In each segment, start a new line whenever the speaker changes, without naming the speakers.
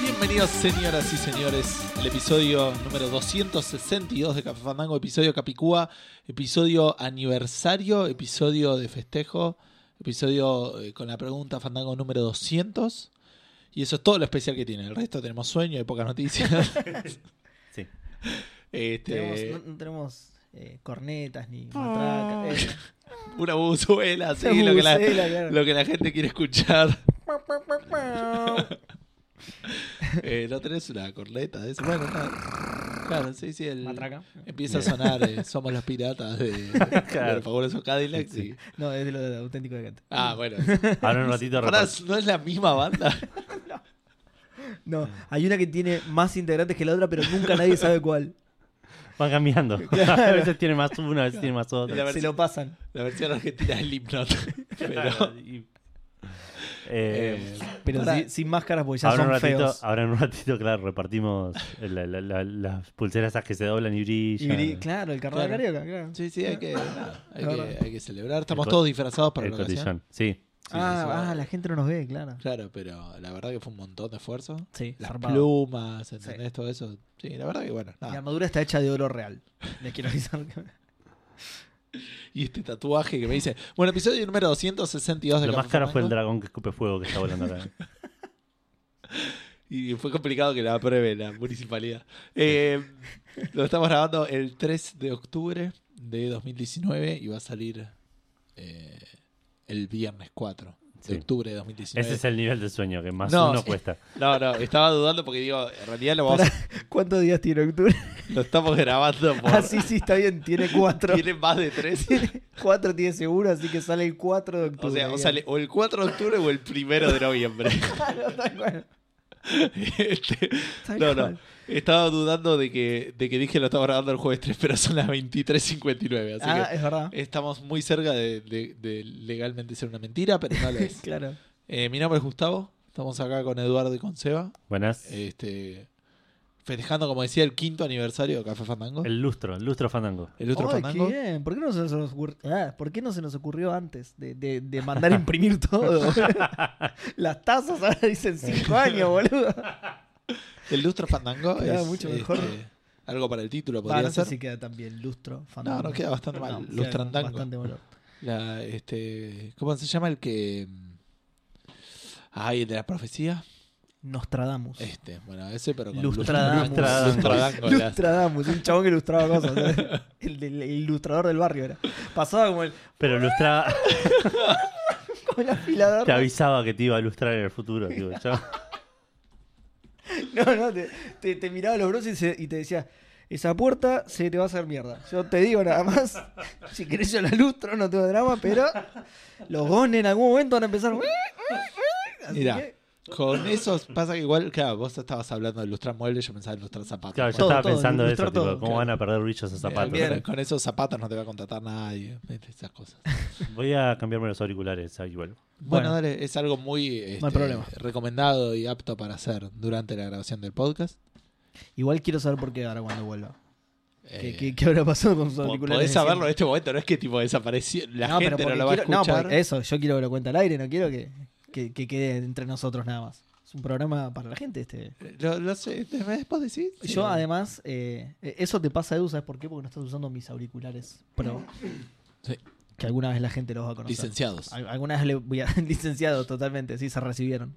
Bienvenidos, señoras y señores, al episodio número 262 de Café Fandango, episodio Capicúa, episodio aniversario, episodio de festejo, episodio eh, con la pregunta Fandango número 200. Y eso es todo lo especial que tiene. El resto tenemos sueño, hay pocas noticias.
Sí.
Este,
Tenemos- no, no tenemos eh, cornetas ni matracas. eh,
Una buzuela, sí,
una
lo, que la,
bucela, claro.
lo que la gente quiere escuchar. Eh, ¿No tenés una corneta de eso? Bueno, nada. Claro, sí, sí. El,
Matraca.
Empieza a sonar eh, Somos los piratas de, de los fabulosos Cadillacs. y-
No, es de lo de auténtico de Cat.
Ah, bueno.
Ahora un ratito
Pará,
repart-
¿No es la misma banda?
No, hay una que tiene más integrantes que la otra, pero nunca nadie sabe cuál.
van cambiando. A veces tiene más una, a veces tiene más
La
otra.
ver-
Se lo pasan.
La versión argentina es Slipknot. Pero,
Y-
eh,
eh,
Pero
pará.
sí- sin máscaras porque ya
ahora,
son
un ratito,
feos.
ahora en un ratito, claro, repartimos la- la- la- las pulseras esas que se doblan y
Y
brillan.
bri- claro, el carnaval
Claro.
carioca, claro.
sí, sí, hay que, nada, hay
La
que,
verdad.
hay que celebrar. Estamos
co-
todos disfrazados para
el
la ocasión.
cotillón. Sí.
sí,
ah,
sí.
ah, la gente no nos ve, claro.
Claro, pero la verdad que fue un montón de esfuerzo.
Sí,
Las
zarpado.
plumas, ¿entendés? Todo eso. Sí, la verdad que bueno. nada.
La armadura está hecha de oro real. Les quiero avisar.
Y este tatuaje que me dice. Bueno, episodio número 262 de
Lo
Café
más caro fue el
Fandango.
dragón que escupe fuego que está volando acá.
Y fue complicado que la apruebe la municipalidad. Eh, lo estamos grabando el 3 de octubre de 2019 y va a salir eh, el viernes 4 de
Sí.
octubre de 2019.
Ese es el nivel de sueño que más
eh. No,
uno
sí.
cuesta.
No, no, estaba dudando porque digo, en realidad lo, vamos-
¿Cuántos días tiene octubre?
lo estamos grabando por...
Ah, sí, sí, está bien, tiene cuatro.
Tiene más de 3.
Tiene- 4 tiene seguro, así que sale el 4 de octubre.
O sea, o
digamos.
sale o el 4 de octubre o el 1 de noviembre.
Claro, tal cual,
Este,
tal
No, no.
cual.
Estaba dudando de que, de que dije lo estaba grabando el jueves 3, pero son las 23.59. Así
Ah,
que
es verdad.
estamos muy cerca de, de- de legalmente ser una mentira, pero no lo es.
Claro.
Eh, mi nombre es Gustavo. Estamos acá con Eduardo y con Seba.
Buenas.
Este, festejando, como decía, el quinto aniversario de Café Fandango. El,
El lustro, el lustro fandango.
otro
Ay,
Fandango.
qué bien. ¿Por qué no se nos ocurrió, ¿por qué no se nos ocurrió antes de, de- de mandar a imprimir todo? Las tazas ahora dicen 5 años, boludo.
El lustro Fandango
Quedaba
es
mucho
este,
mejor.
algo para el título,
Va,
podría
no sé
ser.
si queda tan bien. Lustro,
No,
fandango.
no queda bastante
No,
mal.
queda
Lustrandango.
Bastante malo.
La, este, ¿Cómo se llama el que...? Ay, el de la profecía.
Nostradamus.
Este, bueno, ese pero con
Lustradamus.
Lustradamus. Lustradamus, la-
Lustradamus, un chabón que ilustraba cosas. ¿sabes? El, del- el ilustrador del barrio era. Pasaba como el,
Pero lustraba,
como el afilador.
te avisaba que te iba a lustrar en el futuro. Tipo, chao.
No, no, te, te, te miraba los bros y, se- y te decía, esa puerta se te va a hacer mierda. Yo te digo nada más, si querés yo la lustro, no tengo drama, pero los gones en algún momento van a empezar. Así
Mirá,
que,
Con esos pasa que igual, claro, vos estabas hablando de lustrar muebles, yo pensaba en lustrar zapatos.
Claro, yo
Todo,
estaba
todo,
pensando eso,
ilustrar
tipo,
todo,
cómo
claro.
van a perder bichos esos zapatos.
Bien, con esos zapatos no te va a contratar nadie, ¿viste? esas cosas.
Voy a cambiarme los auriculares, ahí vuelvo.
Bueno,
Bueno.
dale, es algo muy
No hay
este,
problema.
recomendado y apto para hacer durante la grabación del podcast.
Igual quiero saber por qué ahora cuando vuelva. ¿Qué,
Eh,
qué- qué habrá pasado con sus
po-
auriculares?
podés
de
saberlo en
siempre?
este momento, no es que tipo desapareció, la
No,
gente
pero
no
porque
lo va
quiero-
a
no,
escuchar.
porque eso, yo quiero que lo cuente al aire, no quiero que, que- que quede entre nosotros nada más. Es un programa para la gente este.
lo, lo sé, después decís. Sí.
Yo además, eh, eso te pasa Edu, ¿sabes por qué? Porque no estás usando mis auriculares Pro.
Sí.
Que alguna vez la gente los va a conocer.
Licenciados.
Al- alguna vez le voy a... Licenciados, totalmente, sí, se recibieron.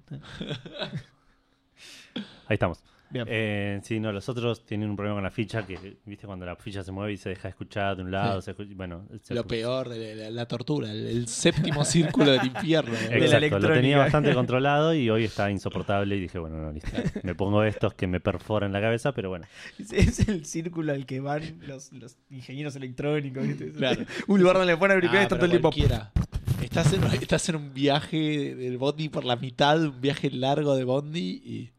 Ahí estamos.
Bien.
Eh, sí, no, los otros tienen un problema con la ficha, que viste cuando la ficha se mueve y se deja escuchar de un lado,
Sí.
se escucha- bueno, se-
Lo peor, la, la- la tortura, el, el séptimo círculo del infierno.
de la
Exacto, lo tenía
electrónica.
bastante controlado y hoy está insoportable y dije, bueno, no, listo. Me pongo estos que me perforan la cabeza, pero bueno.
Es, es el círculo al que van los, los ingenieros electrónicos. ¿viste?
Claro.
Un lugar donde le ponen auriculares
Ah,
tanto el
pero
tiempo.
cualquiera. Estás en, estás en un viaje del bondi por la mitad, un viaje largo de bondi y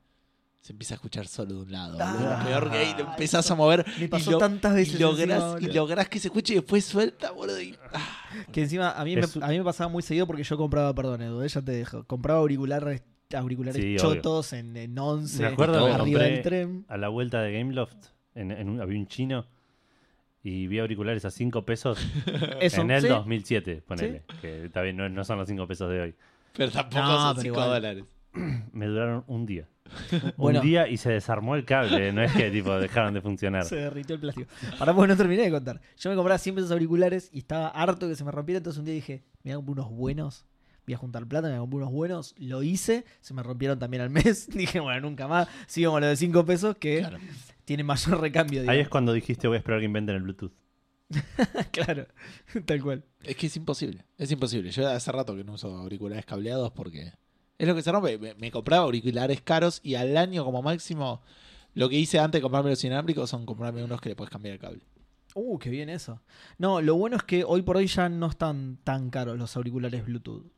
se empieza a escuchar solo de un lado. boludo.
Ah,
Peor que ahí te
eso.
empezás a mover.
Me
y
pasó
lo-
tantas veces.
Y lográs,
encima,
y
boludo.
lográs que se escuche y después suelta, boludo. y- ah,
Que encima a mí, me,
Es un-
a mí me pasaba muy seguido porque yo compraba, perdón Edu, ella te dejo, compraba auriculares, auriculares
Sí, obvio.
chotos en, en 11,
Me acuerdo
que
arriba
compré-
del tren.
A la vuelta de Gameloft, en, en un, había un chino y vi auriculares a 5 pesos
Eso,
en el
sí.
2007, ponele. Que está bien, no, no son los 5 pesos de hoy.
pero tampoco
No,
son
pero
5
igual.
dólares.
Me duraron un día.
Bueno.
Un día y se desarmó el cable, no es que tipo dejaron de funcionar.
Se derritió el plástico. Ahora pues no terminé de contar. Yo me compraba siempre esos auriculares y estaba harto que se me rompiera. Entonces un día dije, me hago unos buenos. Voy a juntar plata, me hago unos buenos. Lo hice, se me rompieron también al mes. Dije, bueno, nunca más. Sigo con los de 5 pesos que
Claro.
tiene mayor recambio.
Ahí
digamos.
es cuando dijiste voy a esperar que inventen el Bluetooth.
claro, tal cual.
Es que es imposible, es imposible. Yo hace rato que no uso auriculares cableados porque es lo que se rompe. Me, me compraba auriculares caros y al año como máximo lo que hice antes de comprarme los inalámbricos son comprarme unos que le puedes cambiar el cable.
Uh, qué bien eso. No, lo bueno es que hoy por hoy ya no están tan caros los auriculares Bluetooth.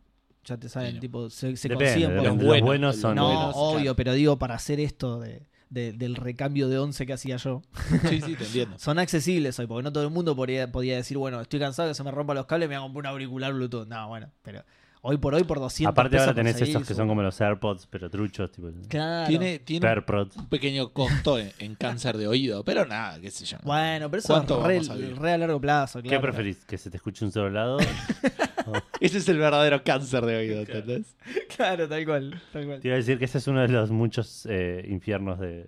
Ya te saben,
Bueno.
tipo, se, se
Depende,
consiguen por
depende.
Los
Los buenos son
No,
buenos,
obvio,
claro.
pero digo, para hacer esto de- de- del recambio de 11 que hacía yo,
Sí, sí, te entiendo.
son accesibles hoy, porque no todo el mundo podría, podía decir, bueno, estoy cansado que se me rompan los cables, me hago un auricular Bluetooth. No, bueno, pero hoy por hoy por 200
Aparte ahora
pesos
tenés
conseguís
esos que
un-
son como los AirPods, pero truchos, tipo el
Claro.
Tiene, tiene
AirPods.
un pequeño costo en, en cáncer de oído, pero nada, qué sé yo.
Bueno, pero eso
¿Cuánto
es
vamos a
re,
vivir?
re a largo plazo,
¿Qué
claro.
preferís? ¿Que se te escuche un solo lado?
Ese es el verdadero cáncer de oído, ¿entendés?
Claro, tal cual, tal cual.
Te iba a decir que ese es uno de los muchos eh, infiernos de,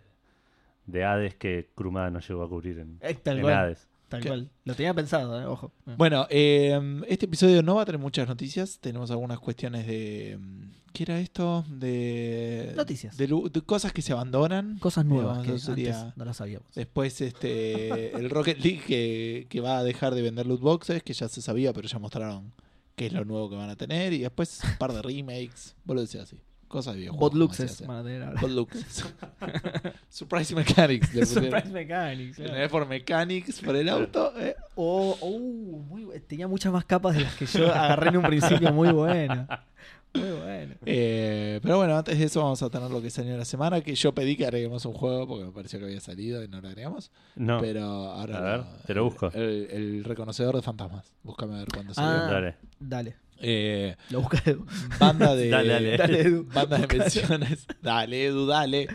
de Hades que Krumada no llegó a cubrir en,
Eh, tal
en
cual.
Hades.
Tal
¿Qué?
cual. Lo tenía pensado, eh, ojo.
Bueno, eh, este episodio no va a tener muchas noticias. Tenemos algunas cuestiones de. mm, ¿Qué era esto? De.
Noticias.
De, lu- de cosas que se abandonan.
Cosas nuevas
Digamos,
que
eso sería-
antes no las sabíamos.
Después este el Rocket League que, que va a dejar de vender loot boxes, que ya se sabía, pero ya mostraron qué es lo nuevo que van a tener. Y después un par de remakes, decís así. Cosas de videojuegos. como se
Botluxes
hace.
van a tener ahora.
Botluxes. Surprise Mechanics. le pusieron.
Surprise Mechanics. claro.
Tener por Mechanics, por el auto. eh.
Oh, oh, muy bu- tenía muchas más capas de las que yo agarré en un principio. Muy bueno. Muy bueno.
Eh, pero bueno, antes de eso vamos a tener lo que salió la semana, que yo pedí que agreguemos un juego porque me pareció que había salido y no lo agregamos.
No,
Pero ahora...
A ver,
lo-
te lo busco.
El, el reconocedor de fantasmas. Búscame a ver cuándo salió.
Ah.
dale.
Dale,
Eh,
lo busca Edu.
Banda de.
Dale, dale.
Dale, Edu.
Banda de menciones. Dale, Edu, dale.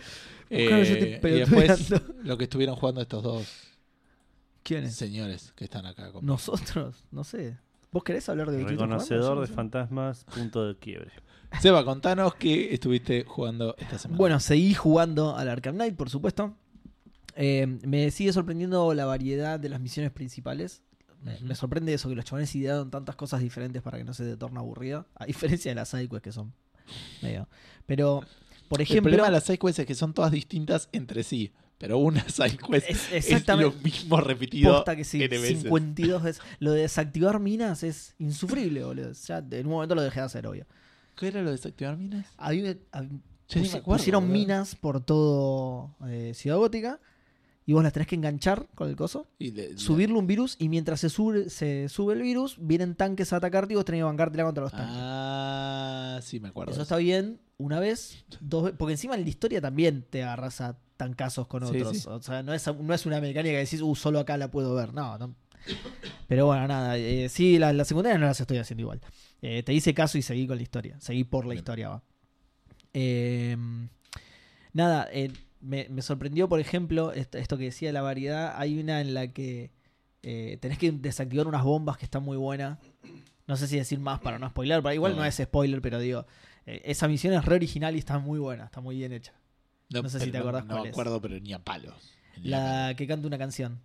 Buscalo, yo te
Eh, y
pelotudeando.
después lo que estuvieron jugando estos dos
¿Quién es?
señores que están acá. Con...
Nosotros, no sé. ¿Vos querés hablar de Virtudes
Reconocedor de
Fantasmas?
fantasmas, punto de quiebre.
Seba, contanos qué estuviste jugando esta semana.
Bueno, seguí jugando al Arkham Knight, por supuesto. Eh, me sigue sorprendiendo la variedad de las misiones principales. Me-
Ujú.
Me sorprende eso, que los chavales idearon tantas cosas diferentes para que no se te torne aburrido. A diferencia de las sidequests que son medio. Pero, por
el
ejemplo.
problema de las sidequests es que son todas distintas entre sí. Pero una sidequest es,
es-
lo
exactamente.
mismo repetido.
Posta que sí,
N veces.
52 veces. Lo de desactivar minas es insufrible, boludo. Ya en un momento lo dejé de hacer, obvio.
¿Qué era lo de desactivar minas?
A mí me- a mí-
Ya ni
pusi-
me acuerdo,
pusieron
boludo.
minas por todo eh, Ciudad Gótica y vos las tenés que enganchar con el coso,
Y le- le-
subirle un virus y mientras se sube, se sube el virus, vienen tanques a atacarte y vos tenés que bancártela contra los tanques.
Ah, sí, me acuerdo.
Eso está bien una vez, dos veces, porque encima en la historia también te agarras a tancazos con
Sí,
otros.
sí.
O sea, no es, no es una mecánica que decís, uh, solo acá la puedo ver. No, no. Pero bueno, nada. eh, sí, las la secundarias no las estoy haciendo igual. Eh, te hice caso y seguí con la historia. Seguí por la
Bien.
historia, va. Eh, nada, eh, me, me sorprendió, por ejemplo, esto, esto que decía de la variedad. Hay una en la que eh, tenés que desactivar unas bombas que están muy buenas. No sé si decir más para no spoiler, pero igual no,
No.
es spoiler, pero digo, eh, esa misión es re original y está muy buena, está muy bien hecha. no sé si
pero
te acordás
No
cuál
me
es.
acuerdo, pero ni a palos. Ni a palos.
La que canta una canción.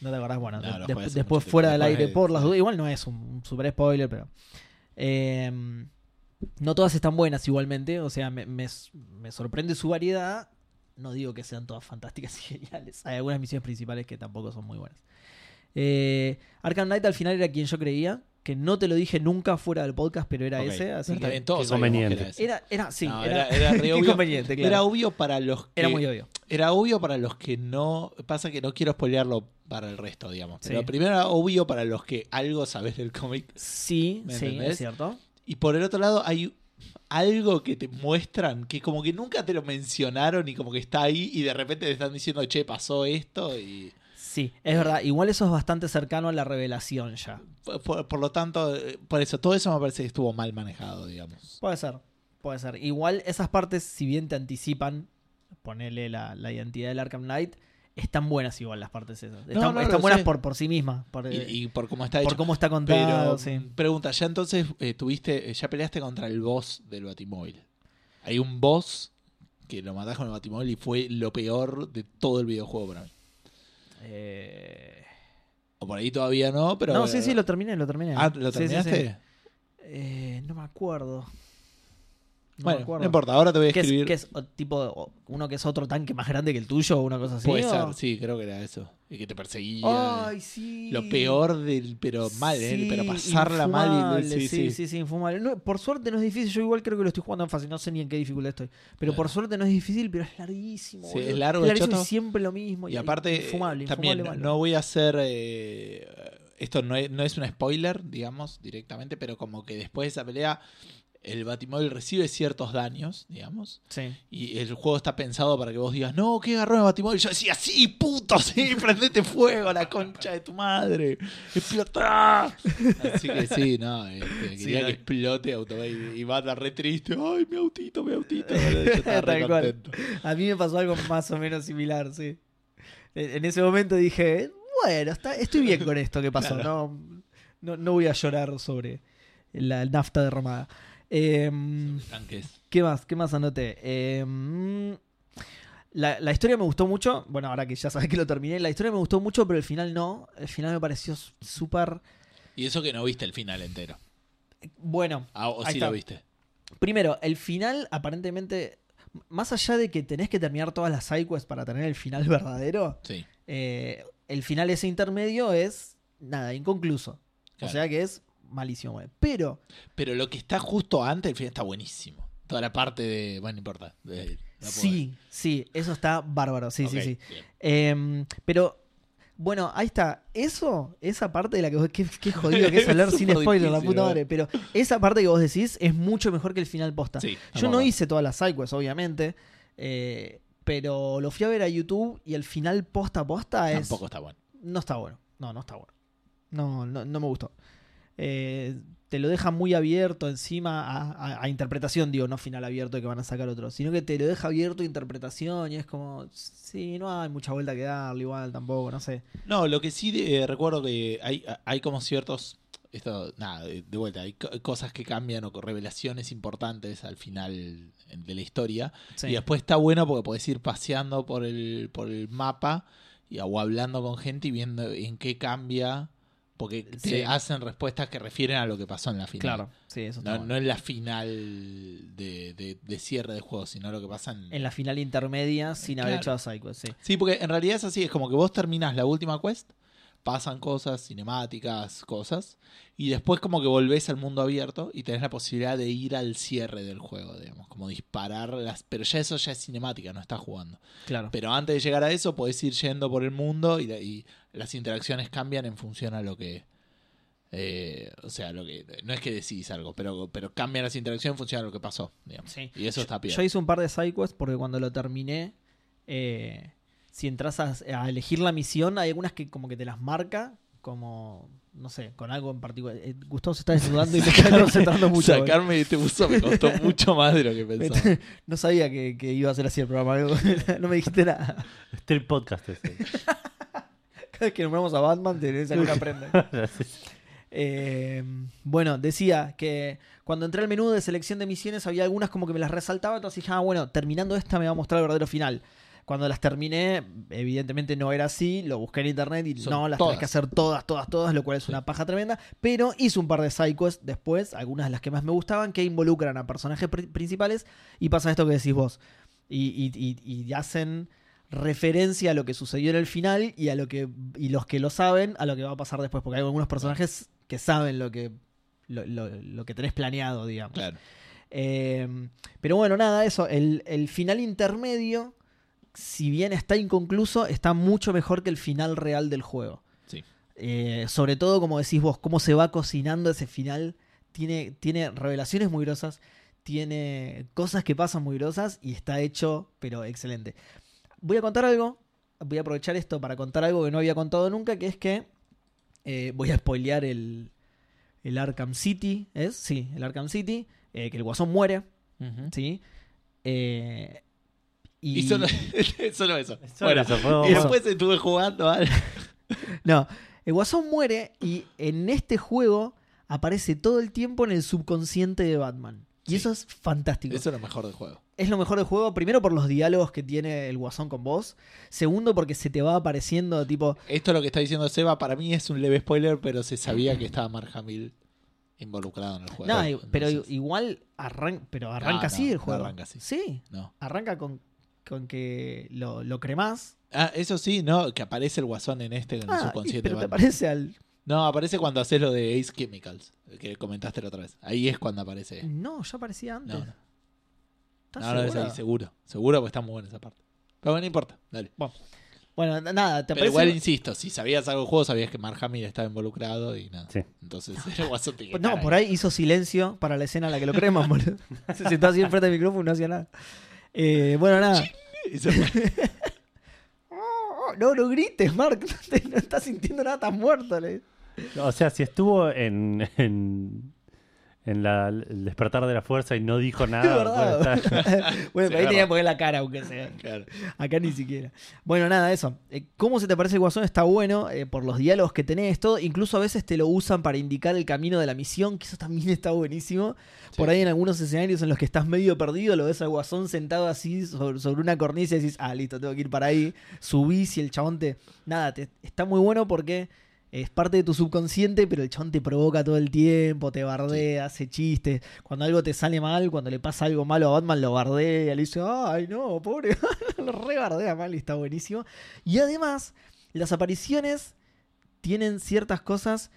No te acordás, bueno.
No,
de-
lo
de-
jugué hace
después
mucho
fuera del
tiempo.
aire
Después,
por las
sí.
dudas. Igual no es un, un super spoiler, pero. eh, no todas están buenas igualmente. O sea, me, me- me sorprende su variedad. No digo que sean todas fantásticas y geniales. Hay algunas misiones principales que tampoco son muy buenas. Eh, Arkham Knight al final era quien yo creía. Que no te lo dije nunca fuera del podcast, pero era
Ok.
ese. Así
Pero está
que-
bien, todos
qué
sabíamos que
conveniente.
era ese.
Era, era, sí,
No,
era,
era- era re obvio.
inconveniente, claro.
Era obvio para los que.
Era muy obvio.
era obvio para los que no. Pasa que no quiero spoilearlo para el resto, digamos. Pero
Sí.
primero era obvio para los que algo sabes del cómic.
Sí,
¿Me
sí,
entendés?
es cierto.
Y por el otro lado hay algo que te muestran que como que nunca te lo mencionaron y como que está ahí y de repente te están diciendo, che, pasó esto y.
Sí, es verdad. Igual eso es bastante cercano a la revelación ya.
Por, por- por lo tanto, eh, por eso, todo eso me parece que estuvo mal manejado, digamos.
Puede ser, puede ser. Igual esas partes, si bien te anticipan, ponerle la, la identidad del Arkham Knight, están buenas igual las partes esas. Están,
no,
están
lo
buenas
sé.
por, por sí mismas, por, eh,
Y, y por cómo está hecho.
por cómo está contado.
Pero
sí.
pregunta, ya entonces eh, tuviste, eh, ya peleaste contra el boss del Batimóvil. Hay un boss que lo matás con el batimóvil y fue lo peor de todo el videojuego para mí.
Eh,
O por ahí todavía no, pero.
no, sí, sí, lo terminé, lo terminé.
Ah, ¿lo
Sí, sí, sí.
terminaste?
Eh, no me acuerdo. No me
bueno,
acuerdo.
no importa, ahora te voy a
¿Qué es,
escribir.
qué es o- tipo o- uno que es otro tanque más grande que el tuyo o una cosa así?
Puede ser,
o-
sí, creo que era eso. Y que te perseguía.
Ay, sí.
Lo peor del. Pero mal, ¿eh?
Sí,
Pero pasarla mal. Y,
infumable, sí, sí, sí, infumable. No, por suerte no es difícil. Yo igual creo que lo estoy jugando en fácil. No sé ni en qué dificultad estoy. Pero por
Claro.
suerte no es difícil, pero es larguísimo.
Sí,
boludo.
es largo, es
larguísimo y
choto.
siempre lo mismo.
Y aparte, eh,
infumable,
también
infumable, malo.
no voy a hacer. eh, esto no es, no es un spoiler, digamos, directamente, pero como que después de esa pelea, el Batimóvil recibe ciertos daños, digamos.
Sí.
Y el juego está pensado para que vos digas, no, qué garrón el Batimóvil. Yo decía, sí, puto, sí, prendete fuego a la concha de tu madre. ¡Explota! Así que sí, no, este,
Sí,
quería
no.
que explote Autobay. Y va a estar re triste. ¡Ay, mi autito, mi autito! Yo estaba re
Tal cual.
contento.
A mí me pasó algo más o menos similar, sí. En en ese momento dije, bueno, está, estoy bien con esto que pasó. No, no, no voy a llorar sobre la nafta derramada. Em,
Tanques.
¿Qué más? ¿Qué más anoté? Eh, mm, la, la historia me gustó mucho. Bueno, ahora que ya sabes que lo terminé, la historia me gustó mucho, pero el final no. El final me pareció s- súper.
Y eso que no viste el final entero.
Bueno,
Ah, o
Ahí
sí
está.
lo viste.
primero, el final aparentemente. Más allá de que tenés que terminar todas las sidequests para tener el final verdadero,
Sí.
eh, el final ese intermedio es. Nada, inconcluso. O
claro.
sea que es malísimo. eh. Pero
Pero lo que está justo antes del final está buenísimo. Toda la parte de. Bueno, no importa. de- no puedo
sí, sí, eso está bárbaro. Sí,
ver. Ok,
sí, sí.
bien.
Em, pero bueno, ahí está. Eso, esa parte de la que vos. Qué, qué jodido que es hablar
Es
sin
súper
spoiler, la
difícil,
puta
¿verdad?
madre. Pero esa parte que vos decís es mucho mejor que el final posta.
Sí,
Yo
vamos
no
a ver.
hice todas las sidequests, obviamente. eh, pero lo fui a ver a YouTube y el final posta posta es.
Tampoco está bueno.
No está bueno. No, no está bueno. No, no, no me gustó. Eh, te lo deja muy abierto encima a, a- a interpretación, digo, no final abierto que van a sacar otro, sino que te lo deja abierto a interpretación y es como, sí, no hay mucha vuelta que darle igual tampoco, no sé.
No, lo que sí eh, recuerdo que hay, hay como ciertos. Esto, nada, de de vuelta, hay co- cosas que cambian o co- revelaciones importantes al final de la historia.
Sí.
Y después está bueno porque podés ir paseando por el, por el mapa y, o hablando con gente y viendo en qué cambia. Porque te
Sí.
hacen respuestas que refieren a lo que pasó en la final.
claro, sí, eso está
No,
bueno.
no es la final de, de- de cierre de juego, sino lo que pasa en...
En la final intermedia sin haber hecho
Claro.
a Psycho, sí.
Sí, porque en realidad es así, es como que vos terminás la última quest, pasan cosas, cinemáticas, cosas, y después como que volvés al mundo abierto y tenés la posibilidad de ir al cierre del juego, digamos, como disparar las... Pero ya eso ya es cinemática, no estás jugando.
Claro.
Pero antes de llegar a eso podés ir yendo por el mundo y, la- y las interacciones cambian en función a lo que... eh, o sea, lo que no es que decís algo, pero, pero cambian las interacciones en función a lo que pasó, digamos.
Sí.
Y eso
Yo-
está bien.
Yo hice un par de sidequests porque cuando lo terminé, eh, si entras a, a elegir la misión, hay algunas que como que te las marca, como, no sé, con algo en particular. Eh, Gustavo se está desnudando y me está concentrando mucho. eh. güey.
Sacarme de este buzo me costó mucho más de lo que
Me-
pensaba.
No sabía que, que iba a ser así el programa, algo- no me dijiste nada.
Este el podcast ese.
Cada vez que nombramos a Batman, tenés algo que aprender. Eh, bueno, decía que cuando entré al menú de selección de misiones había algunas como que me las resaltaba, entonces dije, ah, bueno, terminando esta me va a mostrar el verdadero final. Cuando las terminé, evidentemente no era así, lo busqué en internet y
Son
no, las
todas.
tenés que hacer todas, todas, todas, lo cual es una paja tremenda, pero hice un par de sidequests después, algunas de las que más me gustaban, que involucran a personajes pri- principales y pasa esto que decís vos, y, y- y- y hacen referencia a lo que sucedió en el final y a lo que y los que lo saben a lo que va a pasar después porque hay algunos personajes que saben lo que lo, lo- lo que tenés planeado digamos
Claro.
Eh, pero bueno nada eso el, el final intermedio si bien está inconcluso está mucho mejor que el final real del juego
Sí.
Eh, sobre todo como decís vos cómo se va cocinando ese final tiene tiene revelaciones muy grosas tiene cosas que pasan muy grosas y está hecho pero excelente voy a contar algo. Voy a aprovechar esto para contar algo que no había contado nunca, que es que eh, voy a spoilear el, el Arkham City, ¿es? Sí, el Arkham City, eh, que el guasón muere, ¿sí? Eh, y,
Y solo, solo eso. Bueno,
Bueno, eso fue un-
y después estuve jugando ah, al-
No, el guasón muere y en este juego aparece todo el tiempo en el subconsciente de Batman. Y eso es fantástico.
Eso es lo mejor del juego.
Es lo mejor del juego, primero por los diálogos que tiene el guasón con vos. Segundo, porque se te va apareciendo, tipo,
Esto lo que está diciendo Seba, para mí es un leve spoiler, pero se sabía que estaba Mark Hamill involucrado en el juego.
No, i-
Entonces,
pero i- igual arran- pero arranca
no,
así el
no
juego.
arranca así.
Sí,
no.
arranca con, con que lo, lo cremás.
Ah, eso sí, no, que aparece el guasón en este, en el
Ah, y-
subconsciente.
pero te
Batman.
parece al.
No, aparece cuando haces lo de Ace Chemicals, que comentaste la otra vez. Ahí es cuando aparece.
No, ya aparecía antes.
No, no.
¿Estás
No, no, es
segura?
ahí, seguro. Seguro, porque está muy buena esa parte. Pero bueno, no importa, dale.
Bueno, na- nada, te
Pero
aparece.
igual, insisto, si sabías algo del juego, sabías que Mark Hamill estaba involucrado y nada.
Sí.
Entonces, el guasón tiene que
No,
estar
por ahí hizo silencio para la escena en la que lo creman, boludo. Se sentó así enfrente del micrófono y no hacía nada. Eh, bueno, nada.
Y se fue.
Oh, oh, No, no grites, Mark. No, te- no estás sintiendo nada, estás muerto. le-
O sea, si estuvo en, en, en la, el despertar de la fuerza y no dijo
Es
nada,
verdad.
bueno, está-
Bueno,
Ah, Sí,
pero ahí
es
tenía
verdad.
que poner la cara, aunque sea.
Claro.
Acá ni siquiera. Bueno, nada, eso. Eh, ¿Cómo se te parece el Guasón? Está bueno eh, por los diálogos que tenés, todo. Incluso a veces te lo usan para indicar el camino de la misión, que eso también está buenísimo. Por ahí en algunos escenarios en los que estás medio perdido, lo ves al Guasón sentado así sobre, sobre una cornisa y decís, ah, listo, tengo que ir para ahí. Subís y el chabón te... Nada, te- está muy bueno porque... Es parte de tu subconsciente, pero el chabón te provoca todo el tiempo, te bardea, hace chistes. Cuando algo te sale mal, cuando le pasa algo malo a Batman, lo bardea, le dice, ay no, pobre lo rebardea mal y está buenísimo. Y además, las apariciones tienen ciertas cosas.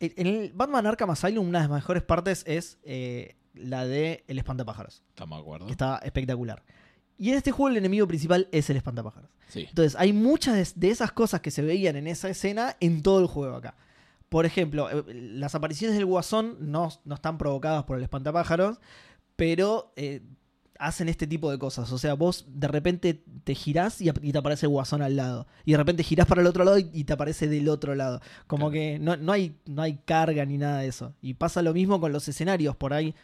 En en el Batman Arkham Asylum, una de las mejores partes es eh, la de el espantapájaros,
Estamos de acuerdo.
que está espectacular. Y en este juego el enemigo principal es el espantapájaros.
Sí.
Entonces, hay muchas de, de esas cosas que se veían en esa escena en todo el juego acá. Por ejemplo, eh, las apariciones del Guasón no, no están provocadas por el espantapájaros, pero eh, hacen este tipo de cosas. O sea, vos de repente te girás y, ap- y te aparece el Guasón al lado. Y de repente girás para el otro lado y, y te aparece del otro lado. Como
Claro.
que no, no hay, no hay carga ni nada de eso. Y pasa lo mismo con los escenarios. Por ahí,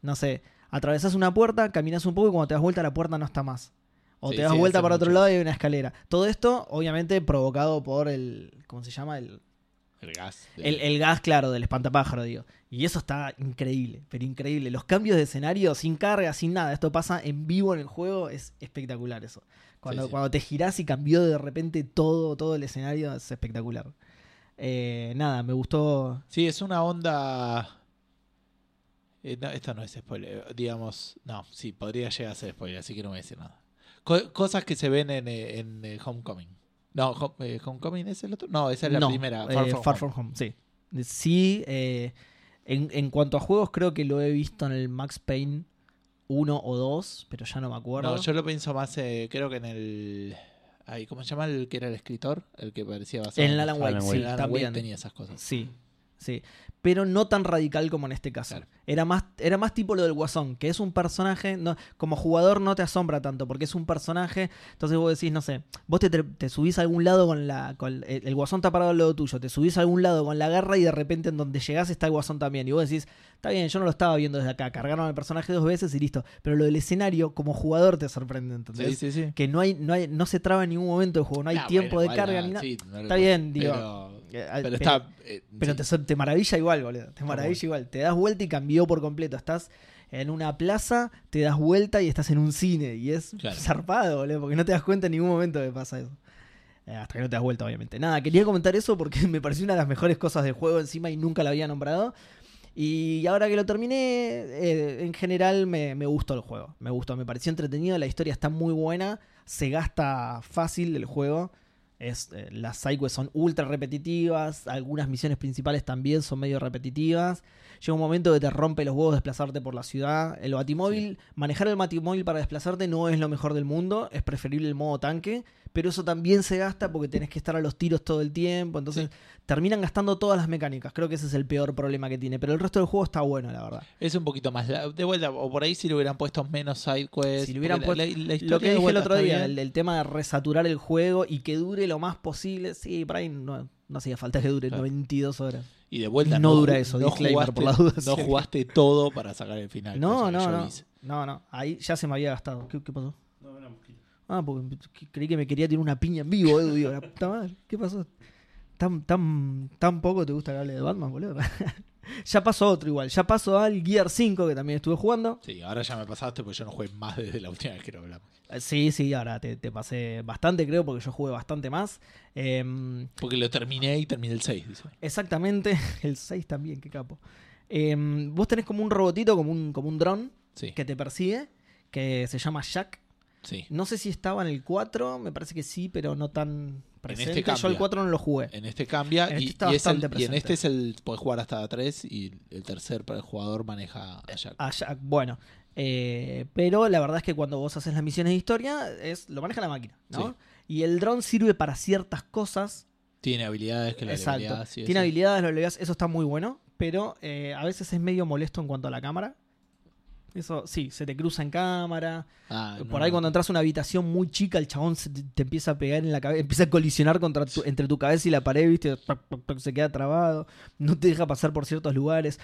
no sé, atravesás una puerta, caminas un poco y cuando te das vuelta la puerta no está más. O
Sí,
te das
sí,
vuelta
hacen
para otro
mucho
lado y hay una escalera. Todo esto, obviamente, provocado por el. ¿Cómo se llama? El,
El gas. de-
el, el gas, claro, del espantapájaro, digo. Y eso está increíble, pero increíble. Los cambios de escenario, sin carga, sin nada. Esto pasa en vivo en el juego, es espectacular eso. Cuando,
Sí, sí.
cuando te girás y cambió de repente todo, todo el escenario, es espectacular. Eh, nada, me gustó.
Sí, es una onda. Eh, no, esto no es spoiler. eh, Digamos, no, sí, podría llegar a ser spoiler, así que no voy a decir nada. Co- cosas que se ven en, eh, en, eh, Homecoming. No, Hom- eh, Homecoming es el otro. No, esa es la
No,
primera.
eh,
Far From Home.
sí. Sí, eh, en, en cuanto a juegos, creo que lo he visto en el Max Payne 1 o 2, pero ya no me acuerdo.
No, yo lo pienso más, eh, creo que en el. Ay, ¿Cómo se llama el que era el escritor? El que parecía basado
En Alan
Alan
Wake,
Wake.
sí,
el Alan Wake
también.
tenía esas cosas.
Sí, sí. Pero no tan radical como en este caso.
Claro.
Era, más, era más tipo lo del Guasón, que es un personaje, no, como jugador no te asombra tanto, porque es un personaje, entonces vos decís, no sé, vos te, tre- te subís a algún lado con la... Con, eh, el, el Guasón está parado al lado tuyo, te subís a algún lado con la garra y de repente en donde llegás está el Guasón también. Y vos decís, está bien, yo no lo estaba viendo desde acá, cargaron al personaje dos veces y listo. Pero lo del escenario como jugador te sorprende, ¿entendés?
Sí, sí, sí.
Que no, hay, no, hay, no se traba en ningún momento el juego, no hay
Ah,
tiempo
bueno, igual,
de carga
ah,
ni nada.
sí, no le
Está
puedo-
bien, digo.
Pero,
Eh,
pero
pero-
está. eh,
pero
sí.
te, te maravilla igual, boludo. Te maravilla igual. Te das vuelta y cambió por completo. Estás en una plaza, te das vuelta y estás en un cine. Y es
Claro.
zarpado, boludo. Porque no te das cuenta en ningún momento que pasa eso. Eh, hasta que no te das vuelta, obviamente. Nada, quería comentar eso porque me pareció una de las mejores cosas del juego encima y nunca la había nombrado. Y ahora que lo terminé, eh, en general me, me gustó el juego. Me gustó, me pareció entretenido. La historia está muy buena. Se gasta fácil el juego. Es, eh, las sidequests son ultra repetitivas, algunas misiones principales también son medio repetitivas. Llega un momento que te rompe los huevos desplazarte por la ciudad. El batimóvil, manejar el batimóvil para desplazarte no es lo mejor del mundo, es preferible el modo tanque, pero eso también se gasta porque tenés que estar a los tiros todo el tiempo, entonces terminan gastando todas las mecánicas. Creo que ese es el peor problema que tiene, pero el resto del juego está bueno, la verdad.
Es un poquito más. la- De vuelta, o por ahí si le hubieran puesto menos side quests.
Si le hubieran
porque la-
puesto-
la- la historia
Lo
de
que dije el
vuelta
otro
está
día,
bien.
el, el tema de resaturar el juego y que dure lo más posible, sí, por ahí no, no hacía falta que dure
Claro.
92 horas.
Y de vuelta
No
ju-
dura eso, disclaimer,
jugaste,
por las dudas.
No jugaste todo para sacar el final.
No,
cosa que
no,
yo
no.
hice.
No, no. Ahí ya se me había gastado. ¿Qué, qué pasó? Ah, porque cre- creí que me quería tirar una piña en vivo, Edu. Digo, la puta madre. ¿Qué pasó? Tan, tan, tan poco te gusta que hable de Batman, boludo. Ya pasó otro igual. Ya pasó al Gear 5, que también estuve jugando.
Sí, ahora ya me pasaste porque yo no jugué más desde la última vez que lo hablamos.
Eh, Sí, sí, ahora te, te pasé bastante, creo, porque yo jugué bastante más. Em,
Porque lo terminé y terminé el 6, dice.
exactamente. El 6 también, qué capo. Em, vos tenés como un robotito, como un, como un dron,
Sí,
que te persigue, que se llama Jack.
sí.
No sé si estaba en el 4, me parece que sí, pero no tan presente. Yo el
este cambia.
4 no lo jugué.
En este cambia
En este
y-
está
y, es el-
bastante
y en
presente.
este es el. Podés jugar hasta 3 y el tercer para el jugador maneja a Jack.
a Jack. Ah, Bueno, eh, pero la verdad es que cuando vos haces las misiones de historia, es, lo maneja la máquina, ¿no?
Sí.
Y el dron sirve para ciertas cosas.
Tiene habilidades que la
Exacto.
habilidad, sí, sí.
Tiene habilidades, lo leías, eso está muy bueno, pero eh, a veces es medio molesto en cuanto a la cámara. Eso sí, se te cruza en cámara.
Ah, no,
Por ahí
no.
cuando entras a una habitación muy chica, el chabón se te, te empieza a pegar en la cabeza, empieza a colisionar contra tu- entre tu cabeza y la pared, viste, Toc, toc, toc, se queda trabado, no te deja pasar por ciertos lugares.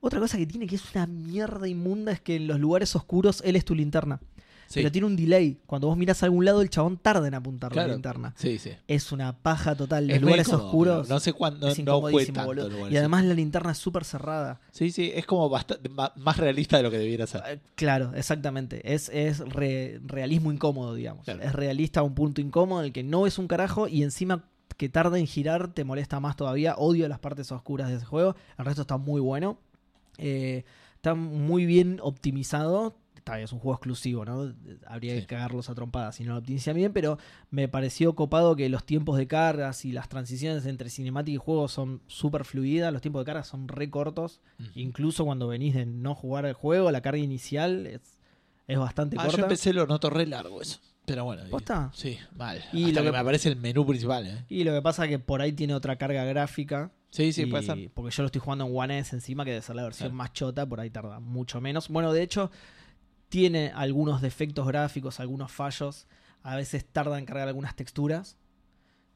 Otra cosa que tiene que es una mierda inmunda es que en los lugares oscuros él es tu linterna.
Sí,
Pero tiene un delay. Cuando vos miras a algún lado, el chabón tarda en apuntar la
claro.
linterna.
Sí, sí.
Es una paja total. Los
Es muy
lugares
incómodo,
oscuros.
pero No sé cuándo.
es
No jugué
incomodísimo,
tanto
boludo.
lugares
Y además la linterna es súper cerrada.
oscuros. Sí, sí, es como bastante, ma- más realista de lo que debiera ser.
Eh, Claro, exactamente. Es, es re- realismo incómodo, digamos.
Claro.
Es realista a un punto incómodo en el que no es un carajo y encima que tarda en girar te molesta más todavía. Odio las partes oscuras de ese juego. El resto está muy bueno. Eh, está muy bien optimizado. Está bien, es un juego exclusivo, ¿no? Habría
Sí.
que cagarlos a trompadas si no lo optimizan bien, pero me pareció copado que los tiempos de cargas y las transiciones entre cinemática y juego son súper fluidas. Los tiempos de carga son re cortos.
Ujú.
Incluso cuando venís de no jugar el juego, la carga inicial es, es bastante
Ah,
corta.
yo empecé lo noto re largo eso. Pero bueno. y-
¿Posta?
Sí, mal.
Y
Y
lo
lo que,
que-
me aparece el menú principal, ¿eh?
Y lo que pasa es que por ahí tiene otra carga gráfica.
Sí, sí,
y-
puede ser.
Porque yo lo estoy jugando en One S encima, que debe ser la versión
Claro.
más chota, por ahí tarda mucho menos. Bueno, de hecho, tiene algunos defectos gráficos, algunos fallos. A veces tarda en cargar algunas texturas.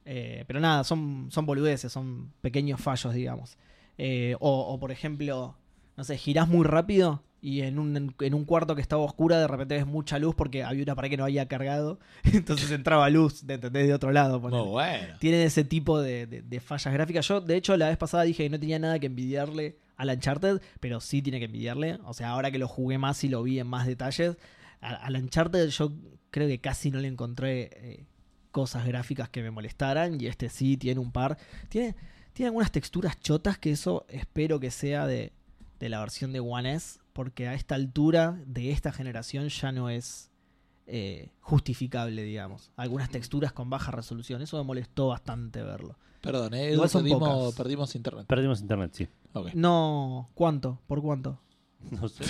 Eh, pero nada, son, son boludeces, son pequeños fallos, digamos. Eh, o, o, por ejemplo, no sé, girás muy rápido y en un, en un cuarto que estaba oscura de repente ves mucha luz porque había una pared que no había cargado. Entonces entraba luz, ¿te entendés? De otro lado. ponele
Muy bueno.
tienen ese tipo de, de- de fallas gráficas. Yo, de hecho, la vez pasada dije que no tenía nada que envidiarle al Uncharted, pero sí tiene que envidiarle. O sea, ahora que lo jugué más y lo vi en más detalles, a- al Uncharted yo creo que casi no le encontré eh, cosas gráficas que me molestaran. Y este sí tiene un par. Tiene, tiene algunas texturas chotas que eso espero que sea de, de la versión de One S, porque a esta altura de esta generación ya no es eh, justificable, digamos. Algunas texturas con baja resolución, eso me molestó bastante verlo.
Perdón, ¿eh? Edu,
Igual son
perdimos,
pocas.
perdimos internet.
Perdimos internet, sí.
Ok.
No, ¿cuánto? ¿Por cuánto?
No sé.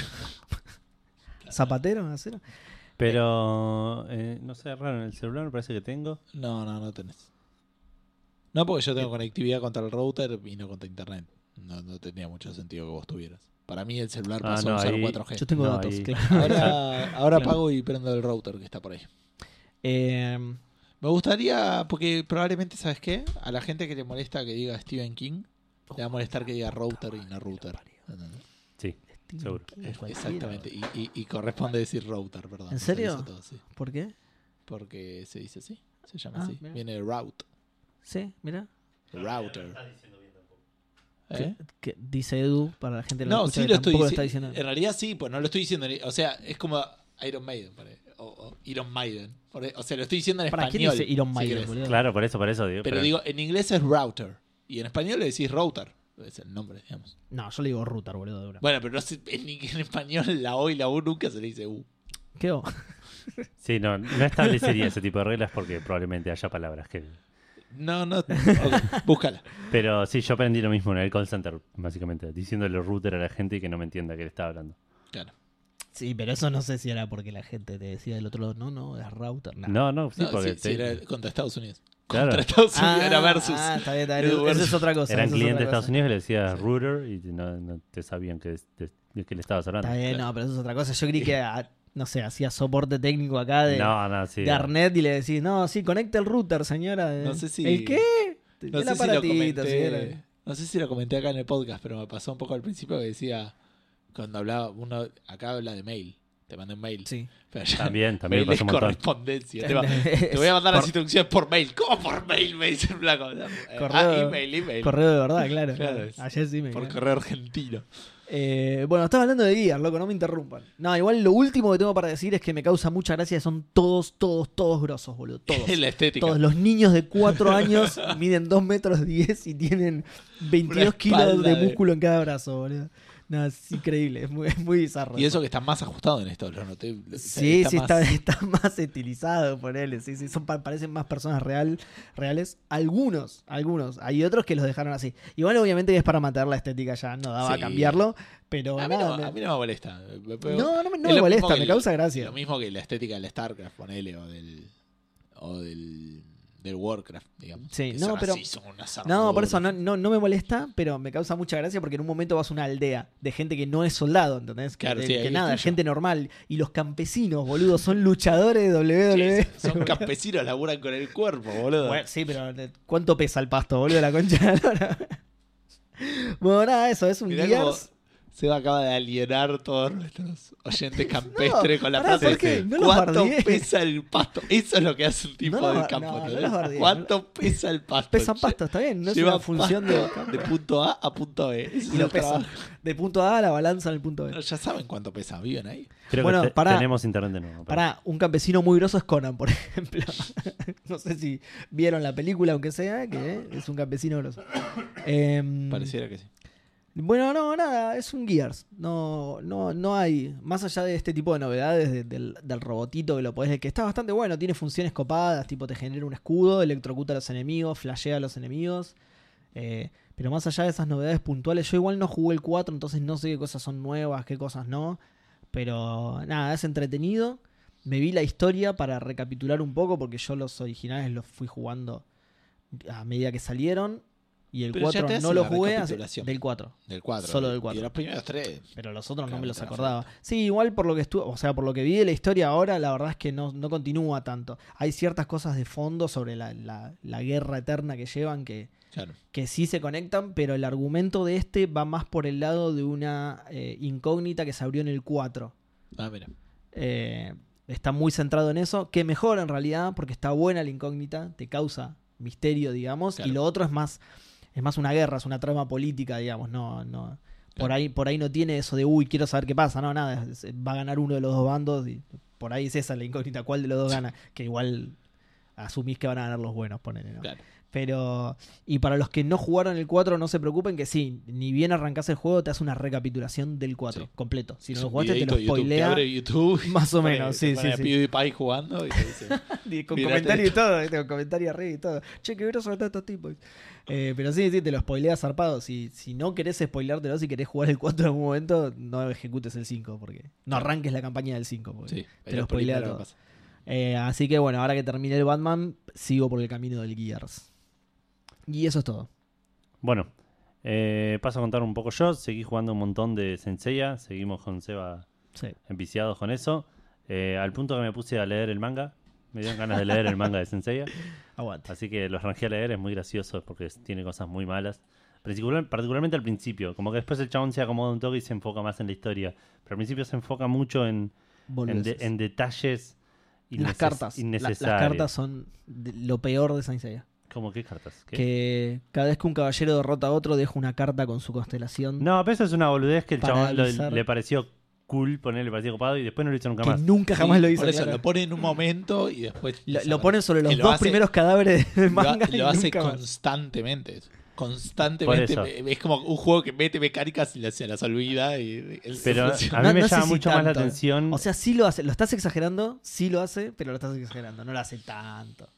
¿Zapatero? ¿Acero?
Pero eh, no sé, raro, en el celular me parece que tengo.
No, no, no tenés. No, porque yo
Eh.
tengo conectividad contra el router y no contra internet. No, no tenía mucho sentido que vos tuvieras. Para mí el celular
Ah,
pasó
no,
a usar
ahí-
4G.
Yo tengo
No,
datos,
ahí-
claro.
Ahora, ahora apago y prendo el router que está por ahí.
Eh,
Me gustaría, porque probablemente, ¿sabes qué? A la gente que le molesta que diga Stephen King, le va a molestar que diga router y no router. ¿Entendés?
Sí.
Stephen
Seguro.
King,
Es-
cualquiera.
Exactamente. Y, y- y corresponde decir router, perdón.
¿En
Me
serio?
salió todo, sí.
¿Por qué?
Porque se dice así. Se llama
Ah,
así.
mira.
Viene de route.
Sí, mira.
Router. ¿Eh?
Que- que dice Edu para la gente que lo
No,
escucha
sí
que
lo estoy
tampoco
dici-
está diciendo.
En realidad sí, pues no lo estoy diciendo. en- O sea, es como Iron Maiden. por ahí, o, o Iron Maiden. por ahí. O sea, lo estoy diciendo en
¿Para quién
español.
dice Iron
si
Maiden,
querés.
boludo?
Claro, por eso, por eso. Digo,
Pero digo, en inglés es router. Y en español le decís router. Es el nombre, digamos.
No, yo le digo router, boludo. de una.
Bueno, pero no sé, en, en español la O y la U nunca se le dice U.
¿Qué hago?
Sí, no, no establecería ese tipo de reglas porque probablemente haya palabras que...
No, no. ok, búscala.
Pero sí, yo aprendí lo mismo en el call center, básicamente, diciéndole router a la gente y que no me entienda que le estaba hablando.
Claro.
Sí, pero eso no sé si era porque la gente te decía del otro lado, no, no, es router. nah.
No, no, sí,
No,
porque
sí,
te-
sí, era contra Estados Unidos.
Claro.
Contra Estados Unidos
Ah,
era versus.
Ah, está bien, está bien.
Edu
Eso
versus.
es otra cosa.
eran
eso es
clientes de
otra cosa.
Estados Unidos y le decías router y no, no te sabían que, de, de que le estabas hablando.
Está bien,
Claro.
no, pero eso es otra cosa. Yo creí que, ah, no sé, hacía soporte técnico acá de,
no, no, sí.
de Arnet y le decís, no, sí, conecta el router, señora.
No sé si-
¿El qué?
No
El
sé, si lo
aparatito,
comenté,
señora.
no sé si lo comenté acá en el podcast, pero me pasó un poco al principio que decía, cuando hablaba, uno acá habla de mail, te mandé un mail.
Sí.
Pero ya
También, también me
mail
pasó un
es
montón.
correspondencia. Te, va- te voy a mandar las
Cor-
instrucciones por mail. ¿Cómo por mail? Me dice el flaco. Eh, Ah,
Correo-
email, email.
Correo de verdad, claro.
Claro, es-
Ayer sí me.
Por correo argentino.
Eh, bueno, estaba hablando de Gear, loco, no me interrumpan. No, igual lo último que tengo para decir es que me causa mucha gracia, son todos, todos, todos grosos, boludo. Todos.
la estética.
Todos los niños de 4 años miden 2 metros 10 y tienen 22
Una
kilos
espalda eh.
de
de-
músculo en cada brazo, boludo. No, es increíble, es muy, es muy bizarro.
Y eso que está más ajustado en esto, lo noté. O sea,
Sí, sí, está,
más-
está más estilizado, ponele. Sí, sí, son, pa- parecen más personas real, reales. Algunos, algunos. Hay otros que los dejaron así. Igual, obviamente, que es para matar la estética ya, no daba a
Sí.
cambiarlo. Pero
A mí,
nada,
no,
me-
a mí no me molesta. Me- me-
no, no me,
es
no me
lo
molesta,
mismo que
me
el-
causa gracia.
Lo mismo que la estética del StarCraft, ponele, o del. O del. Del Warcraft, digamos.
Sí,
Que
no,
son
pero-
así, son unas
No, por
armaduras.
eso no, no, no me molesta, pero me causa mucha gracia porque en un momento vas a una aldea de gente que no es soldado, ¿entendés? Que,
Claro,
de-
sí, ahí
que nada,
estoy yo.
gente normal. Y los campesinos, boludo, son luchadores de WWE.
Sí, son campesinos, laburan con el cuerpo, boludo.
Bueno, sí, pero eh, ¿cuánto pesa el pasto, boludo, la concha de la lora? Bueno, nada, eso es un
Mirá
Gears.
cómo Seba acaba de alienar todos nuestros oyentes campestres
No,
con la
pará,
frase
¿por qué?
de
No los
¿Cuánto
bardeé.
pesa el pasto? Eso es lo que hace un tipo
No los
del
ba-
campo.
no, no
¿entendés?
los bardeé.
¿Cuánto pesa el pasto?
Pesa
Lle-
pasto, está bien, no es
lleva
una función de,
pasto de punto A a punto B. Ese es
y lo
el
pesa.
trabajo.
de punto A a la balanza en el punto B.
No, ya saben cuánto pesa, viven ahí.
Creo
Bueno,
que te-
pará.
tenemos internet de nuevo. pará.
Para un campesino muy grosso es Conan, por ejemplo. no sé si vieron la película, aunque sea, que es un campesino grosso. Em,
Pareciera que sí.
Bueno, no, nada, es un Gears. No, no, no hay. Más allá de este tipo de novedades de- del, del robotito que lo podés, que está bastante bueno, tiene funciones copadas, tipo te genera un escudo, electrocuta a los enemigos, flashea a los enemigos. eh, pero más allá de esas novedades puntuales, yo igual no jugué el 4, entonces no sé qué cosas son nuevas, qué cosas no. Pero nada, es entretenido. Me vi la historia para recapitular un poco, porque yo los originales los fui jugando a medida que salieron. Y el
Pero ya
4
te hacen
no lo
la
jugué hace-
recapitulación.
del 4.
Del 4.
Solo del cuatro.
Y de los primeros tres.
Pero los otros no
Claro,
me los
te la
acordaba. Sí, igual por lo que estuvo, o sea, por lo que vi de la historia ahora, la verdad es que no, no continúa tanto. Hay ciertas cosas de fondo sobre la, la- la guerra eterna que llevan que,
Claro.
que sí se conectan, pero el argumento de este va más por el lado de una eh, incógnita que se abrió en el 4.
Ah, mira.
Eh, está muy centrado en eso, que mejor en realidad, porque está buena la incógnita, te causa misterio, digamos,
Claro.
y lo otro es más, es más una guerra, es una trama política, digamos, no, no. Por
Claro.
ahí, por ahí no tiene eso de uy, quiero saber qué pasa, no, nada, es- es- va a ganar uno de los dos bandos y por ahí es esa la incógnita, cuál de los dos gana, que igual asumís que van a ganar los buenos, ponele, ¿no?
Claro.
Pero. Y para los que no jugaron el 4, no se preocupen que sí, ni bien arrancás el juego, te hace una recapitulación del 4,
Sí.
completo. Si no
Es
lo
un
jugaste, te
videíto
lo
de YouTube.
spoilea.
Te abre YouTube. y
Más o
pone-
menos,
te
sí,
pone
sí,
a
sí.
PewDiePie jugando y te dice.
Y con
Mirate
comentario y
esto.
todo, ¿viste? con comentario arriba y todo. Che, qué groso están estos tipos. Eh, pero sí, sí, te lo spoileas zarpado. Si, si no querés spoileártelo, si querés jugar el 4 en algún momento, no ejecutes el 5, porque no arranques la campaña del 5. porque-
Sí,
Te
es
lo
lo
spoilea
primero que pasa.
todo. Eh, así que bueno, ahora que terminé el Batman, sigo por el camino del Gears. Y eso es todo.
Bueno, eh, paso a contar un poco yo. Seguí jugando un montón de Senseiya. Seguimos con Seba
Sí.
enviciados con eso. Eh, al punto que me puse a leer el manga. Me dieron ganas de leer el manga de Senseiya.
Aguante.
Así que los ranqué a leer, es muy gracioso porque es- tiene cosas muy malas. Particular- particularmente al principio, como que después el chabón se acomoda un toque y se enfoca más en la historia. Pero al principio se enfoca mucho en, en, de-
Boludeces.
en detalles
las
inneces-
cartas. La- las
innecesarios.
cartas son de- lo peor de Saint Seiya.
¿Cómo qué cartas? ¿Qué?
Que cada vez que un caballero derrota a otro, deja una carta con su constelación.
No, pero eso es una boludez que el
Para
chabón lo-
avisar.
le pareció cool, ponerle le pareció copado y después no lo hizo nunca
que
más.
nunca jamás
Sí,
lo hizo.
Por eso
claro.
lo pone en un momento y después.
Lo,
se
lo
arranca.
ponen sobre los
Que lo
dos
hace-
primeros cadáveres del
Lo, ha-
manga. y
lo hace
nunca más.
constantemente. Constantemente.
Por
Me- Es como un juego que mete mecánicas y las- se las olvida. Y, y-
Pero a mí
funciona.
No-
me
no sé
llama
si
mucho más la
tanto, eh.
atención.
O sea, sí lo hace. Lo estás exagerando, sí lo hace, pero lo estás exagerando. No lo hace tanto.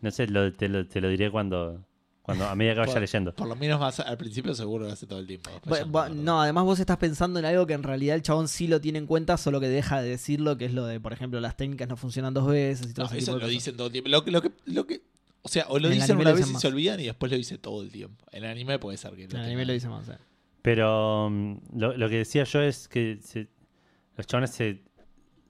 no sé, lo- te, lo, te lo diré cuando, cuando a medida que vaya
Por-
leyendo.
Por lo menos más al principio seguro lo hace todo el tiempo. Después
Bu-
Pues ya
bu- no, además vos estás pensando en algo que en realidad el chabón sí lo tiene en cuenta, solo que deja de decirlo, que es lo de, por ejemplo, las técnicas no funcionan dos veces y todo
No,
ese
eso
tipo de
lo
cosas.
dicen todo el tiempo. Lo, que- lo que, lo que, o sea, o lo
En el
dicen
anime
una
lo
vez
dicen
y se
más.
olvidan y después lo dice todo el tiempo. En el anime puede ser que lo
En el
tenga.
anime lo dice más. eh.
Pero mm, lo, lo que decía yo es que se- los chabones se,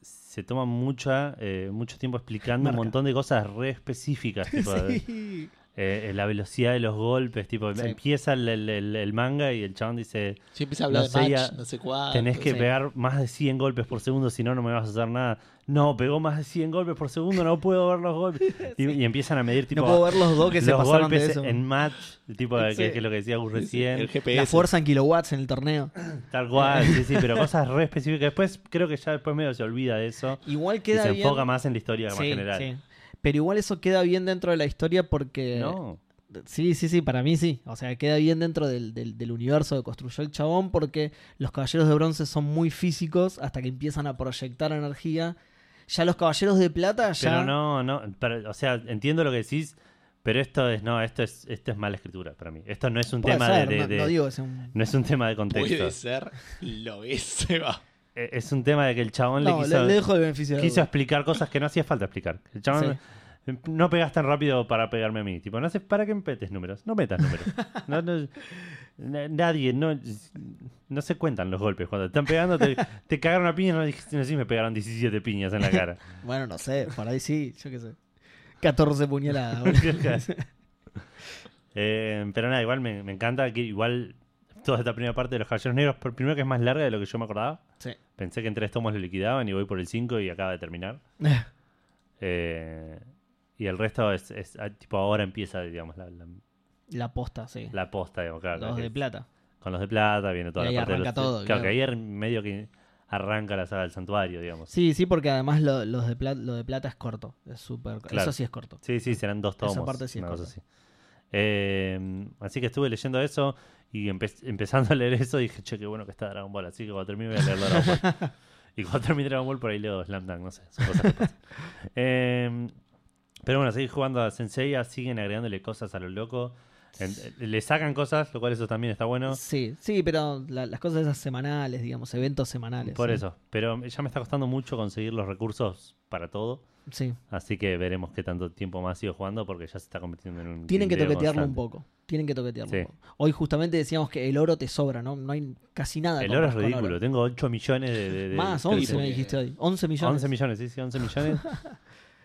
se toman mucha, eh, mucho tiempo explicando
Marca.
un montón de cosas re específicas. tipo,
Sí.
eh, eh, la velocidad de los golpes, tipo,
Sí.
empieza el, el- el- el manga y el chabón dice,
Si empieza a hablar
No
de
sé,
match,
ya
no sé cuál.
tenés que
Ah, sí.
pegar más de 100 golpes por segundo, si no, no me vas a hacer nada. No, pegó más de 100 golpes por segundo, no puedo ver los golpes. Y, y empiezan a medir, tipo,
no puedo ver los dos que se
los
pasaron de
golpes
eso.
en match, tipo, que-
Sí.
que, es lo que decía Gus recién.
el GPS.
La fuerza en kilowatts en el torneo.
Tal cual, sí, sí, pero cosas re específicas. Después creo que ya después medio se olvida de eso.
Igual
Y
queda
se
bien.
enfoca más en la historia más
Sí,
general.
sí. Pero igual eso queda bien dentro de la historia porque.
No.
Sí, sí, sí, para mí sí. O sea, queda bien dentro del, del- del universo que construyó el chabón porque los caballeros de bronce son muy físicos hasta que empiezan a proyectar energía. Ya los caballeros de plata ya...
Pero no, no. pero, o sea, entiendo lo que decís, pero esto es, no, esto es, esto es mala escritura para mí. Esto no es un
Puede
tema
ser,
de. de-
no,
de-
no
no,
digo que sea un...
es un tema de contexto.
Puede ser lo es, Seba.
E- Es un tema de que el chabón
No,
le
le,
quiso,
le dejo el beneficio. de la
quiso
duda.
explicar cosas que no hacía falta explicar. El chabón. No pegas tan rápido para pegarme a mí. Tipo, no haces para que me petes números. No metas números. No, no- na- nadie, no, no se cuentan los golpes. Cuando te están pegando, te, te cagaron a piña. No dijiste, no, sí, me pegaron 17 piñas en la cara.
Bueno, no sé, por ahí sí, yo qué sé. 14 puñaladas. boludo.
Eh, pero nada, igual me, me encanta que igual toda esta primera parte de los Caballeros Negros, por primero que es más larga de lo que yo me acordaba.
Sí.
Pensé que en tres tomos lo liquidaban y voy por el 5 y acaba de terminar. Eh, y el resto es, es, ah, tipo ahora empieza, digamos, la, la,
La posta, sí.
la posta, digamos, claro,
Los
que
de
es-
plata.
con los de plata, viene toda
Y ahí
la parte de
arranca
los-
todo,
Claro,
claro.
que ayer medio que arranca la saga del santuario, digamos.
Sí, sí, porque además lo, los de plata, lo de plata es corto. Es súper
Claro.
Eso sí es corto.
Sí, sí, serán dos
Esa
tomos.
parte sí es
una cosa
corta.
así. Eh, así que estuve leyendo eso y empe- empezando a leer eso dije, che, qué bueno que está Dragon Ball. Así que cuando termine voy a leer Dragon Ball. y cuando termine Dragon Ball por ahí leo Slam Dunk, no sé. son cosas que pasan. Eh, pero bueno, seguir jugando a Senseiya, siguen agregándole cosas a lo loco. En- eh, le sacan cosas, lo cual eso también está bueno.
Sí, sí, pero la- las cosas esas semanales, digamos, eventos semanales.
Por
sí.
eso. Pero ya me está costando mucho conseguir los recursos para todo.
Sí.
Así que veremos qué tanto tiempo más sigo jugando porque ya se está convirtiendo en un.
Tienen que
tindeo
toquetearlo un
constante.
poco. Tienen que toquetearlo
Sí.
un poco. Hoy justamente decíamos que el oro te sobra, ¿no? No hay casi nada. que
El oro es
Ah, compras con
ridículo. Tengo 8 millones de. de- de-
Más,
de-
11 me
porque-
dijiste hoy. 11 millones.
11 millones, sí, sí, 11 millones.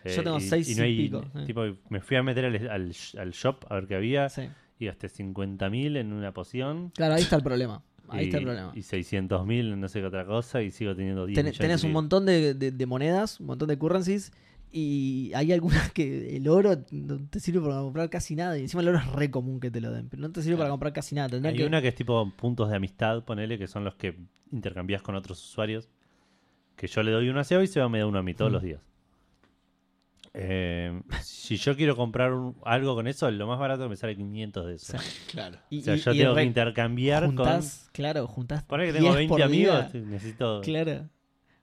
Eh,
Yo tengo seis y pico, eh.
tipo, me fui a meter al, al- al shop a ver qué había
Sí.
y gasté 50.000 en una poción.
Claro, ahí está el problema. Ahí
y,
está el problema.
Y 600.000 en no sé qué otra cosa y sigo teniendo 10
Ten-
millones.
tenés
y
un
pico.
montón de, de- de monedas, un montón de currencies. Y hay algunas que el oro no te sirve para comprar casi nada. Y encima el oro es re común que te lo den. Pero no te sirve para comprar casi nada. Tendrás
Hay
que...
una que es tipo puntos de amistad, ponele, que son los que intercambias con otros usuarios. Que yo le doy uno a Seba y Seba me da uno a mí todos
Mm.
los días. Eh, si yo quiero comprar un- algo con eso, lo más barato me sale 500 de eso.
Claro.
y-
o sea,
y-
yo
y
tengo que
re-
intercambiar
juntás, Claro, juntás.
con. Ponele que tengo
10 por
20 amigos,
día.
necesito.
Claro.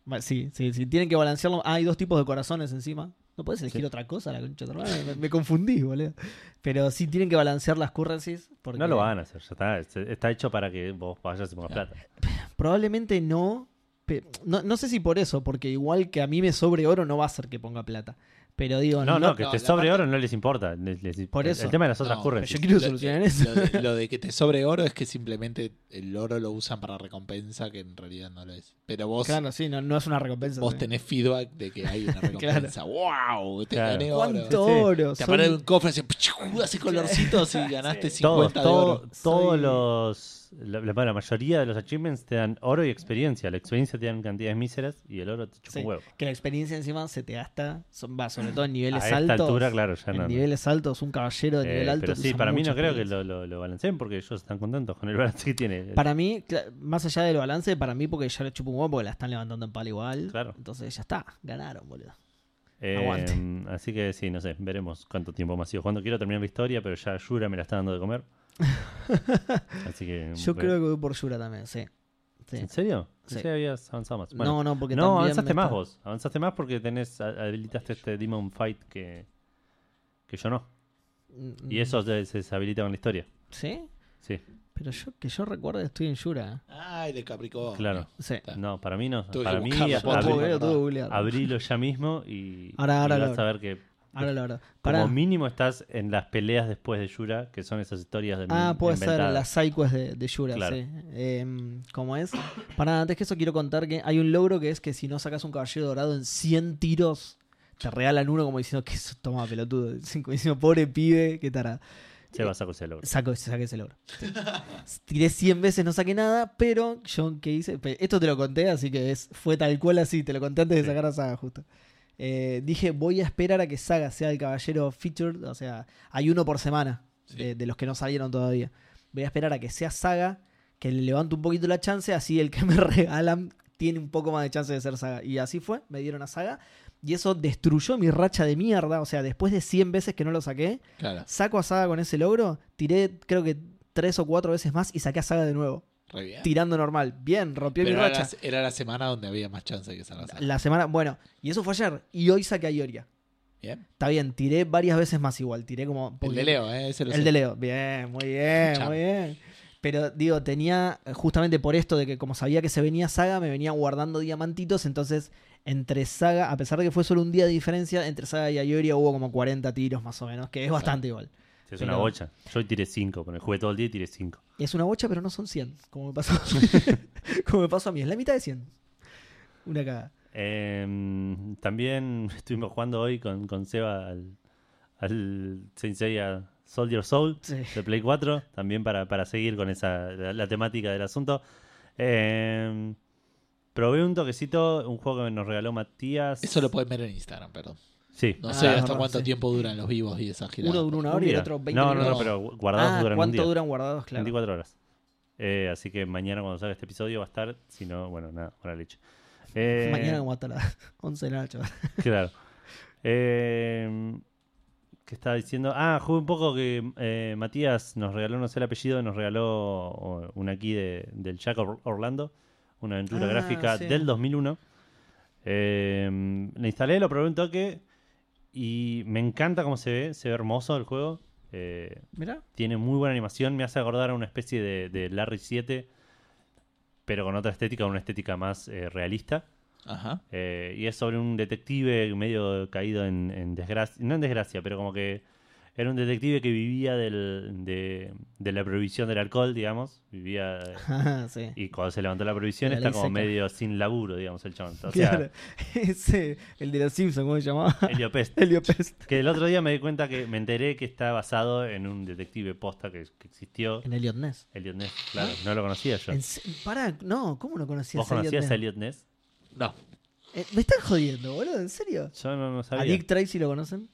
Ma- Sí, sí, sí. Tienen que balancearlo. Ah, hay dos tipos de corazones encima. No puedes elegir
Sí.
otra cosa, la concha de tu madre. Me, me confundí, boludo. Pero sí tienen que balancear las currencies. Porque
No lo van a hacer, ya está, se- está hecho para que vos vayas y pongas
Claro.
plata.
Probablemente no, pe- no. No sé si por eso, porque igual que a mí me sobre oro no va a ser que ponga plata. Pero digo,
No, no, que
no,
te
la
sobre
parte-
oro no les importa. les- les-
Por
el-
eso.
El tema de las otras
No,
currencies.
yo quiero
Lo-
solucionar
lo-
eso.
Lo de, lo de que te sobre oro es que simplemente el oro lo usan para recompensa, que en realidad no lo es. Pero vos,
Claro, sí, no, no es una recompensa.
vos
sí.
tenés feedback de que hay una recompensa. ¡Wow! Te
Claro.
gané oro.
¿Cuánto
Sí.
oro?
Te
Son-
aparece un cofre, hace, ¡pichu! hace colorcitos y ganaste 50
Todos,
de
todo-
oro.
todos
Soy-
los. La, la- la mayoría de los achievements te dan oro y experiencia. La experiencia te dan cantidades míseras y el oro te chupa
sí,
un huevo.
que la experiencia encima se te gasta, son, va, sobre todo en
A
niveles
esta
altos.
altura, claro, ya
en
no. no.
niveles altos, un caballero de
Eh,
nivel alto.
pero sí,
usa
para mí
mucha
no creo que
experiencia.
lo, lo, lo balanceen porque ellos están contentos con el balance que tiene.
Para mí, cla- más allá del balance, para mí porque ya le chupo un huevo porque la están levantando en pala igual.
Claro.
Entonces ya está, ganaron, boludo.
Eh,
aguante.
Así que sí, no sé, veremos cuánto tiempo más sigo jugando. Quiero terminar la historia, pero ya Yura me la está dando de comer. Así que.
Yo
ve-
creo que voy por Yura también, sí. Sí.
¿En serio?
Sí.
Sí. habías avanzado más. Bueno,
no, no, porque
no,
también
avanzaste
me
más
está-
vos. Avanzaste más porque tenés, habilitaste este Demon Fight que, que yo no.
Mm,
Y eso se, se habilita con la historia.
¿Sí?
Sí,
Pero yo que yo recuerdo estoy en Yura.
Ay, de Capricornio.
claro.
Sí.
Está.
No, para mí no.
Tuve
para
que
mí,
buscarlo,
ab-
puedo
abrí-
abrir-
Googleo, tuve que googlear.
abrilo ya mismo y,
Ahora,
y
ahora lo-
vas a ver que
Ahora lo verdad.
como
Pará.
mínimo estás en las peleas después de Yura, que son esas historias de
Ah, puede ser
inventadas.
las sidequests de, de Yura,
Claro.
sí. Em, ¿Cómo es? Para antes que eso quiero contar que hay un logro que es que si no sacas un caballero dorado en 100 tiros, te regalan uno como diciendo que eso toma pelotudo. Como diciendo, pobre pibe, qué tarada.
Se va a sacar ese logro.
Saco, saqué ese logro. Tiré 100 veces, no saqué nada, pero yo que hice. Pe- Esto te lo conté, así que es, fue tal cual así, te lo conté antes de
Sí.
sacar a Saga, justo. Eh, dije, voy a esperar a que Saga sea el caballero featured, o sea, hay uno por semana eh,
Sí.
de, de los que no salieron todavía. Voy a esperar a que sea Saga, que le levante un poquito la chance, así el que me regalan tiene un poco más de chance de ser Saga. Y así fue, me dieron a Saga, y eso destruyó mi racha de mierda, o sea, después de 100 veces que no lo saqué,
Claro,
Saco a Saga con ese logro, tiré creo que tres o cuatro veces más y saqué a Saga de nuevo.
re bien.
Tirando normal. Bien, rompió
Pero
mi
era,
racha.
la, era la semana donde había más chance de que salga Saga.
La semana, bueno, y eso fue ayer. Y hoy saqué a Ioria.
Bien.
Está bien, tiré varias veces más igual. Tiré como.
El de Leo, ¿eh? Ese lo
El
sé.
de Leo. Bien, muy bien,
Chamo.
muy bien. Pero digo, tenía, justamente por esto de que como sabía que se venía Saga, me venía guardando diamantitos, entonces entre Saga, a pesar de que fue solo un día de diferencia, entre Saga y Ayoria hubo como 40 tiros más o menos, que es bastante igual.
Sí, Es una
Pero-
bocha. Yo hoy tiré 5, con el jugué todo el día y tiré 5.
Es una bocha, pero no son 100, como me pasó, como me pasó a mí. Es la mitad de 100. Una cagada.
Eh, también estuvimos jugando hoy con, con Seba al, al Sensei a Soldier Soul
Sí.
de Play 4, también para, para seguir con esa la, la temática del asunto. Eh, probé un toquecito, un juego que nos regaló Matías.
Eso lo pueden ver en Instagram, perdón.
Sí.
No
Ah,
sé
es
hasta
verdad,
cuánto
sí.
tiempo duran los vivos y esas giradas.
Uno dura una hora y el
Mira.
otro 20
no, no, no,
minutos.
pero gu- guardados
Ah,
durante un
¿Cuánto
día.
duran guardados? Claro.
24 horas. Eh, así que mañana cuando salga este episodio va a estar, si no, bueno, nada, buena leche. Eh,
Mañana como hasta las 11 de la noche.
Claro. Eh, ¿Qué estaba diciendo? Ah, jugué un poco que eh, Matías nos regaló, no sé el apellido, nos regaló o, una aquí de- del Jack Or- Orlando, una aventura
Ah,
gráfica
sí.
del 2001. Eh, la instalé, lo probé un toque y me encanta cómo se ve, se ve hermoso el juego. Eh,
Mirá.
tiene muy buena animación, me hace acordar a una especie de, de Larry 7, pero con otra estética, una estética más eh, realista.
Ajá.
Eh, y es sobre un detective medio caído en, desgracia, no en desgracia, pero como que era un detective que vivía del- de, de la prohibición del alcohol, digamos. Vivía.
Ah, sí.
Y cuando se levantó la prohibición
La
está
ley
como
seca.
medio sin laburo, digamos, el chabón. O sea,
claro. Ese, el de los Simpsons, ¿cómo se llamaba?
Helio Pest.
Helio Pest.
Que el otro día me di cuenta que me enteré que está basado en un detective posta que, que existió.
En Elliot Ness.
Elliot Ness, claro, no lo conocía yo.
En se- Pará, no, ¿cómo no conocías
¿Vos
a Elliot
conocías
Ness?
a Elliot Ness?
No.
Eh, me están jodiendo, boludo, ¿en serio?
Yo no, no
¿A
sabía.
Dick Tracy lo conocen?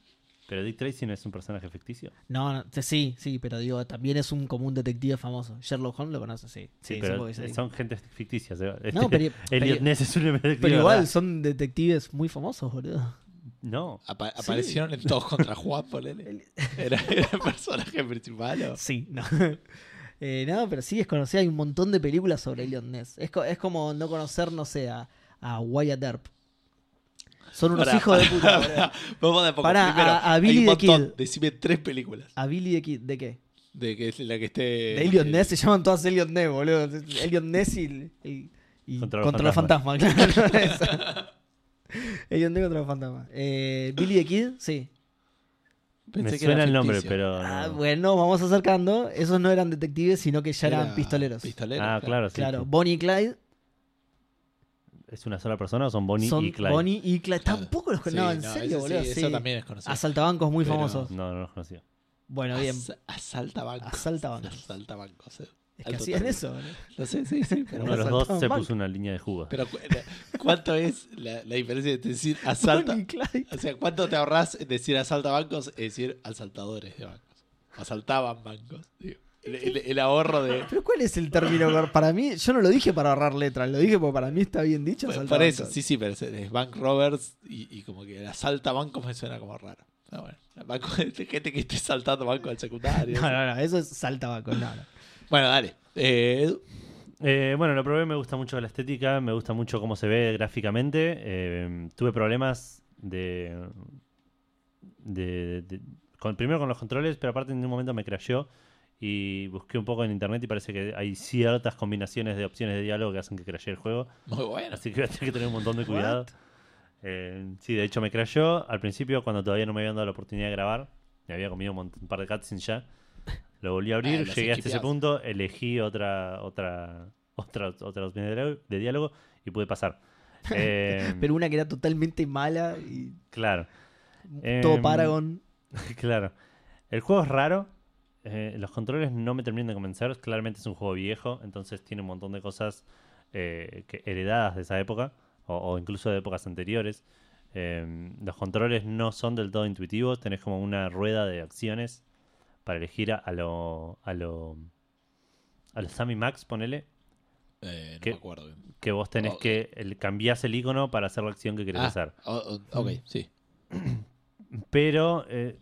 Pero Dick Tracy no es un personaje ficticio.
No, no, te- sí, sí, pero digo, también es un común detective famoso. Sherlock Holmes lo conoce, sí.
Sí,
supongo
pero
que sí.
son gente ficticia. se va. Este,
No, pero-
Elliot
pero-
Ness es un detective,
Pero igual
¿verdad?
son detectives muy famosos, boludo.
No.
Apa- aparecieron en todos contra Juan, ponele. Era, era el personaje principal. ¿o?
Sí, no. Eh, no, pero sí es conocido. Hay un montón de películas sobre Elliot Ness. Es, co- es como no conocer, no sé, a, a Wyatt Earp. Son unos
Pará,
hijos de
pará,
puta.
pará.
boludo.
Vamos de poco.
Pará,
Primero,
a- a
hay
Billy
un
the
montón.
Kid.
Decime tres películas.
¿A Billy de, Kid- de qué?
De que es la que esté. eh,
De Elliot Ness se llaman todas Elliot Ness, boludo. Elliot Ness y, el- y- y
Contra los
contra los fantasmas, claro. Esa. Elliot Ness contra los fantasmas. Eh, Billy the Kid, sí.
Pensé
me
que era
suena el nombre,
ficticio.
pero. no.
Ah, bueno, vamos acercando. Esos no eran detectives, sino que ya eran
Era
pistoleros.
Pistoleros.
Ah, claro, sí.
Claro, Bonnie y Clyde
¿Es una sola persona o son Bonnie
son
y Clyde?
Bonnie y Clyde.
Claro.
Tampoco los
Sí,
conocía. No, en
no,
serio,
ese sí,
boludo.
Eso
sí.
también es conocido.
Asaltabancos muy
Pero-
famosos.
No, no los conocía.
Bueno, bien.
As- asalta bancos.
Asalta bancos.
Asalta bancos. eh.
Es que
Alto
hacían
término.
eso, boludo.
No sé, sí, sí. Pero,
Uno de los
asaltaban
dos se
bancos.
puso una línea de jugo.
pero cu- ¿cuánto es la, la diferencia entre decir asalta?
Bonnie y Clyde.
O sea, ¿cuánto te ahorrás en decir asalta bancos es decir asaltadores de bancos? Asaltaban bancos. digo. El, el- el ahorro de.
Pero ¿cuál es el término? cor- Para mí, yo no lo dije para ahorrar letras, lo dije porque para mí está bien dicho.
Por, por
asaltabancos.
eso, sí, sí, pero es, es Bank Roberts y, y como que el asalta bancos me suena como raro. Pero bueno, banco, gente que esté saltando bancos al secundario.
No, no, no, eso es saltabancos, no, no.
Bueno, dale. Eh, Edu,
Eh, bueno, lo probé, me gusta mucho la estética, me gusta mucho cómo se ve gráficamente. Eh, tuve problemas de, de- de- con- primero con los controles, pero aparte en un momento me crasheó y busqué un poco en internet y parece que hay ciertas combinaciones de opciones de diálogo que hacen que crashee el juego.
muy bueno.
Así que voy a tener que tener un montón de cuidado.
What?
Eh, sí, de hecho me crashó al principio cuando todavía no me habían dado la oportunidad de grabar. Me había comido un, mont- un par de cutscenes ya. Lo volví a abrir,
Ah, los
llegué hasta ese
esquipeás.
punto, elegí otra otra otra otra opción de diálogo- de diálogo y pude pasar. Eh,
Pero una que era totalmente mala y
claro.
todo
Em,
Paragon.
Claro. El juego es raro. eh, los controles no me terminan de convencer. Claramente es un juego viejo, entonces tiene un montón de cosas eh, que- heredadas de esa época o, o incluso de épocas anteriores. Eh, los controles no son del todo intuitivos. Tenés como una rueda de acciones para elegir a, a lo a lo a los Sammy Max, ponele,
Eh, no
¿Qué?
me acuerdo bien.
que vos tenés
Oh.
que el, cambiás el icono para hacer la acción que querés
Ah,
hacer.
o- o- ok, sí.
pero eh,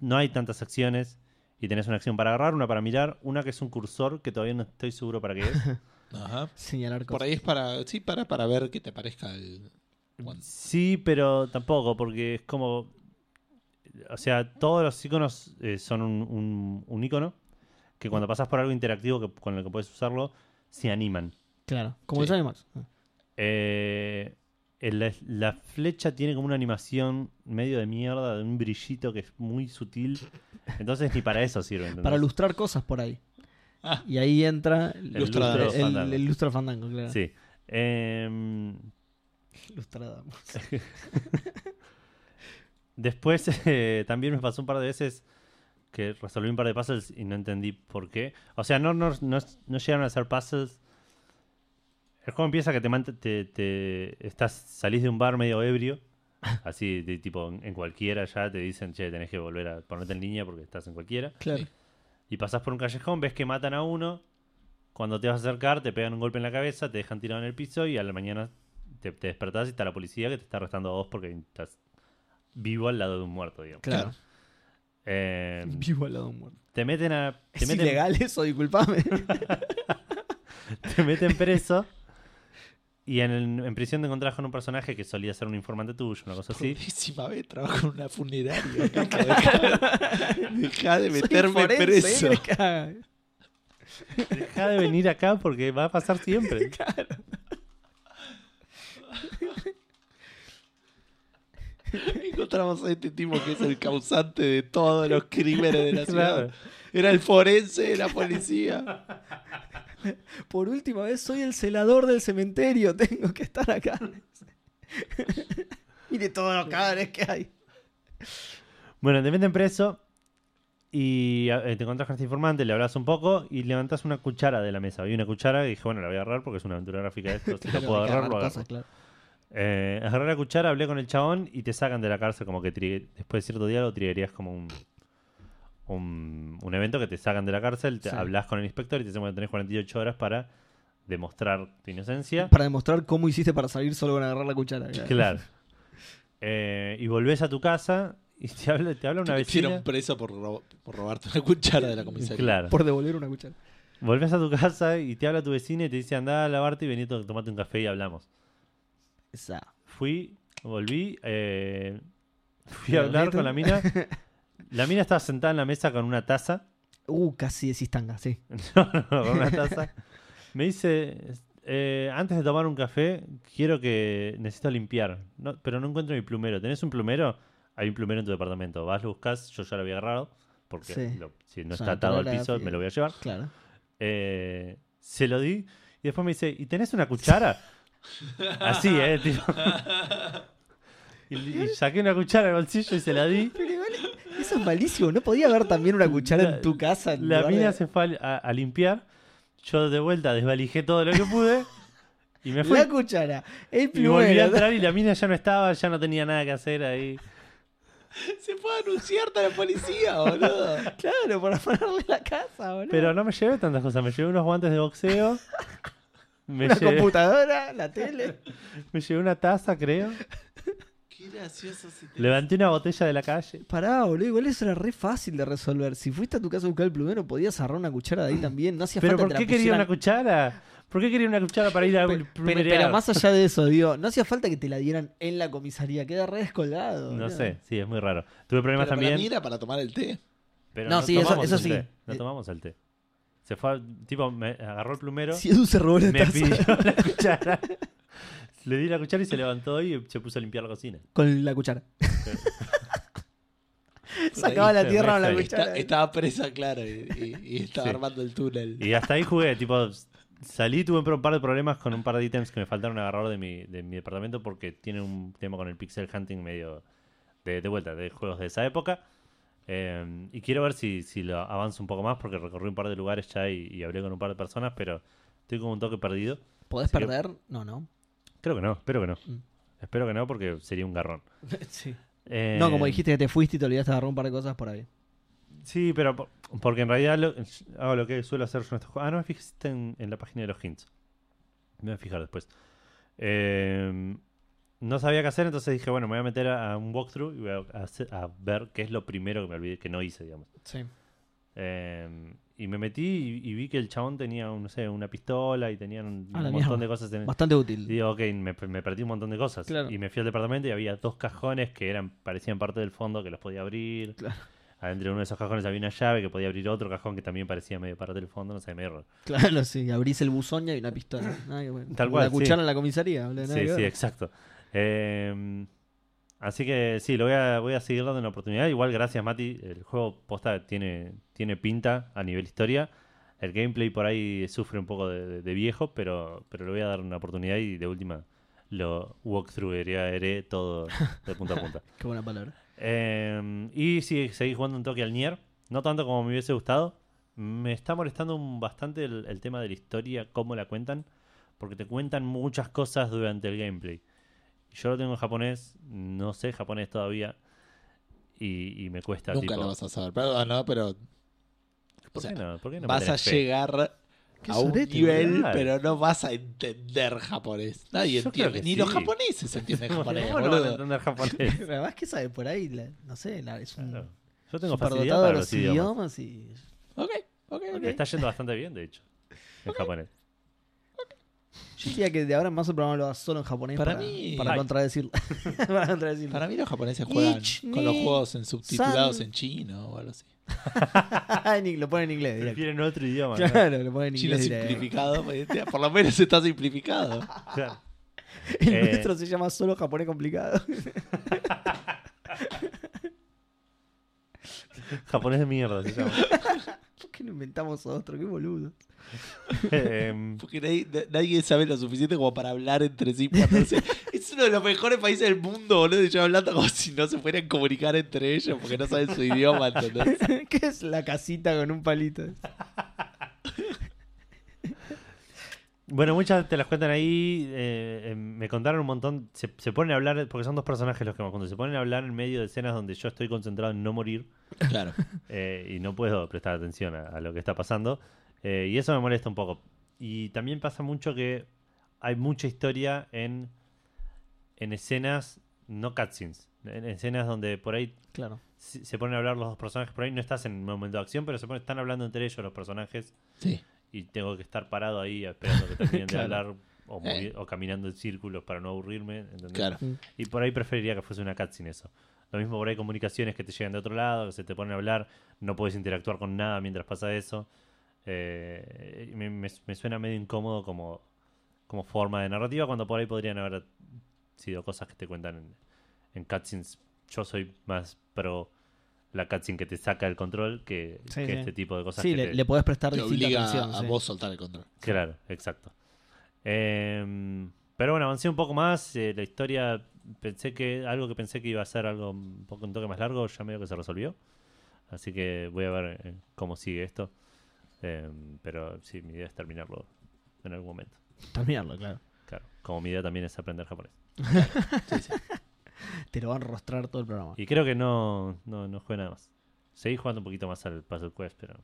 no hay tantas acciones y tenés una acción para agarrar, una para mirar, una que es un cursor que todavía no estoy seguro para qué es.
Ajá.
Señalar
Por
cosas.
ahí es para. Sí, para, para ver que te parezca el.
Mm.
cuando-
sí, pero tampoco, porque es como... O sea, todos los iconos eh, son un, un, un icono que cuando pasas por algo interactivo que- con el que puedes usarlo, se animan.
Claro,
Sí.
como el Sonic Max.
Eh, el- la, la flecha tiene como una animación medio de mierda, de un brillito que es muy sutil. Entonces ni para eso sirve. ¿entendés?
Para lustrar cosas por ahí.
Ah.
Y ahí entra el,
Lustrador.
el- el-
Fandango.
el lustro fandango, claro.
Sí. Em,
Lustrado.
después eh, también me pasó un par de veces que resolví un par de puzzles y no entendí por qué. O sea, no, no, no, no llegaron a ser puzzles. El juego empieza que te, mant- te, te- estás, salís de un bar medio ebrio. Así, de tipo, en en cualquiera ya te dicen, che, tenés que volver a ponerte en línea porque estás en cualquiera.
Claro.
Sí.
Y pasás por un callejón, ves que matan a uno. Cuando te vas a acercar, te pegan un golpe en la cabeza, te dejan tirado en el piso y a la mañana te, te despertás y está la policía que te está arrestando a vos porque estás vivo al lado de un muerto, digamos.
Claro.
Eh,
Vivo al lado de un muerto.
te meten a. Te
Es
meten,
ilegal eso, disculpame.
Te meten preso. Y en, el- en prisión te encontrás con un personaje que solía ser un informante tuyo, una cosa así.
Próxima vez trabajo en una funeraria. Caco, Dejá dejá de meterme
Soy forense,
preso.
¿eh?
me caga.
Deja de venir acá porque va a pasar siempre.
Encontramos a este tipo que es el causante de todos los crímenes de la ciudad.
Claro.
Era el forense, era policía.
Por última vez, soy el celador del cementerio. Tengo que estar acá. Mire todos los cadáveres que hay.
Bueno, te meten preso y eh, te encontrás con este informante, le hablas un poco y levantás una cuchara de la mesa. Había una cuchara y dije, bueno, la voy a agarrar porque es una aventura gráfica de esto. Si la puedo agarrar, lo agarro. Eh, agarré la cuchara, hablé con el chabón y te sacan de la cárcel como que tri- después de cierto diálogo triggerías como un, un, un evento que te sacan de la cárcel, te
Sí.
hablas con el inspector y te dicen, bueno, tenés 48 horas para demostrar tu inocencia.
Para demostrar cómo hiciste para salir solo con agarrar la cuchara.
Claro. Eh, y volvés a tu casa y te habla, te habla una
Te
vecina.
hicieron preso por, robo- por robarte una cuchara de la comisaría.
Claro.
Por devolver una cuchara.
Volvés a tu casa y te habla tu vecina y te dice andá a lavarte y vení a to- tomate un café y hablamos.
Esa.
Fui, volví, eh, fui a
Pero
hablar
neto.
con la mina. La mina estaba sentada en la mesa con una taza.
Uh, casi decís tanga, sí.
No, no, con una taza. Me dice, eh, antes de tomar un café, quiero que necesito limpiar. No, pero no encuentro mi plumero. ¿Tenés un plumero? Hay un plumero en tu departamento. Vas, lo buscas, yo ya lo había agarrado. Porque
Sí.
lo- si no
O sea,
está atado al
natural,
piso,
sí.
me lo voy a llevar.
Claro.
Eh, se lo di y después me dice, ¿y tenés una cuchara? Así, ¿eh? Tipo. Y, y saqué una cuchara del bolsillo y se la di.
Pero igual, eso es malísimo. ¿No podía haber también una cuchara
La-
en tu casa? en
La
lugar
mina
de-
se fue a, a- a limpiar. Yo de vuelta desvalijé todo lo que pude. Y me fui.
La cuchara. El
Y volví
plumero.
a entrar y la mina ya no estaba, ya no tenía nada que hacer ahí.
Se fue a anunciarte a la policía, boludo.
Claro, para ponerle la casa, boludo.
Pero no me llevé tantas cosas. Me llevé unos guantes de boxeo. Me,
Una
llevé,
computadora, la tele.
me llevé una taza, creo.
Qué gracioso si te...
Levanté una botella de la calle.
Pará, boludo, igual eso era re fácil de resolver. Si fuiste a tu casa a buscar el plumero, podías agarrar una cuchara de ahí también. No hacía
¿Pero
falta
por
que te
qué
la
quería una
pusieran-
cuchara? ¿Por qué quería una cuchara para ir a
Pe- pero- pero,
plumerear?
más allá de eso, digo, no hacía falta que te la dieran en la comisaría, queda re descolgado.
No
boludo.
sé, sí, es muy raro. Tuve problemas
Pero para mí
también.
era para tomar el té.
Pero
No,
no,
sí, eso-
tomamos
eso
el
sí.
té, No
Eh.
tomamos el té. Se fue, a- tipo, me agarró el plumero.
Si Edu se robó la
me
taza
pidió la cuchara. Le di la cuchara y se levantó y se puso a limpiar la cocina.
con la cuchara. Sacaba
ahí
la
se
tierra con la
mezcla y
cuchara.
Está- estaba presa, claro, y, y- y estaba
Sí.
armando el túnel.
Y hasta ahí jugué, tipo, Salí, tuve un par de problemas con un par de ítems que me faltaron agarrar de mi, de mi departamento porque tiene un tema con el pixel hunting medio de, de vuelta, de juegos de esa época. Eh, y quiero ver si, si lo avanzo un poco más porque recorrí un par de lugares ya y, y hablé con un par de personas, pero estoy como un toque perdido.
¿Podés
Así que-
perder? No, no.
Creo que no, espero que no.
Mm.
Espero que no porque sería un garrón.
sí.
Eh,
No, como dijiste que te fuiste y te olvidaste de agarrar un par de cosas por ahí.
Sí, pero por- porque en realidad lo- hago lo que suelo hacer yo en estos juegos. Ah, no me fijaste en, en la página de los hints. Me voy a fijar después. Eh, no sabía qué hacer, entonces dije, bueno, me voy a meter a, a un walkthrough y voy a, hacer- a ver qué es lo primero que me olvidé, que no hice, digamos.
Sí.
Eh, y me metí y, y vi que el chabón tenía, un- no sé, una pistola y tenía un,
A la
montón
mierda.
de cosas en
Bastante
y
útil.
digo, ok, me, me perdí un montón de cosas.
Claro.
Y me fui al departamento y había dos cajones que eran parecían parte del fondo que los podía abrir.
Claro.
Adentro de uno de esos cajones había una llave que podía abrir otro cajón que también parecía medio parte del fondo, no sé, medio raro.
Claro, sí. Abrís el buzón y hay una pistola. Nada que ver.
Tal
Como
cual,
La
sí.
cuchara en la comisaría. boludo, nada
Sí,
que
sí,
ver.
exacto. Eh, así que sí, lo voy a, voy a seguir dando una oportunidad. Igual, gracias, Mati. El juego posta tiene, tiene pinta a nivel historia. El gameplay por ahí sufre un poco de, de- de viejo, pero, pero le voy a dar una oportunidad y de última lo walkthrougheré todo de punta a punta.
Qué buena palabra.
Eh, y sí, seguí jugando un toque al Nier. No tanto como me hubiese gustado. Me está molestando un- bastante el, el tema de la historia, cómo la cuentan. Porque te cuentan muchas cosas durante el gameplay. Yo lo tengo en japonés, no sé japonés todavía. Y, y me cuesta.
Nunca
tipo,
lo vas a saber, perdón, ¿no? Pero
¿por,
o sea,
qué no? ¿Por qué no me
vas a
tenés fe?
llegar
Qué
a un
sorete,
nivel,
boludo.
pero no vas a entender japonés. Nadie
Yo
entiende,
creo que
ni los
sí.
japoneses entienden
¿Cómo
japonés,
no van a
boludo.
entender japonés?
Pero además que sabe por ahí, la- no sé, la- es un
Claro. Yo tengo facilidad
superdotado de
para
los idiomas y...
Ok, ok,
Ok.
ok.
Me está yendo bastante bien, de hecho. En japonés.
Yo diría que de ahora en más el programa lo hagas solo en japonés
Para
para,
mí-
para
Ay.
contradecirlo. para contradecirlo.
Para mí los japoneses juegan
Ich,
con los
ni,
juegos en subtitulados
san.
en chino o algo así.
En ing- lo pone en inglés directo.
Prefieren otro idioma. ¿no?
Claro, lo pone en
Chino
inglés directo.
simplificado, pues, tía, por lo menos está simplificado.
Claro.
El
Eh.
nuestro se llama solo japonés complicado.
Japonés de mierda se llama.
¿Por qué no inventamos otro? Qué boludo.
Em,
Porque nadie, na- nadie sabe lo suficiente como para hablar entre sí. para hacerse- es uno de los mejores países del mundo, boludo. y Yo hablando como si no se fueran a comunicar entre ellos porque no saben su idioma, ¿entendés?
¿Qué es la casita con un palito?
Bueno, muchas te las cuentan ahí. eh, eh, me contaron un montón. Se, se ponen a hablar, porque son dos personajes los que me juntan. Se ponen a hablar en medio de escenas donde yo estoy concentrado en no morir
Claro.
eh, y no puedo prestar atención a, a lo que está pasando. eh, y eso me molesta un poco. Y también pasa mucho que hay mucha historia en, en escenas, no cutscenes, en escenas donde por ahí
Claro.
se se ponen a hablar los dos personajes. Por ahí no estás en un momento de acción, pero se ponen, están hablando entre ellos los personajes
Sí.
y tengo que estar parado ahí esperando que terminen
Claro.
de hablar o, movi-
Eh.
o caminando en círculos para no aburrirme. ¿entendés?
Claro.
Y por ahí preferiría que fuese una cutscene eso. Lo mismo por ahí comunicaciones que te llegan de otro lado, que se te ponen a hablar, no puedes interactuar con nada mientras pasa eso. Eh, y me, me- me suena medio incómodo como, como forma de narrativa cuando por ahí podrían haber sido cosas que te cuentan en, en cutscenes. Yo soy más pro la cutscene que te saca el control que,
Sí,
que
sí.
este tipo de cosas
Sí,
que
le,
te-
le podés prestar
Te
distinta
obliga
atención.
a
sí.
vos soltar el control.
Claro, exacto. Em, pero bueno, avancé un poco más. eh, la historia, pensé que algo que pensé que iba a ser algo un poco un toque más largo, ya medio que se resolvió. Así que voy a ver eh, cómo sigue esto. Em, pero sí, mi idea es terminarlo en algún momento.
Terminarlo, claro.
Claro, como mi idea también es aprender japonés.
Te lo van a rostrar todo el programa.
Y creo que no, no, no jugué nada más. Seguí jugando un poquito más al Puzzle Quest, pero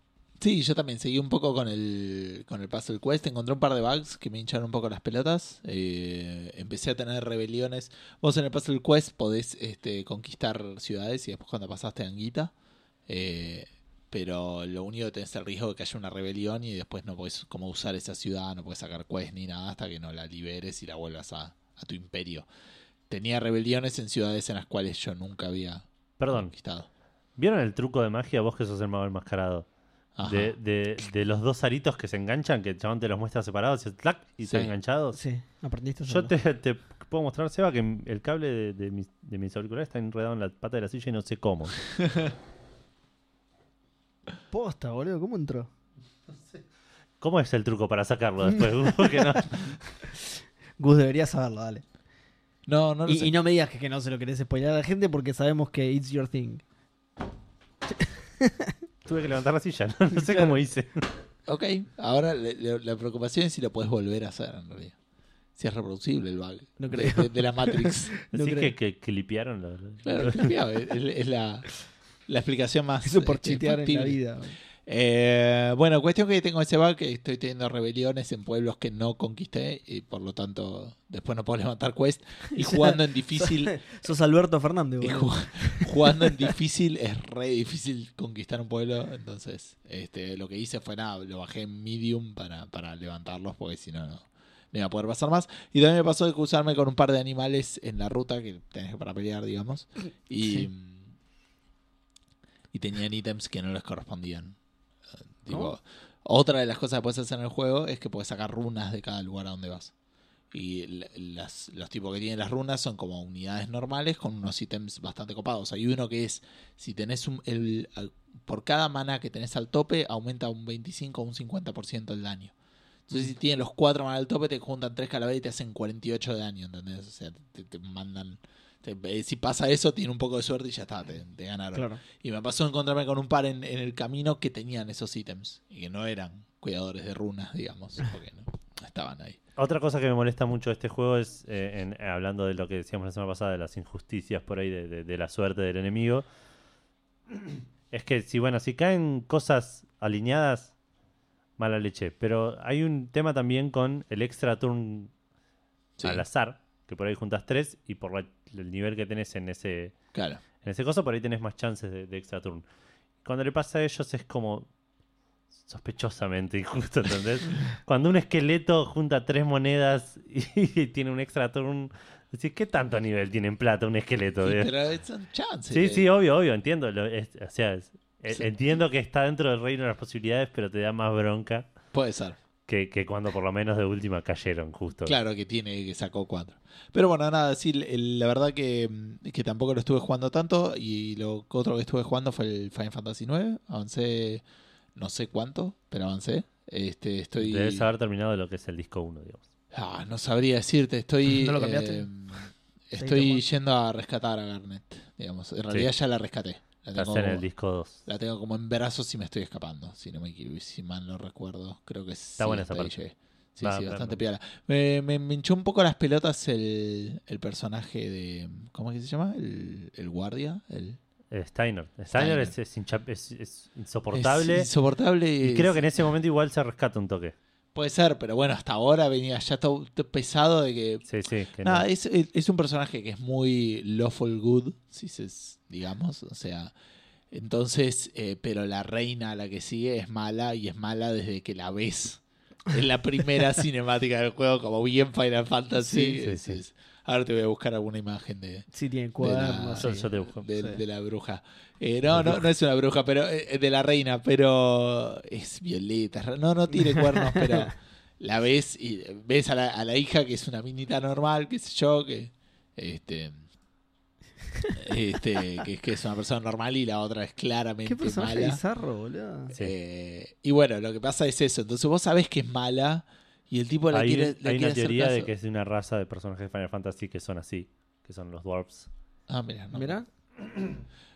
Sí, yo también seguí un poco con el, con el Puzzle Quest. Encontré un par de bugs que me hincharon un poco las pelotas. Eh, empecé a tener rebeliones. Vos en el Puzzle Quest podés este, conquistar ciudades y después cuando pasaste Anguita. Eh, pero lo único que tenés el riesgo de que haya una rebelión y después no podés como usar esa ciudad, no podés sacar quests ni nada hasta que no la liberes y la vuelvas a, a tu imperio. Tenía rebeliones en ciudades en las cuales yo nunca había
Perdón,
conquistado.
¿vieron el truco de magia? Vos que sos el mago enmascarado.
Ajá.
de, de- de los dos aritos que se enganchan, que el chabón te los muestra separados y, ¡tlac! y están
Sí.
enganchados.
Sí, aprendiste a
Yo
hacerlo.
te, te puedo mostrar, Seba, que el cable de, de mis, de mis auriculares está enredado en la pata de la silla y no sé cómo.
Posta, boludo, ¿cómo entró?
¿Cómo es el truco para sacarlo después? Porque no-
Gus debería saberlo, dale.
No, no lo
Y,
sé.
y no me digas que, que no se lo querés spoiler a la gente porque sabemos que it's your thing.
Tuve que levantar la silla, no, No sé cómo hice.
Ok, ahora le- le- la preocupación es si lo puedes volver a hacer en realidad. Si es reproducible el bug.
No
de-
creo.
De, de la Matrix.
No
Así
creo.
que, que, que lipiaron lo- lo-
Claro, claro, es, es la, la explicación más.
Eso por
este,
chitear en la
factible.
vida.
Eh, bueno, cuestión que tengo ese bug, que estoy teniendo rebeliones en pueblos que no conquisté y por lo tanto después no puedo levantar quest. Y
O sea,
jugando en difícil,
Sos Alberto Fernández,
y
boludo.
ju- jugando en difícil es re difícil conquistar un pueblo. Entonces, este, lo que hice fue nada, lo bajé en medium para, para levantarlos porque si no, no no iba a poder pasar más. Y también me pasó de cruzarme con un par de animales en la ruta que tenés que para pelear, digamos. Y,
Sí.
y tenían ítems que no les correspondían. Eh, Tipo,
¿No?
Otra de las cosas que puedes hacer en el juego es que puedes sacar runas de cada lugar a donde vas. Y l- las- los tipos que tienen las runas son como unidades normales con unos ítems bastante copados. Hay uno que es, si tenés un, el, al- por cada mana que tenés al tope, aumenta un 25 o un 50% el daño. Entonces, si tienen los cuatro maná al tope, te juntan tres calaveras y te hacen 48 de daño, ¿entendés? O sea, te, te mandan. te- eh, si pasa eso, tiene un poco de suerte y ya está, te, te ganaron.
Claro.
Y me pasó encontrarme con un par en, en el camino que tenían esos ítems y que no eran cuidadores de runas, digamos, porque no, no estaban ahí.
Otra cosa que me molesta mucho de este juego es, eh, en- eh, hablando de lo que decíamos la semana pasada, de las injusticias por ahí, de, de- de la suerte del enemigo, es que si, bueno, si caen cosas alineadas, mala leche. Pero hay un tema también con el extra turn
Sí,
al azar, que por ahí juntas tres y por la- el nivel que tenés en ese,
claro.
en ese coso, por ahí tenés más chances de, de extra turn. Cuando le pasa a ellos es como sospechosamente injusto, ¿entendés? Cuando un esqueleto junta tres monedas y, tiene un extra turn, decís, ¿qué tanto nivel tiene en plata un esqueleto?
Y-
Digo,
pero son chances.
Sí,
de-
sí, obvio, obvio, entiendo. lo- es- o sea, es- e-
Sí.
entiendo que está dentro del reino de las posibilidades, pero te da más bronca
Puede ser.
que, que cuando por lo menos de última cayeron, justo.
Claro que tiene, que sacó cuatro. Pero bueno, nada, sí, el- el- la verdad que, mm, que tampoco lo estuve jugando tanto. Y lo que otro que estuve jugando fue el Final Fantasy IX. Avancé no sé cuánto, pero avancé. Este, estoy.
Debes haber terminado lo que es el disco 1, digamos.
Ah, no sabría decirte, estoy.
¿No lo cambiaste?
eh,
Seguiste
estoy
jugando.
yendo a rescatar a Garnet. Digamos. En realidad ya la rescaté. La
Estás
tengo,
en el disco 2.
la tengo como en brazos y me estoy escapando. Si no me equivoco, si mal no recuerdo. Creo que sí.
buena
hasta
esa
ahí
parte.
llegué. Sí,
Va,
sí,
va,
bastante
va.
piola. Me, me, me hinchó un poco las pelotas el, el personaje de. ¿Cómo es que se llama? El, el guardia. El,
Eh, Steiner. Steiner,
Steiner.
Es, es hincha- es- es insoportable.
Es insoportable.
y creo que en ese momento igual se rescata un toque.
Puede ser, pero bueno, hasta ahora venía ya todo todo pesado de que
Sí, sí. que
Nada,
no.
es, es- es un personaje que es muy lawful good, si se s- digamos, o sea, entonces, eh, pero la reina a la que sigue es mala y es mala desde que la ves. Es la primera cinemática del juego, como bien Final Fantasy.
Sí, sí,
es-
sí.
es- Ahora te voy a buscar alguna imagen de,
Sí,
de
tienen
la-
cuadernos.
Yo-
sí.
yo te busco.
de-
Sí.
de la bruja. Eh, no, no, no es una bruja, pero eh, de la reina, pero es violeta. es ra- No, no tiene cuernos, pero la ves y eh, ves a la, a la hija que es una minita normal, qué sé yo, que este este que, es- que es una persona normal y la otra es claramente
Qué personaje
mala.
bizarro, boludo.
Sí.
Eh, y bueno, lo que pasa es eso. Entonces vos sabés que es mala y el tipo la
hay
quiere,
un-
le quiere
hay una
hacer
teoría de
caso.
que es de una raza de personajes de Final Fantasy que son así, que son los dwarfs.
Ah, mirá, no.
Mirá.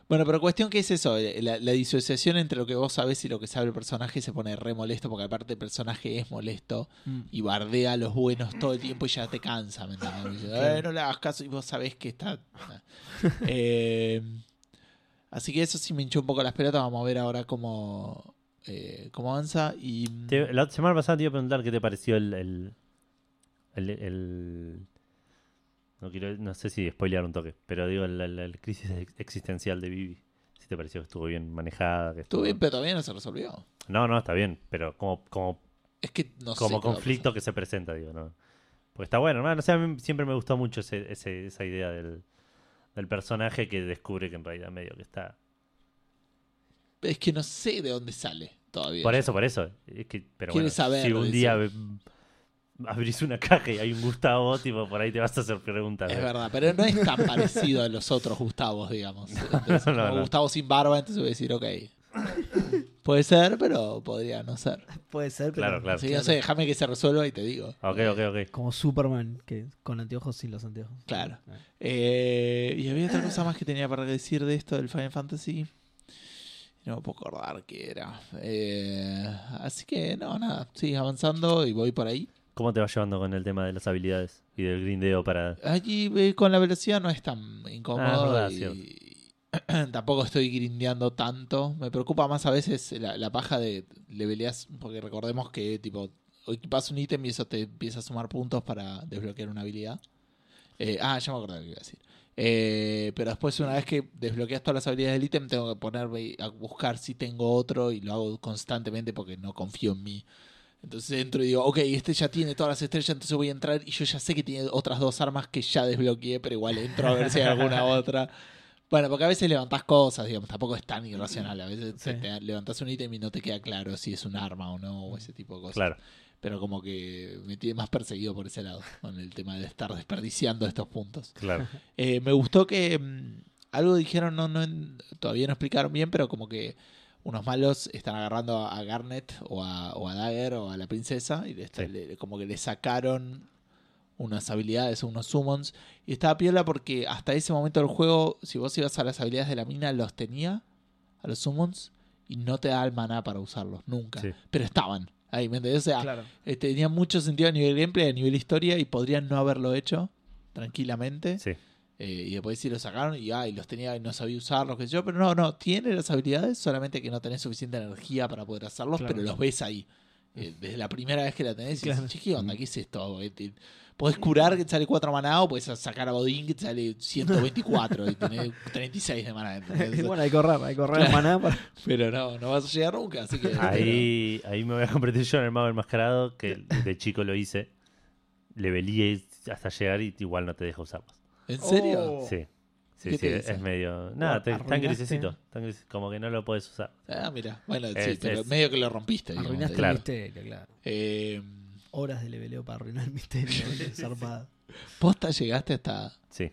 Bueno, pero cuestión que es eso, eh, la, la disociación entre lo que vos sabés y lo que sabe el personaje se pone re molesto, porque aparte el personaje es molesto
Mm.
y bardea a los buenos todo el tiempo y ya te cansa, ¿me entendés? Dice, "Eh, no le hagas caso y vos sabés que está... Eh, así que eso sí me hinchó un poco las pelotas, vamos a ver ahora cómo, eh, cómo avanza y...
Te- la semana pasada te iba a preguntar qué te pareció el. el- el- el- no, quiero, no sé si spoilear un toque, pero digo, la, la- la crisis ex- existencial de Vivi. Si te pareció que estuvo bien manejada. Que
Estuvo
estuvo-
bien, pero todavía no se resolvió.
No, no, está bien, pero como, como
Es que no sé
como
qué va a
conflicto que se presenta, digo, ¿no? Porque está bueno, hermano. O sea, a mí siempre me gustó mucho ese- ese- esa idea del, del personaje que descubre que en realidad medio que está.
pasar. Es que no sé de dónde sale todavía.
Por eso, por eso. Es que, pero
Quiere
bueno,
saber,
si un
dice.
día ve- abrís una caja y hay un Gustavo, tipo, por ahí te vas a hacer preguntas.
Es
¿eh?
verdad, pero no es tan parecido a los otros Gustavos, digamos. Entonces,
No,
como
no.
Gustavo sin barba, entonces voy a decir, ok. Puede ser, pero podría no ser.
Puede ser, pero.
Claro, claro.
Así que no sé, déjame que se resuelva y te digo.
Ok, ok, ok.
Como Superman, que con anteojos sin los anteojos. Ah.
Claro. Eh, y había otra cosa más que tenía para decir de esto del Final Fantasy. No me puedo acordar qué era. Eh, así que, no, nada. Sigue avanzando y voy por ahí.
¿Cómo te vas llevando con el tema de las habilidades y del grindeo para.
Allí eh, con la velocidad no es tan incómodo.
Ah, es verdad,
y- tampoco estoy grindeando tanto. Me preocupa más a veces la, la paja de leveleas, porque recordemos que tipo o equipas un ítem y eso te empieza a sumar puntos para desbloquear una habilidad. Eh, ah, ya me acordé lo que iba a decir. Eh, pero después, una vez que desbloqueas todas las habilidades del ítem, tengo que ponerme a buscar si tengo otro y lo hago constantemente porque no confío en mí. Entonces entro y digo, ok, este ya tiene todas las estrellas, entonces voy a entrar y yo ya sé que tiene otras dos armas que ya desbloqueé, pero igual entro a ver si hay alguna otra. Bueno, porque a veces levantás cosas, digamos, tampoco es tan irracional. A veces
Sí.
te, te levantás un ítem y no te queda claro si es un arma o no, o ese tipo de cosas.
Claro.
Pero como que me tiene más perseguido por ese lado, con el tema de estar desperdiciando estos puntos.
Claro.
Eh, me gustó que mm, algo dijeron, no, no, en- todavía no explicaron bien, pero como que unos malos están agarrando a, a Garnet o a, o a Dagger o a la princesa y le está-
Sí.
le- como que le sacaron unas habilidades, unos summons. Y estaba piola porque hasta ese momento del juego, si vos ibas a las habilidades de la mina, los tenía, a los summons, y no te da el maná para usarlos, nunca.
Sí.
Pero estaban ahí, ¿me entendés? O sea,
Claro.
eh, tenía mucho sentido a nivel gameplay, a nivel historia, y podrían no haberlo hecho tranquilamente.
Sí.
Eh, y después sí los sacaron y, ah, y los tenía y no sabía usarlos, qué sé yo. Pero no, no, tiene las habilidades, solamente que no tenés suficiente energía para poder hacerlos,
Claro.
pero los ves ahí. Eh, desde la primera vez que la tenés, y
Claro. Mm.
dices, che, ¿qué onda? ¿Qué es esto? Eh, te- Podés curar que te sale 4 maná o podés sacar a Bodín que te sale 124 y tenés 36 de maná. ¿entendés?
bueno, hay que ahorrar, hay que ahorrar
Claro.
maná para.
Pero no, no vas a llegar nunca, así que...
Ahí, ahí me voy a convertir yo en el mago enmascarado, que de chico lo hice. Levelí hasta llegar y igual no te deja usarlos.
¿En serio?
Oh.
Sí. Sí,
¿Qué
sí,
te
es
dice?
medio. Nada, te- tan
Arruinaste.
grisecito. Tan gris- como que no lo puedes usar.
Ah, mira. Bueno, sí,
Es-
pero
es-
medio que lo rompiste. digamos.
Arruinaste
Claro.
el misterio, claro.
Eh,
Horas de leveleo para arruinar el misterio. boludo, zarpado.
posta llegaste hasta...
Sí.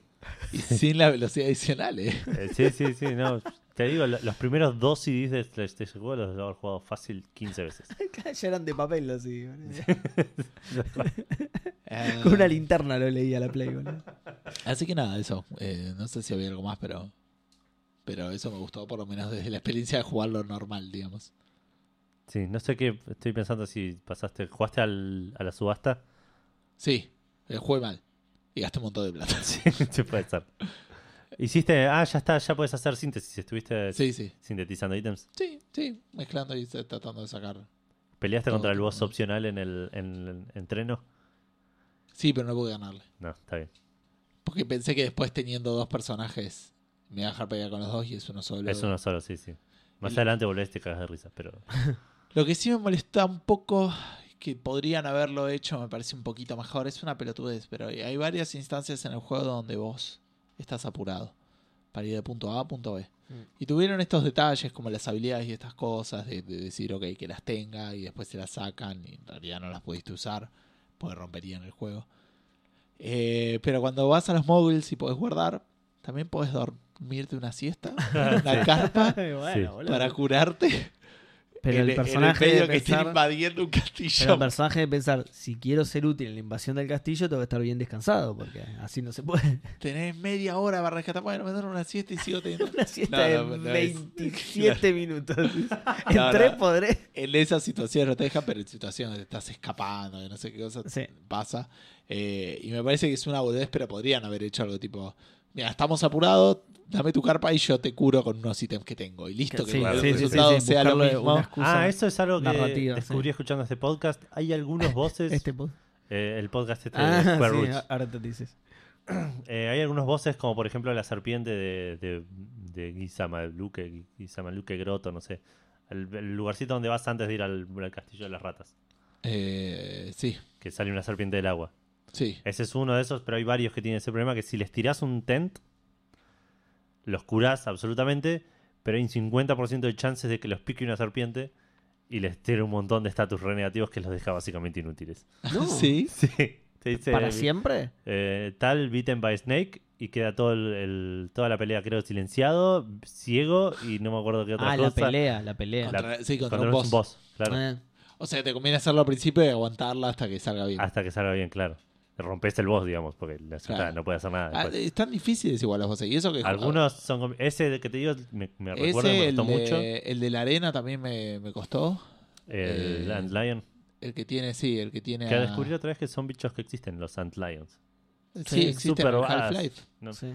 Y sin la velocidad adicional, eh.
Eh, sí, sí, sí. No, te digo, lo- los primeros dos CDs de este, este juego los debo haber jugado fácil 15 veces.
Claro, ya eran de papel así. boludo.
Eh,
Con una linterna lo leía la Play, boludo.
Así que nada, eso. Eh, no sé si había algo más, pero. Pero eso me gustó, por lo menos desde la experiencia de jugarlo normal, digamos.
Sí, no sé qué. Estoy pensando si pasaste. ¿Jugaste al- a la subasta?
Sí, eh, jugué mal. Y gasté un montón de plata.
Sí, sí, puede ser. Hiciste. Ah, ya está, ya puedes hacer síntesis. Estuviste
Sí, sí.
sintetizando ítems.
Sí, sí. Mezclando y se- tratando de sacar.
¿Peleaste
Todo
contra el
tipo,
boss
¿no?
opcional en el en el entreno?
Sí, pero no pude ganarle.
No, está bien.
Porque pensé que después teniendo dos personajes me iba a dejar pelear con los dos y es uno solo.
Es uno solo, sí, sí. Más
El-
adelante volvés y te cagas de risa, pero.
Lo que sí me molesta un poco, que podrían haberlo hecho, me parece un poquito mejor, es una pelotudez, pero hay varias instancias en el juego donde vos estás apurado para ir de punto A a punto B.
Mm.
Y tuvieron estos detalles como las habilidades y estas cosas, de, de decir, ok, que las tenga y después se las sacan y en realidad no las pudiste usar, porque romperían el juego. Eh, pero cuando vas a los móviles y podés guardar, también podés dormirte una siesta, una carpa,
Sí.
bueno, boludo.
para curarte
Pero el,
en- en
personaje
medio
de
e-, que estén
pensar,
invadiendo un
pero
castillo.
el personaje de pensar, si quiero ser útil en la invasión del castillo, tengo que estar bien descansado, porque así no se puede.
Tenés media hora para rescatar. Bueno, me dan una siesta y sigo teniendo.
Una siesta
No, no,
de
no es-
27 minutos. en
No, no.
tres podré.
En esas situaciones no te dejan, pero en situaciones donde estás escapando, de no sé qué cosa
Sí.
pasa. Eh, y me parece que es una boludez, pero podrían haber hecho algo tipo: Mira, estamos apurados, dame tu carpa y yo te curo con unos ítems que tengo. Y listo, que
Sí,
cuando el
sí, sí, sí,
resultado
sí,
sea lo
buscarle
mismo.
una excusa
Ah, eso es algo que
narrativa,
descubrí
sí.
escuchando este podcast. Hay algunos voces.
Este pod-
eh, el podcast este
Ah,
de Square
sí,
Roots.
ahora te dices.
Eh, hay algunos voces, como por ejemplo la serpiente de, de, de Guisamaluque, Guisamaluque Groto, no sé. El, el lugarcito donde vas antes de ir al, al castillo de las ratas.
Eh, sí,
Que sale una serpiente del agua.
sí.
Ese es uno de esos, pero hay varios que tienen ese problema que si les tirás un tent, los curás absolutamente, pero hay un 50% de chances de que los pique una serpiente y les tire un montón de estatus renegativos que los deja básicamente inútiles.
No.
Sí.
Sí. Te dice,
¿Para siempre?
eh, tal beaten by snake y queda todo el, el- toda la pelea, creo, silenciado, ciego y no me acuerdo qué otra
Ah, la
cosa.
pelea, la pelea.
Contra- sí, contra un
un
boss.
boss, claro.
Ah,
O sea, te conviene hacerlo al principio y aguantarla hasta que salga bien.
Hasta que salga bien, claro. Rompes el boss, digamos, porque la ciudad
Claro.
no puede hacer nada.
Ah,
después.
es tan difícil desigual los voces. Y eso que
Algunos son. com- Ese que te digo me, me
Ese,
recuerda, me
el,
gustó mucho.
de, el de la arena también me, me costó.
El
eh,
Antlion.
El que tiene, sí, el que tiene.
Que
a-
descubrí otra vez que son bichos que existen, los Antlions.
Sí,
Sí,
existe
super
en
badass.
Half-Life.
No,
sí.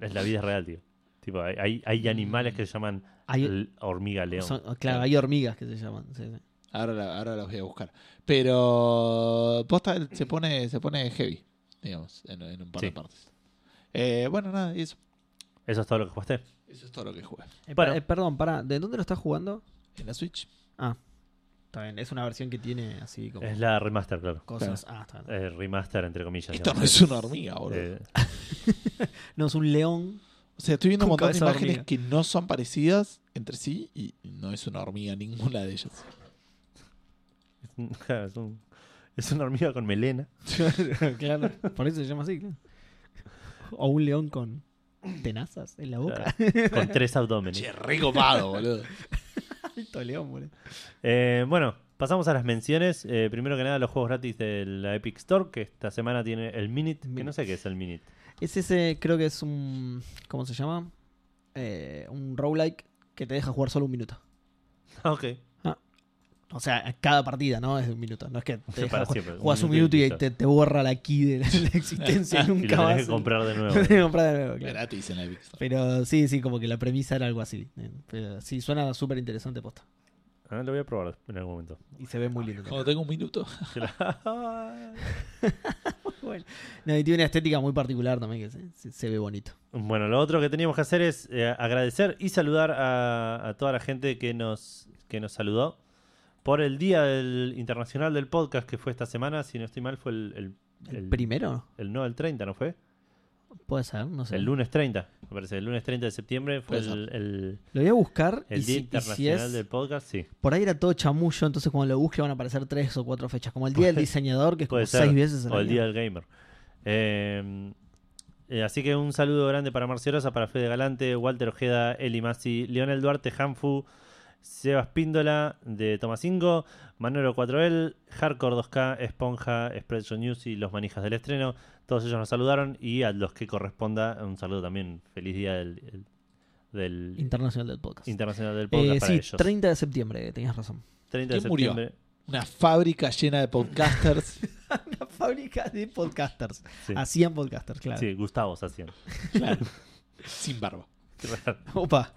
Es la vida real, tío. Tipo, hay, hay,
Mm.
hay animales que se llaman
Hay-
l- hormiga león.
son- claro, hay hormigas que se llaman. sí, sí.
Ahora, la- ahora los voy a buscar. Pero posta se pone, se pone heavy, digamos, en, en un par de
Sí.
partes. Eh, bueno, nada, y eso,
Eso es todo lo que jugaste.
eso es todo lo que jugué.
Eh,
Bueno.
pa- eh, perdón, para, ¿de dónde lo estás jugando?
En la Switch.
Ah, está bien, es una versión que tiene así como
Es la remaster, claro.
cosas. Ah, está bien.
Eh, remaster, entre comillas.
Esto no
digamos.
es una hormiga, boludo.
Eh,
No, es un león.
o sea, estoy viendo un
con
montón de
cabeza de
imágenes
hormiga.
que no son parecidas entre sí y no es una hormiga ninguna de ellas.
es un- es, un- es una hormiga con melena.
claro, por eso se llama así. claro. O un león con tenazas en la boca.
claro, con tres abdómenes.
Che, re copado, boludo.
Alto león, boludo.
Eh, bueno, pasamos a las menciones. Eh, primero que nada, los juegos gratis de la Epic Store, que esta semana tiene el Minute, que no sé qué es el Minute.
Es ese, creo que es un. ¿Cómo se llama? Eh, un roguelike que te deja jugar solo un minuto.
Ah, ok.
O sea, cada partida, ¿no? Es de un minuto. No es que te deja
Para
ju-
siempre, un
jugás un minuto
minuto y
y
listo.
te, te borra la key de la, la existencia y
Y lo
nunca más.
tenés que comprar de
Lo
nuevo.
tenés que comprar de nuevo, claro.
Gratis en la Epic Store.
Pero sí, sí, como que la premisa era algo así. Eh, Pero sí, suena súper interesante posta.
Ah, lo voy a probar en algún momento.
Y se ve muy lindo. también.
Cuando tengo un minuto.
Bueno. No, y tiene una estética muy particular también que se, se- se ve bonito.
Bueno, lo otro que teníamos que hacer es eh, agradecer y saludar a, a toda la gente que nos, que nos saludó por el Día del- Internacional del Podcast que fue esta semana. Si no estoy mal, fue el...
¿El, primero?
el- no, el 30, ¿no fue?
Puede ser, no sé.
El lunes 30, me parece. El lunes 30 de septiembre fue
Puede ser.
el, el-
Lo voy a buscar
el
y, si,
Día
y
Internacional
si es...
del Podcast, sí.
Por ahí era todo chamullo, entonces cuando lo busque van a aparecer tres o cuatro fechas. Como el día del diseñador, que es como
Puede ser.
seis veces al
o el
año.
Día del Gamer. Eh, eh, así que un saludo grande para Marciosa, para Fede Galante, Walter Ojeda, Eli Masi, Leonel Duarte, Hanfu, Sebas Píndola de Tomacingo, Manuelo 4L, Hardcore 2K, Esponja, Spreadshot News y Los Manijas del Estreno. Todos ellos nos saludaron y a los que corresponda un saludo también. Feliz Día del, del
Internacional del podcast.
Internacional del Podcast
Eh,
para
sí,
ellos.
30 de septiembre, tenías razón.
30 de
¿Quién murió?
septiembre.
Una fábrica llena de podcasters.
La fábrica de podcasters.
Sí.
Hacían podcasters, Ah, claro.
Sí, Gustavo se hacían.
claro. Sin barba.
Opa.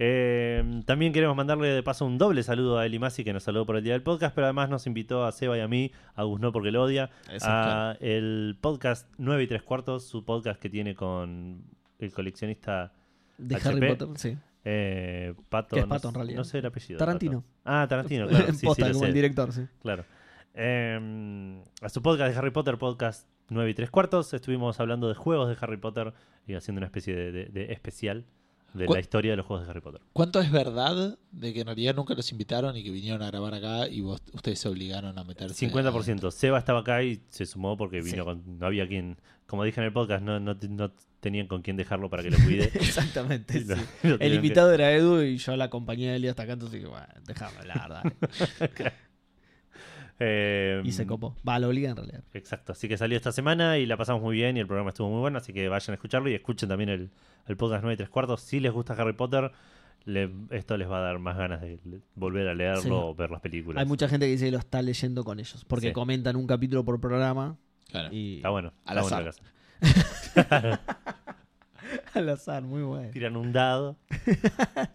Eh, también queremos mandarle de paso un doble saludo a Eli Masi, que nos saludó por el día del podcast, pero además nos invitó a Seba y a mí, a Gus no porque lo odia, a el podcast 9 y 3 cuartos, su podcast que tiene con el coleccionista
De
HP,
Harry Potter, sí.
eh, Pato.
Que es
no
Pato,
sé-
en realidad.
No sé el apellido. de
Tarantino.
Pato. Ah, Tarantino, claro.
en
sí, sí,
posta,
lo
como
sé,
el director, sí.
Claro. Eh, a su podcast de Harry Potter, podcast 9 y 3 cuartos, estuvimos hablando de juegos de Harry Potter y haciendo una especie de, de- de especial de
¿Cuál-
la historia de los juegos de Harry Potter.
¿Cuánto es verdad de que en realidad nunca los invitaron y que vinieron a grabar acá y vos, ustedes se obligaron a meterse?
Eh.
50%. Seba estaba acá y se sumó porque vino
Sí.
con. No había quien. Como dije en el podcast, no, no, no tenían con quién dejarlo para que lo cuide.
Exactamente,
Y lo-
sí.
lo tuvieron
El
que-
invitado era Edu y yo la acompañé a Eli hasta acá, entonces dije, bueno, dejame hablar, dale.
Eh,
Y se copó. Va, lo obliga en realidad.
Exacto. Así que salió esta semana y la pasamos muy bien y el programa estuvo muy bueno. Así que vayan a escucharlo y escuchen también el, el podcast 9 y 3 cuartos. Si les gusta Harry Potter, le- esto les va a dar más ganas de le- volver a leerlo
Sí.
o ver las películas.
Hay mucha gente que dice que lo está leyendo con ellos, porque
Sí.
comentan un capítulo por programa
Claro.
y
Está bueno.
Al
está bueno
azar.
la casa.
al azar, muy bueno.
Tiran un dado.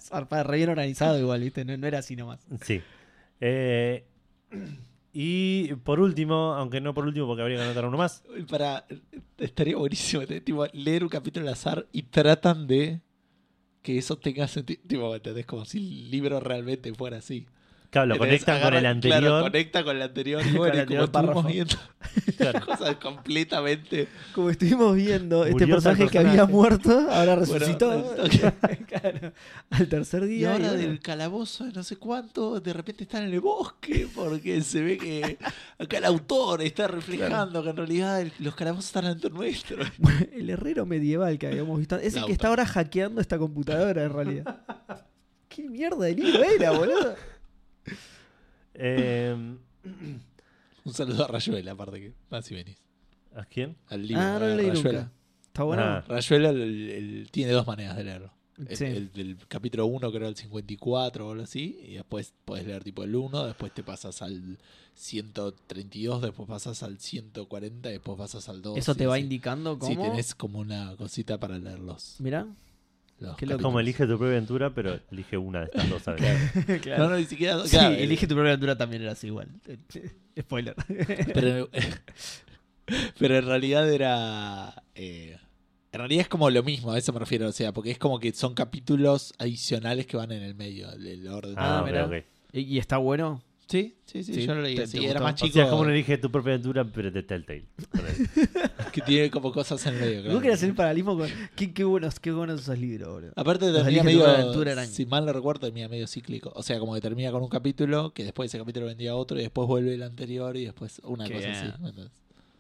Zarpa, re bien organizado igual, ¿viste? No, no era así nomás.
Sí. Eh, y por último, aunque no por último porque habría que anotar uno más,
Uy, Para, estaría buenísimo te- tipo, leer un capítulo al azar y tratan de que eso tenga sentido. Tipo, ¿entendés? Como si el libro realmente fuera así.
Claro, lo
Entonces,
conectan con
agarra-
el
Claro,
anterior.
conecta con el anterior. Y bueno,
el
y como
anterior párrafo.
estuvimos viendo
Claro.
cosas completamente.
Como estuvimos viendo, este
Murió tal
personaje que había
personaje.
muerto
Bueno,
ahora resucitó.
resultó
Claro, al tercer
Y
día. y
ahora
bueno.
del calabozo de no sé cuánto, de repente están en el bosque, porque se ve que acá el autor está reflejando que en realidad el- los calabozos están dentro nuestro.
El herrero medieval que habíamos visto. Es el
Lauta.
que está ahora hackeando esta computadora, en realidad. ¿Qué mierda de libro era, boludo?
Eh,
Un saludo a Rayuela, aparte que vas y venís.
¿A quién?
Al libro,
ah, no
a
lo leí
Rayuela.
nunca. ¿Está bueno?
Ah.
Rayuela el- el- tiene dos maneras de leerlo. El,
Sí.
el del capítulo 1, creo el 54 o algo así, y después podés leer tipo el 1, después te pasas al 132, después pasas al 140, después pasas al 2.
Eso te va
a indicar
indicando cómo.
Sí, tenés como una cosita para leerlos.
Mirá,
los
Qué loco.
Es como
capítulos.
elige tu propia aventura, pero elige una de estas dos aventuras.
No, no, ni siquiera.
Sí,
claro,
elige tu propia aventura también era así igual. Spoiler.
eh, Pero, pero en realidad era. eh, en realidad es como lo mismo, a eso me refiero. O sea, porque es como que son capítulos adicionales que van en el medio, el, el orden.
Ah,
Ah,
ok,
mirá.
ok.
¿Y, y está bueno?
Sí, sí, sí,
Sí,
yo lo leí.
te-
así,
te
era
gustó.
más
O
chico.
sea, es como no elige tu propia aventura, pero de Telltale. Ponele.
Que tiene como cosas en el medio.
¿Vos
claro.
querés hacer paralismo con.? Qué, qué buenos, qué buenos esos libros, boludo.
Aparte
Los
termina
elige tu propia
medio,
aventura eran-
si mal no recuerdo, termina medio cíclico. O sea, como que termina con un capítulo, que después ese capítulo vendía otro, y después vuelve el anterior, y después una
Qué
cosa así.
bien.
¿me entendés?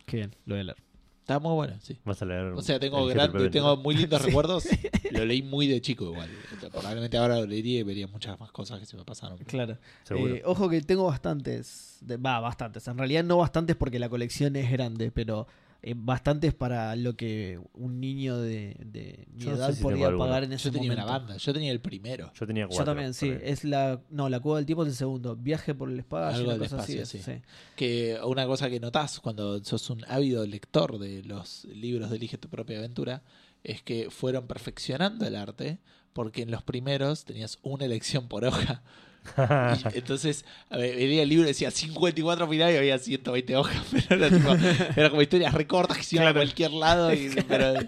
Qué bien, lo voy a leer.
Está muy bueno, sí.
Vas a leer.
O sea, tengo,
elige tu
gran-
propia
tengo
aventura.
muy lindos recuerdos. Lo leí muy de chico igual. Probablemente ahora lo leería y vería muchas más cosas que se me pasaron.
Claro.
Seguro.
Eh, ojo que tengo bastantes. de- Va, bastantes. En realidad no bastantes porque la colección es grande, pero eh, bastantes para lo que un niño de, de mi
Yo no sé
edad
si tengo
podría
alguno.
pagar en ese
Yo tenía
momento.
una banda, yo tenía el primero.
Yo tenía
Yo
cuatro.
también, sí.
ponele.
Es la. No, la cueva del tiempo es el segundo. Viaje por el espacio,
Algo
una
del
cosa así.
espacio,
es,
sí.
sí.
Que una cosa que notás cuando sos un ávido lector de los libros de Elige tu propia aventura es que fueron perfeccionando el arte porque en los primeros tenías una elección por hoja. Y entonces, a ver, venía el libro decía 54 finales y había 120 hojas, pero era, tipo, era como historias recortas que se iban a cualquier lado y, pero-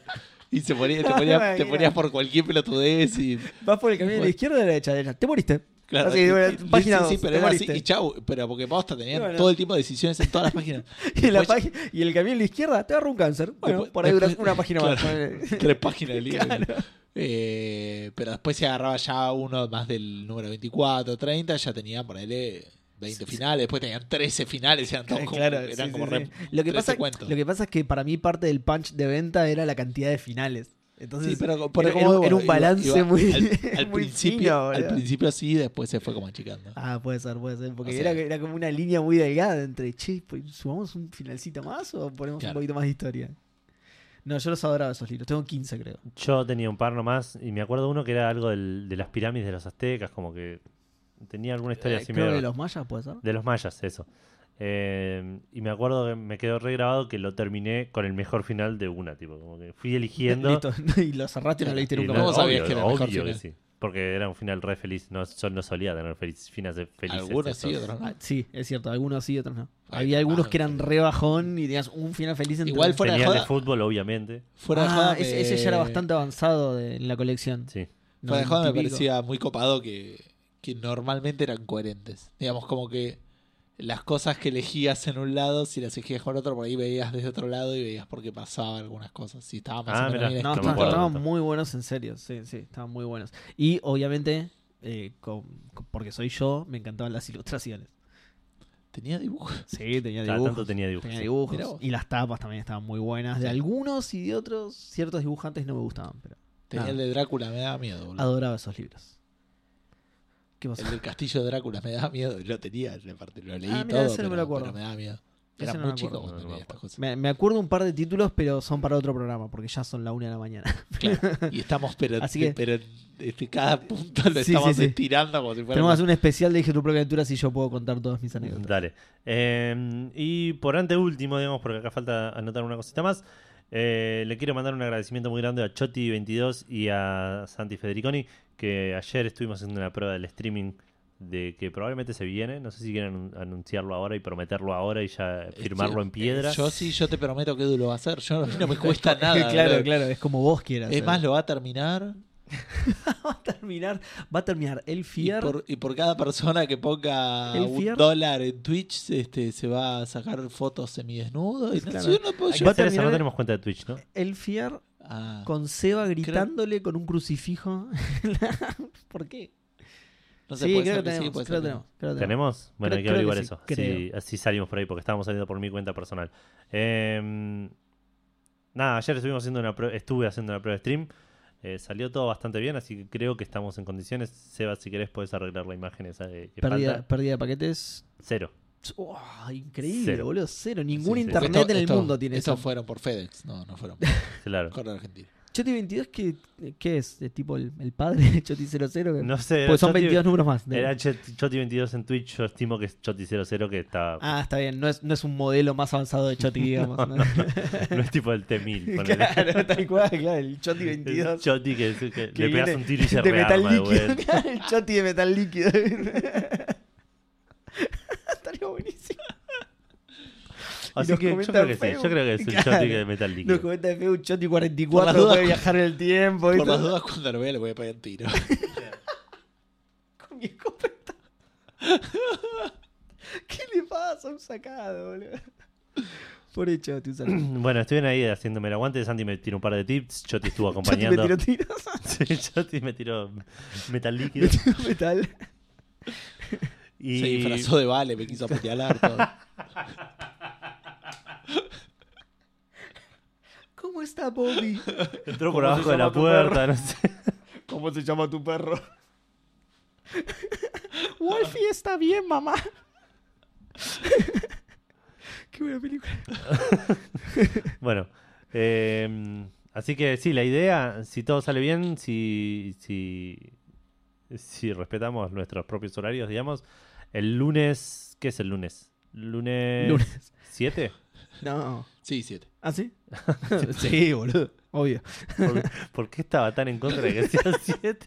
y se ponía, te,
No,
ponía,
no,
te
no.
ponías por cualquier pelotudez y
Vas por el camino de
Bueno.
la izquierda o de la derecha. de la- Te moriste.
Claro,
Así,
y-
bueno,
y-
página
sí, sí,
dos,
pero
te
era así
moriste.
y chau, pero porque posta tenían
Y bueno.
todo el tipo de decisiones en todas las páginas.
Y, la
Después-
pagi- y el camino de la izquierda te agarra un cáncer. Bueno,
Después-
por ahí duras
después-
una página
claro,
más.
tres páginas de libro.
Claro.
Eh, pero después se agarraba ya uno más del número 24, 30, ya tenían, ponele, 20 finales, después tenían 13 finales, eran todos como,
Claro,
eran
sí,
como
sí,
re- este
sí. Lo que,
13
pasa,
cuentos.
lo que pasa es que para mí parte del punch de venta era la cantidad de finales. Entonces,
Sí, pero por
era-
como
era- era un
iba-
balance muy-
al, al
muy
principio,
fino,
al
boludo.
principio sí, después se fue como achicando.
Ah, puede ser, puede ser. Porque
O
era,
sea-
era como una línea muy delgada entre, che, pues, ¿sumamos un finalcito más o ponemos
Claro.
un poquito más de historia? No, yo los adoraba esos libros. Tengo 15, creo.
Yo tenía un par nomás y me acuerdo uno que era algo del- de las pirámides de los aztecas, como que tenía alguna historia
Eh,
así
creo
medio-
que los mayas, puede ser.
De los mayas, eso. Eh, y me acuerdo que me quedó regrabado que lo terminé con el mejor final de una, tipo, como que fui eligiendo.
Listo. y lo cerraste y no lo leíste
y
nunca
no-
¿Cómo
más.
sabías
obvio,
que era el mejor
obvio que
final?
sí, porque era un final re feliz. No, yo no solía tener feliz, finales de- felices.
Algunos sí,
esos.
otros no.
Ah, sí, es cierto. Algunos sí, otros no.
Ay,
Había
qué
algunos
paja,
que eran
boludo.
re bajón y tenías un final feliz entre
Igual
los-
Fuera de
Tenía el de
joda.
fútbol, obviamente.
Fuera de
Ah,
joda,
ese,
me-
ese ya era bastante avanzado de- en la colección.
Sí.
Fuera de joda me
90 y pico.
parecía muy copado que, que normalmente eran coherentes. Digamos, como que las cosas que elegías en un lado, si las elegías por otro, por ahí veías desde otro lado y veías por qué pasaba algunas cosas. Si estaba más
Ah,
o menos
mirá.
bien escrito.
No,
No me
estaban,
acuerdo
estaban
tanto.
muy buenos en serio, sí, sí, estaban muy buenos. Y obviamente, eh, con- con- porque soy yo, me encantaban las ilustraciones.
Tenía dibujos.
Sí, tenía
Cada
dibujos.
tanto tenía dibujos.
tenía
sí.
dibujos.
Mirá vos.
Y las tapas también estaban muy buenas. De
Sí.
algunos y de otros, ciertos dibujantes no me gustaban, pero
Tenía
Ah.
el de Drácula, me daba miedo, boludo.
adoraba esos libros. ¿Qué pasó?
El del castillo de Drácula me daba miedo. Lo tenía, le parte- lo leí
Ah, mirá,
todo,
ese no
pero,
me lo acuerdo.
pero me daba miedo.
Ese
Era
no me
muy
acuerdo.
chico
No,
cuando
no me
leía estas
acuerdo.
cosas.
Me, me acuerdo un par de títulos, pero son para otro programa, porque ya son la una de la mañana.
Claro. Y estamos, pero,
Así que-
pero este, cada punto lo
Sí, sí,
estamos
sí.
estirando como si fuera
Tenemos que hacer un especial de Dije tu propia aventura si yo puedo contar todas mis anécdotas.
Dale. Eh, y por anteúltimo, digamos, porque acá falta anotar una cosita más. eh, le quiero mandar un agradecimiento muy grande a Choti22 y a Santi Federiconi, que ayer estuvimos haciendo una prueba del streaming de que probablemente se viene. No sé si quieren anun- anunciarlo ahora y prometerlo ahora y ya firmarlo en piedra.
Yo Eh, sí, yo te prometo que Edu lo va a hacer. Yo no me cuesta nada.
claro,
boludo.
claro, es como vos quieras.
Es
eh.
más, lo va a terminar.
va a terminar, va a terminar el
Y
Fier.
por, y por cada persona que ponga
El
un
Fier.
dólar en Twitch, este, se va a sacar fotos semidesnudo. Y
Claro.
Sí, yo no puedo
Hay que
llegar-
hacer eso,
terminar-
no tenemos cuenta de Twitch, ¿no?
El Fier
Ah,
con Seba gritándole con un crucifijo. ¿Por qué?
no sé,
sí,
puede
creo que
ser que sí,
tenemos.
puede
creo
ser
que
que no.
tenemos, creo que tenemos.
¿Tenemos?
Creo-
Bueno, hay que
creo que
averiguar
sí,
eso.
creo.
Así, así salimos por ahí, porque estábamos saliendo por mi cuenta personal. Eh, nada, ayer estuvimos haciendo una prue- estuve haciendo una prueba de stream. Eh, salió todo bastante bien, así que creo que estamos en condiciones. Seba, si querés, podés arreglar la imagen esa de que
Pérdida,
falta.
pérdida de paquetes.
Cero.
Uah, increíble,
Cero.
boludo. Cero. Ningún
sí, sí.
Porque
internet
esto-
en el
esto-
mundo tiene
Estos
eso.
fueron por FedEx, no, no fueron por
Claro.
Correo Argentino.
Choti 22, ¿qué, qué es? ¿Es tipo el, el padre de Choti 00? Que-
No sé.
Porque son
Choti-
22 números más. de-
Era Choti22 en Twitch, yo estimo que es Choti00, que está.
Ah, está bien. No es, no es un modelo más avanzado de Choti, digamos. ¿no?
No es tipo el T1000. ponele.
claro, tal cual, claro. El Choti
El
22.
Choti que, que
que
le pegas
viene
un tiro y se
de metal
rearma de
líquido.
vuelta.
claro, el Choti de metal líquido. Estaría buenísimo. Y
Así
nos
que yo
comenta
creo
en
que sí, yo
Facebook.
creo que es un
Claro.
Choti que de metal líquido.
Nos comenta de un Choti 44
Por las dudas,
puede viajar en el tiempo.
Por
¿viste?
las dudas, cuando lo vea le voy a pegar un tiro.
Con mi escopeta. ¿Qué le pasa a un sacado, boludo? Pobre Choti, un saludo.
Bueno, estuvieron ahí haciéndome el aguante. Santi me tiró un par de tips. Choti estuvo
Choti me
acompañando.
tiró tiros.
Sí, Choti me tiró metal líquido.
Me tiró metal.
Y...
Se disfrazó de vale, me quiso apuñalar todo.
¿Cómo está Bobby?
Entró por
¿Cómo
abajo
se
de la
llama tu
puerta,
perro?
no sé.
¿Cómo se llama tu perro?
Wolfie está bien, mamá. Qué buena película.
Bueno, eh, así que sí, la idea, si todo sale bien, si, si, si respetamos nuestros propios horarios, digamos, el lunes, ¿qué es el lunes? Lunes,
Lunes.
7.
No.
Sí, siete.
¿Ah, sí? sí, boludo. Obvio.
¿Por, por qué estaba tan en contra de que sea 7?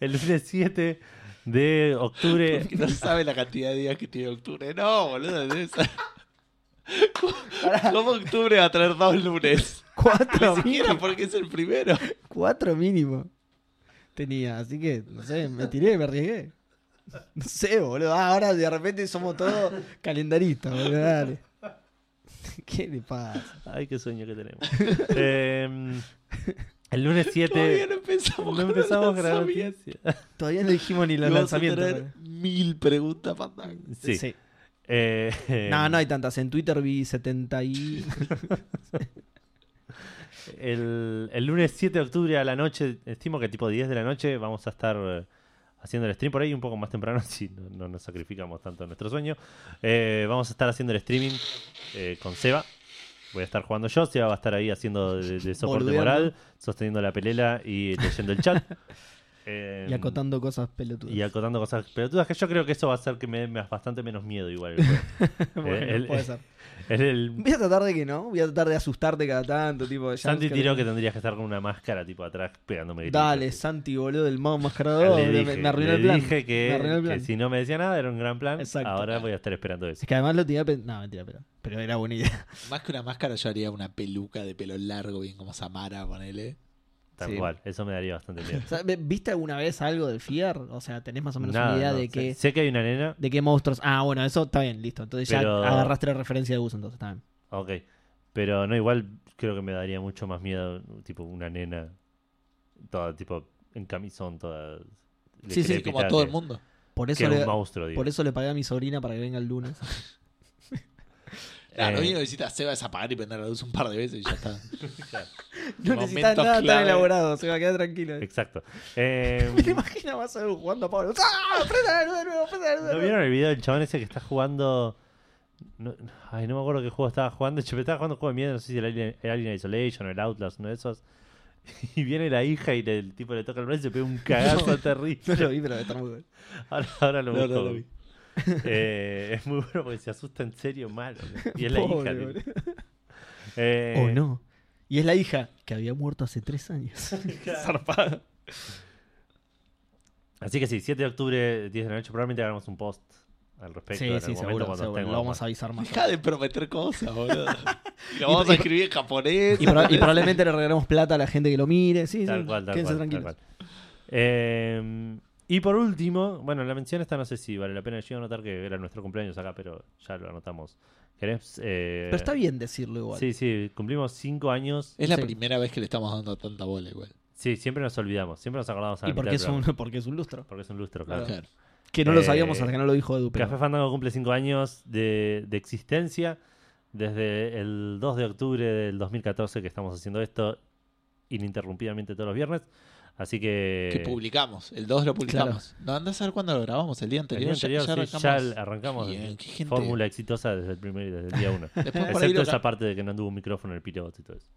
El lunes 7 de octubre.
Porque no sabe la cantidad de días que tiene octubre. No, boludo. debe ser- ¿Cómo octubre va a traer dos lunes? Ni
Cuatro,
siquiera
mínimo.
porque es el primero.
Cuatro mínimo. Tenía, así que, no sé, me tiré, me arriesgué. No sé, boludo. Ah, ahora de repente somos todos calendaristas, boludo. Dale. ¿Qué le pasa?
Ay, qué sueño que tenemos. Eh, el lunes
Todavía
7.
no empezamos.
No empezamos
con
con la noticia.
Todavía no dijimos ni los lanzamientos.
tener mil preguntas Fandango.
pero-
Sí. Eh,
No, no hay tantas. En Twitter vi 70 y...
El, el lunes 7 de octubre a la noche, estimo que tipo 10 de la noche, vamos a estar eh, haciendo el stream por ahí un poco más temprano, si no, no nos sacrificamos tanto en nuestro sueño. Eh, vamos a estar haciendo el streaming eh, con Seba. Voy a estar jugando yo, Seba va a estar ahí haciendo de, de soporte
Boludeando.
moral, sosteniendo la pelela y leyendo el chat. Eh,
Y acotando cosas pelotudas.
y acotando cosas pelotudas, que yo creo que eso va a hacer que me dé más- bastante menos miedo igual. el juego.
Bueno,
Eh, el-
puede ser.
Es el-
Voy a tratar de que no, voy a tratar de asustarte cada tanto, tipo. ya
Santi
no-
tiró que tendrías que estar con una máscara tipo atrás pegándome gritos.
Dale, Santi, boludo, del modo mascarador.
Le
me-
dije,
me arruinó
le
el plan.
dije
Me
que,
arruinó el
que
plan.
si no me decía nada era un gran plan.
Exacto.
Ahora voy a estar esperando eso.
Es que además lo tenía pensado. No, mentira, pero, pero era buena idea.
Más que una máscara, yo haría una peluca de pelo largo, bien como Samara, ponele.
Tal
Sí.
cual. Eso me daría bastante miedo.
O sea, ¿ve- ¿Viste alguna vez algo del FIAR? O sea, tenés más o menos
Nada,
una idea
no.
de qué.
sé, sé que hay una nena.
De qué monstruos. Ah, bueno, eso está bien, listo. Entonces ya
Pero-
agarraste la referencia de Gus, entonces está bien.
Ok. Pero no, igual creo que me daría mucho más miedo, tipo, una nena. Toda, tipo, en camisón, toda.
Sí, sí, Eh.
Sí,
decrépita,
como a todo
que-
el mundo.
Por
Que
eso,
era
le,
un monstruo, digo.
por eso le pagué a mi sobrina para que venga el lunes.
Claro,
Eh.
lo único que necesita Seba es apagar y prender la luz un par de veces y ya está.
Claro,
No
Momentos
necesitas nada tan
clave.
elaborado, se va a quedar tranquilo.
Exacto. Eh,
Me imagino más a Gus jugando a Pablo. ¡Ah! ¡Prenda la luz de nuevo! ¡Prenda la luz de
¿No
nuevo!
vieron el video del chabón ese que está jugando? No- ay, no me acuerdo qué juego estaba jugando. Che, pero estaba jugando un juego de miedo, no sé si el Alien, el Alien Isolation o el Outlast, uno de esos. Y viene la hija y le- el tipo le toca el brazo y se pega un cagazo terrible.
No lo vi, pero está muy bueno.
Ahora, ahora lo
No,
busco.
no lo vi.
Eh, es muy bueno porque se asusta en serio mal. boludo. Y es la
Pobre,
hija.
boludo.
tipo. Eh,
O no. Y es la hija que había muerto hace tres años. Zarpado.
Así que sí, 7 de octubre, 10 de la noche, probablemente hagamos un post al respecto en algún momento cuando
seguro.
estemos
Lo vamos
más-
a avisar más.
Deja de prometer cosas, boludo. Lo vamos a escribir en japonés.
Y, proba- y probablemente le regalemos plata a la gente que lo mire. Sí,
Tal
sí,
cual, tal
quédense
cual, tal
tranquilos.
cual. Eh, y por último, bueno, la mención esta no sé si vale la pena. Yo iba a anotar que era nuestro cumpleaños acá, pero ya lo anotamos. ¿Querés? eh,
Pero está bien decirlo igual.
Sí, sí, cumplimos cinco años.
Es la
Sí.
primera vez que le estamos dando tanta bola, igual.
Sí, siempre nos olvidamos, siempre nos acordamos a la
y porque
mitad
es,
del
un,
programa.
porque es un lustro.
Porque es un lustro, claro.
Claro.
Que no lo
Eh,
sabíamos hasta que no lo dijo Edu. pero-
Café Fandango cumple cinco años de, de existencia. Desde el 2 de octubre del 2014 que estamos haciendo esto ininterrumpidamente todos los viernes. Así que...
Que publicamos, el 2 lo publicamos. No andás a ver cuándo lo grabamos, el día
El
anterior.
día
ya,
anterior,
ya
sí,
arrancamos.
ya arrancamos.
Bien, qué gente.
Fórmula exitosa desde el primer desde el día uno.
Después por ahí
Excepto
lo
esa
ca-
parte de que no tuvo un micrófono en el piloto y todo eso.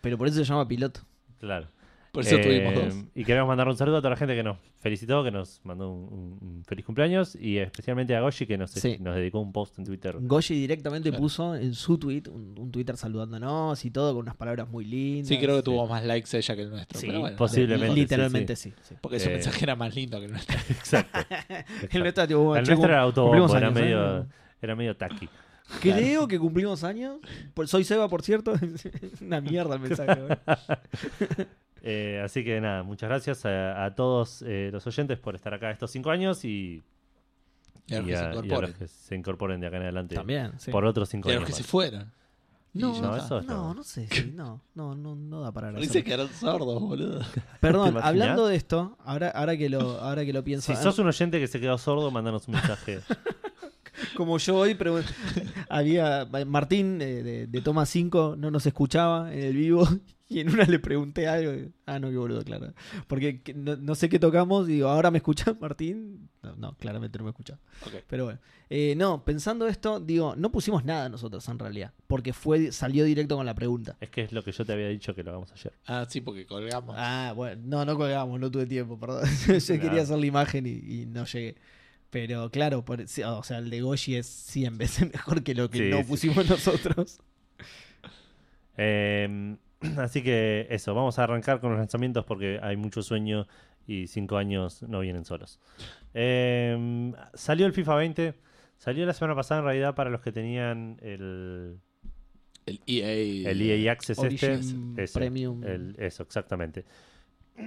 Pero por eso se llama piloto.
Claro.
Por eso
Eh,
tuvimos dos.
Y queremos mandar un saludo a toda la gente que nos felicitó, que nos mandó un, un- un feliz cumpleaños y especialmente a Goshi que nos,
Sí.
nos dedicó un post en Twitter.
Goyi directamente
Claro.
puso en su tweet un, un Twitter saludándonos y todo con unas palabras muy lindas.
Sí, creo que tuvo más likes ella que el nuestro.
Sí,
pero bueno,
posiblemente.
no,
Literalmente sí. sí.
Porque su
Eh,
mensaje era más lindo que el nuestro.
Exacto.
El nuestro era tipo, bueno,
El
che,
nuestro
cum-
era
cumplimos
autobombo, era
años, ¿eh?
medio, era medio taqui.
Creo que cumplimos años. Por- soy Seba, por cierto. Una mierda el mensaje. boludo.
Eh, así que nada, muchas gracias a, a todos eh, los oyentes por estar acá estos cinco años y,
Y a los
y
que se
a- y a
incorporen.
los que se incorporen de acá en adelante
También, sí.
por otros cinco
Y a los
años.
que se
más.
fueron.
No,
Y ya
no,
está.
eso-
no, no sé. sí, no, no, no, no da para
Dice
agradecer.
que eran sordos, boludo.
Perdón,
imaginas?
hablando de esto, ahora, ahora, que, lo, ahora que lo pienso.
Si sos un oyente que se quedó sordo, mandanos un mensaje.
Como yo hoy, pero había Martín eh, de, de Toma 5 no nos escuchaba en el vivo y en una le pregunté algo. y- Ah, no, qué boludo, claro. Porque que- no, no sé qué tocamos y digo, ¿ahora me escuchas, Martín? No, no, claramente no me escucha.
Ok.
Pero bueno. Eh, no, pensando esto, digo, no pusimos nada nosotros en realidad, porque fue salió directo con la pregunta.
es que es lo que yo te había dicho que lo hagamos ayer.
Ah, sí, porque colgamos.
Ah, bueno, no, no colgamos, no tuve tiempo, perdón. Yo
Nada.
quería hacer la imagen y, y no llegué. Pero claro, por- sí, o sea, el de Goshi es 100 veces mejor que lo que
Sí,
no
sí.
pusimos nosotros.
Eh, así que eso, vamos a arrancar con los lanzamientos porque hay mucho sueño y cinco años no vienen solos. Eh, salió el FIFA 20, salió la semana pasada en realidad para los que tenían el,
El E EA.
el EA Access este.
Origin
Ese,
Premium.
el- eso, exactamente.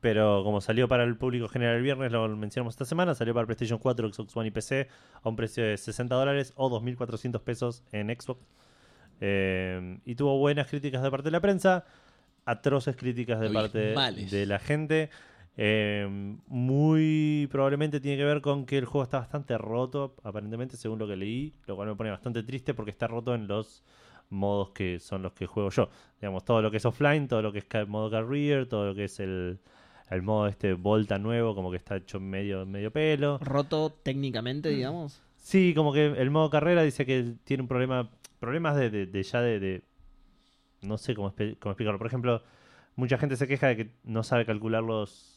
Pero como salió para el público general el viernes, lo mencionamos esta semana, salió para PlayStation 4, Xbox One y PC a un precio de 60 dólares o 2.400 pesos en Xbox. Eh, y tuvo buenas críticas de parte de la prensa, atroces críticas de parte
Abismales.
de la gente. Eh, muy probablemente tiene que ver con que el juego está bastante roto, aparentemente, según lo que leí, lo cual me pone bastante triste porque está roto en los modos que son los que juego yo. Digamos, todo lo que es offline, todo lo que es ca- modo career, todo lo que es el, el modo este Volta nuevo, como que está hecho medio, medio pelo.
Roto técnicamente, digamos.
Sí, como que el modo carrera dice que tiene un problema, problemas de, de- de ya de, de- no sé cómo, espe- cómo explicarlo. Por ejemplo, mucha gente se queja de que no sabe calcular los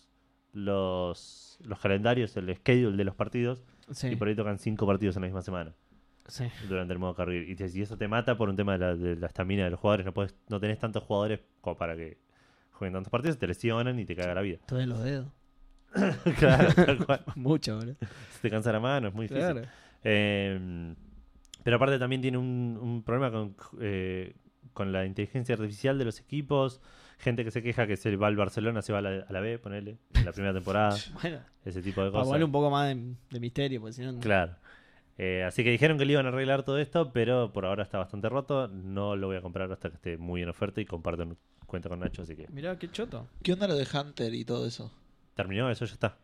los los calendarios, el schedule de los partidos
Sí,
y por ahí tocan cinco partidos en la misma semana
sí.
durante el modo carril. Y, te- y eso te mata por un tema de la de la estamina de los jugadores. No podés- no tenés tantos jugadores como para que jueguen tantos partidos, te lesionan y te caga la vida.
Todo en los dedos.
claro, tal cual.
Mucho, boludo.
Se te cansa la mano, es muy difícil.
Claro.
Eh, pero aparte también tiene un, un problema con, eh, con la inteligencia artificial de los equipos. Gente que se queja que se va al Barcelona, se va a la, a la B, ponele, en la primera temporada,
Bueno,
ese tipo
para
de cosas.
ponerle un poco más de, de misterio, porque si no.
Claro. Eh, así que dijeron que le iban a arreglar todo esto, pero por ahora está bastante roto. No lo voy a comprar hasta que esté muy en oferta y comparto en cuenta con Nacho, así que
Mirá, qué choto.
¿Qué onda lo de Hunter y todo eso?
terminó, eso ya está.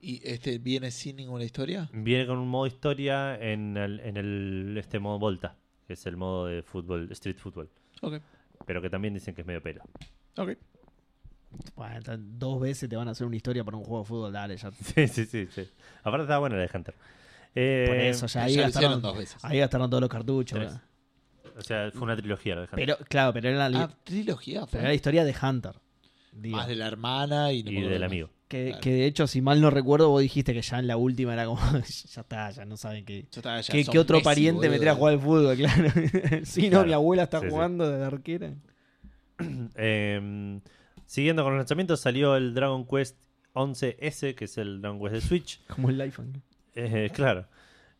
¿Y este viene sin ninguna historia?
Viene con un modo historia en el, en el este modo Volta, que es el modo de fútbol, street fútbol,
Ok,
pero que también dicen que es medio pelo.
ok.
Bueno, entonces, dos veces te van a hacer una historia para un juego de fútbol, dale, ya.
Sí, sí, sí, sí. Aparte estaba buena la de Hunter. Eh,
Por eso, ya ahí
ya lo
gastaron,
hicieron dos veces.
ahí gastaron todos los cartuchos.
Tres.
boludo.
O sea, fue una trilogía la de Hunter.
Pero, claro, pero era, la,
Ah, trilogía. fue.
pero era la historia de Hunter. digo.
Más de la hermana y, no me
y
acuerdo
del
más.
amigo.
Que,
Claro.
que de hecho, si mal no recuerdo, vos dijiste que ya en la última era como, ya está, ya no saben qué.
Yo estaba ya,
¿Qué,
son
qué otro
Messi,
pariente
boludo.
me trae a jugar al fútbol? Claro. si no,
Claro.
mi abuela está
Sí, sí.
jugando de arquera.
Eh, siguiendo con los lanzamientos, salió el Dragon Quest 11S, que es el Dragon Quest de Switch.
Como el iPhone.
Eh, claro.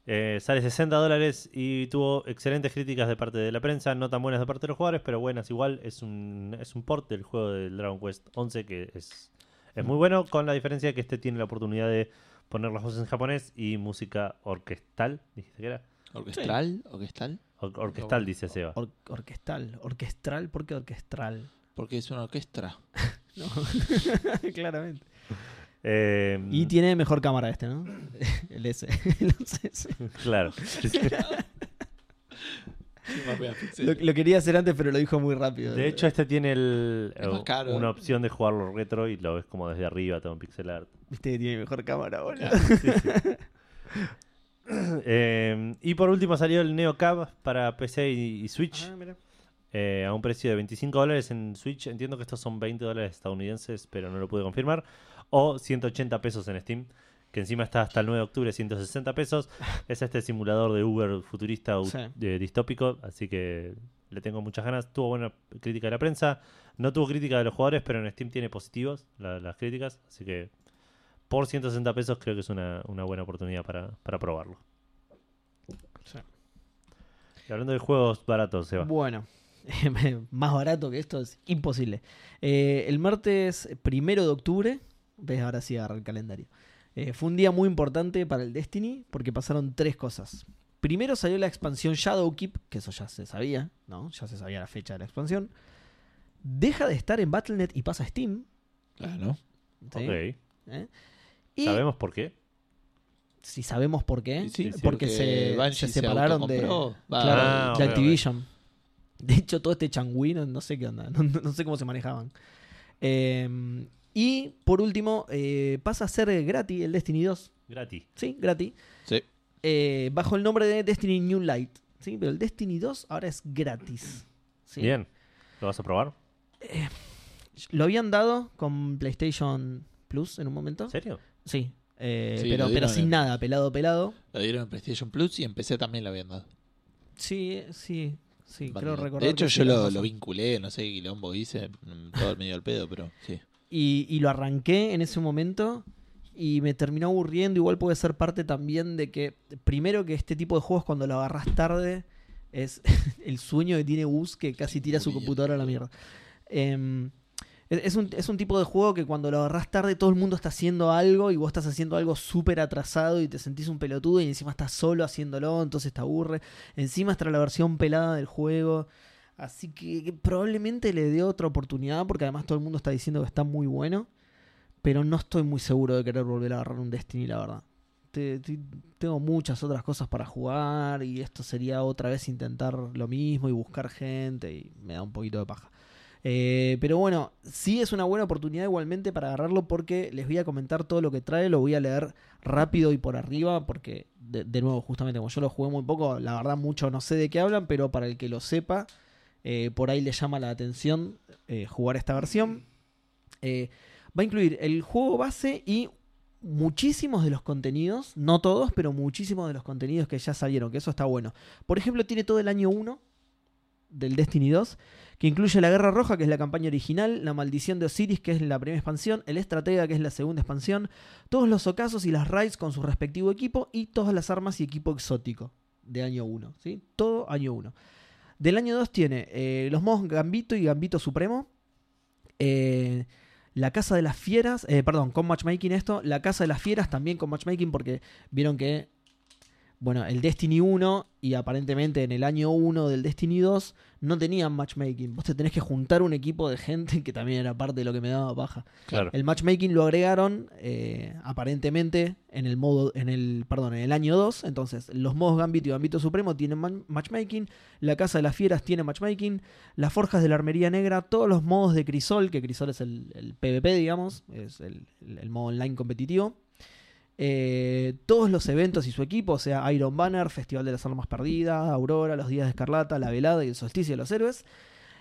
Eh, sale 60 dólares y tuvo excelentes críticas de parte de la prensa, no tan buenas de parte de los jugadores, pero buenas igual. Es un, es un port del juego del Dragon Quest 11 que es, es muy bueno, con la diferencia que este tiene la oportunidad de poner las voces en japonés y música orquestal, dijiste que era.
Orquestral, orquestal.
Or- orquestal, dice Seba.
Or- orquestal. Orquestral, ¿por qué orquestral?
Porque es una orquestra.
No. Claramente.
Eh,
Y tiene mejor cámara este, ¿no? El S. El 11S.
Claro.
Sí, más bien, sí.
Lo, lo quería hacer antes, pero lo dijo muy rápido.
De hecho, este tiene el,
Es más caro. eh.
una opción de jugarlo retro y lo ves como desde arriba, todo en pixel art.
Viste que tiene mejor cámara, boludo.
Ah,
Eh, y por último salió el Neo Cab para PC y, y Switch
Ah,
eh, a un precio de 25 dólares en Switch. Entiendo que estos son 20 dólares estadounidenses, pero no lo pude confirmar. O 180 pesos en Steam, que encima está hasta el 9 de octubre, 160 pesos. Es este simulador de Uber futurista u-
Sí.
de- distópico, así que le tengo muchas ganas. Tuvo buena crítica de la prensa, no tuvo crítica de los jugadores, pero en Steam tiene positivos la- las críticas, así que por 160 pesos creo que es una, una buena oportunidad para, para probarlo.
Sí.
Y hablando de juegos baratos, Seba.
Bueno, más barato que esto es imposible. Eh, el martes primero de octubre, ves, ahora sí agarra el calendario. Eh, fue un día muy importante para el Destiny porque pasaron tres cosas. Primero salió la expansión Shadowkeep, que eso ya se sabía, ¿no? Ya se sabía la fecha de la expansión. Deja de estar en Battle.net y pasa a Steam.
Claro.
¿sí?
Ok.
¿Eh? Y
¿Sabemos por qué?
si sabemos por qué,
Y sí,
sí,
porque se,
Bungie
se separaron de,
autocompró. Va,
claro,
Ah,
de
ok, ok.
Activision. De hecho, todo este changüí, no, no sé qué onda, no, no- no sé cómo se manejaban. Eh, y por último, eh, pasa a ser gratis el Destiny 2,
Gratis.
¿sí? Gratis.
Sí.
Eh, bajo el nombre de Destiny New Light, ¿sí? Pero el Destiny 2 ahora es gratis. ¿sí?
Bien. ¿Lo vas a probar?
Lo habían dado con PlayStation Plus en un momento.
¿En serio?
Sí. eh,
Sí, lo
pero, pero
dieron
sin
en-
nada, pelado, pelado.
Lo dieron en PlayStation Plus y empecé también la viendo.
Sí, eh, sí, sí, creo
Bandera.
recordar.
de hecho,
que sí,
yo
tenés
lo,
razón.
lo vinculé, no sé qué quilombo hice, mm, todo el medio al pedo, pero
Eh.
sí.
Y, y lo arranqué en ese momento y me terminó aburriendo. Igual puede ser parte también de que, primero que este tipo de juegos cuando lo agarras tarde es el sueño que tiene Gus que casi tira su
Judío.
computadora a la mierda. Em, es, es un, es un tipo de juego que cuando lo agarras tarde todo el mundo está haciendo algo y vos estás haciendo algo súper atrasado y te sentís un pelotudo y encima estás solo haciéndolo, entonces te aburre. Encima está la versión pelada del juego. Así que, que probablemente le dé otra oportunidad porque además todo el mundo está diciendo que está muy bueno. Pero no estoy muy seguro de querer volver a agarrar un Destiny, la verdad. Te- te- tengo muchas otras cosas para jugar y esto sería otra vez intentar lo mismo y buscar gente y me da un poquito de paja. Eh, pero bueno, sí es una buena oportunidad igualmente para agarrarlo porque les voy a comentar todo lo que trae, lo voy a leer rápido y por arriba porque de, de nuevo justamente como yo lo jugué muy poco, la verdad mucho no sé de qué hablan, pero para el que lo sepa, eh, por ahí le llama la atención eh, jugar esta versión. Eh, va a incluir el juego base y muchísimos de los contenidos, no todos, pero muchísimos de los contenidos que ya salieron, que eso está bueno. Por ejemplo, tiene todo el año 1 del Destiny 2, que incluye la Guerra Roja, que es la campaña original, la Maldición de Osiris, que es la primera expansión, el Estratega, que es la segunda expansión, todos los ocasos y las raids con su respectivo equipo y todas las armas y equipo exótico de año 1, ¿sí? Todo año 1. Del año 2 tiene eh, los modos Gambito y Gambito Supremo, eh, la Casa de las Fieras, eh, perdón, con matchmaking esto, la Casa de las Fieras también con matchmaking porque vieron que, bueno, el Destiny 1 y aparentemente en el año 1 del Destiny 2 no tenían matchmaking. Vos te tenés que juntar un equipo de gente que también era parte de lo que me daba paja.
Claro.
El matchmaking lo agregaron eh, aparentemente en el modo, en el, perdón, en el año 2. Entonces, los modos Gambito y Gambito Supremo tienen man- matchmaking, la Casa de las Fieras tiene matchmaking, las Forjas de la Armería Negra, todos los modos de Crisol, que Crisol es el, el PvP, digamos, es el, el- el modo online competitivo. Eh, todos los eventos y su equipo, o sea, Iron Banner, Festival de las Armas Perdidas, Aurora, los Días de Escarlata, la Velada y el Solsticio de los Héroes.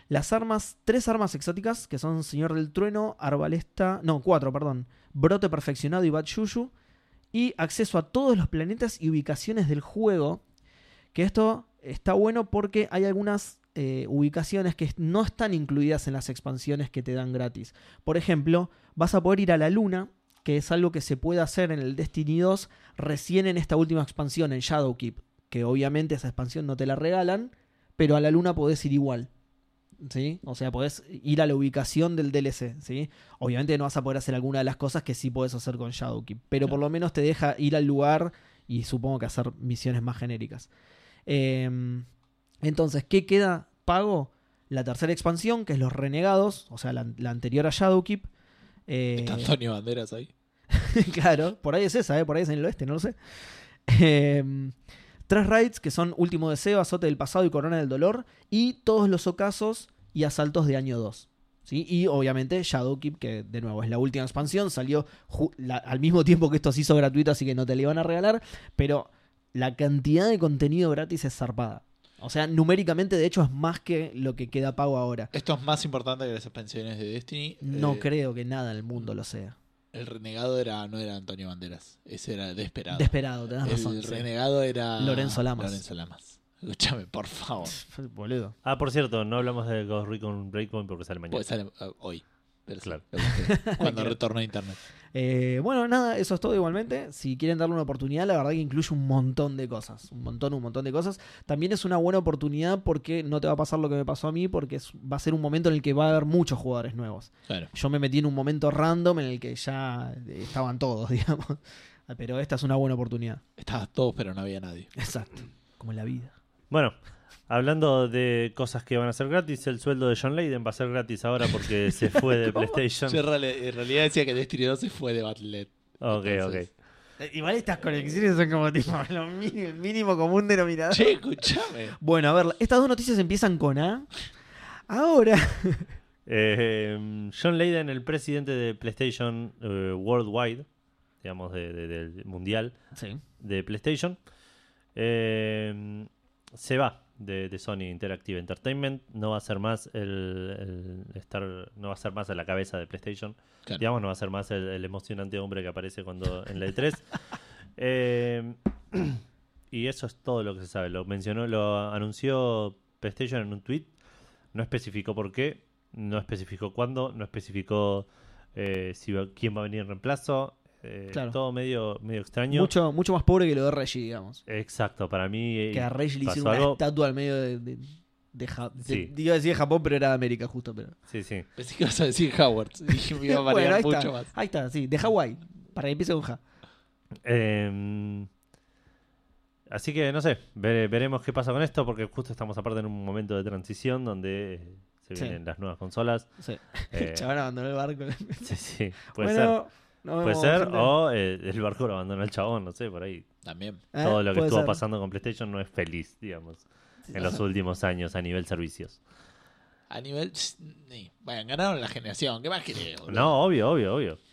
Las armas, tres armas exóticas, que son Señor del Trueno, Arbalesta, no, cuatro, perdón, Brote Perfeccionado y Bat Yuyu, y acceso a todos los planetas y ubicaciones del juego, que esto está bueno porque hay algunas eh, ubicaciones que no están incluidas en las expansiones que te dan gratis. Por ejemplo, vas a poder ir a la Luna, que es algo que se puede hacer en el Destiny 2 recién en esta última expansión, en Shadowkeep, que obviamente esa expansión no te la regalan, pero a la luna podés ir igual. ¿Sí? O sea, podés ir a la ubicación del DLC, ¿sí? Obviamente no vas a poder hacer alguna de las cosas que sí podés hacer con Shadowkeep, pero por lo menos te deja ir al lugar y supongo que hacer misiones más genéricas. Eh, entonces, ¿qué queda pago? La tercera expansión, que es los renegados, o sea, la, la anterior a Shadowkeep. Eh,
Está Antonio Banderas ahí.
claro, por ahí es esa, ¿eh? por ahí es en el oeste, no lo sé. Em, tres raids que son Último Deseo, Azote del Pasado y Corona del Dolor, y todos los ocasos y asaltos de año 2. ¿sí? Y obviamente Shadowkeep, que de nuevo es la última expansión, salió ju- la- al mismo tiempo que esto se hizo gratuito, así que no te le iban a regalar, pero la cantidad de contenido gratis es zarpada. O sea, numéricamente de hecho es más que lo que queda pago ahora.
Esto es más importante que las expansiones de Destiny.
No
Eh,
creo que nada en el mundo lo sea.
El renegado era no era Antonio Banderas. Ese era Desperado.
Desperado, tenés
el
razón. sí.
renegado era
Lorenzo Lamas.
Lorenzo Lamas. Escúchame, por favor.
Boludo.
Ah, por cierto, no hablamos de Ghost Recon Breakpoint porque sale mañana.
Pues sale eh, hoy. Pero sí,
Claro.
lo busqué. Cuando retorno a internet.
Eh, bueno, nada, eso es todo igualmente. Si quieren darle una oportunidad, la verdad que incluye un montón de cosas. Un montón, un montón de cosas. También es una buena oportunidad porque no te va a pasar lo que me pasó a mí, porque es- va a ser un momento en el que va a haber muchos jugadores nuevos.
Claro.
Yo me metí en un momento random en el que ya eh, estaban todos, digamos. Pero esta es una buena oportunidad.
Estabas todos, pero no había nadie.
Exacto. Como en la vida.
Bueno, hablando de cosas que van a ser gratis, el sueldo de John Layden va a ser gratis ahora porque se fue de PlayStation.
Yo en reali- en realidad decía que Destiny 2 se fue de Battle.net.
Ok,
Entonces-
ok.
Eh, Igual estas conexiones son como tipo lo mínimo, el mínimo común denominador.
Che, escúchame.
Bueno, a ver, estas dos noticias empiezan con A. Ahora.
Eh, John Layden, el presidente de PlayStation eh, Worldwide, digamos, de- de- del mundial
Sí.
de PlayStation, eh, se va de, de Sony Interactive Entertainment. No va a ser más el, el estar, no va a ser más a la cabeza de PlayStation.
Claro.
Digamos, no va a ser más el, el emocionante hombre que aparece cuando en la E E3. Eh, y eso es todo lo que se sabe. Lo mencionó, lo anunció PlayStation en un tweet. No especificó por qué, no especificó cuándo, no especificó eh, si va- quién va a venir en reemplazo. Eh,
Claro.
Todo medio, medio extraño.
Mucho, mucho más pobre que lo de Reggie, digamos.
Exacto, para mí. eh,
Que a Reggie le
pasó
hicieron una
algo-
estatua al medio de. de, de Ja- de-
Sí.
iba a decir de Japón, pero era de América, justo. Pero.
Sí, sí.
Pensé que ibas a decir Howard. Dije, me iba a
Bueno,
variar
ahí
mucho
está.
más.
Ahí está, sí, de Hawái. Para que empiece con Ja.
Eh, así que no sé, vere- veremos qué pasa con esto, porque justo estamos aparte en un momento de transición donde eh, se
Sí.
vienen las nuevas consolas.
Sí.
Eh,
El Chabón abandonó el barco.
sí, sí, puede ser.
bueno, nos
Puede
vemos,
ser,
gente.
o eh, el barco lo abandonó el chabón, no sé, por ahí.
También.
Eh,
Todo lo que
puede
estuvo
ser.
pasando con PlayStation no es feliz, digamos, en los últimos años a nivel servicios.
A nivel. ni- Bueno, ganaron la generación. ¿Qué más querés? boludo?
No, obvio, obvio,
¿Qué
obio.
más querés?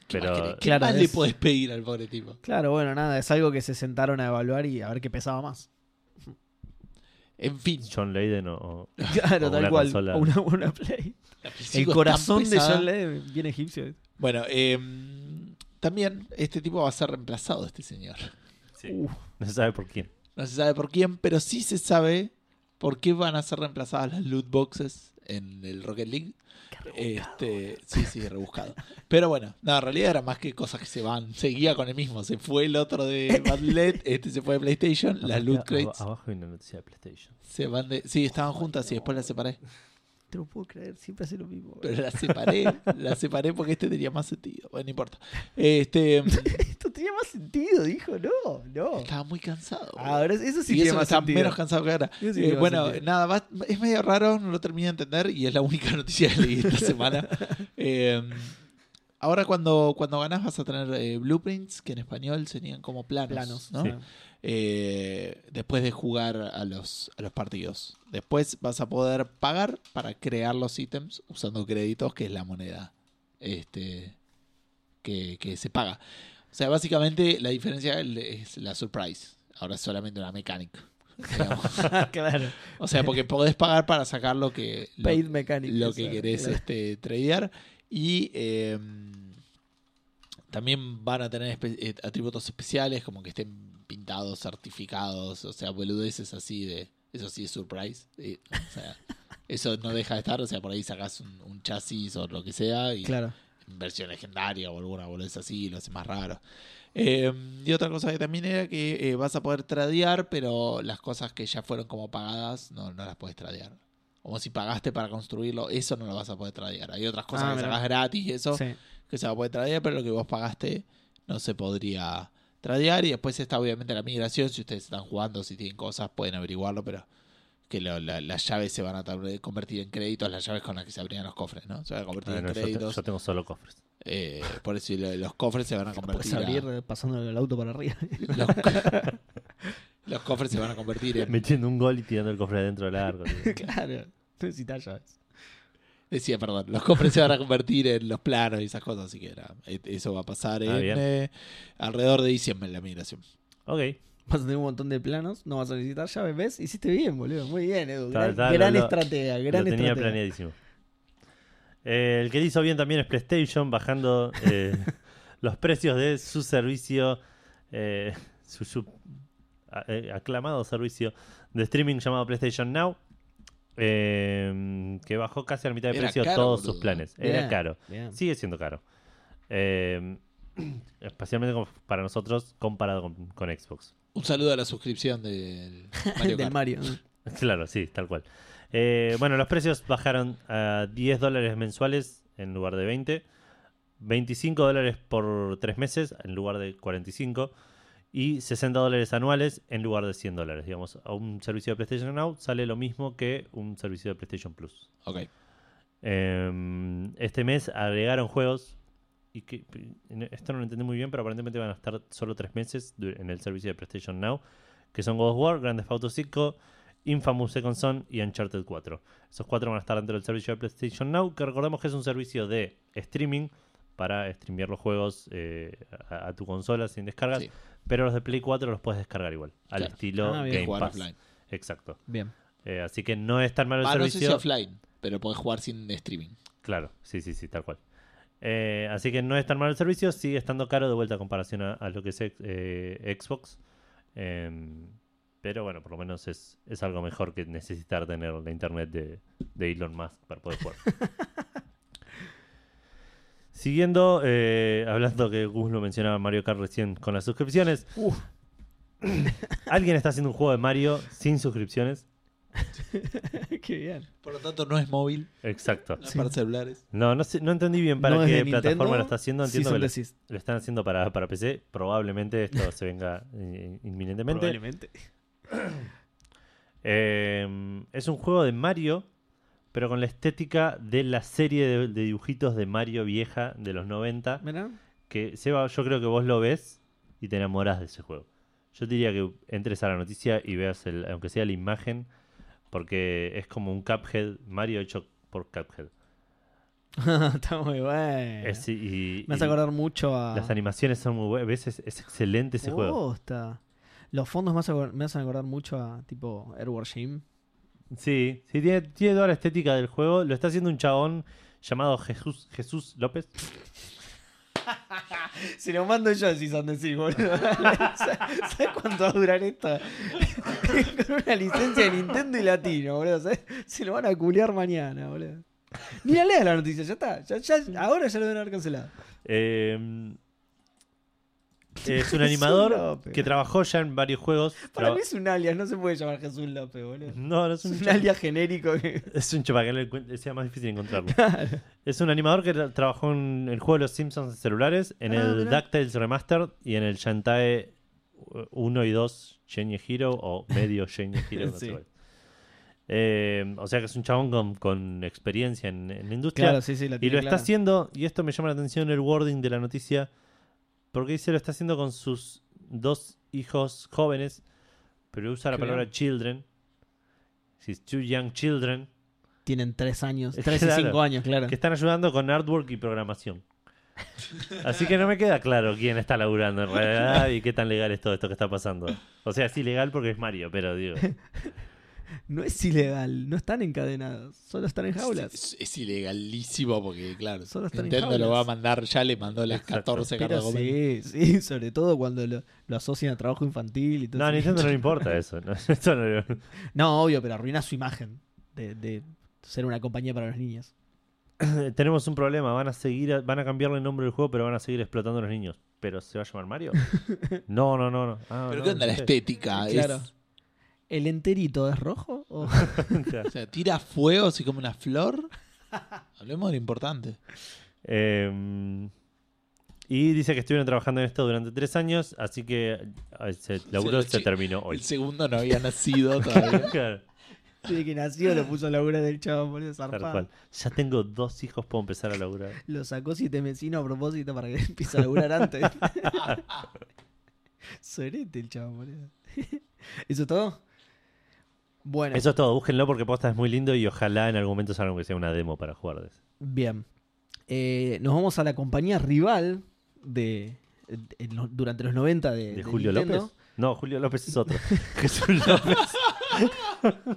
Pero
¿Qué
Claro,
más le
es-
podés pedir al pobre tipo?
Claro, bueno, nada, es algo que se sentaron a evaluar y a ver qué pesaba más.
En fin.
John Layden o- o
Claro,
O
tal
una
cual.
consola.
o Una, una Play.
la Play cinco
El
es tan
corazón de
pesada.
John Led viene egipcio.
Bueno, eh, también este tipo va a ser reemplazado, este señor.
sí,
Uh.
no se sabe por quién.
No se sabe por quién, pero sí se sabe por qué van a ser reemplazadas las loot boxes en el Rocket League. Este, sí, sí, rebuscado. Pero bueno, no, en realidad era más que cosas que se van. Seguía con el mismo. Se fue el otro de Battle.net, este se fue de PlayStation, las loot
Acá, ab-
crates
Abajo hay una noticia de PlayStation.
se van de... Sí, estaban juntas y después las separé.
Te lo puedo creer, siempre hace lo mismo.
Pero las separé, las separé porque este tenía más sentido. Bueno, no importa. Este,
Esto tenía más sentido, dijo. No, no.
estaba muy cansado.
Ah, Ahora, eso sí
y
tiene
eso
más
está
sentido.
menos cansado que ahora.
Eso sí
Eh,
tiene más
bueno,
sentido.
nada, va- es medio raro, no lo terminé de entender y es la única noticia que leí esta semana. Eh, ahora cuando, cuando ganás vas a tener eh, blueprints, que en español serían como planos.
planos.
¿no?
Sí.
Eh, después de jugar a los, a los partidos. Después vas a poder pagar para crear los ítems usando créditos, que es la moneda este, que, que se paga. O sea, básicamente la diferencia es la surprise. Ahora es solamente una mecánica. digamos.
Ah, claro.
o sea, porque podés pagar para sacar lo que, lo-
Paid mechanic.
lo que
Eso,
querés
claro.
este, tradear. Y eh, también van a tener espe- eh, atributos especiales, como que estén pintados, certificados, o sea, boludeces así de. Eso sí es surprise. eh, o sea, eso no deja de estar, o sea, por ahí sacás un, un chasis o lo que sea y
Claro.
versión legendaria o alguna boludez así, lo hace más raro. Eh, y otra cosa que también era que eh, vas a poder tradear, pero las cosas que ya fueron como pagadas no, no las puedes tradear. Como si pagaste para construirlo, eso no lo vas a poder tradear. Hay otras cosas
Ah,
que
mirá.
sacas gratis y eso
Sí.
que se va a poder tradear, pero lo que vos pagaste no se podría tradear. Y después está obviamente la migración. Si ustedes están jugando, si tienen cosas, pueden averiguarlo, pero que lo- la- las llaves se van a tar- convertir en créditos, las llaves con las que se abrían los cofres, ¿no? Se van a convertir
Ah,
en
no, yo, te-
créditos.
yo tengo solo cofres.
eh, por eso y lo- los cofres se van a
Puedes
convertir. a-
abrir eh, pasándole el auto para arriba.
los, co- los cofres se van a convertir en.
Metiendo un gol y tirando el cofre dentro del arco. tío.
claro. Necesitas llaves.
Decía, perdón, los cofres se van a convertir en los planos y esas cosas, así que nada, e- eso va a pasar
Ah,
en,
bien.
eh, alrededor de diciembre en la migración.
ok.
Vas a tener un montón de planos, no vas a necesitar llaves, ¿ves? Hiciste bien, boludo. Muy bien, Edu.
Está-
Gran,
está,
gran
lo- lo-
estratega, gran
lo tenía
estratega.
planeadísimo. Eh, el que hizo bien también es PlayStation, bajando eh, los precios de su servicio, eh, su, su- a- eh, aclamado servicio de streaming llamado PlayStation Now, eh, que bajó casi a la mitad de
Era
precio
caro,
todos
boludo.
sus planes. Era
Bien.
caro.
Bien.
Sigue siendo caro. Eh, especialmente como para nosotros comparado con, con Xbox.
Un saludo a la suscripción del Mario
Del
Kart.
Mario.
Claro, sí, tal cual. Eh, bueno, los precios bajaron a 10 dólares mensuales en lugar de 20, 25 dólares por 3 meses en lugar de 45 y 60 dólares anuales en lugar de 100 dólares. Digamos, a un servicio de PlayStation Now sale lo mismo que un servicio de PlayStation Plus.
Ok.
Eh, este mes agregaron juegos. Y que, esto no lo entendí muy bien, pero aparentemente van a estar solo tres meses du- en el servicio de PlayStation Now. Que son God of War, Grand Theft Auto 5, Infamous Second Son y Uncharted 4. Esos cuatro van a estar dentro del servicio de PlayStation Now. Que recordemos que es un servicio de streaming para streamear los juegos eh, a, a tu consola sin descargas.
Sí.
Pero los de Play 4 los puedes descargar igual. Al
Claro.
estilo
Ah, bien.
Game
Jugar
Pass.
offline.
Exacto.
Bien.
Eh, así que no es tan malo el
Ah, no sé
servicio.
si offline, pero podés jugar sin streaming.
Claro, sí, sí, sí, tal cual. Eh, así que no es tan malo el servicio, sigue estando caro de vuelta a comparación a, a lo que es ex- eh, Xbox. Em, pero bueno, por lo menos es, es algo mejor que necesitar tener la internet de, de Elon Musk para poder jugar. Siguiendo, eh, hablando que Gus lo mencionaba Mario Kart recién con las suscripciones.
Uf.
Alguien está haciendo un juego de Mario sin suscripciones.
Qué bien.
Por lo tanto, no es móvil,
Exacto.
no es para celulares.
No, no, sé- no entendí bien para
No es
qué
de
plataforma
Nintendo,
lo está haciendo.
Sí,
Entiendo
son
que lo-
decís.
lo están haciendo para, para PC. Probablemente esto se venga eh, inminentemente.
Probablemente.
Eh, es un juego de Mario, pero con la estética de la serie de, de dibujitos de Mario vieja de los 90.
Mirá.
Que Seba, yo creo que vos lo ves y te enamorás de ese juego. Yo diría que entres a la noticia y veas, el, aunque sea la imagen, porque es como un Cuphead, Mario hecho por Cuphead.
Está muy bueno.
Es- y-
Me
y
hace acordar mucho a. Oh,
Las animaciones son muy buenas. Es, es excelente ese juego.
Posta. Los fondos me hacen acordar, me hacen acordar mucho a tipo Airwar Jim.
Sí, sí, tiene, tiene toda la estética del juego. Lo está haciendo un chabón llamado Jesús, Jesús López.
Si lo mando yo decís Andesí, boludo. ¿Sabes cuánto va a durar esta? Con una licencia de Nintendo y Latino, boludo. ¿sabes? Se lo van a culear mañana, boludo. Ni la lea la noticia, ya está. Ya, ya- ahora ya lo deben haber cancelado.
Eh, es un
Jesús
animador
López.
que trabajó ya en varios juegos.
Para
Traba-
mí es un alias, no se puede llamar Jesús López, boludo.
No, no es
Es
un
un
chapa-
alias genérico que.
Es un chapa que le encuent- sea más difícil encontrarlo. Es un animador que tra- trabajó en el juego de los Simpsons en celulares, en
Ah,
el
mirá.
DuckTales Remastered y en el Shantae 1 y 2 Genie Hero o medio Genie Hero. no sé
Sí.
cuál. Eh, o sea que es un chabón con, con experiencia en, en la industria.
Claro, sí, sí, la
Y
tiene
lo está
clara.
haciendo, y esto me llama la atención el wording de la noticia, porque dice lo está haciendo con sus dos hijos jóvenes, pero usa la
Qué
palabra
bien.
children. She's two young children.
Tienen tres años,
Es
tres
que
y
claro,
cinco años, claro.
Que están ayudando con artwork y programación. Así que no me queda claro quién está laburando en realidad y qué tan legal es todo esto que está pasando. O sea, es ilegal porque es Mario, pero digo.
No es ilegal, no están encadenados, solo están en jaulas.
Es, es ilegalísimo porque, claro,
Solo están en
Nintendo lo
jaulas.
va a mandar, ya le mandó las
Exacto.
14
Pero
cartas de comer.
sí, sí, sobre todo cuando lo, lo asocian a trabajo infantil y todo
No, a
eso.
Nintendo no le importa eso. ¿no? Esto no le-
No, obvio, pero arruina su imagen de, de ser una compañía para los niños.
tenemos un problema, van a seguir, a- van a cambiarle el nombre del juego, pero van a seguir explotando a los niños. ¿Pero se va a llamar Mario? No, no, no, no. Ah,
Pero
no,
¿qué onda la
no sé.
estética? Ah, Es-
Eh, Claro. ¿El enterito es rojo? o-
o sea, tira fuego así como una flor. Hablemos de lo importante.
Eh, y dice que estuvieron trabajando en esto durante tres años, así que eh, se, laburo
lo
se
chi-
terminó hoy.
El segundo no había nacido todavía.
Claro,
Desde que nació lo puso a laburar del chabón, boludo,
tal
zarpado.
cual. Ya tengo dos hijos, puedo empezar a laburar.
Lo sacó siete vecinos a propósito para que empiece a laburar antes. Sorete el chabón, boludo. ¿Eso es todo? Bueno,
Eso es todo, búsquenlo porque posta es muy lindo y ojalá en algún momento salga aunque sea una demo para jugar de ese.
bien. Eh, nos vamos a la compañía rival de, en los- durante los 90 de,
¿De
de
Julio
Nintendo.
López? No, Julio López es otro. Jesús López.
Pero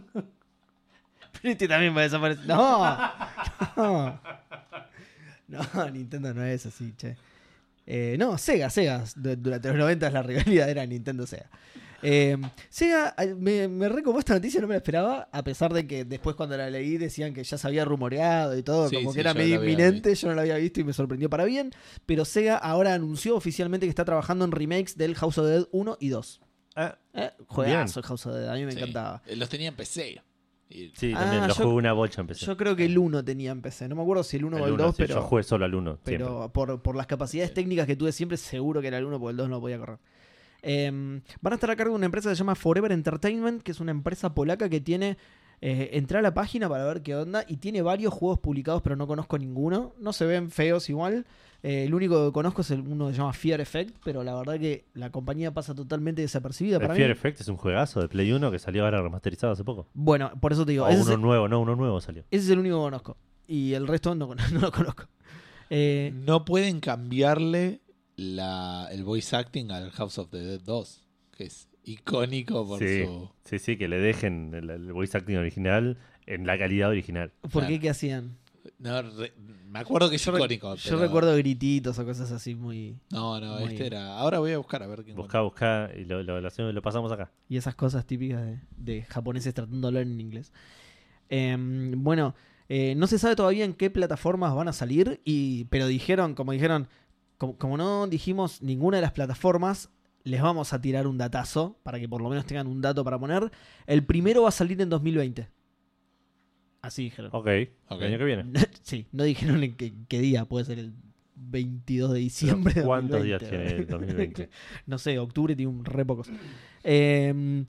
este también va a desaparecer. No. No. No, Nintendo no es así, che. Eh, no, Sega, Sega. Du- Durante los 90 la rivalidad era Nintendo-Sega. Eh, Sega, eh, me, me recopó esta noticia, no me la esperaba, a pesar de que después cuando la leí decían que ya se había rumoreado y todo,
Sí,
como
sí,
que era
yo
medio
la había
inminente, yo no la había visto y me sorprendió para bien, pero Sega ahora anunció oficialmente que está trabajando en remakes del House of the Dead 1 y 2.
Ah,
Eh, Juegazo el House of the Dead, a mí me
Sí. Eh,
encantaba.
Los tenía en PC. Y-
sí,
Ah,
también lo
yo-
jugué una bocha empecé.
Yo creo que el 1 tenía en PC. No me acuerdo si el 1 o el
uno,
2,
sí,
pero,
Yo jugué solo al uno, siempre.
pero por, por las capacidades técnicas que tuve siempre, seguro que era el 1 porque el 2 no podía correr. Em, van a estar a cargo de una empresa que se llama Forever Entertainment, que es una empresa polaca que tiene. Eh, entré a la página para ver qué onda y tiene varios juegos publicados, pero no conozco ninguno. No se ven feos igual. Eh, el único que conozco es el uno que se llama Fear Effect, pero la verdad que la compañía pasa totalmente desapercibida
El
para
Fear
mí.
Effect es un juegazo de Play 1 que salió ahora remasterizado hace poco.
Bueno, por eso te digo,
O
ese
uno
es el-
nuevo, no, uno nuevo salió.
ese es el único que conozco. Y el resto no, no lo conozco. Eh,
No pueden cambiarle la, el voice acting al House of the Dead 2, que es
Oh,
icónico por
Sí,
su.
sí, sí, que le dejen el, el voice acting original en la calidad original.
¿Por qué
Claro.
qué hacían?
No, re- me acuerdo que es
Yo rec-
icónico.
Yo
pero-
recuerdo grititos o cosas así muy.
No, no,
Muy
este
bien.
era. Ahora voy a buscar a ver qué
Buscá, buscá y lo, lo- lo hacemos- lo pasamos acá.
Y esas cosas típicas de, de japoneses tratando de hablar en inglés. Em, bueno, eh, no se sabe todavía en qué plataformas van a salir, y, pero dijeron, como dijeron, como, como no dijimos ninguna de las plataformas, les vamos a tirar un datazo para que por lo menos tengan un dato para poner. El primero va a salir en 2020. Así dijeron.
Ok,
Ok.
el año que viene.
sí, no dijeron en qué, qué día, puede ser el 22 de diciembre. de
¿Cuántos
2020,
días tiene el 2020?
no sé, octubre tiene un re pocos. Eh,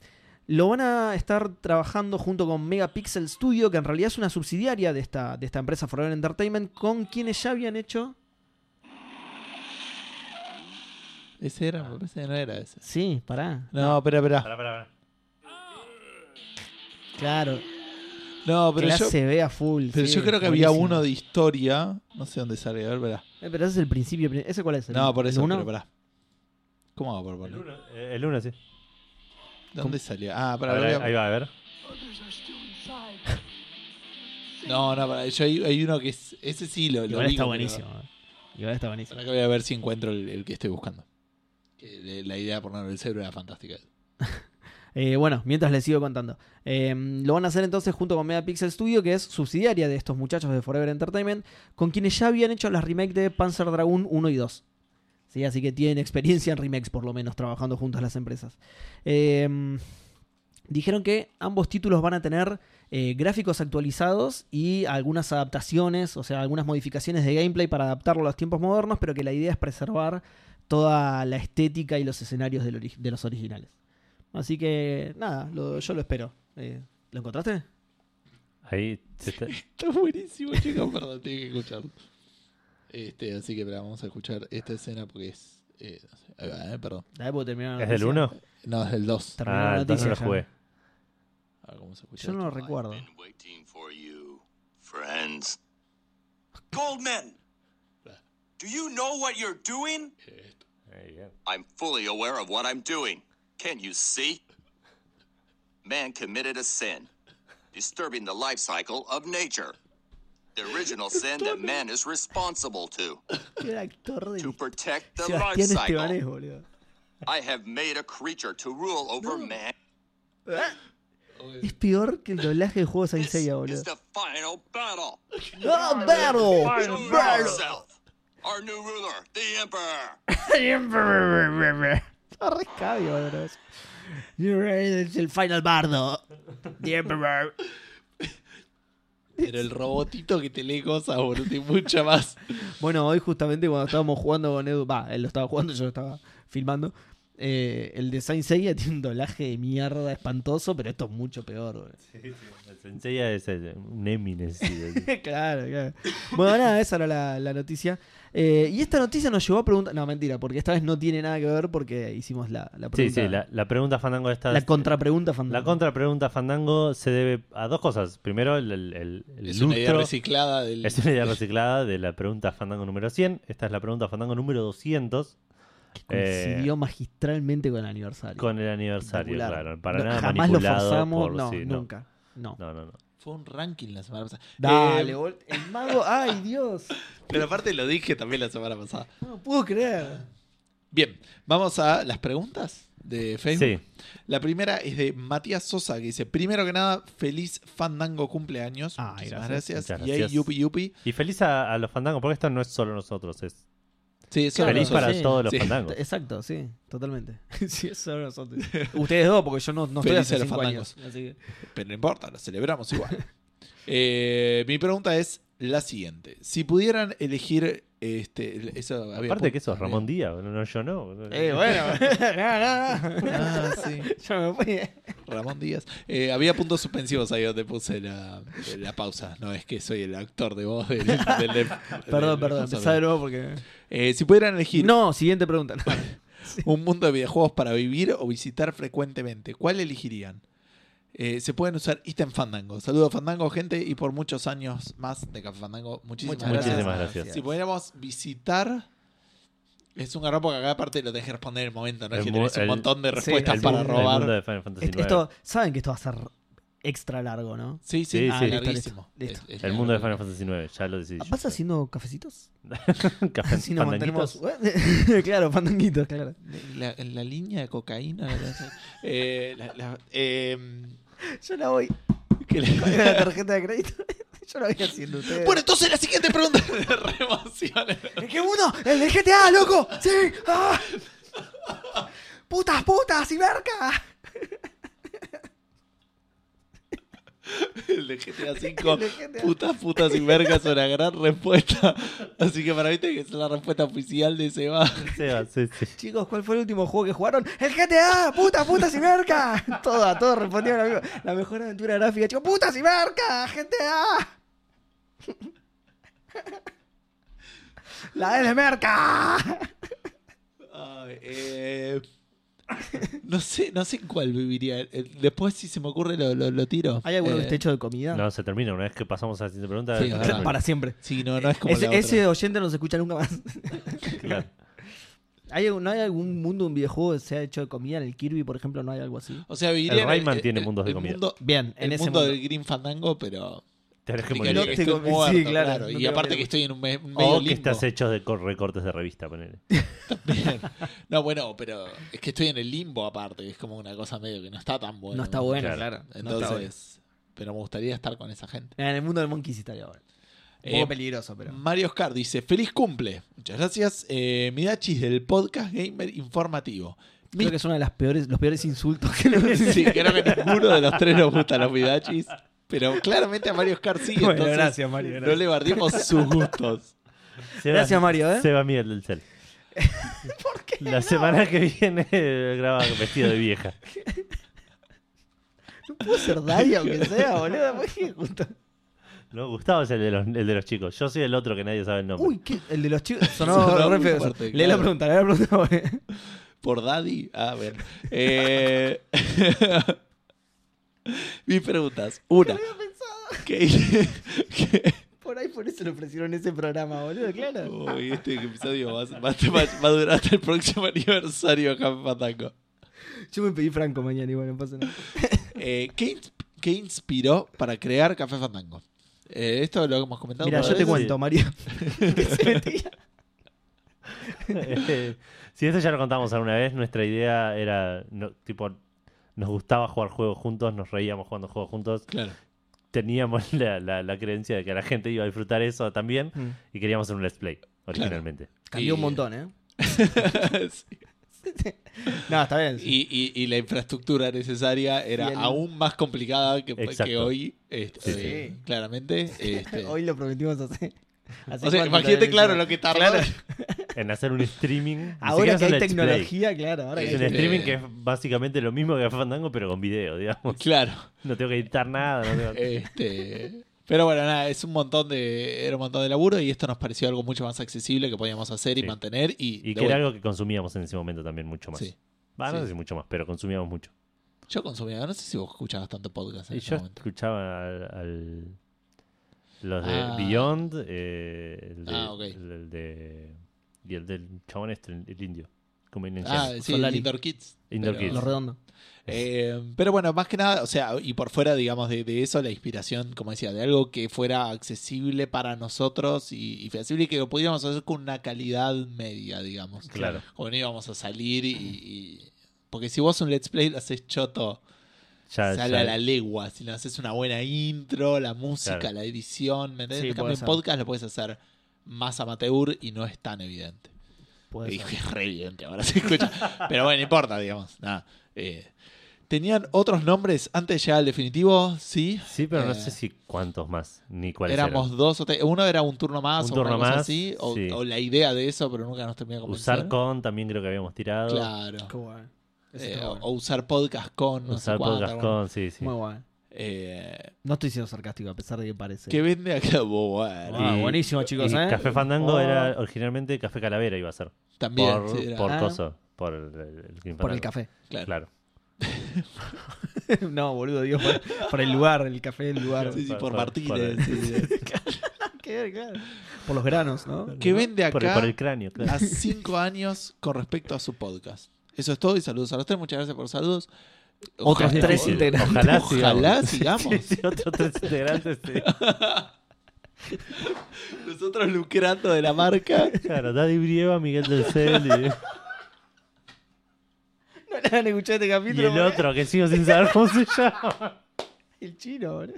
lo van a estar trabajando junto con Megapixel Studio, que en realidad es una subsidiaria de esta, de esta empresa Forever Entertainment, con quienes ya habían hecho.
Ese era, me parece que no era ese.
Sí, Ah. pará.
No, espera, espera.
Pará, pará, pará.
Claro,
No, pero, yo,
clase B a full.
pero
sí,
yo creo que había
buenísimo.
uno de historia. No sé dónde sale, a ver, verá.
Eh, pero ese es el principio. pri- ¿Ese cuál es? ¿El-
No, por
el
eso,
uno?
pero pará. ¿Cómo hago por
El
poner?
1, Eh, el uno, sí.
¿Dónde salió? Ah,
A
pará,
ver, ahí,
lo voy a-
ahí va, a ver.
No, no, pará. Yo hay, hay uno que es. Ese sí lo, lo
Igual
vi,
está
pero-
buenísimo. eh. Igual está buenísimo.
Ahora que voy a ver si encuentro el, el que estoy buscando. Que le- La idea de ponerlo en el cerebro era fantástica.
Eh, bueno, mientras les sigo contando. Eh, lo van a hacer entonces junto con Megapixel Studio, que es subsidiaria de estos muchachos de Forever Entertainment, con quienes ya habían hecho las remakes de Panzer Dragoon 1 y 2. ¿Sí? Así que tienen experiencia en remakes, por lo menos, trabajando juntas las empresas. Eh, dijeron que ambos títulos van a tener eh, gráficos actualizados y algunas adaptaciones, o sea, algunas modificaciones de gameplay para adaptarlo a los tiempos modernos, pero que la idea es preservar toda la estética y los escenarios del ori- de los originales. Así que nada, lo- yo lo espero. Eh, ¿Lo encontraste?
Ahí se está-
Está buenísimo, chicos. Perdón, tiene que escucharlo. Este, así que esperá, vamos a escuchar esta escena porque es. eh, no sé. Ahí va, eh, perdón.
Dale, porque terminó la
¿Es del
noticia.
1?
No, es el 2.
Terminó la
Ah, entonces no lo
noticia
jugué.
ya.
A ver cómo se escucha.
Yo no lo
esto.
recuerdo.
Been waiting for you, friends. Goldman! Do you know what you're doing?
Ahí, bien.
I'm fully aware of what I'm doing. Can't you see? Man committed a sin, disturbing the life cycle of nature. The original sin that man is responsible to,
Qué actor
to
de
protect the life
Sebastián Estebanés,
cycle.
boludo.
I have made a creature to rule over man.
Es peor que el doblaje de juegos de
This
Seiya, boludo.
is the final battle.
¡Ah, battle!
Choose yourself. Our new ruler, the Emperor.
Está re escabio, boludo.
Es el final bardo. The Emperor.
Pero el robotito que te lee cosas, boludo, y mucha más.
Bueno, hoy justamente cuando estábamos jugando con Edu, va, él lo estaba jugando, yo lo estaba filmando. eh, el Design Seiya tiene un doblaje de mierda espantoso, pero esto es mucho peor, boludo.
El sensei es el- un Eminencia.
claro, claro. Bueno, nada, esa era la, la noticia. Eh, y esta noticia nos llevó a preguntar. No, mentira, porque esta vez no tiene nada que ver porque hicimos la, la
Sí,
pregunta.
sí, la, la pregunta fandango esta.
la contrapregunta
la
fantástica.
contrapregunta fandango se debe a dos cosas. Primero, el, el, el- el
Es una idea
lustro-
reciclada del.
Es una idea reciclada de la pregunta fandango número 100. Esta es la pregunta fandango número 200
Coincidió magistralmente con el aniversario.
eh, con el aniversario.
Espectacular.
Claro, para
No,
nada
jamás lo
manipulado
forzamos,
por-
no,
sí,
nunca. No.
No, no, no.
Fue un ranking la semana pasada.
Dale,
Eh,
bol- el mago, ay Dios,
pero aparte lo dije también la semana pasada.
no lo puedo creer.
Bien, vamos a las preguntas de Facebook.
Sí.
La primera es de Matías Sosa, que dice: Primero que nada, feliz fandango cumpleaños.
Ay,
Muchísimas
gracias.
gracias.
Muchas
Y ahí,
Ah, gracias.
yupi, yupi.
Y feliz a, a los fandangos, porque esto no es solo nosotros, es
Sí, eso
Claro,
no
feliz
sos-
para
sí.
todos los
Sí.
fandangos.
Exacto, sí, totalmente. sí, eso ahora nosotros. Ustedes dos, porque yo no, no estoy
Felices
hace
los
cinco
fandangos.
años. así que-
Pero no importa, lo celebramos igual. Eh, mi pregunta es la siguiente. Si pudieran elegir este el- eso había
Aparte que
puesto
eso es Ramón Díaz, no, no, yo no. boludo.
Eh, bueno, no, no, no.
Ah, sí,
Yo me fui. eh.
Ramón Díaz. Eh, había puntos suspensivos ahí donde puse la, la pausa. No es que soy el actor de voz del, del- del- del-
Perdón, perdón,
del-
empezá de nuevo porque.
Eh, si pudieran elegir
No, siguiente pregunta. No.
un mundo de videojuegos para vivir o visitar frecuentemente, ¿cuál elegirían? Eh, se pueden usar Isten Fandango. Saludos Fandango, gente, y por muchos años más de Café Fandango. Muchísimas,
Muchas
gracias.
Muchísimas gracias.
Si pudiéramos visitar. Es un garrón porque acá aparte lo tenés que responder en el momento, ¿no? Es que
El mu-
tenés un
el-
montón de respuestas
el,
para
mundo- el mundo
robar.
de Final Fantasy
Est-
IX.
Esto, saben que esto va a ser extra largo, ¿no?
Sí, sí,
Sí,
ah,
sí.
larguísimo.
Listo, listo.
Es- es
El mundo de Final
largo.
Fantasy IX, ya lo decidí.
¿Vas haciendo cafecitos?
Café-
Si nos
fandanguitos.
mantenemos. claro, fandanguitos, claro.
La, la línea de cocaína. la verdad. Eh, la- la- em,
Yo la voy.
que
Con
la-
la tarjeta de crédito. Yo la voy haciendo ustedes.
Bueno, entonces la siguiente pregunta. Re emociones.
¡El que uno! ¡El del GTA, loco! ¡Sí! ¡Ah! ¡Putas, putas y verga!
El de GTA V.
El de GTA.
Putas, putas y vergas. Una gran respuesta. Así que para mí tiene que es la respuesta oficial de Seba.
Seba, sí, sí.
Chicos, ¿cuál fue el último juego que jugaron? ¡El GTA! ¡Putas, putas y verga! Todas, todos respondieron lo mismo. La mejor aventura gráfica, chicos. ¡Putas y verga! ¡GTA! ¡La L merca!
Ay, eh, no sé, no sé en cuál viviría. Eh, Después si se me ocurre lo, lo- lo tiro.
¿Hay alguno
Eh,
que esté hecho de comida?
No, se termina. Una vez que pasamos a la siguiente pregunta.
Sí,
se
ahora.
termina.
Para siempre.
Sí, no, no es como
Ese,
la otra.
ese oyente no se escucha nunca más.
Claro.
¿Hay, algún- ¿No hay algún mundo, un videojuego que sea hecho de comida? En el Kirby, por ejemplo, no hay algo así.
O sea, viviría
El Rayman
en-
tiene
en-
mundos de
el
comida.
mundo-
Bien, en
el
ese
mundo
mundo.
del Green Fandango, pero
Tenés que
explicaría
morir.
que
te
estoy
convencí,
muerto,
claro,
claro.
no
Y
te
aparte que
convencí.
estoy en un me- un medio
O que
limbo.
estás hecho de cor- recortes de revista, ponele.
Bien. No, bueno, pero es que estoy en el limbo aparte, es como una cosa medio que no está tan buena.
no está bueno,
claro.
claro. No está bueno.
Entonces, pero me gustaría estar con esa gente.
En el mundo del Monkey sí estaría bueno. Un poco
Eh,
peligroso, pero.
Mario Oscar dice, feliz cumple. Muchas gracias. Eh, Midachis del podcast Gamer Informativo.
Creo que es uno de las peores, los peores insultos que le
Sí, creo que ninguno de los tres nos gustan los Midachis. Pero claramente a Mario Oscar sí,
Bueno,
entonces
gracias, Mario.
no le barrimos sus gustos.
Seba-
Gracias, Mario, ¿eh?
Seba Miguel del Cel. La semana que viene eh, graba vestido de vieja.
No puedo ser Daddy, aunque sea, boludo. ¿por qué justo?
No, Gustavo es el de, los, el de los chicos. Yo soy el otro que nadie sabe el nombre.
Uy, ¿qué? el de los chicos. Sonó,
Sonó
re
muy
feo.
fuerte,
Le la
claro.
pregunta, le la pregunta. boludo.
Por Daddy. A ver. Eh... Mis preguntas. Una. ¿Qué, qué-
Por ahí, por eso le ofrecieron ese programa, boludo, claro.
Uy, este episodio va, va- va- va a durar hasta el próximo aniversario acá en Pataco.
Yo me pedí Franco mañana, igual no pasa nada.
Eh, ¿qué, ins- qué inspiró para crear Café Fandango? Eh, esto lo hemos comentado.
Mira,
una
yo te
vez.
cuento, Mario. Que se metía.
Eh, si esto ya lo contamos alguna vez, nuestra idea era no, tipo Nos gustaba jugar juegos juntos, nos reíamos jugando juegos juntos.
Claro.
Teníamos la, la- la creencia de que la gente iba a disfrutar eso también y queríamos hacer un let's play originalmente.
Cambió un
Y-
montón, ¿eh?
Sí.
No, está bien.
y, y- y la infraestructura necesaria era
Y el-
aún más complicada que,
Exacto.
que hoy. este,
Sí, sí.
eh, Claramente. este.
Hoy lo prometimos hacer. Hace
o sea,
cuánto
imagínate,
también,
claro,
¿no?
lo que tardó.
En hacer un streaming. ni siquiera
Ahora que
hacer
hay
let's play.
tecnología, claro. Ahora que
Es
hay
un
Este-
streaming que es básicamente lo mismo que Fandango, pero con video, digamos.
Claro.
No tengo que editar nada. no tengo-
Eh,
Este, pero bueno, nada, es un montón de era un montón de laburo y esto nos pareció algo mucho más accesible que podíamos hacer y
Sí.
mantener y,
Y
de
que era
vuelta.
algo que consumíamos en ese momento también mucho más.
Sí.
Va, no
Sí.
sé si mucho más, pero consumíamos mucho.
Yo consumía, no sé si vos escuchabas tanto podcast en
Y
ese
yo
momento.
escuchaba al, al- los de
Ah.
Beyond, eh, el, de,
Ah, ok.
el- el de- y el del chabón este, el, el indio. Como Indian
Ah,
Chef.
sí,
Solari.
Indoor Kids.
Indoor
pero-
Kids.
Lo redondo.
Eh, pero bueno, más que nada, o sea, y por fuera, digamos, de, de eso, la inspiración, como decía, de algo que fuera accesible para nosotros y, y feasible y que lo pudiéramos hacer con una calidad media, digamos.
Claro.
O no íbamos a salir y, y- Porque si vos un Let's Play lo haces choto,
Ya-
sale
ya-
a la legua. Si no haces una buena intro, la música,
Claro.
la edición, ¿me entendés?
Sí,
en cambio,
puede
en
ser.
podcast lo puedes hacer más amateur y no es tan evidente.
Puede
Y
ser.
es re evidente, ahora se escucha. Pero bueno, no importa, digamos. nada. Eh, ¿Tenían otros nombres antes de llegar al definitivo? Sí.
Sí, pero no
Eh,
sé si cuántos más, ni cuáles
Éramos
eran.
dos o tres. Uno era un turno más
Un
o una
turno
cosa
más,
así. O,
sí.
o la idea de eso, pero nunca nos terminó de convencer.
Usar con también creo que habíamos tirado.
Claro.
Qué guay. Ese
Eh,
está
o,
bueno.
o usar podcast con, no
Usar
sé cuánto,
podcast
bueno.
con, sí, sí.
Muy guay.
Eh,
No estoy siendo sarcástico, a pesar de que parece.
Que vende acá, bueno,
Ah,
Y-
buenísimo, chicos,
y
¿eh?
Café Fandango
Oh.
era originalmente Café Calavera iba a ser.
También.
por
sí, era-
por
Ah.
coso, por el, el- el Café
Por el
Fandango.
café.
claro.
Claro.
no, boludo, digo, por, por el lugar, el café del lugar.
Sí, sí,
Por-
por
por-
Martínez.
por-
sí, sí.
Qué claro. Por los granos, ¿no?
Que vende acá.
Por, el, por el cráneo, claro.
a cinco años con respecto a su podcast. Eso es todo y saludos a los tres. Muchas gracias por los saludos.
Otros
Ojalá-
tres integrantes.
Ojalá,
Ojalá
sigamos.
sigamos.
Sí, sí, otros tres integrantes. sí.
Nosotros lucrando de la marca.
Claro, Daddy Brieva, Miguel del Cel y,
No le han escuchado este
y
capítulo.
el otro que sigo sin saber cómo se llama.
El chino, boludo.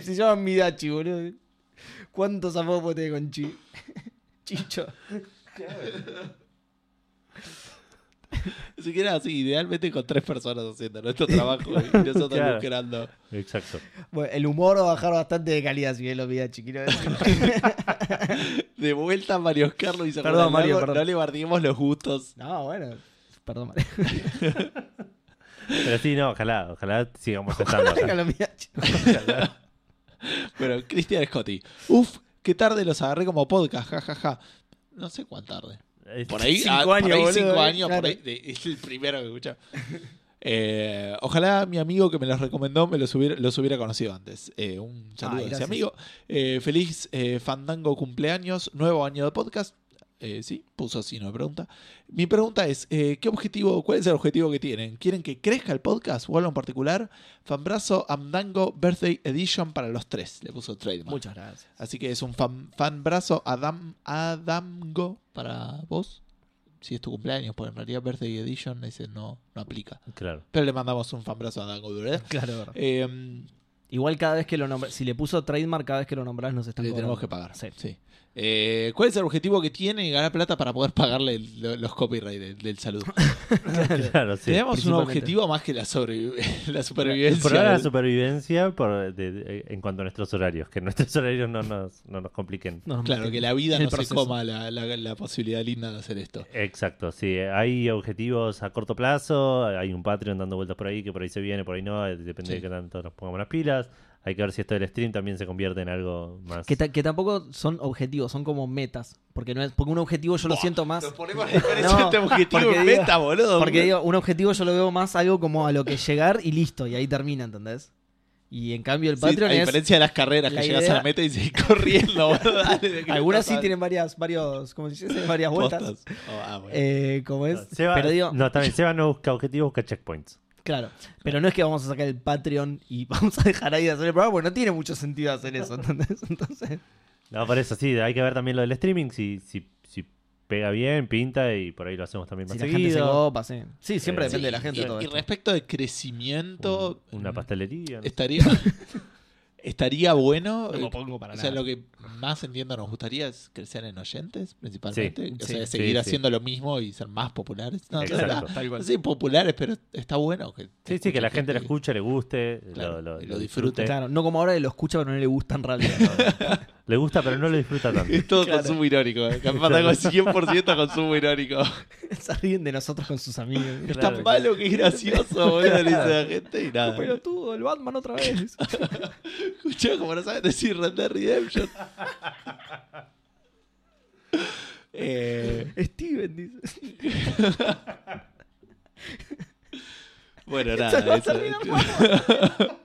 Se llama Midachi, boludo. ¿Cuántos apopos tiene con chi? Chicho.
Así que nada, sí, idealmente con tres personas haciendo nuestro trabajo y nosotros
Claro.
lucrando.
Exacto.
Bueno, el humor va a bajar bastante de calidad si bien los Midachi, quiero decir.
De vuelta a Mario Carlos y se
Perdón,
acuerdan de
Mario,
algo,
perdón.
no le bardiemos los gustos.
No, bueno. Perdón,
Pero sí, no, ojalá, ojalá sigamos estando acá.
Mario. Midachi.
Bueno, Cristian Scotti. Uf, qué tarde los agarré como podcast, jajaja. No sé cuán tarde. Por ahí,
Este, Cinco
ah, por
años,
ahí
boludo,
cinco
eh,
años, por
claro.
ahí, de- es el primero que escucha. Eh, ojalá mi amigo que me los recomendó me los hubiera, los hubiera conocido antes. Eh, un saludo
Ay,
a ese
gracias.
amigo. Eh, feliz eh, fandango cumpleaños, nuevo año de podcast. Eh, sí, puso así, no me pregunta. Mi pregunta es, eh, ¿qué objetivo, cuál es el objetivo que tienen? ¿Quieren que crezca el podcast o algo en particular? Fanbrazo Amdango Birthday Edition para los tres, le puso trademark.
Muchas gracias.
Así que es un fan, fanbrazo Adam, Adamgo para vos. Si es tu cumpleaños, porque en realidad Birthday Edition ese no, no aplica.
Claro.
Pero le mandamos un fanbrazo a Adamgo, ¿verdad?
Claro, verdad.
Eh,
Igual cada vez que lo nombras, si le puso trademark, cada vez que lo nombras nos están
le tenemos
cobrando.
que pagar.
Sí.
Sí. Eh, ¿Cuál es el objetivo que tiene ganar plata para poder pagarle el- lo- los copyright del, del saludo?
Claro, sí.
Tenemos un
principalmente.
objetivo más que la, sobrevi- la supervivencia.
Por ahora la
del-
supervivencia por, de- de- en cuanto a nuestros horarios, que nuestros horarios no nos, no nos compliquen.
No, no,
claro, que la vida
El
no se
proceso.
coma la, la- la posibilidad linda de hacer esto.
Exacto, sí, eh, hay objetivos a corto plazo, hay un Patreon dando vueltas por ahí, que por ahí se viene, por ahí no, eh, depende
Sí.
de qué tanto nos pongamos las pilas, hay que ver si esto del stream también se convierte en algo más...
Que, ta- que tampoco son objetivos, son como metas. Porque no es porque un objetivo yo lo siento más.
ponemos diferencia
No,
entre Este objetivo
porque
y
digo-
meta, boludo.
Porque digo, un objetivo yo lo veo más algo como a lo que llegar y listo, y ahí termina, ¿entendés? Y en cambio el
Sí,
Patreon
a
es.
diferencia de las carreras,
la
que llegas a la
idea-
meta y seguís corriendo. boludo, dale, de que
Algunas
no
sí tienen varias, varios, como si dijese, varias
postas.
vueltas.
Oh, ah, bueno.
Eh, como es.
Seba-
pero digo,
No, también Seba no busca objetivos, busca checkpoints.
claro. Pero no es que vamos a sacar el Patreon y vamos a dejar ahí de hacer el programa, porque no tiene mucho sentido hacer eso, ¿entendés? Entonces.
No, por eso sí, hay que ver también lo del streaming, si, si, si pega bien, pinta y por ahí lo hacemos también más
Si la gente se
seguido.
copa, sí. Sí, siempre
Eh,
depende de la gente
y,
todo
y
esto.
respecto de
eh,
crecimiento,
Un- una pastelería. no sé.
estaría, estaría bueno.
No
eh,
me pongo para
O sea,
nada.
lo que más entiendo nos gustaría es crecer en oyentes, principalmente.
Sí,
o sea,
sí,
seguir
sí.
haciendo lo mismo y ser más populares. No, no,
Exacto.
no,
Tal cual.
no sé, populares, pero está bueno. Que
Sí, sí, que la gente lo
escuche
escuche, le guste,
Claro,
lo, lo-
y
lo
lo
disfrute.
disfrute.
Claro, no como ahora que lo escucha pero no le gusta en realidad.
Le gusta, pero no lo disfruta tanto.
Es todo consumo irónico. eh. Campana es 100% consumo irónico.
se ríen de nosotros con sus amigos.
Es
Claro.
tan malo que es gracioso, boludo, dice la gente y nada.
Pero tú, el Batman otra vez.
Escuchá como no sabes decir Red Dead Redemption. Eh,
Steven dice.
bueno, nada. eso.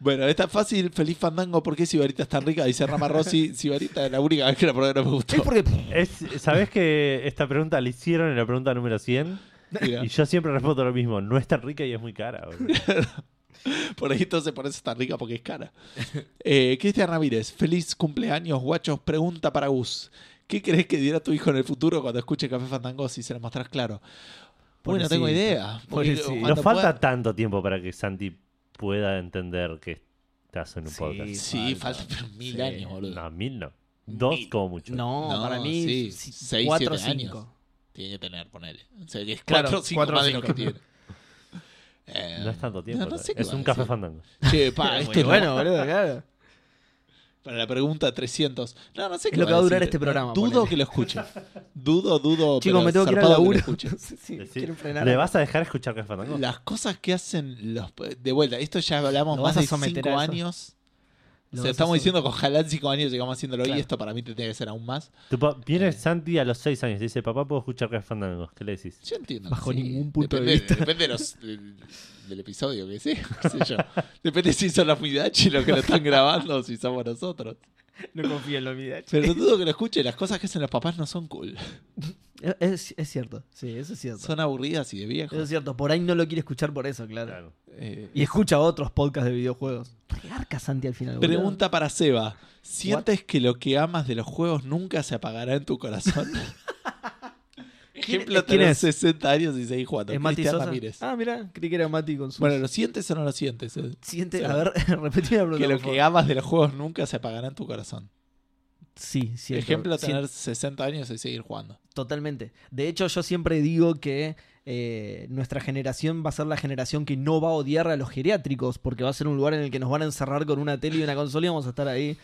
bueno, está fácil. Feliz fandango. ¿Por qué Sibarita es tan rica? Dice Rama Rossi. Sibarita es la única vez que la probé no me gustó.
Es porque.
Es- ¿Sabés que esta pregunta la hicieron en la pregunta número 100?
Mira,
Y yo siempre respondo lo mismo. No es tan rica y es muy cara. boludo.
por ahí entonces por eso es tan rica porque es cara. Eh, Cristian Ramírez. Feliz cumpleaños, guachos. Pregunta para Gus. ¿Qué crees que diera tu hijo en el futuro cuando escuche Café Fandango si se lo mostrás claro? Bueno, no tengo
Pobrecito.
idea. Porque
Pobrecito.
cuando
Nos falta
pueda-
tanto tiempo para que Santi pueda entender que estás en un
Sí.
podcast.
Sí,
falta.
falta pero mil
Sí.
años, boludo.
No, mil no. Dos
Mil.
como mucho.
No,
No,
para mí.
sí,
si-
seis,
cuatro,
siete años.
cinco.
Tiene que tener, ponele. O sea, que es
Claro,
4 o 5
cuatro o
más de lo que
cinco.
tiene. Eh,
No es tanto tiempo.
no, no sé qué
es
va a
un café
decir.
fandango.
Che, pa,
Muy
esto es
bueno,
bueno.
boludo, claro.
Para la pregunta 300. No, no sé
Es
qué
lo que va a durar
decir.
este programa,
Dudo
ponele.
que lo escuche. Dudo, dudo.
Chicos,
pero
me tengo que ir al
zarpado lo
laburo.
escuche.
No sé si
Decí,
quieren frenar.
¿Le vas a dejar escuchar café fandango?
Las cosas que hacen los. De vuelta, esto ya hablamos
¿Lo
más
vas a
de
someter
5
a eso?
años. O sea,
Lo vas a
estamos
hacer.
diciendo que ojalá en 5 años llegamos haciéndolo hoy.
Claro.
Esto para mí te tiene que ser aún más.
Tu pa- viene Santi a los seis años y dice, papá, ¿puedo escuchar café fandango? ¿Qué le decís?
Yo entiendo.
Bajo
sí.
ningún punto de
Depende-
vista.
Depende de los- del, del episodio que sí, qué sé yo. Depende si son las Fuidachi los que lo están grabando o si somos nosotros.
No confío en la vida. che.
Pero dudo que lo escuche. Las cosas que hacen los papás no son cool.
Es, es cierto, sí, eso es cierto.
Son aburridas y de
Eso es
viejos.
cierto, por ahí no lo quiere escuchar por eso, claro.
Claro.
Eh,
Y escucha otros podcasts de videojuegos. Regarca Santi al final. boludo.
pregunta para Seba. ¿Sientes que lo que amas de los juegos nunca se apagará en tu corazón? Ejemplo,
quién
tenés
es?
60 años y seguís jugando.
¿Es Mati
Cristian
Sosa?
Ramírez.
Ah, mira, creí que era Mati con su.
Bueno, ¿lo sientes o no lo sientes? Eh,
Siguiente,
Seba.
a ver, repetí la pregunta.
Que
por
lo
favor.
que amas de los juegos nunca se apagará en tu corazón.
Sí, sí.
Ejemplo,
sí,
tener 60 años y seguir jugando.
Totalmente. De hecho, yo siempre digo que eh, nuestra generación va a ser la generación que no va a odiar a los geriátricos, porque va a ser un lugar en el que nos van a encerrar con una tele y una consola y vamos a estar ahí.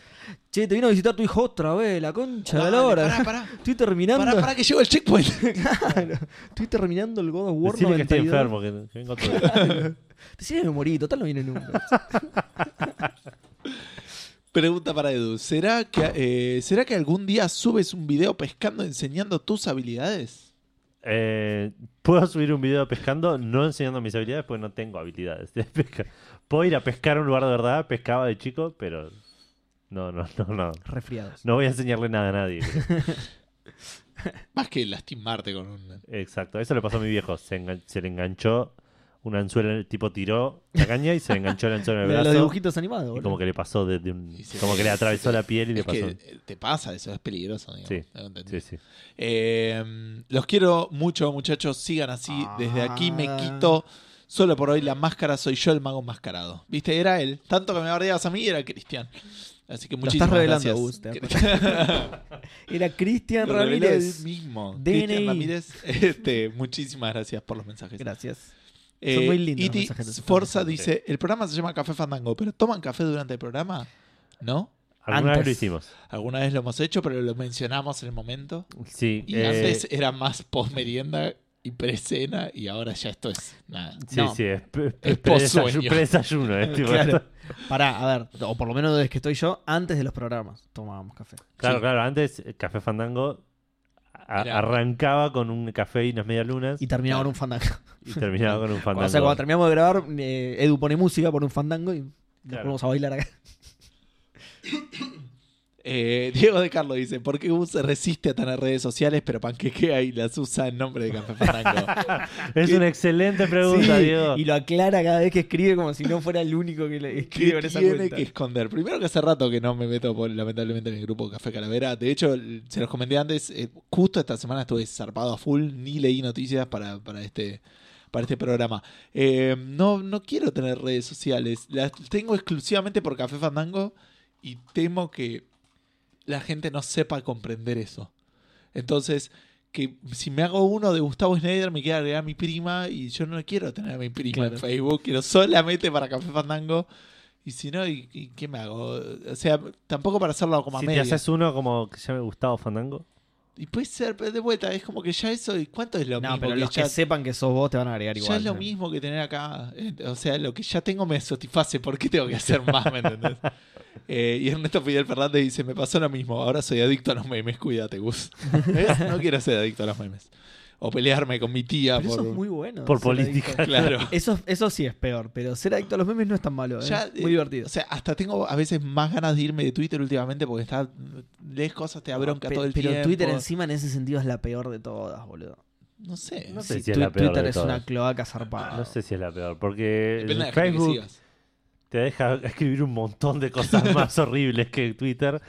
Che, te vino a visitar tu hijo otra vez, la concha de la
Dale,
hora.
Pará, pará.
Estoy terminando.
Pará, pará que llego al checkpoint.
Claro. Estoy terminando el God of War.
Decirle que estoy
92.
enfermo, que, que vengo otro día.
Decirle que me morí, total no viene nunca.
Pregunta para Edu. ¿Será que, eh, ¿Será que algún día subes un video pescando enseñando tus habilidades?
Eh, Puedo subir un video pescando, no enseñando mis habilidades, porque no tengo habilidades de pesca. Puedo ir a pescar a un lugar de verdad, pescaba de chico, pero no, no, no, no.
Resfriados.
No voy a enseñarle nada a nadie.
Más que lastimarte con un...
Exacto, eso le pasó a mi viejo. Se, engan- se le enganchó un anzuelo, el tipo tiró la caña y se le enganchó el anzuelo en el
Lo de Los
brazo.
dibujitos animados,
Y
boludo.
como que le pasó de, de un-
Y se-
como que le atravesó la piel y le
Es que
pasó.
eh, te pasa eso, es peligroso. digamos.
Sí,
Tengo entendido.
Sí, sí.
Eh, los quiero mucho, muchachos. Sigan así. Desde aquí me quito. Solo por hoy la máscara soy yo, el mago enmascarado. Viste, era él. Tanto que me bardeabas a mí, era Cristian. Así que
estás
muchísimas
revelando,
gracias.
Gus, te das Era Cristian
Lo revelé
Ramírez.
él mismo.
DNI.
Cristian Ramírez, este, muchísimas gracias por los mensajes.
Gracias.
Eh,
Son muy lindos los
Iti
mensajes de sus
Forza
fans.
dice, el programa se llama Café Fandango, pero ¿toman café durante el programa? ¿No?
Alguna vez lo
Antes.
hicimos.
Alguna vez lo hemos hecho, pero lo mencionamos en el momento.
Sí.
Y
eh,
antes era más post-merienda y pre-cena y ahora ya esto es nada.
Sí,
No.
sí, es, pre-
Es
predesayuno-
posueño.
predesayuno, es tipo-
Claro. Pará, a ver, o por lo menos desde que estoy yo, antes de los programas tomábamos café.
Claro,
Sí.
claro. Antes eh, Café Fandango a-
Era-
arrancaba con un café y unas medialunas
Y
y,
terminaba con un fandango.
terminaba con un fandango.
O sea, cuando terminamos de grabar, eh, Edu pone música por un fandango y nos
Claro.
ponemos a bailar acá.
Eh, Diego de Carlos dice: ¿Por qué Gus se resiste a tener redes sociales, pero panquequea y las usa en nombre de Café Fandango?
Es una excelente pregunta,
Sí,
Diego.
Y lo aclara cada vez que escribe como si no fuera el único que le
¿Qué
escribe en esa
tiene
cuenta.
que esconder? Primero que hace rato que no me meto, por- lamentablemente, en el grupo Café Calavera. De hecho, l- se los comenté antes, eh, justo esta semana estuve zarpado a full, ni leí noticias para, para este para este programa. Eh, no, no quiero tener redes sociales. Las tengo exclusivamente por Café Fandango y temo que la gente no sepa comprender eso. Entonces, que si me hago uno de Gustavo Schneider, me queda agregar a mi prima y yo no quiero tener a mi prima en
Claro.
Facebook, quiero solamente para Café Fandango. Y si no, ¿y, y qué me hago? O sea, tampoco para hacerlo como a
Si te
medias.
haces uno como que se llame Gustavo Fandango.
Y puede ser, pero de vuelta, es como que ya eso, ¿y cuánto es lo
No,
mismo?
pero
que
los
ya-
que sepan que sos vos te van a agregar igual.
ya es lo mismo que tener acá. eh, O sea, lo que ya tengo me satisface. ¿Por qué tengo que hacer más? ¿Me entendés? Eh, y Ernesto Fidel Fernández dice: Me pasó lo mismo. Ahora soy adicto a los memes. Cuídate, Gus. ¿Ves? No quiero ser adicto a los memes. O pelearme con mi tía
Pero
por.
eso es muy bueno.
por
ser
política.
adicto.
Claro.
Eso, eso sí es peor, pero ser adicto a los memes no es tan malo. ¿eh?
Ya, eh,
Muy divertido.
O sea, hasta tengo a veces más ganas de irme de Twitter últimamente porque está, mm, lees cosas, te da bronca
Pe-
todo el
pero
tiempo.
Twitter encima en ese sentido es la peor de todas, boludo.
No sé.
No sé
Sí,
si es
Twi-
la peor
Twitter
de
es
todas.
una cloaca zarpada.
No sé si es la peor, porque
Depende de la gente que
Facebook
sigas.
te deja escribir un montón de cosas más horribles que Twitter.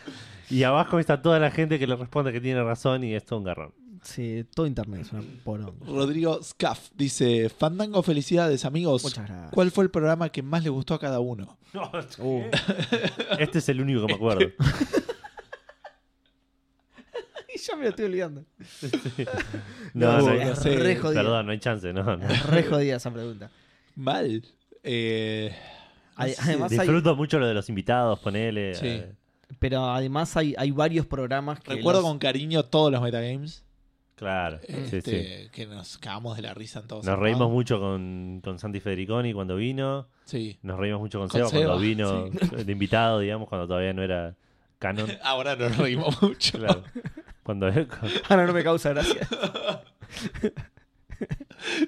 Y abajo está toda la gente que le responde que tiene razón y es todo un garrón.
Sí, todo internet es una poronga.
Rodrigo Scaff dice: Fandango, felicidades, amigos.
Muchas gracias.
¿Cuál fue el programa que más le gustó a cada uno?
Uh,
Este es el único que me acuerdo.
y ya me lo estoy olvidando.
No,
No,
no,
no
hay-
sé,
re jodido.
Perdón, no hay chance, no, no.
Es re jodida esa pregunta.
Mal. Eh, no
Ade-
sé.
además hay,
Disfruto mucho lo de los invitados, ponele.
Sí.
eh,
pero además hay, hay varios programas que
recuerdo
los-
con cariño todos los metagames
Claro, Mm. sí, sí.
este, ah. que nos cagamos de la risa en todos.
Nos reímos mucho con, con Santi Federiconi cuando vino.
Sí.
Nos reímos mucho con,
Con
Seba, cuando
Seba,
vino de invitado, digamos, cuando todavía no era canon.
Ahora nos reímos mucho.
Claro. Cuando,
Ahora no me causa gracia.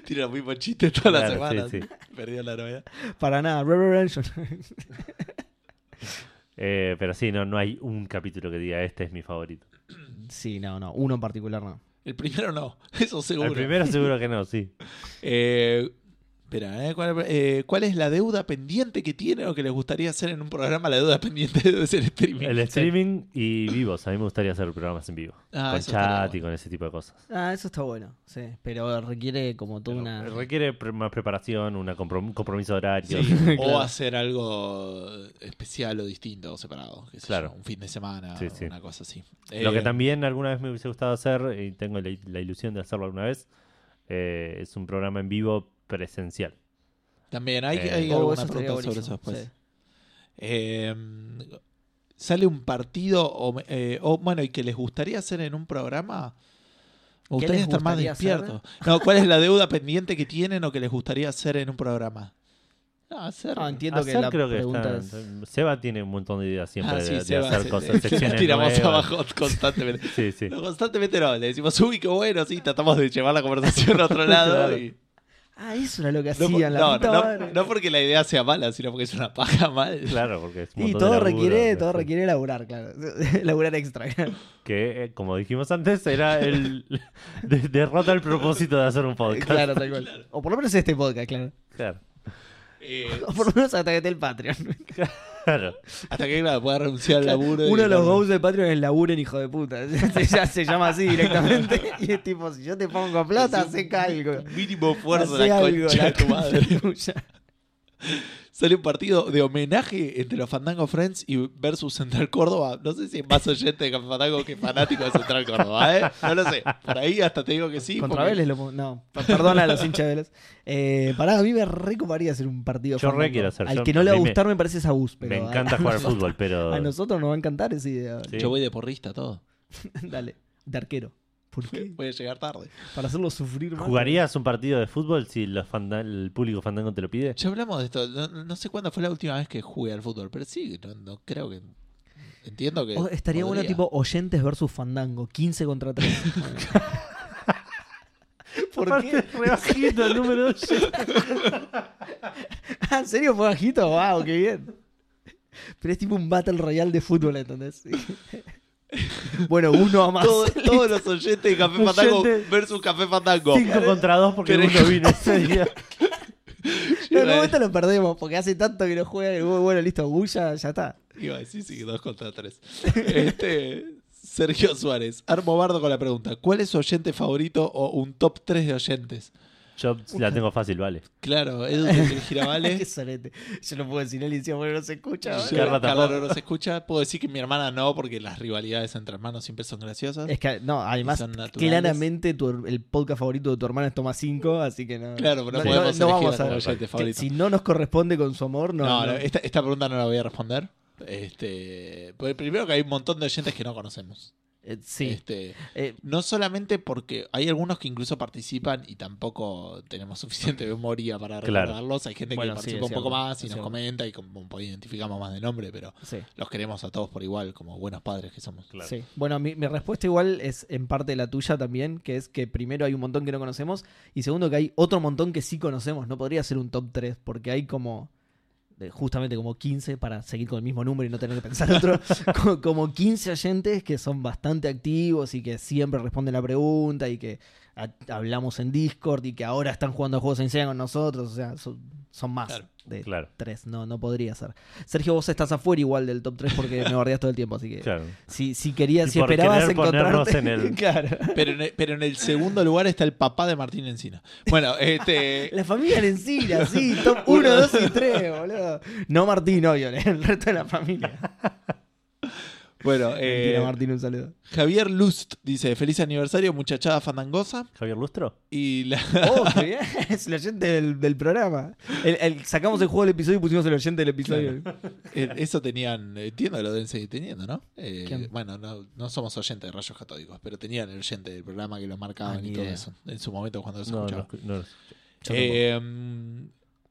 Tira los mismos chistes todas las
Claro,
semanas.
sí,
Perdió la novedad.
Para nada. Reverend
eh, pero sí, no, no hay un capítulo que diga este es mi favorito.
Sí, no, no. Uno en particular no.
El primero no, eso seguro.
El primero seguro que no, sí.
Eh, espera, ¿eh? ¿Cuál, eh, cuál es la deuda pendiente que tiene o que les gustaría hacer en un programa? La deuda pendiente debe ser streaming.
El streaming y vivos. A mí me gustaría hacer programas en vivo.
Ah,
con
eso estaría
chat y
bueno.
con ese tipo de cosas.
Ah, eso está bueno. Sí, pero requiere como toda una.
Requiere pre- más preparación, una comprom- un compromiso de
Sí,
horario.
O
Claro.
hacer algo especial o distinto o separado. qué sé
Claro.
yo, un fin de semana,
Sí, sí.
una cosa así.
Lo que
Eh,
también alguna vez me hubiese gustado hacer, y tengo la, la ilusión de hacerlo alguna vez, eh, es un programa en vivo presencial.
También hay,
Eh,
hay
Oh,
alguna
eso estaría
pregunta sobre
buenísimo,
eso después.
sí.
Eh, ¿Sale un partido o, me- eh, o, bueno, y que les gustaría hacer en un programa? Me
¿Qué
gustaría
les
estar más
gustaría hacer?
despierto. No, ¿cuál es la deuda pendiente que tienen o que les gustaría hacer en un programa? No, hacer.
No, Ah, entiendo que
Hacer
la
creo que
pregunta
está-
es.
Seba tiene un montón de ideas siempre
Ah,
de,
sí,
de
Seba,
hacer
se-
cosas,
le
secciones
tiramos
nuevas.
abajo constantemente.
Sí, sí.
No, constantemente no, le decimos, uy, qué bueno, sí, tratamos de llevar la conversación a otro lado.
Claro.
y-
Ah, eso era lo que
no, por-
hacían. la
no,
puta
no,
madre.
no porque la idea sea mala, sino porque es una paja mal.
Claro, porque es un
y
montón de
todo
laburo,
requiere,
¿no?
todo
Sí.
requiere laburar, claro. laburar extra.
Que, eh, como dijimos antes, era el. de- derrota el propósito de hacer un podcast.
claro, tal cual. O por lo menos este podcast, claro.
Claro.
Eh,
O por lo menos hasta que esté el Patreon.
Claro.
hasta que claro, pueda renunciar al laburo. y
Uno de los
claro,
goals de Patreon es laburen, hijo de puta. Se, ya se llama así directamente. Y es tipo, si yo te pongo plata, hace algo.
Mínimo esfuerzo
Hacé
la
algo,
concha de
la
tu madre.
tuya.
Sale un partido de homenaje entre los Fandango Friends y versus Central Córdoba. No sé si es más oyente de Fandango que fanático de Central Córdoba, ¿eh? No lo sé. Por ahí hasta te digo que sí.
Contra
porque-
Vélez lo pon- No, per- perdona a los hinchas de Vélez. Eh, pará, a mí me re coparía hacer un partido.
Yo re
fandango.
quiero hacer,
Al
yo-
que no le
a
va a
mí me-
gustar me parece Sabús, pero.
Me
a-
encanta jugar al fútbol, pero.
A nosotros nos va a encantar esa idea.
Sí.
Yo voy de porrista todo.
Dale, de arquero. ¿Por qué?
Voy a llegar tarde.
Para hacerlo sufrir más.
¿Jugarías un partido de fútbol si los fanda- el público fandango te lo pide?
Ya hablamos de esto. No, no sé cuándo fue la última vez que jugué al fútbol, pero sí, no, no creo que. Entiendo que.
O- Oh, estaría bueno,
podría.
tipo, oyentes versus fandango. 15 contra 3. ¿Por qué?
Rebajito el número 8.
Ah, ¿En serio fue bajito? ¡Wow! ¡Qué bien! Pero es tipo un Battle Royale de fútbol, ¿entendés? bueno, uno a más.
Todo- todos los oyentes de Café Fandango
Oyentes.
versus Café Fandango.
5 contra 2 porque
Pero-
uno vino ese día.
No, en un
Eh,
momento lo perdemos, porque hace tanto que no juega. y Bueno, listo, Bulla, ya está.
Iba a decir, sí, dos contra tres. Este, Sergio Suárez, Armo Bardo con la pregunta: ¿Cuál es su oyente favorito o un top 3 de oyentes?
Yo la tengo fácil, vale.
Claro, Edu del
Qué
Giravale.
solete. Yo no puedo decir él y decía, bueno, no se escucha.
Yo,
¿vale?
Carla tampoco.
Carla no se escucha. Puedo decir que mi hermana no, porque las rivalidades entre hermanos siempre son graciosas.
Es que, no, además,
son naturales.
claramente tu her- el podcast favorito de tu hermana es Toma 5, así que no.
Claro, pero
no,
podemos
no- no
elegir
vamos
a tu
a.
oyente favorito.
Si no nos corresponde con su amor, no.
No,
no.
no, Esta, esta pregunta no la voy a responder. Este, porque primero que hay un montón de oyentes que no conocemos.
Eh, sí.
Este,
Eh,
no solamente porque hay algunos que incluso participan y tampoco tenemos suficiente memoria para
Claro.
recordarlos. Hay gente
Bueno,
que
sí,
participa un
es
poco
cierto,
más y
es
nos
cierto.
comenta y como pues, identificamos más de nombre, pero
sí.
los queremos a todos por igual, como buenos padres que somos.
Claro.
Sí. Bueno, mi, mi respuesta igual es en parte la tuya también, que es que primero hay un montón que no conocemos y segundo que hay otro montón que sí conocemos. No podría ser un top 3 porque hay como de- justamente como 15 para seguir con el mismo número y no tener que pensar otro, co- como 15 oyentes que son bastante activos y que siempre responden la pregunta y que a- hablamos en Discord y que ahora están jugando a juegos en Sega con nosotros, o sea, son, son más
Claro.
de
Claro.
3, no no podría ser. Sergio, vos estás afuera igual del top 3 porque me bardeás todo el tiempo, así que
Claro.
si, si querías,
Y
si
por
esperabas
querer ponernos
encontrarte.
en el-
Claro.
Pero en, el, pero en el segundo lugar está el papá de Martín Encina. Bueno, este.
La familia Lencina, sí, top 1, 2 y 3, boludo. No Martín, obvio, el resto de la familia.
bueno, eh,
Mentira, Martín, un saludo.
Javier Lust dice: Feliz aniversario, muchachada fandangosa.
Javier Lustro.
Y la,
Oh, qué bien. Es el oyente del, del programa. El- el- sacamos el juego del episodio y pusimos el oyente del episodio.
Eh, Eso tenían, entiendo que lo deben seguir teniendo, ¿no? Eh,
¿Quién?
bueno, no, no somos oyentes de rayos catódicos, pero tenían el oyente del programa que lo marcaban
Ah, ni
y todo
idea.
eso en su momento cuando se
No,
escuchaba.
no, no.
Eh, mm,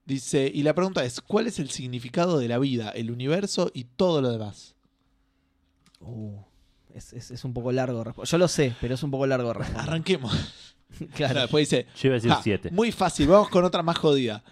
dice, y la pregunta es, ¿cuál es el significado de la vida, el universo y todo lo demás?
Uh, es, es- es un poco largo. resp- Yo lo sé, pero es un poco largo. resp-
Arranquemos. No,
Claro.
después dice,
Yo iba a decir
"Ja,
7.
Ah, muy fácil, vamos con otra más jodida.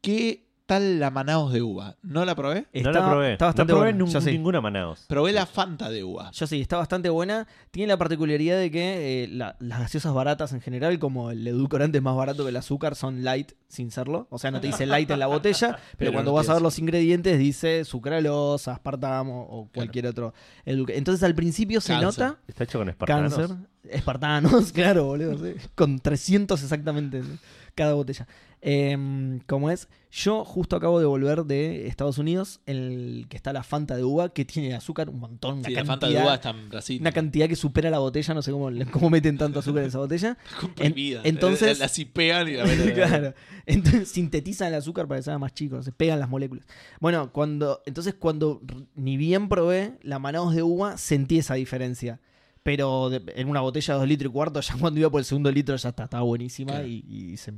¿Qué tal la Manaos de uva? ¿No la probé?
No la
Está-
probé.
Está bastante
no probé
buena.
nun-
Yo sí.
ninguna Manaos.
Probé la Fanta de uva.
Yo sí, está bastante buena. Tiene la particularidad de que eh, la- las gaseosas baratas en general, como el edulcorante es más barato que el azúcar, son light sin serlo. O sea, no te dice light en la botella, pero,
Pero
cuando
no
vas
te
a ver
hace.
los ingredientes dice sucralosa, aspartamo o cualquier otro. edulc- Entonces al principio se
Cáncer.
nota
Está hecho con espartanos.
cáncer, espartanos, claro, boludo, sí. con 300 exactamente ¿no? cada botella. Em, como es, yo justo acabo de volver de Estados Unidos, en el que está la Fanta de uva, que tiene azúcar un montón. una
Sí, la Fanta de
cantidad-
uva está en Brasil.
una cantidad que supera la botella, no sé cómo, le- cómo meten tanto azúcar en esa botella.
comprimida.
en- entonces-
La cipean y la meten en-
claro. Entonces sintetizan el azúcar para que sea más chico, se pegan las moléculas. Bueno, cuando entonces cuando r- ni bien probé la manados de uva, sentí esa diferencia. Pero de- en una botella de 2 litros y cuarto, ya cuando iba por el segundo litro ya está, estaba buenísima
Claro.
y, y se-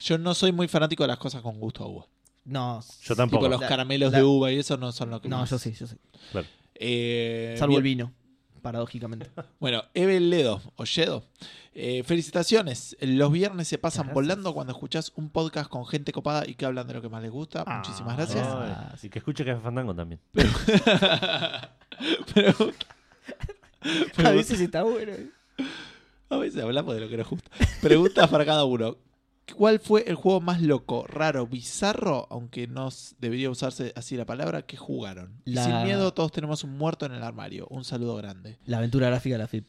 Yo no soy muy fanático de las cosas con gusto a uva.
No,
Yo
Tipo
tampoco.
los
La-
caramelos
la-
de uva y eso no son lo que
no,
más.
yo sí, yo sí.
Claro.
Eh,
Salvo el
bien.
vino, paradójicamente.
Bueno, Evel Ledo, Olledo. Eh, felicitaciones. Los viernes se pasan
Gracias.
volando cuando escuchás un podcast con gente copada y que hablan de lo que más les gusta.
Ah,
Muchísimas gracias.
no.
Ay, y que escuche Café Fandango también.
Pero
A veces está bueno. ¿eh?
a veces hablamos de lo que nos gusta. Preguntas para cada uno. ¿Cuál fue el juego más loco, raro, bizarro, aunque no s- debería usarse así la palabra, que jugaron? Y
La-
Sin miedo, todos tenemos un muerto en el armario. Un saludo grande.
La aventura gráfica de la FIP.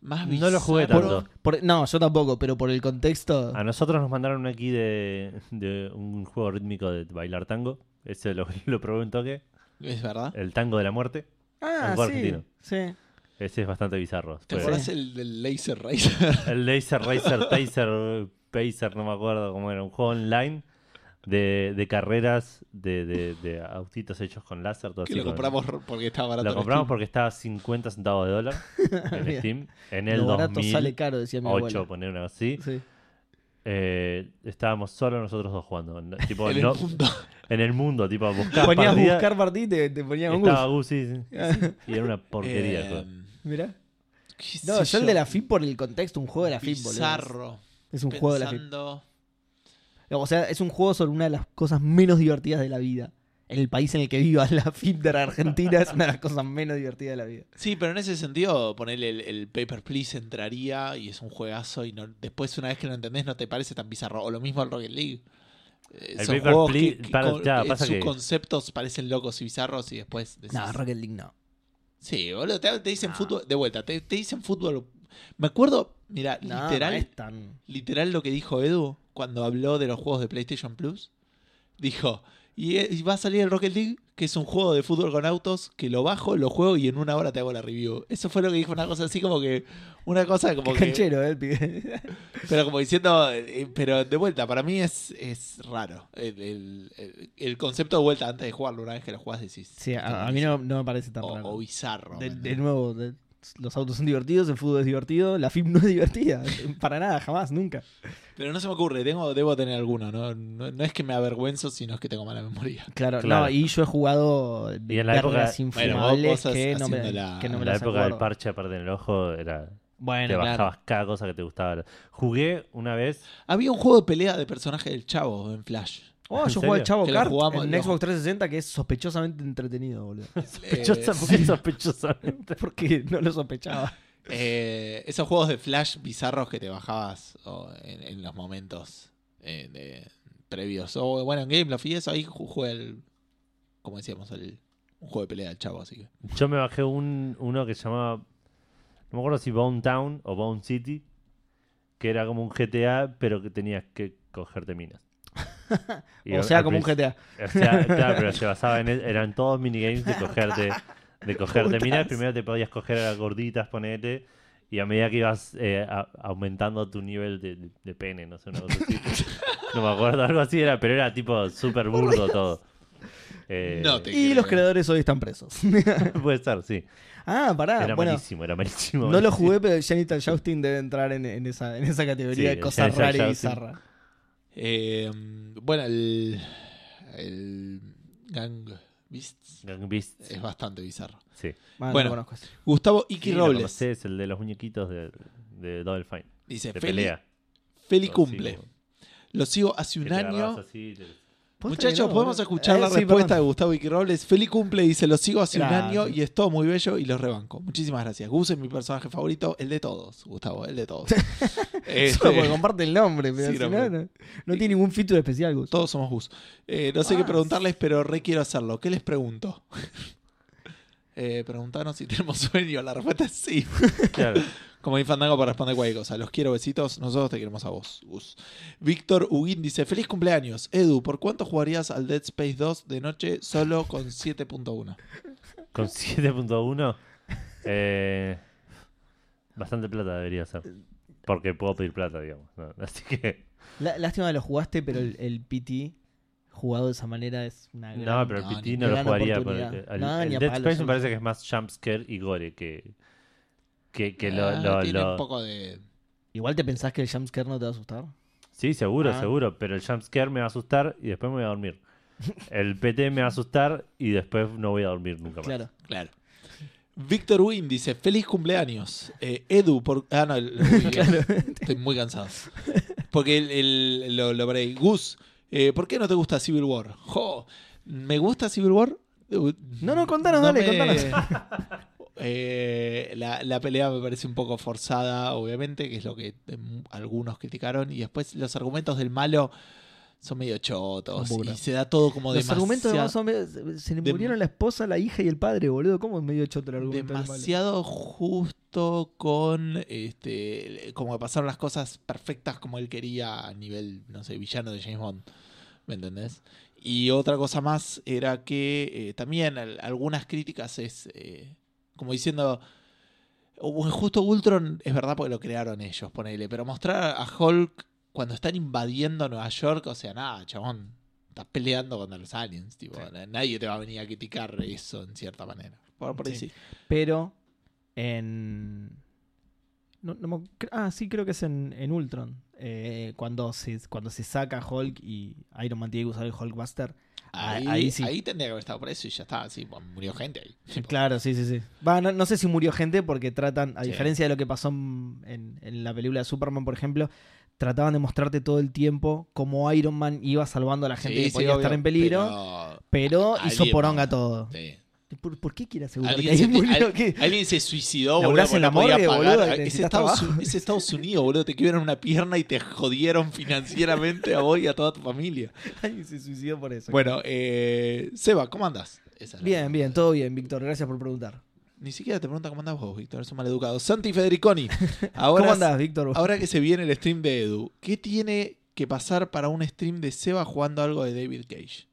Más
No lo jugué
bizarro.
tanto.
Por- no, yo tampoco, pero por el contexto.
A nosotros nos mandaron aquí de, de un juego rítmico de bailar tango. Ese lo, lo probé un toque.
Es verdad.
El tango de la muerte.
Ah,
Un
sí.
juego argentino.
Sí.
Ese es bastante bizarro.
¿Te
Fue-
acordás el del Laser Racer?
El Laser Racer, Taser, Pacer, no me acuerdo cómo era. Un juego online de, de carreras de, de- de autitos hechos con láser. todo
que
así
lo
con-
compramos porque estaba barato.
Lo
en
compramos
Steam.
porque estaba a 50 centavos de dólar en
Bien.
Steam. En el
Lo barato sale
2008,
caro, decía mi abuela.
poner una así.
Sí.
Eh, estábamos solo nosotros dos jugando. no- tipo,
En el
no-
mundo.
en el mundo, tipo, buscabas
Ponías
partida,
buscar Martí y te, te ponían Ah. un
Estaba
gusto.
Gus, sí, sí. Y era una porquería. el
Eh,
juego.
Mirá.
qué
No,
sé
yo el de la FIP por el contexto, un juego de la FIP, boludo.
Bizarro.
Es un juego de la FIP.
Pensando-
O sea, es un juego sobre una de las cosas menos divertidas de la vida. en el país en el que vivas, la FIPDER Argentina es una de las cosas menos divertidas de la vida.
Sí, pero en ese sentido, ponerle el, el Paper Please entraría y es un juegazo y no, después una vez que lo entendés no te parece tan bizarro. O lo mismo el Rocket League. Eh,
El
son
Paper
juegos
Please-
que, que
para-
con-
ya,
en
pasa
sus
que-
conceptos parecen locos y bizarros y después decís,
No, Rocket League no.
Sí, boludo, te, te dicen
No.
fútbol, de vuelta, te, te dicen fútbol. Me acuerdo, mira,
No,
literal,
no es tan...
literal lo que dijo Edu cuando habló de los juegos de PlayStation Plus. Dijo, y, eh, y va a salir el Rocket League, que es un juego de fútbol con autos, que lo bajo, lo juego y en una hora te hago la review. Eso fue lo que dijo, una cosa así como que, una cosa como que,
Canchero, eh, el pibe.
pero como diciendo, eh, pero de vuelta, para mí es, es raro. El, el- el- el concepto de vuelta antes de jugarlo, una vez que lo juegas decís,
Sí, a, a mí no, no me parece tan
o,
raro.
o bizarro.
De,
¿me
de
entendés?
nuevo, de- los autos son divertidos, el fútbol es divertido, la FIP no es divertida. Para nada, jamás, nunca.
Pero no se me ocurre, tengo, debo tener alguno, ¿no? No, no es que me avergüenzo, sino es que tengo mala memoria.
Claro,
Claro.
no, y yo he jugado
Y en la época-
vergas
Bueno,
infumables
vos- vos
que, no me,
haciéndola-
que no me
en la
las
época del
acuerdo.
parche, aparte en el ojo, era, te
Bueno, claro.
bajabas cada cosa que te gustaba. Jugué una vez.
Había un juego de pelea de personajes del Chavo en Flash.
Oh,
¿En
yo jugué al
serio?
Chavo
Que lo
Kart
jugamos,
en
lo-
Xbox 360 que es sospechosamente entretenido, boludo.
Sospechosa,
Eh,
¿por qué sospechosamente?
Porque no lo sospechaba.
eh, esos juegos de Flash bizarros que te bajabas o en, en los momentos eh, de- previos. O bueno, en Game y eso, ahí ju- jugué el. Como decíamos, el, un juego de pelea del Chavo, así que.
Yo me bajé un, uno que se llamaba. No me acuerdo si Bone Town o Bone City. Que era como un GTA, pero que tenías que cogerte minas. Y
o
al-
sea,
al
como un
principio-
GTA.
O sea, claro, pero se basaba en. Eran todos minigames de cogerte. De cogerte minas. Primero te podías coger a las gorditas, ponete. Y a medida que ibas eh, a- aumentando tu nivel de, de- de pene, no sé, una cosa así. no me acuerdo, algo así era, pero era tipo súper burdo todo. Eh,
No te-
Y los creadores hoy están presos.
Puede ser, sí.
ah, pará.
era
bueno,
malísimo, era malísimo.
no lo
malísimo.
jugué, pero Janital Justin debe entrar en, en esa, en esa categoría
Sí,
de cosas
Janital
raras y
Joustin.
bizarras.
Eh, bueno, el. El. Gang Beasts
Gang Beasts,
Eh,
es bastante bizarro.
Sí.
Ah,
Bueno.
no conozco ese.
Gustavo Iki
Sí, lo
Robles
conocés, el de los muñequitos de, de Double Fine.
dice:
De
Feli,
pelea.
Feli
Así
cumple.
como
Lo sigo hace
que
un
te agarrabas
año.
así, te-
Postre que
Muchachos,
no,
podemos
boludo.
escuchar
Eh,
la
sí,
respuesta de
perdón.
Gustavo Iqui Robles. Feliz cumple, dice, lo sigo hace
Gracias.
un año y es todo muy bello y los rebanco. Muchísimas gracias. Gus es mi personaje favorito, el de todos, Gustavo, el de todos. Este,
Solo porque comparte el nombre, pero
Sí,
si
no,
no,
pero-
no, no tiene ningún feature especial, Gus.
todos somos Gus. Eh, no sé qué
Ah.
preguntarles, pero re quiero hacerlo. ¿Qué les pregunto? Eh, preguntaron si tenemos sueño. La respuesta es sí.
claro.
Como mi fandango para responder cualquier cosa. Los quiero, besitos. Nosotros te queremos a vos, Gus. Víctor Huguín dice: Feliz cumpleaños. Edu, ¿por cuánto jugarías al Dead Space 2 de noche solo con 7.1?
Con 7.1. eh, bastante plata debería ser. Porque puedo pedir plata, digamos. ¿no? Así que.
Lá- Lástima que lo jugaste, pero el, el PT jugado de esa manera es una gran...
No, pero el
no,
PT
ni
no lo
gran
jugaría.
oportunidad.
porque el
No,
el
ni a
Dead
palo,
Space
yo
me
no-
parece que es más jumpscare y gore que. Que, que lo,
Ah,
lo-
tiene
lo-
un poco de.
Igual te pensás que el jumpscare no te va a asustar.
Sí, seguro,
Ah.
seguro. Pero el jumpscare me va a asustar y después me voy a dormir. El PT me va a asustar y después no voy a dormir nunca más.
Claro.
Claro. Víctor Huguín dice: Feliz cumpleaños. Eh, Edu, por. Ah, no, el- el- estoy muy cansado. Porque el, el- lo, lo paré. Gus, eh, ¿por qué no te gusta Civil War? Jo, ¿Me gusta Civil War? Uh,
No, no, contanos, dale, contanos.
Eh, la, la pelea me parece un poco forzada, obviamente, que es lo que em, algunos criticaron. Y después los argumentos del malo son medio chotos.
Son pura.
Y se da todo como
Los argumentos de
demasiado-
más o menos- Se le
dem-
murieron la esposa, la hija y el padre, boludo. ¿Cómo es medio choto el argumento? del malo?
demasiado justo con este como que pasaron las cosas perfectas como él quería a nivel no sé villano de James Bond ¿me entendés? y otra cosa más era que eh, también al- algunas críticas es eh, como diciendo "Uy, justo Ultron es verdad porque lo crearon ellos ponele pero mostrar a Hulk cuando están invadiendo Nueva York o sea nada chabón estás peleando contra los aliens tipo na- nadie te va a venir a criticar eso en cierta manera por, por ahí
Sí.
sí.
Pero en. no- no me- cre- ah, sí, creo que es en, en Ultron. Eh, cuando, se, cuando se saca Hulk y Iron Man tiene que usar el Hulkbuster.
Ahí,
Ah, ahí sí.
ahí tendría que haber estado preso y ya está, sí, pues, murió gente ahí.
Claro, sí, sí, sí. Va, no, no sé si murió gente porque tratan, a
Sí.
diferencia de lo que pasó en, en- en la película de Superman, por ejemplo, trataban de mostrarte todo el tiempo cómo Iron Man iba salvando a la gente
Sí,
que
sí,
podía
obvio,
estar en peligro,
pero-
pero, hizo
Alguien-
poronga todo.
sí.
¿Por, por qué quiere asegurar que
¿Alguien,
hay
se,
un boludo
al-
que-
alguien se suicidó, boludo.
Laburás
porque
en la
no podía
morgue,
pagar.
boludo,
Es
necesitas
Estados,
trabajo.
es Estados Unidos, boludo. Te quebraron una pierna y te jodieron financieramente a vos y a toda tu familia.
alguien se suicidó por eso?
Bueno, eh, Seba, ¿cómo andás? Esa es la
bien,
pregunta.
bien, todo bien, Víctor, gracias por preguntar.
Ni siquiera te pregunta cómo andás vos, Víctor. Es un maleducado. Santi Federiconi. Ahora,
¿Cómo andás, Víctor?
ahora que se viene el stream de Edu, ¿qué tiene que pasar para un stream de Seba jugando algo de David Cage?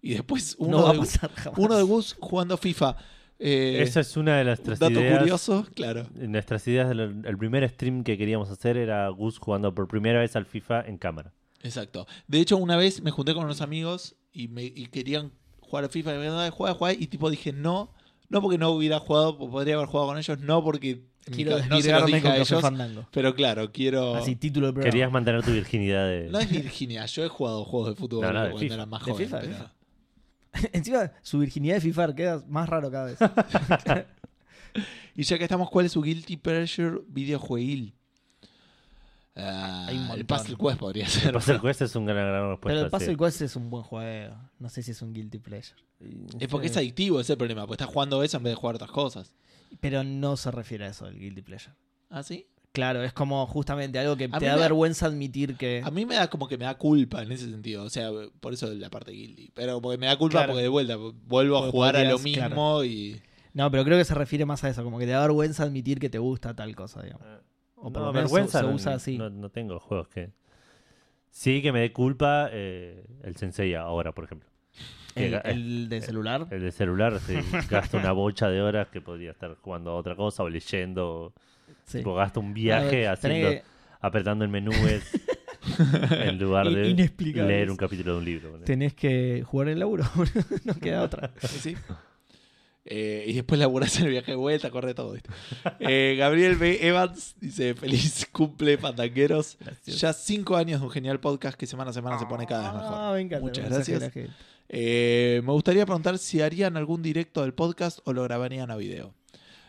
Y después uno,
no va a
de,
pasar jamás.
uno de Gus jugando FIFA. Eh,
Esa es una de nuestras
dato
ideas.
curioso, claro.
Nuestras ideas, del- el primer stream que queríamos hacer era Gus jugando por primera vez al FIFA en cámara.
Exacto. De hecho, una vez me junté con unos amigos y, me, y querían jugar a FIFA. Y me dijeron, juega, juega. Y tipo dije, no. No porque no hubiera jugado, pues podría haber jugado con ellos. No porque
Quiero
no se los
desvirgarme
dije
con
a
Café
ellos,
Fandango.
Pero claro, quiero...
Así, título del programa.
Querías mantener tu virginidad de...
No es Virginia, yo he jugado juegos de fútbol
No, no, de
cuando
FIFA.
era más
De
joven.
FIFA, de
pero-
FIFA. Encima, su virginidad de FIFA queda más raro cada vez.
Y ya que estamos, ¿cuál es su guilty pleasure videojueguil? Ah,
Hay un
el
montón.
Puzzle Quest podría ser.
El pase del juez es una gran, gran
Pero el
respuesta.
Puzzle
sí.
Quest es un buen juego. No sé si es un guilty pleasure.
Es porque es adictivo, ese es el problema. Porque estás jugando eso en vez de jugar otras cosas.
Pero no se refiere a eso, el guilty pleasure.
¿Ah, sí?
Claro, es como justamente algo que
A
te
mí
da
me-
vergüenza admitir que.
A mí me da como que me da culpa en ese sentido. O sea, por eso la parte guilty. Pero porque me da culpa
Claro.
porque de vuelta vuelvo a
Porque
jugar a lo
podrías,
mismo
claro.
y.
No, pero creo que se refiere más a eso, como que te da vergüenza admitir que te gusta tal cosa, digamos.
Ah,
O por
no,
lo menos
vergüenza
se, se
no-
usa así.
No, no tengo juegos que... Sí, que me dé culpa eh, el Sensei ahora, por ejemplo. Que eh,
el,
ga-
el de celular.
el de celular se gasta una bocha de horas que podría estar jugando a otra cosa o leyendo. o-
sí.
Tipo, gasta un viaje
Ah, tenés
haciendo, apretando el menú es- en lugar de
In- inexplicable
leer
eso.
un capítulo de un libro.
que-
boludo.
Tenés que jugar en el laburo, no queda otra.
Sí. Eh, y después laburás en el viaje de vuelta, corre todo. ¿viste? Eh, Gabriel B. Evans dice: Feliz cumple, pandangueros. Ya cinco años de un genial podcast que semana a semana se pone cada vez
Ah,
mejor.
me encanta,
Muchas
el mensaje de
gracias.
la gente.
Eh, me gustaría preguntar si harían algún directo del podcast o lo grabarían a video.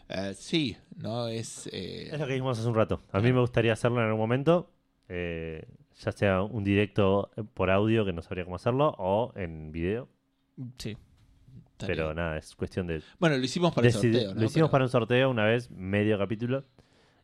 Eh, sí, no es. eh,
Es lo que dijimos hace un rato. A mí me gustaría hacerlo en algún momento, eh, ya sea un directo por audio que no sabría cómo hacerlo o en video.
Sí.
está
Pero
bien.
nada, es cuestión de...
bueno, lo hicimos para el
decide-
sorteo. ¿no?
Lo hicimos para
Pero-
un sorteo una vez, medio capítulo.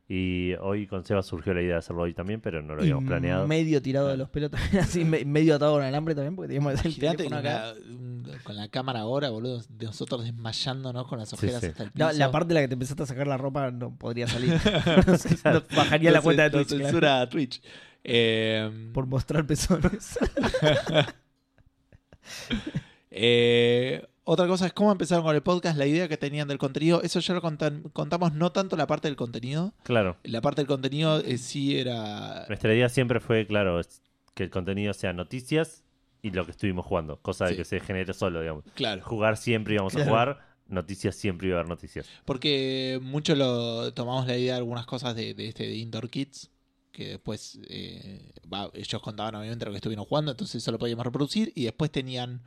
Y hoy con Seba surgió la idea de hacerlo hoy también, pero no lo
Y
habíamos planeado. Ah.
Medio tirado de los pelos también, así me- medio atado con alambre también, porque teníamos el
Girate
teléfono
con,
acá.
la, un- con la cámara ahora, boludo, de nosotros desmayándonos con las
Sí,
ojeras
sí.
hasta el piso.
No, la parte en la que te empezaste a sacar la ropa no podría salir. No sé, no bajaría la
Nos-
cuenta de
nos
Twitch. claro.
censura a Twitch. Eh,
Por mostrar pezones.
eh, otra cosa es cómo empezaron con el podcast, la idea que tenían del contenido. Eso ya lo contan- contamos, no tanto la parte del contenido.
Claro.
La parte del contenido eh, sí era.
Nuestra idea siempre fue, claro, es que el contenido sea noticias y lo que estuvimos jugando, cosa de
Sí.
que se genere solo, digamos.
Claro.
Jugar siempre íbamos
Claro.
a jugar, noticias siempre iba a haber noticias.
Porque mucho lo tomamos la idea de algunas cosas de, de este de Indoor Kids. Que después eh, va, ellos contaban obviamente lo que estuvieron jugando, entonces eso lo podíamos reproducir. Y después tenían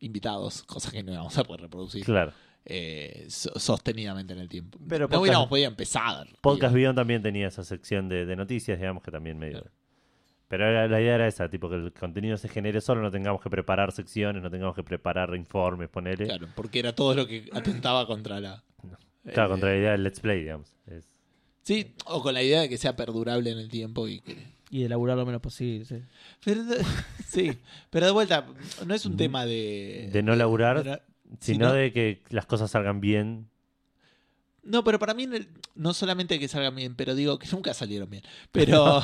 invitados, cosas que no íbamos a poder reproducir
Claro.
eh, so- sostenidamente en el tiempo.
Pero
no
podcast-
hubiéramos podido empezar. digamos.
Podcast Beyond también tenía esa sección de, de noticias, digamos que también medio. Pero era- la idea era esa, tipo que el contenido se genere solo, no tengamos que preparar secciones, no tengamos que preparar informes, ponerle. Claro,
Claro, porque era todo lo que atentaba contra la. eh,
contra la idea del Let's Play, digamos. Es-
Sí, o con la idea de que sea perdurable en el tiempo y que.
y elaborar lo menos posible, sí.
Pero, sí, pero de vuelta, no es un tema de.
De no laburar,
pero- eh, si
sino
no-
de que las cosas salgan bien.
No, pero para mí, en el- no solamente que salgan bien, pero digo que nunca salieron bien. Pero.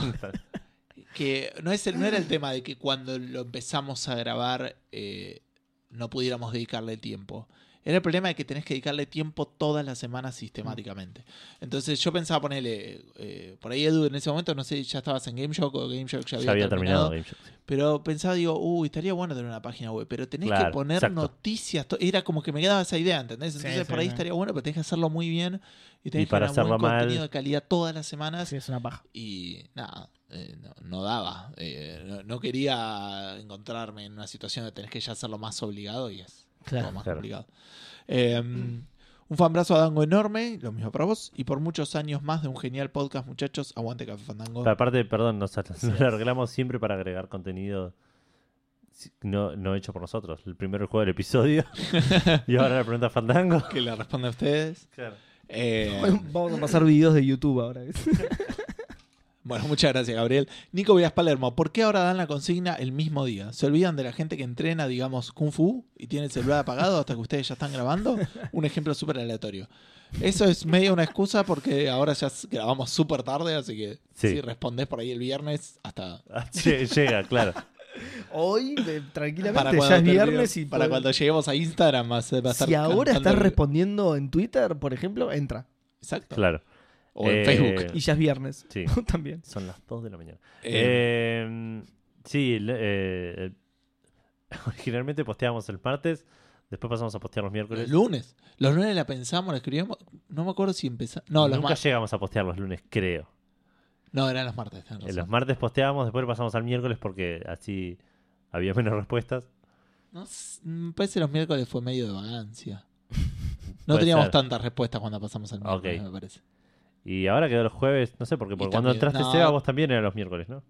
que no, es el- no era el tema de que cuando lo empezamos a grabar eh, no pudiéramos dedicarle tiempo. Era el problema de que tenés que dedicarle tiempo todas las semanas sistemáticamente. Entonces yo pensaba ponerle, eh, por ahí Edu en ese momento, no sé, ya estabas en Game Shock o Game Shock ya había,
ya había
terminado.
terminado Game Show, sí.
Pero pensaba, digo, uy, estaría bueno tener una página web, pero tenés que
Claro,
poner
exacto.
noticias. to- Era como que me quedaba esa idea, ¿entendés? Entonces
sí,
por ahí
sí.
estaría bueno, pero tenés que hacerlo muy bien y tenés
Y para
que generar
hacerlo
buen
mal-
contenido de calidad todas las semanas.
Así Ah, es una paja.
Y nada, eh, no, no daba. Eh, no, no quería encontrarme en una situación de tenés que ya hacerlo más obligado y es
Claro.
todo más
Claro.
complicado. Eh, Un fanbrazo a Dango enorme, lo mismo para vos, y por muchos años más de un genial podcast, muchachos. Aguante Café Fandango.
Pero aparte, perdón, nos arreglamos siempre para agregar contenido si- no, no hecho por nosotros. El primero el juego del episodio y ahora la pregunta Fandango.
Que le responda a ustedes. Eh,
Vamos a pasar videos de YouTube ahora.
bueno, muchas gracias, Gabriel. Nico Villas Palermo, ¿por qué ahora dan la consigna el mismo día? ¿Se olvidan de la gente que entrena, digamos, Kung Fu y tiene el celular apagado hasta que ustedes ya están grabando? Un ejemplo súper aleatorio. Eso es medio una excusa porque ahora ya s- grabamos súper tarde, así que
Sí.
si respondés por ahí el viernes, hasta
Ah, che- Llega, claro.
Hoy, eh,
para
tranquilamente,
cuando,
ya es
termine-
viernes y
para
podés-
cuando lleguemos a Instagram va a ser- va a estar
Si ahora
cantando
estás
el-
respondiendo en Twitter, por ejemplo, entra.
Exacto.
Claro.
O en
Eh,
Facebook.
Y ya es viernes.
Sí,
También.
son las 2 de la mañana.
Eh,
Eh, sí, el- eh, el- originalmente posteábamos el martes, después pasamos a postear los
los
miércoles.
lunes. Los lunes la pensamos, la escribimos. No me acuerdo si empezamos. No, los
Nunca
martes.
llegamos a postear los lunes, creo.
No, eran los martes. tenés
Eh,
razón.
Los martes posteábamos, después pasamos al miércoles porque así había menos respuestas.
No s- me parece que los miércoles fue medio de vagancia. No
Puede
teníamos
ser.
tantas respuestas cuando pasamos al miércoles,
Ok.
me parece.
Y ahora quedó los jueves, no sé, porque,
Y
porque cuando
también-
entraste
no.
Seba, vos también eran los miércoles, ¿no?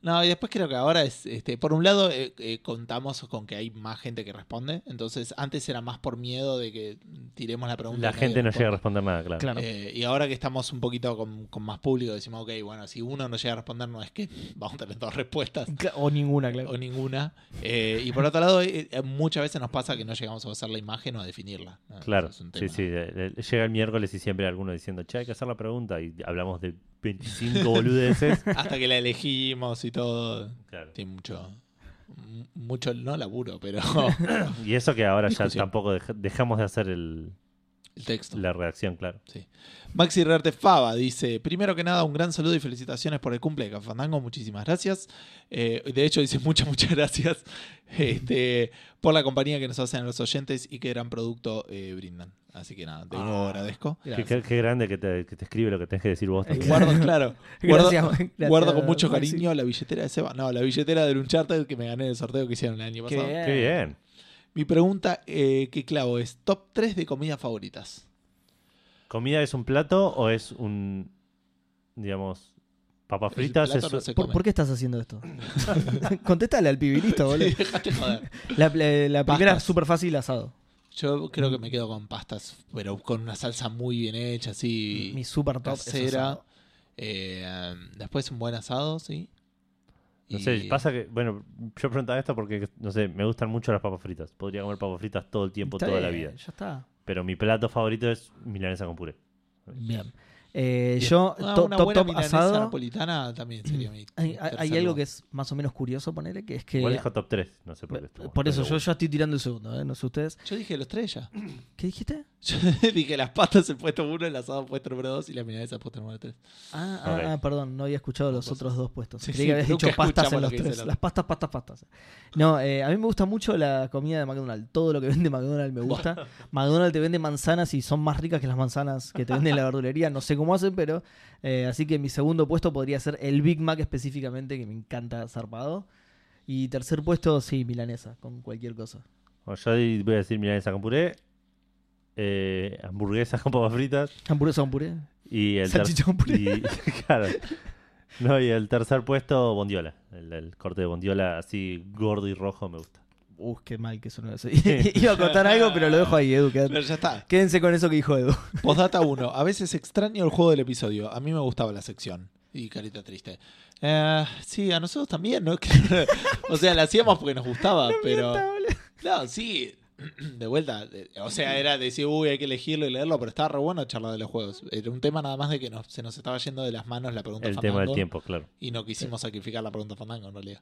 No, y después creo que ahora es, este, por un lado, eh, eh, contamos con que hay más gente que responde. Entonces, antes era más por miedo de que tiremos la pregunta.
La
y nadie
gente no llega a
responda.
responder nada, claro.
Claro.
Eh, y ahora que estamos un poquito con, con más público, decimos, ok, bueno, si uno no llega a responder, no es que vamos a tener dos respuestas
Cla- O ninguna, claro.
o ninguna. Eh, y por otro lado, eh, eh, muchas veces nos pasa que no llegamos a usar la imagen o a definirla. ¿no?
Claro,
Eso es un
sí,
tema.
sí. eh, eh, Llega el miércoles y siempre alguno diciendo, che, hay que hacer la pregunta. Y hablamos de 25 boludeces.
Hasta que la elegimos y todo.
Claro.
Tiene mucho, m- mucho, no laburo, pero
Y eso que ahora ya
Discusión.
tampoco dej- dejamos de hacer el-
el texto.
la redacción, claro.
Maxi Rerte Fava dice: Primero que nada, un gran saludo y felicitaciones por el cumple de Cafandango. Muchísimas gracias. Eh, de hecho, dice muchas, muchas gracias este, por la compañía que nos hacen a los oyentes y qué gran producto eh, brindan. Así que nada, te lo agradezco.
Qué, qué- qué grande que te, que te escribe lo que tenés que decir vos. también.
Guardo, claro. Guardo,
Gracias, gracias,
guardo con mucho
Maxi.
cariño la billetera de Seba. No, la billetera del Uncharted que me gané en el sorteo que hicieron el año
Qué
pasado.
bien.
Qué bien.
Mi pregunta eh, que clavo es: top 3 de comidas favoritas.
¿Comida es un plato o es un, digamos, papas fritas?
plato
es
no
un-
se
¿Por,
come.
por qué estás haciendo esto? Contéstale al pibilito, boludo.
Dejate joder.
La, la- la primera
Pastas.
es súper fácil, asado.
Yo creo que me quedo con pastas, pero con una salsa muy bien hecha, así.
Mi super top es
casera.
asado.
Eh, después un buen asado, sí.
No
Y-
sé, pasa que, bueno, yo preguntaba esto porque, no sé, me gustan mucho las papas fritas. Podría comer papas fritas todo el tiempo,
Está
toda la
bien,
vida.
Ya está.
Pero mi plato favorito es milanesa con puré.
Bien. Eh, yo,
Ah,
to-
una
top,
buena
top
milanesa
asado.
napolitana también sería mi.
Hay,
mi
hay- hay
tercer
algo
lugar.
que es más o menos curioso, ponele, que es que.
Igual dijo top 3, no sé por qué. estuvo-
Por eso,
estuvo
yo, yo estoy tirando el segundo, ¿eh? No sé ustedes.
Yo dije los tres ya.
¿Qué dijiste?
Yo dije las pastas el puesto uno, el asado el puesto número dos y la milanesa el puesto número tres.
Ah, ah,
Ok.
ah, perdón, no había escuchado los
Vos.
otros dos puestos.
pues, Sí,
Creí
sí,
que habías
nunca
dicho pastas
escuchamos
en
lo
los
que dice
tres.
el otro.
Las pastas, pastas, pastas. No, eh, a mí me gusta mucho la comida de McDonald's. Todo lo que vende McDonald's me gusta. McDonald's te vende manzanas y son más ricas que las manzanas que te venden en la verdulería. No sé cómo hacen, pero. eh, así que mi segundo puesto podría ser el Big Mac específicamente, que me encanta zarpado. Y tercer puesto, sí, milanesa, con cualquier cosa.
Bueno, yo ahí voy a decir milanesa con puré, eh, hamburguesas con papas fritas
Hamburguesa con puré.
y el ter-
Salchicha con puré.
y- claro. No, y el tercer puesto, bondiola. El, el corte de bondiola así gordo y rojo me gusta.
Uh, qué mal que sonó eso. Iba a contar algo, pero lo dejo ahí, Edu. quédate.
Pero ya está.
Quédense con eso que dijo Edu.
Postdata 1. A veces extraño el juego del episodio. A mí me gustaba la sección. Y carita triste. Eh, sí, a nosotros también, ¿no? o sea, la hacíamos porque nos gustaba, pero. No, sí. De vuelta. eh, O sea, era decir, uy, hay que elegirlo y leerlo, pero estaba re bueno charlar de los juegos. Era un tema nada más de que nos- se nos estaba yendo de las manos la pregunta
El
fandango
tema del tiempo, claro.
y no quisimos sacrificar la pregunta fandango en realidad.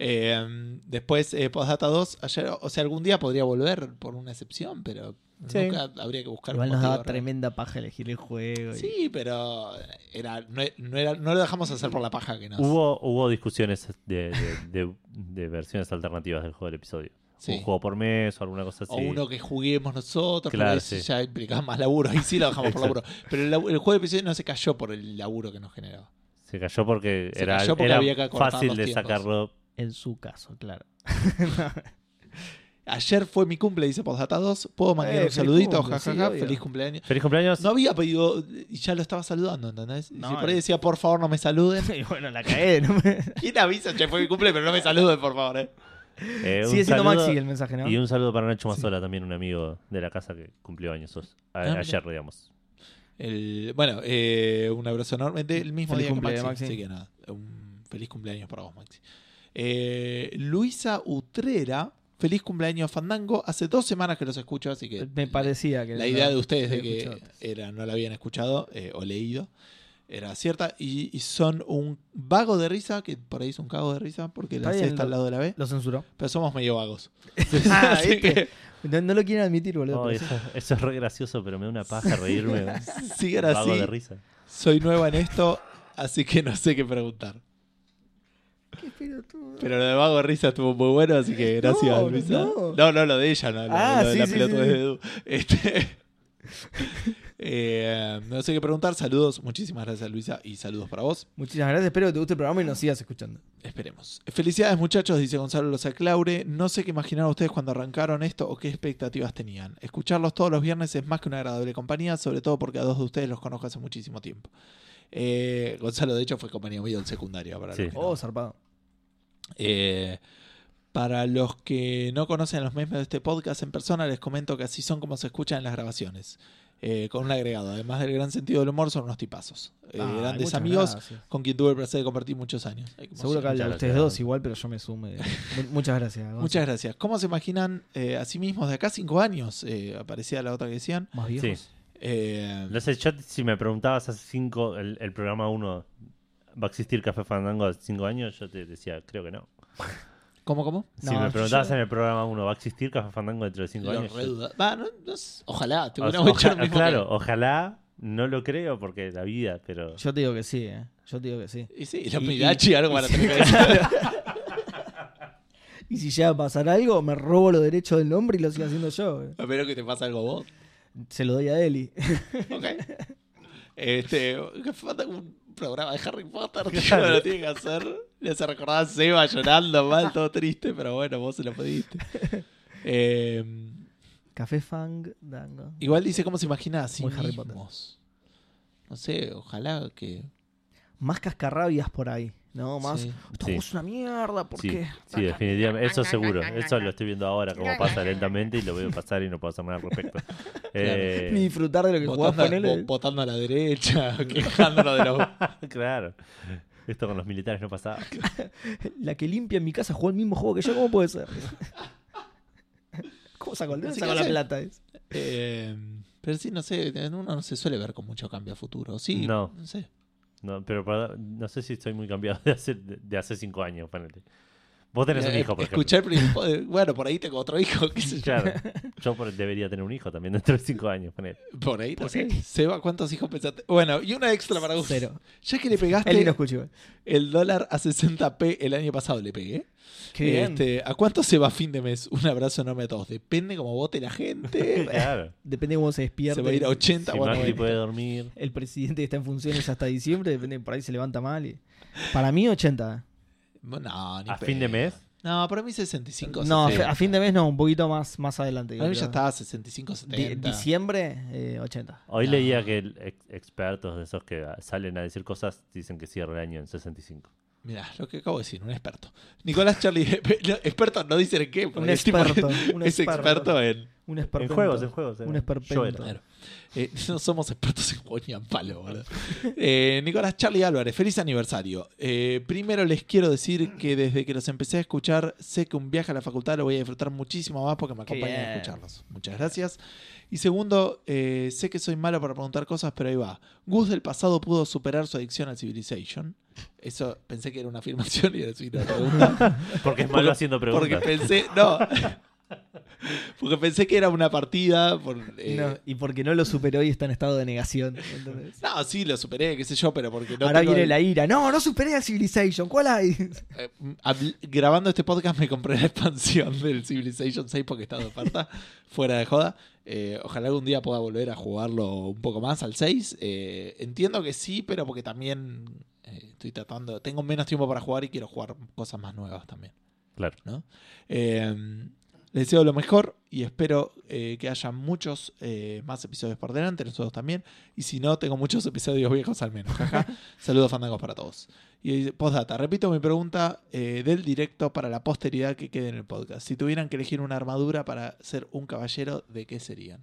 Eh, después, eh, Postdata 2, ayer, o sea, algún día podría volver por una excepción, pero
Sí.
nunca habría que buscar un
Igual nos
motivo
daba
real.
tremenda paja elegir el juego. y-
Sí, pero era, no, no era, no lo dejamos hacer por la paja que nos.
Hubo, hubo discusiones de, de- de- de versiones alternativas del juego del episodio.
Sí.
Un juego por mes o alguna cosa así.
o uno que juguemos nosotros, pero
Claro,
eso
sí.
ya implicaba más laburo. Ahí sí lo dejamos por laburo. Pero el, labu- el juego de episodio no se cayó por el laburo que nos generaba.
Se cayó porque
Se
era,
cayó porque
era
había que acortar
fácil
los
de
tiempos.
sacarlo.
En su caso, claro.
Ayer fue mi cumple, dice Postdata 2. ¿Puedo mandar
Eh,
un
feliz
saludito?
cumple,
jajaja,
sí, obvio.
feliz cumpleaños.
Feliz cumpleaños.
No había pedido, y ya lo estaba saludando, ¿entendés? Y
No,
si por
eh.
ahí decía, por favor, no me saluden.
Y bueno, la cagué. no me-
¿Quién avisa, che, fue mi cumple, pero no me saluden, por favor, eh?
Eh, un
Sigue siendo
saludo
Maxi el mensaje, ¿no?
Y un saludo para Nacho Mazola, también un amigo de la casa que cumplió años os-
Ah,
a-
mira.
ayer, digamos.
El- bueno, eh, un abrazo enorme. Del mismo
Feliz
día
cumple,
que Maxi,
Maxi.
Así que nada, un feliz cumpleaños para vos, Maxi. Eh, Luisa Utrera, feliz cumpleaños Fandango. Hace dos semanas que los escucho, así que
Me parecía que.
la idea de ustedes de
había
que eh,
escuchado antes.
era, no la habían escuchado eh, o leído era cierta. Y, y son un vago de risa, que por ahí es un cago de risa, porque
Está
la C
bien,
está al
lo-
lado de la B.
Lo censuró.
Pero somos medio vagos.
Ah,
Así
¿viste?
que
No, no lo quieren admitir, boludo.
Oh,
pero
eso, eso es re gracioso, pero me da una paja reírme.
sigan
Vago
así.
de risa.
Soy nueva en esto, así que no sé qué preguntar.
sí. Qué pelotudo.
Pero lo de Vago de Risa estuvo muy bueno, así que gracias,
No,
Luisa.
no.
No, no, lo de ella, no. lo-
Ah,
lo de
sí,
la
sí,
pelota
sí,
de
sí.
Edu. Este, eh, no sé qué preguntar. Saludos, muchísimas gracias, Luisa, y saludos para vos.
Muchísimas gracias. Espero que te guste el programa y nos sigas escuchando.
Esperemos. Felicidades, muchachos, dice Gonzalo Loza Claure. No sé qué imaginaron ustedes cuando arrancaron esto o qué expectativas tenían. Escucharlos todos los viernes es más que una agradable compañía, sobre todo porque a dos de ustedes los conozco hace muchísimo tiempo. Eh, Gonzalo, de hecho, fue compañero mío en secundaria. Para
Sí.
los que no-
Oh, zarpado.
eh, para los que no conocen los memes de este podcast en persona, les comento que así son como se escuchan en las grabaciones. Eh, con un agregado. Además del gran sentido del humor, son unos tipazos. Eh,
Ah,
grandes
muchas
amigos
gracias.
con quien tuve el placer de compartir muchos años. Ay, qué
Seguro
emoción.
que habla de
Muchas
ustedes
gracias.
dos igual, pero yo me sume. Mu- Muchas gracias. Gonzo.
Muchas gracias. ¿Cómo se imaginan eh, a sí mismos de acá cinco años? Eh, aparecía la otra que decían.
Más
Sí.
viejos.
Eh,
No sé, yo si me preguntabas hace cinco, el, el programa uno, ¿va a existir Café Fandango hace cinco años? Yo te decía, creo que no.
¿Cómo, cómo?
Si
No,
me
yo-
preguntabas en el programa uno, ¿va a existir Café Fandango dentro de cinco
Lo
años? Yo-
reduda- Va, no- no sé. ojalá, te
O-
hubiera hecho
oja-
lo mismo
claro, ojalá, no lo creo porque la vida, pero...
Yo te digo que sí, ¿eh? Yo te digo que sí.
que- Y sí, y los
Y- y-
Mirachi, algo para tener que
Y si llega a pasar algo, me robo los derechos del nombre y lo sigo haciendo yo. eh.
Espero que te pase algo a vos.
Se lo doy a Eli.
Ok. Este, falta un programa de Harry Potter, tío, no lo tiene que hacer. Le hace recordar a Seba llorando mal, todo triste, pero bueno, vos se lo pediste. Eh,
Café Fang Dango.
igual dice cómo se imagina a sí
Muy Harry
mismos. No sé, ojalá que...
Más cascarrabias por ahí. No, más.
Sí.
Esto
Sí.
es una mierda, ¿por
sí,
qué?
sí, definitivamente. Eso seguro. Eso lo estoy viendo ahora, como pasa lentamente y lo veo pasar y no puedo hacer nada al respecto. Eh,
Ni Ah, disfrutar de lo que jugás
Votando,
con él. eh.
vo- votando a la derecha, quejándonos de los...
claro. Esto con los militares no pasaba.
La que limpia en mi casa jugó el mismo juego que yo, ¿cómo puede ser? ¿Cómo sacó el dedo?
Así
Sacó
que
la
sí.
plata. es.
Eh, pero sí, no sé, en uno no se suele ver con mucho cambio a futuro. Sí,
No.
no sé.
No, pero para- no sé si estoy muy cambiado de hace, de hace cinco años, ponele. Vos tenés un
Eh,
hijo, por
Escuché el primer po- eh, Bueno, por ahí tengo otro hijo, qué sé yo.
ejemplo. Claro. Yo por- debería tener un hijo también dentro de cinco años, ponele.
Por ahí, no sé. Seba, ¿cuántos hijos pensaste? Bueno, y una extra para vos.
Cero.
Ya que le pegaste
Eli no escucha igual.
el dólar a 60p el año pasado, le pegué.
Qué bien.
Este, ¿A cuánto se va a fin de mes? Un abrazo enorme a todos. Depende cómo vote la gente.
Claro.
Depende de cómo se despierte.
se va a ir a 80
Si
o a
Macri
90.
puede dormir.
El presidente que está en funciones hasta diciembre, depende, por ahí se levanta mal. y- Para mí, 80.
No, ni
¿A
pedo.
fin de mes?
No, para mí 65.
No,
70.
a fin de mes no, un poquito más, más adelante.
Para mí
creo.
ya estaba 65,
Di-
70.
diciembre, eh, 80.
Hoy
No.
leía que el- ex- expertos de esos que salen a decir cosas dicen que cierra el año en 65.
Mirá, lo que acabo de decir, un experto. Nicolás Charlie, no, experto no dicen en qué, porque
Un
el tipo
experto,
es-
un
es
experto.
experto en...
Un esperpento.
En juegos, en juegos. en-
Un esperpento.
Yo era.
Claro. Eh, no somos expertos en juego ni en palo, boludo. Eh, Nicolás Charlie Álvarez, feliz aniversario. Eh, primero les quiero decir que desde que los empecé a escuchar, sé que un viaje a la facultad lo voy a disfrutar muchísimo más porque me
Qué
acompañan a
bien.
escucharlos. Muchas gracias. Y segundo, eh, sé que soy malo para preguntar cosas, pero ahí va. Gus del pasado pudo superar su adicción al Civilization. Eso pensé que era una afirmación y era así una pregunta.
Porque es malo
Porque-
haciendo
Porque
preguntas.
pensé, no. Porque pensé que era una partida. Por, eh,
No, y porque no lo superó y está en estado de negación. ¿entendés?
No, sí, lo superé, qué sé yo, pero porque no.
Ahora
tengo
viene
el-
la ira. No, no superé al Civilization. ¿Cuál hay?
eh, habl- grabando este podcast me compré la expansión del Civilization 6 porque está de oferta, fuera de joda. Eh, ojalá algún día pueda volver a jugarlo un poco más al 6. Eh, entiendo que sí, pero porque también eh, estoy tratando. Tengo menos tiempo para jugar y quiero jugar cosas más nuevas también.
Claro.
¿no? Eh, Les deseo lo mejor y espero eh, que haya muchos eh, más episodios por delante, nosotros también. Y si no, tengo muchos episodios viejos al menos. jaja. Saludos fandangos para todos. Y eh, postdata, repito mi pregunta eh, del directo para la posteridad que quede en el podcast. Si tuvieran que elegir una armadura para ser un caballero, ¿de qué serían?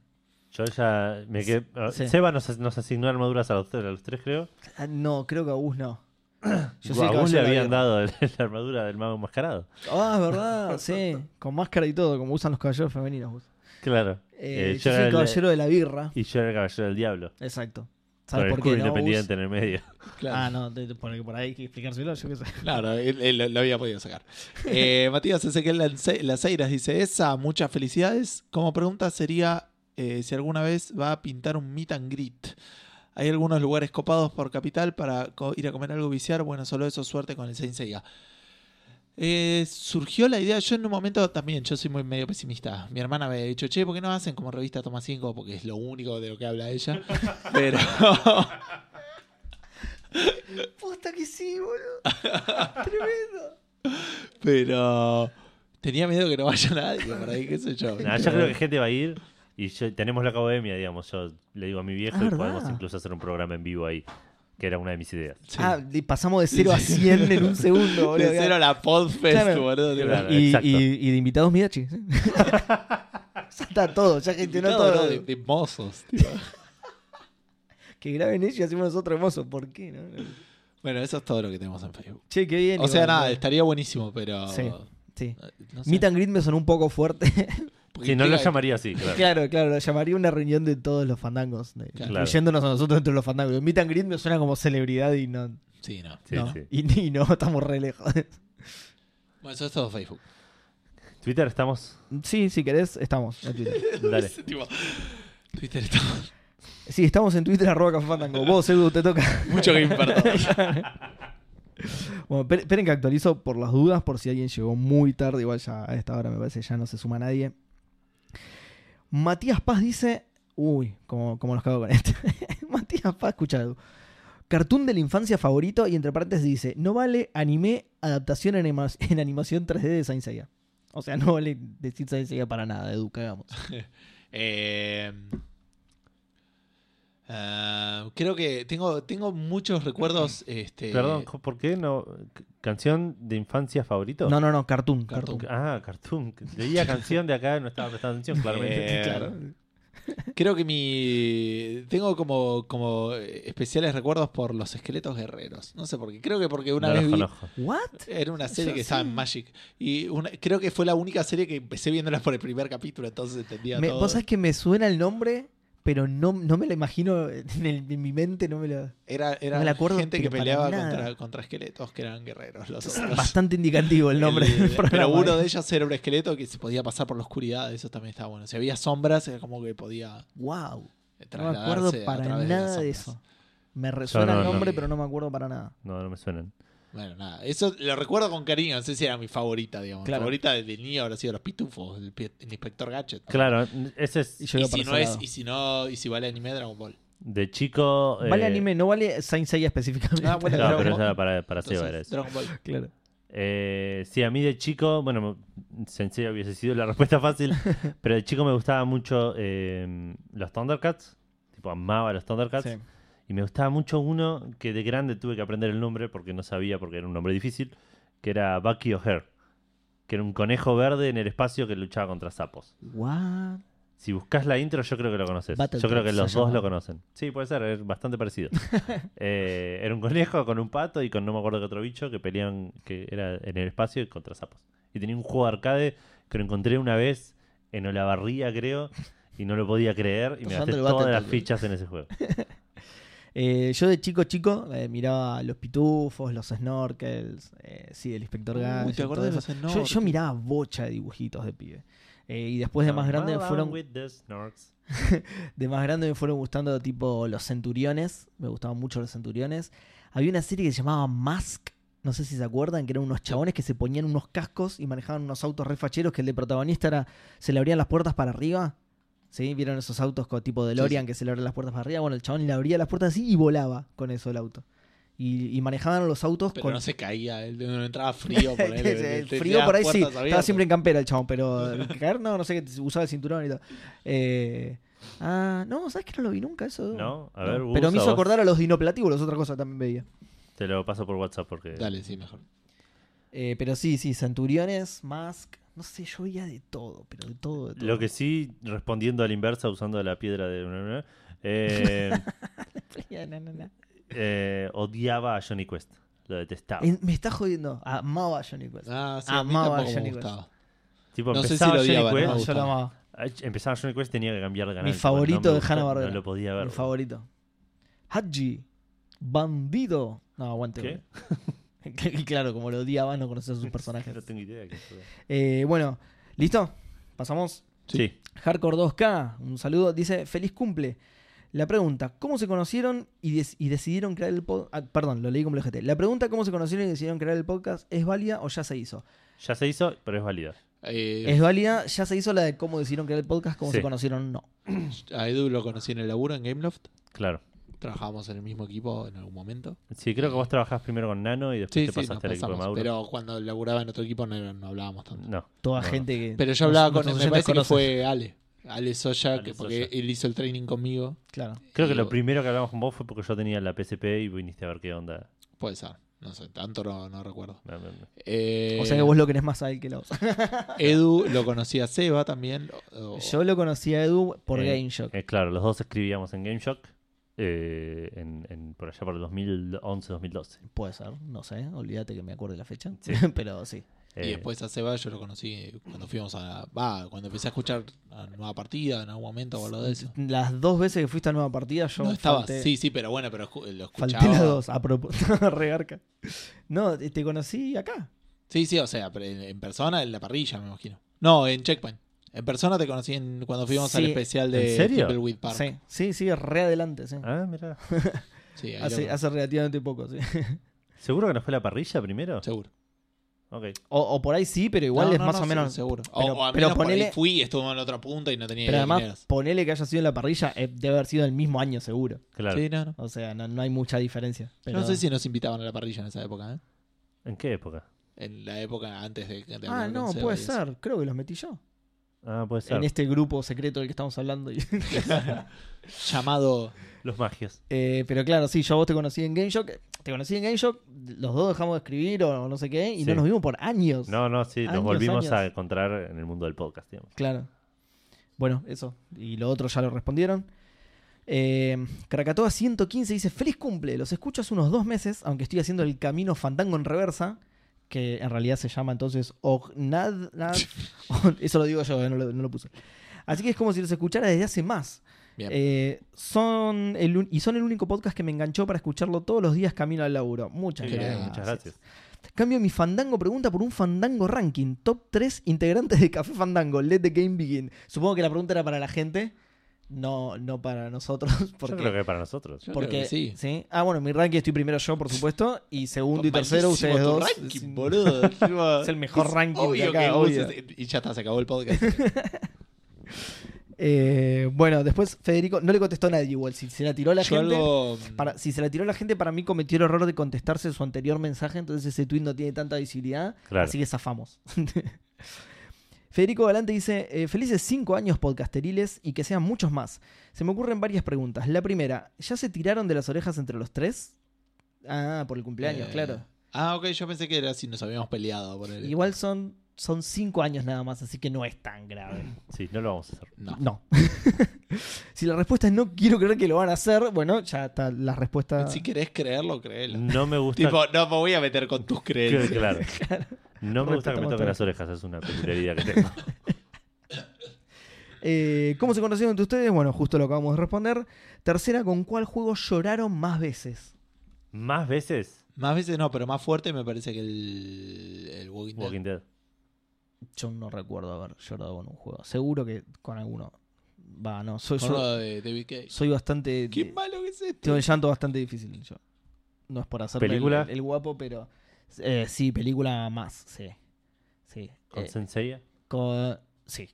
Yo ya me quedé. ah,
Sí.
Seba nos, nos asignó armaduras a los, tres- a los tres, creo.
Ah, no, creo que a Gus no. Yo soy
a
el
vos
caballero de
le
la
habían dado el- la armadura del mago enmascarado.
Ah, es verdad, sí. Con máscara y todo, como usan los caballeros femeninos. Gus.
Claro.
Eh,
Eh,
yo soy el caballero de la birra.
Y yo era el caballero del diablo.
Exacto.
Con
¿Sabes
el
por qué?
culo
no, Gus?
independiente en el medio.
Claro.
Ah, no, te- te- por, por ahí hay que explicárselo, yo qué sé.
Claro, él, él lo- lo había podido sacar. Eh, Matías Ezequiel Lance- Laceiras dice: Esa, muchas felicidades. Como pregunta sería eh, si alguna vez va a pintar un meet and greet. Hay algunos lugares copados por capital para co- ir a comer algo, viciar. Bueno, solo eso, suerte con el Sensei eh, surgió la idea, yo en un momento también, yo soy muy medio pesimista. Mi hermana me había dicho, che, ¿por qué no hacen como revista Toma 5? Porque es lo único de lo que habla ella. Pero
Posta que sí, boludo. Tremendo.
Pero tenía miedo que no vaya nadie por ahí, qué sé yo.
Nah, yo creo que gente va a ir y yo- tenemos la academia, digamos. Yo le digo a mi viejo
Ah,
y
¿verdad?
podemos incluso hacer un programa en vivo ahí, que era una de mis ideas.
Sí.
Ah, y pasamos de 0 a 100 en un segundo, boludo.
de cero a la Podfest,
Claro.
boludo. de
Claro.
verdad.
y,
Exacto.
y, y de invitados Midachi. ¿sí? ya está todo, ya gestionó
Invitado,
todo.
bro, de, de mozos, tío.
Que graben ellos y hacemos nosotros hermosos. ¿Por qué? No?
bueno, eso es todo lo que tenemos en Facebook.
Che, qué bien.
O sea,
igual,
nada,
¿no?
estaría buenísimo, pero.
Sí, sí.
eh, no sé,
Meet and greet me sonó un poco fuerte.
porque
Si no lo
queda-
llamaría así, claro.
claro, claro, lo llamaría una reunión de todos los fandangos. de-
Claro.
Incluyéndonos a nosotros dentro de los fandangos. Meet and greet me suena como celebridad y no.
Sí, no.
Sí,
no.
sí.
Y, y no, estamos re lejos.
Bueno, eso es todo Facebook.
Twitter, estamos.
sí, si querés, estamos en Twitter.
Dale.
Tipo, Twitter está
Sí, estamos en Twitter, arroba Café Fandango. Vos, Edu, te toca.
mucho que perdón.
Bueno, esperen- esperen que actualizo por las dudas, por si alguien llegó muy tarde, igual ya a esta hora me parece ya no se suma nadie. Matías Paz dice, uy, como, como nos cago con este. Matías Paz, escuchado. Cartoon de la infancia favorito y entre partes dice, no vale anime adaptación en, anima- en animación 3D de Saint Seiya. O sea, no vale decir Saint Seiya para nada, Edu, cagamos.
Eh, ah, creo que tengo, tengo muchos recuerdos. Este,
Perdón, jo- ¿por qué no? C- ¿Canción de infancia favorito?
No, no, no, cartoon,
Cartoon.
cartoon.
Ah, cartoon. Leía canción de acá, no estaba prestando atención, claramente.
Eh, Creo que mi. Tengo como, como especiales recuerdos por los esqueletos guerreros. No sé por qué. Creo que porque una
no
vez
los
vi.
conozco.
¿What?
Era una serie
Yo
que
sí.
estaba en Magic. Y una- creo que fue la única serie que empecé viéndola por el primer capítulo, entonces entendía
Me-
todo.
vos sabés que me suena el nombre, pero no, no me lo imagino en, el- en mi mente, no me lo...
Era, era
me la acuerdo,
gente que
pero para
peleaba
nada.
contra, contra esqueletos que eran guerreros los otros.
Bastante indicativo el nombre
El-
del
pero
programa,
uno
¿eh?
de ellos era un esqueleto que se podía pasar por la oscuridad, eso también estaba bueno. Si había sombras, era como que podía
Wow, no me
trasladarse
acuerdo
a
para
través las
nada de
sombras.
eso. Me resuena
no,
el
no.
nombre, pero no me acuerdo para nada.
No, no me suenan.
Bueno, nada, eso lo recuerdo con cariño, no sé si era mi favorita, digamos. Mi
Claro.
favorita desde niño habrá sido los pitufos, el, pi- el inspector Gadget.
Claro, ese
Y
es
yo iba
Y
para
si no
ese
es,
lado.
y si no, y si vale anime Dragon Ball.
de chico.
Vale
eh,
anime, no vale Saint Seiya específicamente.
Ah, bueno,
No,
Dragon
pero eso
Ball.
era para, para Seba. era
Entonces,
eso.
Dragon Ball.
claro.
Eh, sí, a mí de chico, bueno, me- Sensei hubiese sido la respuesta fácil, pero de chico me gustaba mucho eh, los Thundercats, tipo amaba los Thundercats,
Sí.
y me gustaba mucho uno que de grande tuve que aprender el nombre porque no sabía porque era un nombre difícil, que era Bucky O'Hare, que era un conejo verde en el espacio que luchaba contra sapos.
What?
Si buscas la intro, yo creo que lo conoces.
Battle
Yo creo que
Cats
los
se
dos
llama.
lo conocen. Sí, puede ser, es bastante parecido. Eh, era un conejo con un pato y con no me acuerdo qué otro bicho que peleaban, que era en el espacio y contra sapos. Y tenía un juego de arcade que lo encontré una vez en Olavarría, creo, y no lo podía creer y me
Estás
gasté
hablando del
todas
Battle
las
Cats.
fichas en ese juego.
Eh, yo de chico chico eh, miraba los pitufos, los snorkels, eh, sí, el inspector
Uy,
Gadget,
¿te acordás
todo
de
eso.
los
Yo, yo
snorkels?
miraba bocha de dibujitos de pibe. Eh, y después de más grande
Amaban
fueron
with the snorks.
De más grande me fueron gustando tipo los centuriones. Me gustaban mucho los centuriones. Había una serie que se llamaba Mask. No sé si se acuerdan, que eran unos chabones que se ponían unos cascos y manejaban unos autos refacheros que el de protagonista era. se le abrían las puertas para arriba. ¿Sí? ¿Vieron esos autos co- tipo DeLorean que se le abren las puertas para arriba? Bueno, el chabón le abría las puertas así y volaba con eso el auto. y, y manejaban los autos
Pero
con.
no se caía, él no entraba frío. Por
el,
este,
frío por ahí sí, estaba siempre en campera el chabón, pero el caer no, no sé, que usaba el cinturón y todo. Eh, ah, no, ¿sabes que no lo vi nunca eso?
No, a ver,
Pero
Gus,
me
a
hizo
vos.
acordar a los dinoplatíbulos, otra cosa también veía.
Te lo paso por WhatsApp porque.
Dale, sí, mejor.
Eh, pero sí, sí, Centuriones, Mask, no sé, yo veía de todo, pero de todo, de todo.
Lo que sí, respondiendo a la inversa, usando la piedra de. Eh,
No, no, no.
eh, odiaba a Johnny Quest. Lo detestaba.
Eh, Me está jodiendo. Amaba a Johnny Quest.
Ah, sí, a mí
Amaba a
tampoco me
Johnny Quest.
gustaba.
Tipo,
No sé si
empezaba
lo odiaba,
Johnny
no,
Quest.
Ah, yo lo amaba.
Ay, Empezaba Johnny Quest, tenía que cambiar de canal.
Mi
tipo, no
favorito
me
de
gustó,
Hanna-Barbera.
No lo podía ver.
Mi favorito. Haji. Bandido. No, aguante.
¿Qué?
boludo. claro, como lo odiabas, no conocías a sus personajes.
No tengo idea. qué fue.
Eh, bueno, ¿listo? Pasamos.
Sí.
Sí.
Hardcore 2K, un saludo. Dice, feliz cumple. La pregunta, ¿cómo se conocieron y, des- y decidieron crear el podcast? perdón, lo leí como lo GT. La pregunta, ¿cómo se conocieron y decidieron crear el podcast? ¿Es válida o ya se hizo?
Ya se hizo, pero es válida.
Eh,
Es válida, ya se hizo la de cómo decidieron crear el podcast, cómo
Sí.
se conocieron, no.
a Edu lo conocí en el laburo en Gameloft.
Claro.
Trabajábamos en el mismo equipo en algún momento.
Sí, creo que vos trabajás primero con Nano y después
Sí,
te
sí, nos
pasaste al equipo de
pasamos.
Mauro.
Pero cuando laburaba en otro equipo no, no hablábamos tanto.
No.
Toda
no, no.
gente que...
Pero yo hablaba
nos-
con él,
nuestros
me parece que
oyentes conocen.
fue Ale. Ale Soya,
Ale
que porque
Soya.
él hizo el training conmigo.
Claro.
Creo que
Y-
lo primero que hablamos con vos fue porque yo tenía la PSP y viniste a ver qué onda.
Puede ser, no sé, tanto no, no recuerdo.
No, no, no.
Eh,
O sea que vos lo querés más a él que la otra.
Edu lo conocía a Seba también. o- o-
Yo lo conocí a Edu por
Eh,
GameShock.
eh, claro, los dos escribíamos en GameShock eh, en, en- por allá por el 2011-2012.
Puede ser, no sé, olvídate que me acuerde la fecha.
Sí.
Pero sí.
y después a Seba yo lo conocí cuando fuimos a. Va, cuando empecé a escuchar a Nueva Partida en algún momento o algo de eso.
Las dos veces que fuiste a nueva partida, yo.
no estaba,
falté,
sí, sí, pero bueno, pero escu- lo
falté
escuchaba.
las dos, a propósito, regarca. No, te te conocí acá.
Sí, sí, o sea, pero en en persona en la parrilla, me imagino. No, en Checkpoint. En persona te conocí en- cuando fuimos al
Sí.
especial
¿En
de
serio?
Thimbleweed Park.
Sí, sí, sí, re adelante, sí.
Ah, mira.
Sí, ahí lo
hace,
conocí,
hace relativamente poco, sí.
¿Seguro que no fue la parrilla primero?
seguro.
Ok.
O, o por ahí sí, pero igual
No,
es
no,
más
no,
o menos.
Seguro. Eh, O-
pero-
o al
pero
menos por ahí
ponele-
fui, estuvo en la otra punta y no tenía
Pero
idea quién
además,
eras.
ponele que haya sido en la parrilla, eh, debe haber sido el mismo año seguro.
Claro.
Sí, no, no.
O sea, no, no hay mucha diferencia.
Yo
Pero...
No sé si nos invitaban a la parrilla en esa época, ¿eh?
¿En qué época?
En la época antes de... de
Ah,
hablar con
no,
Seba
puede
y eso.
ser. Creo que los metí yo.
Ah, puede ser.
En este grupo secreto del que estamos hablando. y-
Llamado...
Los magios.
Eh, pero claro, sí, yo a vos te conocí en GameShock. Te conocí en GameShock, los dos dejamos de escribir o no sé qué, y
Sí.
no nos vimos por años.
No, no, sí, nos
Años,
volvimos a
años.
encontrar en el mundo del podcast, digamos.
Claro. Bueno, eso. Y lo otro ya lo respondieron. Eh, Krakatoa 115 dice: Feliz cumple, los escucho hace unos dos meses, aunque estoy haciendo el camino fandango en reversa, que en realidad se llama entonces Ognad. nad- Eso lo digo yo, eh, no lo, no lo puse. Así que es como si los escuchara desde hace más.
Bien.
Eh, son el, un- y son el único podcast que me enganchó para escucharlo todos los días camino al laburo. Muchas
Qué bien,
gracias.
muchas gracias.
Cambio mi fandango pregunta por un fandango ranking. Top 3 integrantes de Café Fandango. Let the game begin. Supongo que la pregunta era para la gente, no, no para nosotros. Porque,
Yo creo que para nosotros.
Yo creo
porque
que sí.
Ah, bueno, mi ranking estoy primero yo, por supuesto. Y segundo y tercero
Malísimo
ustedes
tu
dos.
ranking,
Es-
boludo.
Es el mejor
Es
ranking de
obvio
acá,
que vos
obvio.
es- Y ya está, se acabó el podcast.
Eh, bueno, después Federico. No le contestó nadie igual. Si se la tiró la
Yo
gente.
algo...
Para- si se la tiró la gente, para mí cometió el error de contestarse su anterior mensaje, entonces ese tweet no tiene tanta visibilidad,
Claro.
así que zafamos. Federico Galante dice, eh, felices 5 años podcasteriles y que sean muchos más. Se me ocurren varias preguntas. La primera, ¿ya se tiraron de las orejas entre los tres? Ah, por el cumpleaños,
Eh,
claro.
Ah, ok, yo pensé que era si nos habíamos peleado por él.
Igual son 5 años nada más, así que no es tan grave.
Sí, no lo vamos a hacer.
No.
No. si la respuesta es no quiero creer que lo van a hacer, bueno, ya está la respuesta.
Si querés creerlo, creelo.
No me gusta.
Tipo, no me voy a meter con tus
que-
creencias.
claro. No me gusta que me
Respetamos
toquen
todo.
las orejas, es una peculiaridad que tengo.
Eh, ¿Cómo se conocieron entre ustedes? Bueno, justo lo acabamos de responder. Tercera, ¿con cuál juego lloraron más veces?
Más veces,
Más veces no, pero más fuerte me parece que el, el Walking Dead.
Walking Dead.
Yo no recuerdo haber llorado con un juego. Seguro que con alguno. Va, no. Soy,
Con
soy-
lo de David Cage.
soy bastante.
Qué malo que es este?
Tengo
esto.
el llanto bastante difícil. Yo. No es por hacer
¿Película?
El, el guapo, pero. eh, sí, película más, sí. Sí.
Con
eh,
Senseiya.
con- sí.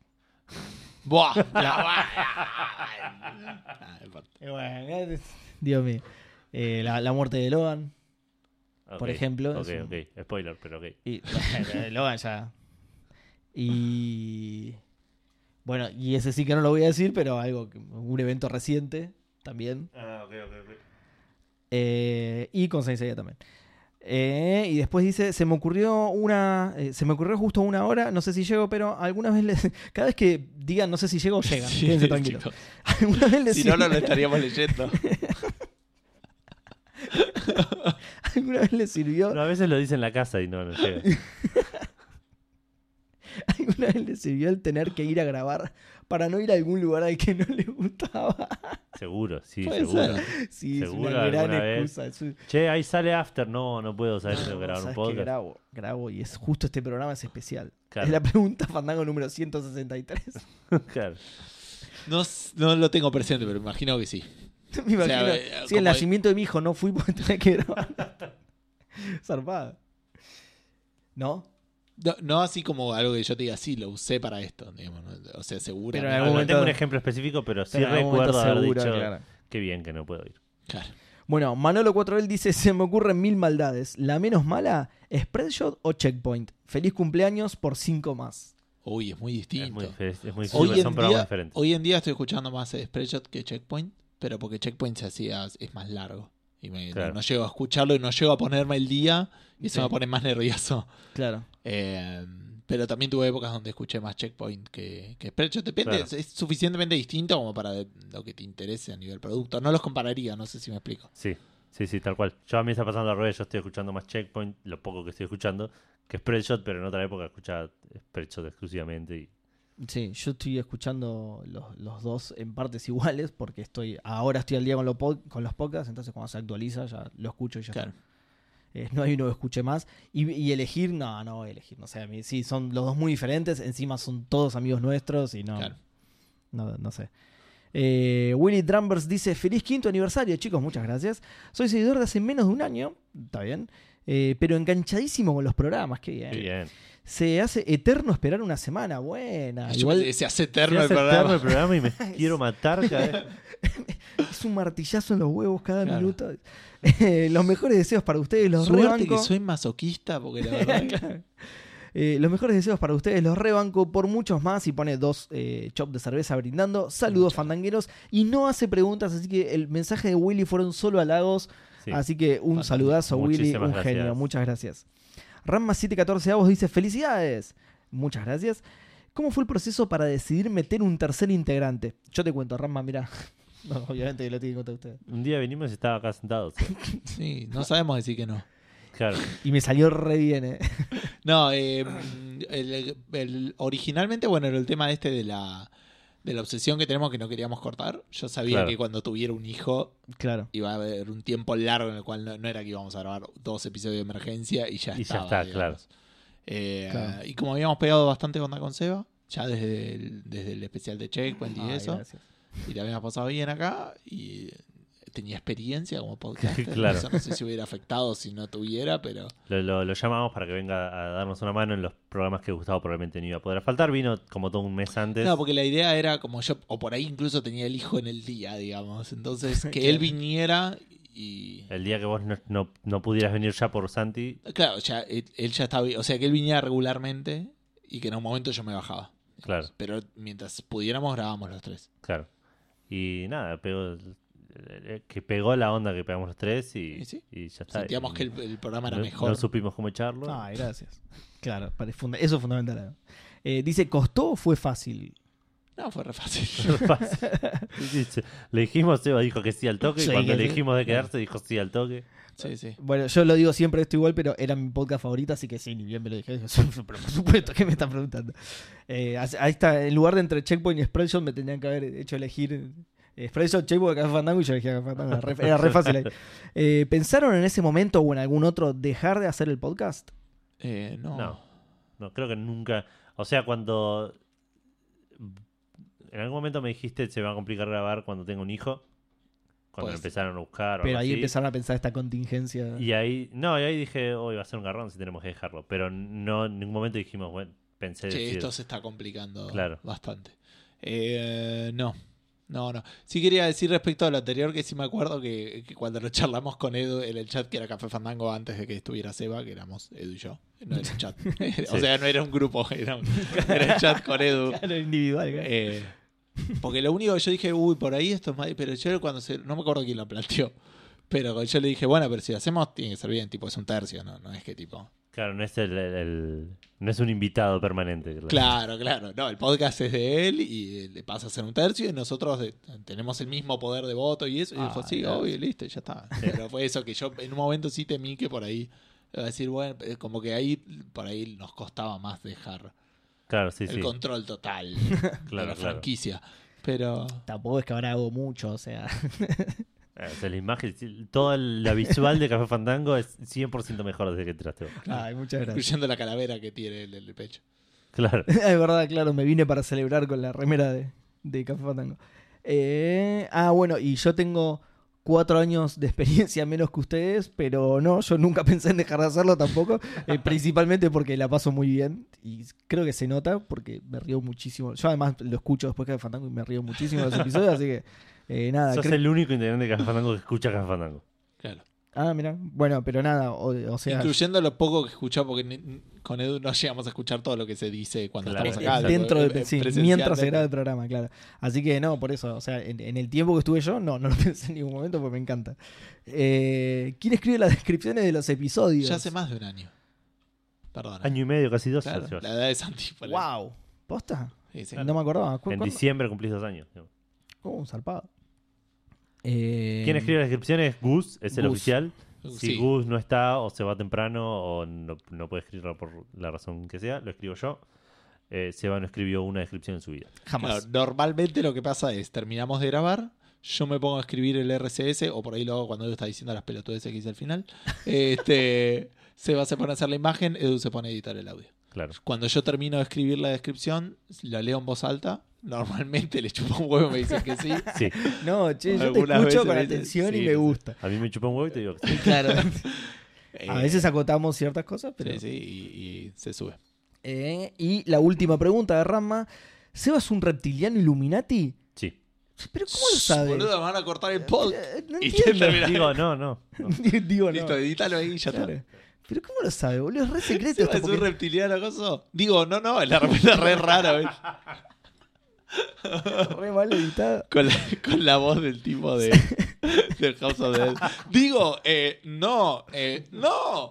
Buah, la- Ah, no importa.
Dios mío. Eh, la, la muerte de Logan.
Ok,
ejemplo,
Ok,
es un-
ok. Spoiler, pero ok.
Y, Logan ya. Y. Bueno, y ese sí que no lo voy a decir, pero algo, que- un evento reciente también.
Ah, ok, ok, ok.
Eh, y con Saint Seiya también. Eh, y después dice, se me ocurrió una, eh, se me ocurrió justo una hora, no sé si llego, pero alguna vez les, cada vez que digan no sé si llego, llegan,
Sí,
quédense tranquilos.
chicos.
Alguna vez les
Si no, no lo estaríamos leyendo.
alguna vez les sirvió,
No, a veces lo dice en la casa y no, no llega.
alguna vez les sirvió el tener que ir a grabar para no ir a algún lugar al que no les gustaba.
Seguro, sí,
Puede
seguro.
ser.
Sí, es
Seguro
una gran
alguna vez.
excusa. es un-
Che, ahí sale After. No, no puedo saber si
No,
grabar un
¿sabes qué?
podcast.
Grabo, grabo y es justo este programa es especial.
Claro.
Es la pregunta Fandango número 163.
Claro.
No, s- no lo tengo presente, pero imagino que sí.
Me
O sea,
imagino.
eh,
sí, el
como-
nacimiento de mi hijo no fui porque tenía que grabar. Zarpado. ¿No?
No, no así como algo que yo te diga, sí, lo usé para esto. digamos, ¿no? O sea, seguro.
Pero en
Ah, No,
algún
no
momento-
tengo un ejemplo específico, pero sí
Pero en algún
recuerdo
momento
haber
seguro,
dicho
claro.
qué bien que no puedo ir.
Claro.
Bueno, Manolo 4L dice: Se me ocurren mil maldades. La menos mala, spreadshot o checkpoint. Feliz cumpleaños por 5 más.
Uy, es muy
Es
distinto.
muy, fe- es muy difícil,
hoy,
son
en
programas
día,
diferentes.
hoy en día estoy escuchando más eh, Spreadshot que Checkpoint, pero porque Checkpoint se hacía, es más largo. Y me-
Claro.
no, no llego a escucharlo y no llego a ponerme el día y eso
Sí.
me pone más nervioso.
Claro.
Eh, pero también tuve épocas donde escuché más Checkpoint que, que Spreadshot. Depende,
Claro.
es, es suficientemente distinto como para de- lo que te interese a nivel producto. No los compararía, no sé si me explico.
Sí, sí, sí, tal cual. Yo a mí me está pasando al revés, yo estoy escuchando más Checkpoint, lo poco que estoy escuchando, que Spreadshot, pero en otra época escuchaba Spreadshot exclusivamente. Y...
Sí, yo estoy escuchando los, los dos en partes iguales porque estoy ahora estoy al día con, lo pod- con los podcasts, entonces cuando se actualiza ya lo escucho y ya
Claro.
está. Eh, no hay uno que escuche más. Y, y elegir, no, no voy a elegir. No sé, a mí sí, son los dos muy diferentes. Encima son todos amigos nuestros y no,
Claro.
no, no sé. Eh, Willy Drumbers dice: Feliz quinto aniversario, chicos, muchas gracias. Soy seguidor de hace menos de un año, está bien, eh, pero enganchadísimo con los programas, qué bien.
Qué bien.
Se hace eterno esperar una semana, buena.
Yo
Ah, Igual
me- se hace
Se
eterno el
hace eterno
programa.
el programa y me quiero matar cada vez.
es un martillazo en los huevos cada
Claro.
minuto. Eh, los mejores deseos para ustedes, los
Suerte
rebanco.
que soy masoquista, porque la verdad. que-
Eh, los mejores deseos para ustedes, los rebanco por muchos más y pone dos eh, chops de cerveza brindando. Saludos, fandangueros. Y no hace preguntas, así que el mensaje de Willy fueron solo halagos.
Sí.
Así que un
Fantástico.
saludazo, Willy,
Muchísimas
un genio.
gracias.
Muchas gracias. Ramma 714 Avos dice: ¡Felicidades! Muchas gracias. ¿Cómo fue el proceso para decidir meter un tercer integrante? Yo te cuento, Ramma, mira. No, obviamente que lo tiene que contar usted.
Un día venimos y estaba acá sentado. sí.
Sí, no sabemos decir que no.
Claro.
Y me salió re bien, ¿eh?
No, eh, el- el- originalmente, bueno, era el tema este de la, de la obsesión que tenemos que no queríamos cortar. Yo sabía
Claro.
que cuando tuviera un hijo
Claro.
iba a haber un tiempo largo en el cual no, no era que íbamos a grabar dos episodios de emergencia y ya
Y ya
estaba.
está,
digamos. Eh,
Claro.
Y como habíamos pegado bastante onda con Seba, ya desde el, desde el especial de Checkpoint y
Ay,
eso,
gracias.
y la habíamos pasado bien acá y tenía experiencia como podcaster.
Claro.
Eso no sé si hubiera afectado si no tuviera, pero...
Lo, lo- lo llamamos para que venga a darnos una mano en los programas que Gustavo probablemente no iba a poder faltar. Vino como todo un mes antes.
No, porque la idea era como yo, o por ahí incluso tenía el hijo en el día, digamos. Entonces, que él viniera y.
El día que vos no, no- no pudieras venir ya por Santi,
Claro, ya, él, él ya estaba. O sea, que él viniera regularmente y que en un momento yo me bajaba.
Claro.
Pero mientras pudiéramos, grabábamos los tres.
claro. Y nada, pegó, eh, que pegó la onda que pegamos los tres y,
Y sí.
y ya está.
Sentíamos
Y
que el, el programa era
no,
mejor.
no supimos cómo echarlo.
Ay, gracias. Claro, para- funda- eso es fundamental. Eh, dice, ¿costó o fue fácil?
No, fue re fácil.
Fácil. Sí, sí. Le dijimos, Seba dijo que sí al toque.
Sí,
y cuando
que
le
sí.
dijimos de quedarse, dijo sí al toque.
sí, sí.
Bueno, yo lo digo siempre esto igual, pero era mi podcast favorito, así que sí, ni bien me lo dije. Pero por supuesto, ¿qué me están preguntando? Eh, as- ahí está, en lugar de entre Checkpoint y Spreadshot me tenían que haber hecho elegir eh, Spreadshot, Checkpoint, Café Fandango y yo elegí Café Fandango. Era re, era re fácil ahí. Eh, ¿Pensaron en ese momento o en algún otro dejar de hacer el podcast?
Eh, no.
No. No, creo que nunca. O sea, cuando. En algún momento me dijiste se me va a complicar grabar cuando tengo un hijo. Cuando
Pues,
empezaron a buscar. o
Pero
algo
ahí
así.
empezaron a pensar esta contingencia.
Y ahí. No, y ahí dije, hoy va a ser un garrón si tenemos que dejarlo. Pero no, en ningún momento dijimos, bueno, pensé
Che,
decir.
esto se está complicando
Claro.
bastante. Eh, no. No, no. Sí quería decir respecto a lo anterior que sí me acuerdo que, que cuando lo charlamos con Edu en el chat, que era Café Fandango antes de que estuviera Seba, que éramos Edu y yo. No era un chat. o sea, no era un grupo, era un, era un chat con Edu.
Claro, individual. claro.
Eh, porque lo único que yo dije, uy, por ahí esto es mal, pero yo cuando se, no me acuerdo quién lo planteó, pero yo le dije, bueno, pero si lo hacemos tiene que ser bien, tipo, es un tercio, no, no es que tipo.
Claro, no es, el, el- el- no es un invitado permanente. claro.
Claro, claro, no, el podcast es de él y eh, le pasa a ser un tercio y nosotros de- tenemos el mismo poder de voto y eso, y
Ah,
dijo, sí,
gracias.
obvio, listo, ya está. Pero fue eso que yo en un momento sí temí que por ahí, iba a decir, bueno, eh, como que ahí, por ahí nos costaba más dejar
Claro, sí,
el
sí.
control total de
Claro,
la
claro.
franquicia, pero...
Tampoco es que ahora hago mucho, o sea.
Ah, o sea, la imagen, sí, toda la visual de Café Fandango es 100% mejor desde que entraste vos.
Ay, muchas gracias.
Incluyendo la calavera que tiene en el pecho.
Claro.
es verdad, claro, me vine para celebrar con la remera de, de Café Fandango. Eh, ah, bueno, y yo tengo cuatro años de experiencia menos que ustedes, pero no, yo nunca pensé en dejar de hacerlo tampoco, eh, principalmente porque la paso muy bien y creo que se nota porque me río muchísimo. Yo además lo escucho después de Café Fandango y me río muchísimo en los episodios, así que eh, nada.
Sos
creo-
el único integrante de Café Fandango que escucha Café Fandango.
Claro.
Ah, mira, bueno, pero nada, o, o sea,
Incluyendo lo poco que escuchaba, porque ni- con Edu no llegamos a escuchar todo lo que se dice cuando
Claro.
estamos acá.
dentro
tipo,
de,
eh,
sí,
presencial
mientras se
dentro.
graba el programa, claro. Así que no, por eso, o sea, en, en el tiempo que estuve yo, no, no lo pensé en ningún momento porque me encanta. Eh, ¿Quién escribe las descripciones de los episodios?
Ya hace más de un año. Perdona.
Año y medio, casi dos.
Claro,
ya llevas.
la edad de Santi. ponele.
Wow, posta.
Sí, sí.
No me acordaba. ¿Cu-
En
cuándo?
diciembre cumplís dos años. digamos.
Oh, zarpado. Eh,
¿Quién escribe las descripciones? Gus, es el
Gus.
oficial. Si
Sí.
Gus no está, o se va temprano, o no, no puede escribirlo por la razón que sea, lo escribo yo. Eh, Seba no escribió una descripción en su vida.
Claro,
Jamás.
normalmente lo que pasa es, terminamos de grabar, yo me pongo a escribir el RCS, o por ahí lo hago cuando Edu está diciendo las pelotudeces que hice al final. Este, Seba se pone a hacer la imagen, Edu se pone a editar el audio.
Claro.
Cuando yo termino de escribir la descripción, la leo en voz alta. Normalmente le chupo un huevo y me dicen que sí.
Sí.
No, che, yo te
Algunas
escucho
veces
con
me-
atención
sí,
y
sí,
me gusta.
A mí me chupó un huevo y te digo que sí.
Claro.
Eh,
A veces acotamos ciertas cosas, pero.
sí, sí, y, y se sube.
Eh, y la última pregunta de Rama. ¿Sebas es un reptiliano Illuminati?
Sí.
¿Pero cómo lo sabes?
Boludo, me van a cortar el pod.
Eh, no
Y
entiendo.
te termina-
Digo, no, no. no.
Digo, no.
Listo, edítalo ahí y ya
Claro.
está.
Pero ¿cómo lo sabe, boludo? Es re secreto
¿Seba
esto.
¿Es un
Porque...
reptiliano coso? Digo, no, no, la respuesta es re rara, ¿ves?
re mal editado.
Con la, con la voz del tipo de, del House of the Dead. Digo, eh, no, eh, no.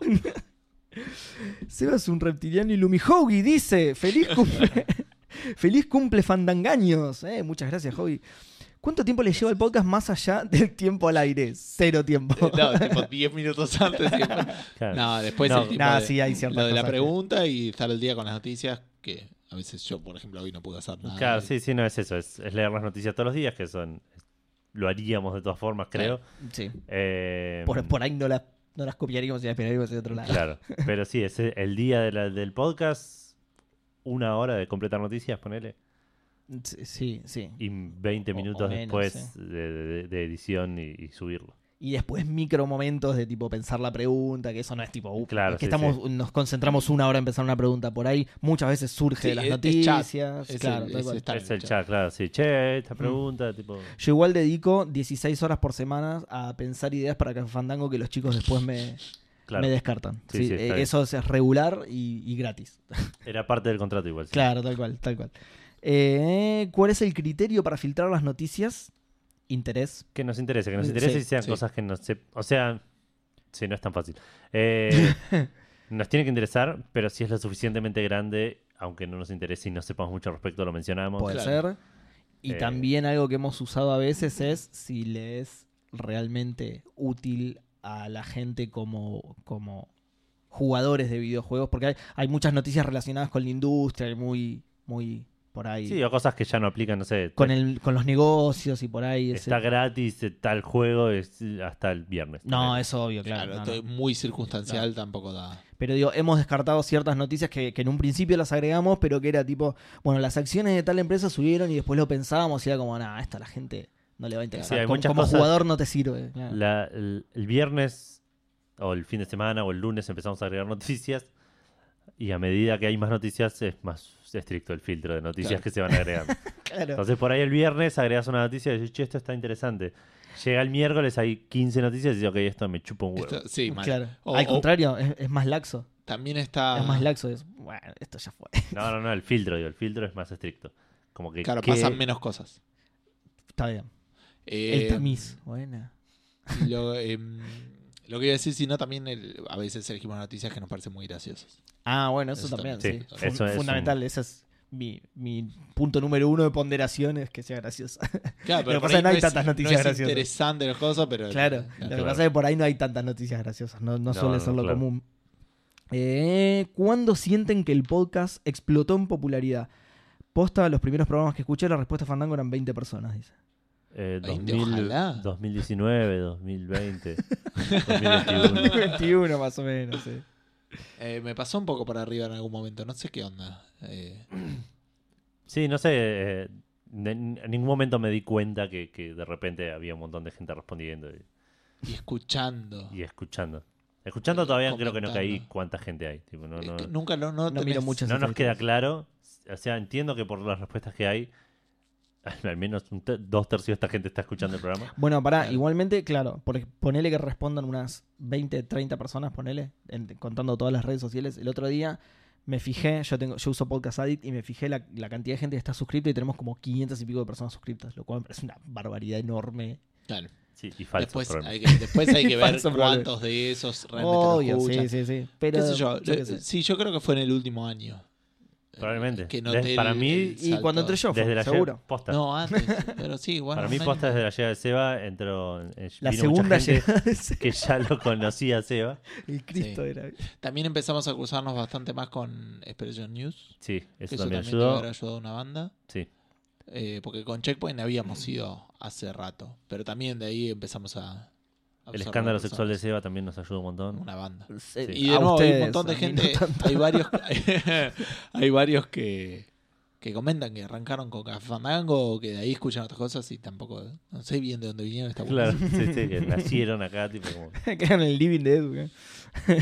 Sebas es un reptiliano Illumihogi, dice. Feliz cumple. Feliz cumple fandangaños. Eh, muchas gracias, Hoggy. ¿Cuánto tiempo le lleva el podcast más allá del tiempo al aire? Cero tiempo.
No, tipo 10 minutos antes. y después-
Claro.
No, después
No,
el tipo
Nada,
de-
sí, hay ciertas
lo de la
cosas que-
pregunta y estar al día con las noticias que a veces yo, por ejemplo, hoy no pude hacer nada.
Claro, sí, sí, no es eso. Es, es leer las noticias todos los días, que son. Lo haríamos de todas formas, creo.
Sí.
Eh,
Em.
Por, por ahí no las, no las copiaríamos y las pegaríamos de otro lado.
Claro. Pero sí, es el día de la- del podcast. Una hora de completar noticias, ponele.
Sí, Sí, sí.
Y 20
O- o
minutos
menos,
después
sí.
de, de- de edición y, y subirlo.
Y después micro momentos de tipo pensar la pregunta, que eso no es tipo, uh,
Claro,
es que
sí,
estamos, nos concentramos una hora en pensar una pregunta por ahí, muchas veces surge
Sí,
de las
es- es chat.
noticias.
Es
claro, Mm.
el-
tal
es
cual.
estar en
es el chat, claro. Sí, che, esta pregunta, tipo.
Yo igual dedico 16 horas por semana a pensar ideas para Café Fandango que los chicos después me,
Claro.
me descartan. Sí,
Sí, sí, está
eh,
bien.
eso es regular y, y gratis.
Era parte del contrato igual. sí.
Claro, tal cual, tal cual. Eh, ¿Cuál es el criterio para filtrar las noticias? Interés.
Que nos interese, que nos
Sí,
interese y sean
sí.
cosas que no se. O sea, sí, no es tan fácil. Eh, nos tiene que interesar, pero si es lo suficientemente grande, aunque no nos interese y no sepamos mucho al respecto, lo mencionamos.
Puede
Claro.
ser. Y
Eh,
también algo que hemos usado a veces es si le es realmente útil a la gente como, como jugadores de videojuegos, porque hay, hay muchas noticias relacionadas con la industria, y muy, muy por ahí.
Sí, o cosas que ya no aplican, no sé.
con, el, con los negocios y por ahí. ese-
Está gratis eh, tal juego es, eh, hasta el viernes.
No,
Eh,
es obvio, claro.
Claro,
no, no.
estoy muy circunstancial, tampoco da.
Pero digo, hemos descartado ciertas noticias que, que en un principio las agregamos, pero que era tipo, bueno, las acciones de tal empresa subieron y después lo pensábamos y era como, nada, esta la gente no le va a interesar.
Sí, hay
como
muchas
como
cosas-
jugador no te sirve. claro.
la- el, el viernes o el fin de semana o el lunes empezamos a agregar noticias. Y a medida que hay más noticias, es más estricto el filtro de noticias
Claro.
que se van agregando.
Claro.
Entonces por ahí el viernes agregas una noticia y dices, che, esto está interesante. Llega el miércoles, hay 15 noticias y dices, ok, esto me chupa un huevo.
Esto- sí, mal.
Claro.
O- Ah.
Al
o
contrario, es, es más laxo.
también está.
Es más laxo. Es, bueno, esto ya fue.
No, no, no, el filtro, digo, el filtro es más estricto. Como que
Claro,
¿qué-
pasan menos cosas.
Está bien.
Eh,
El tamiz. Buena.
Lo, em, lo que iba a decir, sino también el- a veces elegimos noticias que nos parecen muy graciosas.
Ah, bueno, eso,
Eso
también,
también,
sí.
sí.
Fun-
Eso es
fundamental. Ese es mi, mi punto número uno de ponderaciones, que sea graciosa.
Claro,
Lo que
pero por ahí
pasa es que no hay
es-
tantas noticias
es
graciosas.
interesante las cosas, pero.
Claro, lo que
claro.
pasa es que por ahí no hay tantas noticias graciosas, no, no
No,
suele
no,
ser lo
claro.
común. Eh, ¿Cuándo sienten que el podcast explotó en popularidad? Posta, los primeros programas que escuché, la respuesta a Fandango eran 20 personas, dice.
eh,
Ay,
2000,
ojalá.
2019, 2020, 2021.
21 más o menos, sí.
Eh, me pasó un poco para arriba en algún momento, no sé qué onda. Eh,
Sí, no sé. eh, de- en ningún momento me di cuenta que, que de repente había un montón de gente respondiendo y,
y escuchando.
y escuchando. Escuchando
Eh,
todavía creo que no caí
comentando.
cuánta gente hay. tipo, no,
Es
no-
que nunca lo no
No
tenés-
miro muchas
no nos queda
estadísticas.
claro. O sea, entiendo que por las respuestas que hay, al menos un te- dos tercios de esta gente está escuchando el programa.
Bueno, pará,
Claro.
igualmente, claro, porque ponele que respondan unas 20, 30 personas, ponele, en- contando todas las redes sociales. El otro día me fijé, yo tengo yo uso Podcast Addict y me fijé la, la cantidad de gente que está suscrita y tenemos como 500 y pico de personas suscritas, lo cual me parece una barbaridad enorme.
Claro.
Sí, y falso.
después,
probablemente.
hay que, después hay que ver
Falso problema.
cuántos de esos realmente lo
Obvio,
escuchan.
sí, sí, sí. Pero,
¿Qué sé yo? Eh,
yo qué sé.
Sí, yo creo que fue en el último año. Eh,
Probablemente.
que noté
Desde-
el-
para mí,
el
Y
salto.
cuando entré yo, fue,
Desde la
seguro.
llegada- posta.
No, antes. Pero sí, bueno.
para mí,
un año.
posta desde la llegada de Seba entró. eh,
La
vino
segunda
mucha gente
llegada de ese-
que ya lo conocía Seba.
El Cristo
Sí.
era.
También empezamos a cruzarnos bastante más con Expedition News.
Sí, eso,
que Eso
también
también,
ayudó.
debe haber ayudado a una banda.
Sí.
Eh, porque con Checkpoint
Mm.
habíamos ido hace rato. Pero también de ahí empezamos a. a
El
observar
escándalo
personas.
sexual de Seba también nos ayudó un montón.
Una banda.
Sí.
Y de nuevo, hay
A
un
ustedes,
montón de
a mí
gente.
no tanto.
hay varios, hay varios que, que comentan que arrancaron con Café Fandango o que de ahí escuchan otras cosas y tampoco. No sé bien de dónde vinieron. Está bueno.
Claro, sí, sí, que nacieron acá, tipo como.
Que era en el living de Edu. ¿eh?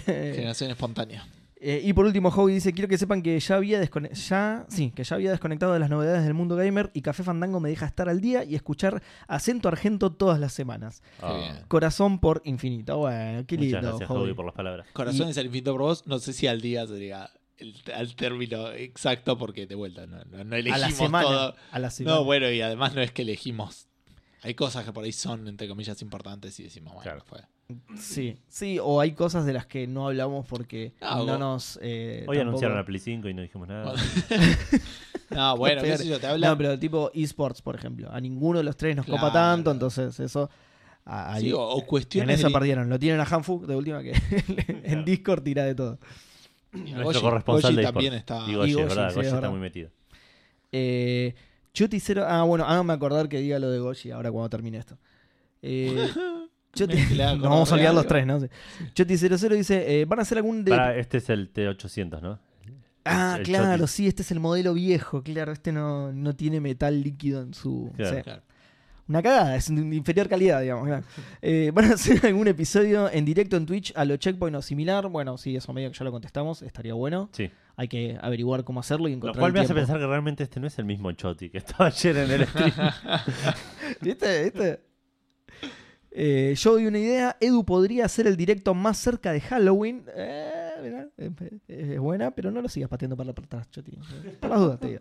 Generación espontánea.
Eh, y por último, Hobby dice: Quiero que sepan que ya había, descone- ya, sí, que ya había desconectado de las novedades del mundo gamer y Café Fandango me deja estar al día y escuchar acento argento todas las semanas.
Ah,
bien.
Corazón por infinito. Bueno, qué lindo.
muchas gracias,
Hobby. Eh,
Javi, por las palabras.
Corazones al infinito por vos. No sé si al día sería el, al término exacto porque de vuelta no, no, no
a
elegimos
la semana.
todo.
A la semana.
No, bueno, y además no es que elegimos. Hay cosas que por ahí son, entre comillas, importantes y decimos, bueno,
Claro.
fue.
Sí, sí, o hay cosas de las que no hablamos porque
Ah,
no
vos-
nos. eh,
Hoy
tampoco-
anunciaron la Play 5 y no dijimos nada.
Bueno. No, bueno, qué
peor.
sé yo, te
No,
hablan.
pero tipo esports, por ejemplo. A ninguno de los tres nos copa
Claro.
tanto, entonces eso. a- ahí-
Sí, o, o
en
cuestiones.
esa
del-
perdieron. Lo tienen a Hanfu, de última que en Discord tira de todo.
Nuestro
Goyi-
corresponsal
Goyi
de
también
eSports.
está-
Y
y
Goyi, es
Goyi,
verdad,
sí,
Goyi
es
está
verdad.
muy metido.
Eh, Chuti cero. Ah, bueno, háganme acordar que diga lo de Goshi ahora cuando termine esto. Eh, Chuti-
Mezclado con
nos vamos a olvidar
Orlando.
los tres, ¿no? Sí. Chuti00 dice: eh, ¿Van a hacer algún de-
Para, este es el T800, ¿no?
Ah,
el
claro,
Chuti.
sí, este es el modelo viejo, claro, este no, no tiene metal líquido en su...
Claro.
sí.
Claro.
Una cagada, es de inferior calidad, digamos. claro. Eh, ¿Van a hacer algún episodio en directo en Twitch a lo checkpoint o similar? Bueno, sí, eso medio que ya lo contestamos, estaría bueno.
Sí.
Hay que averiguar cómo hacerlo y
Lo
encontrar...
cual
el
me hace
tiempo.
pensar que realmente este no es el mismo Choti que estaba ayer en el stream.
¿Viste? ¿Viste? Eh, yo doy una idea. Edu podría hacer el directo más cerca de Halloween. Eh, mirá, eh, eh, es buena, pero no lo sigas pateando para la para atrás, Choti. Por las dudas, te digo.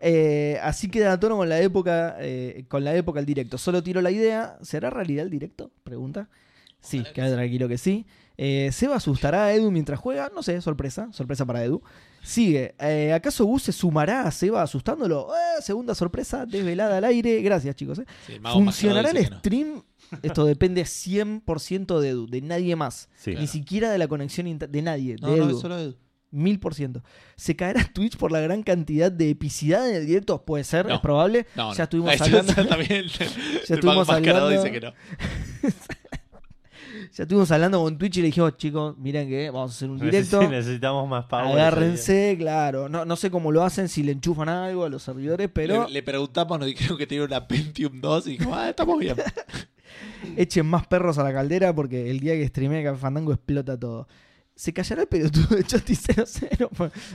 Eh, así queda a tono con la época, eh, con la época el directo. Solo tiro la idea. ¿Será realidad el directo? Pregunta. Sí, queda tranquilo que sí. Eh, ¿Seba asustará a Edu mientras juega? No sé, sorpresa, sorpresa para Edu. Sigue. eh, ¿Acaso Gus se sumará a Seba asustándolo? Eh, segunda sorpresa, desvelada al aire. Gracias, chicos. eh.
Sí, el mago
¿Funcionará
Macedo
el
dice que no.
stream? Esto depende 100% de Edu, de nadie más.
Sí.
Ni siquiera de la conexión inter- de nadie,
No,
de
no,
Edu.
es solo Edu.
Mil por ciento. ¿Se caerá Twitch por la gran cantidad de epicidad en el directo? Puede ser,
No.
es probable.
No, no.
ya estuvimos
Eso
hablando.
también. el
Ya
mago
estuvimos
enmascarado
hablando-
dice que no.
Ya estuvimos hablando con Twitch y le dijimos, chicos, miren que vamos a hacer un directo.
Sí, necesitamos más power.
Agárrense, claro. No, no sé cómo lo hacen, si le enchufan algo a los servidores, pero
Le, le preguntamos, nos dijeron que tenía una Pentium 2 y dijo, ah, estamos bien.
echen más perros a la caldera porque el día que streamee Café Fandango explota todo. ¿Se callará el pelotudo de Choti 00?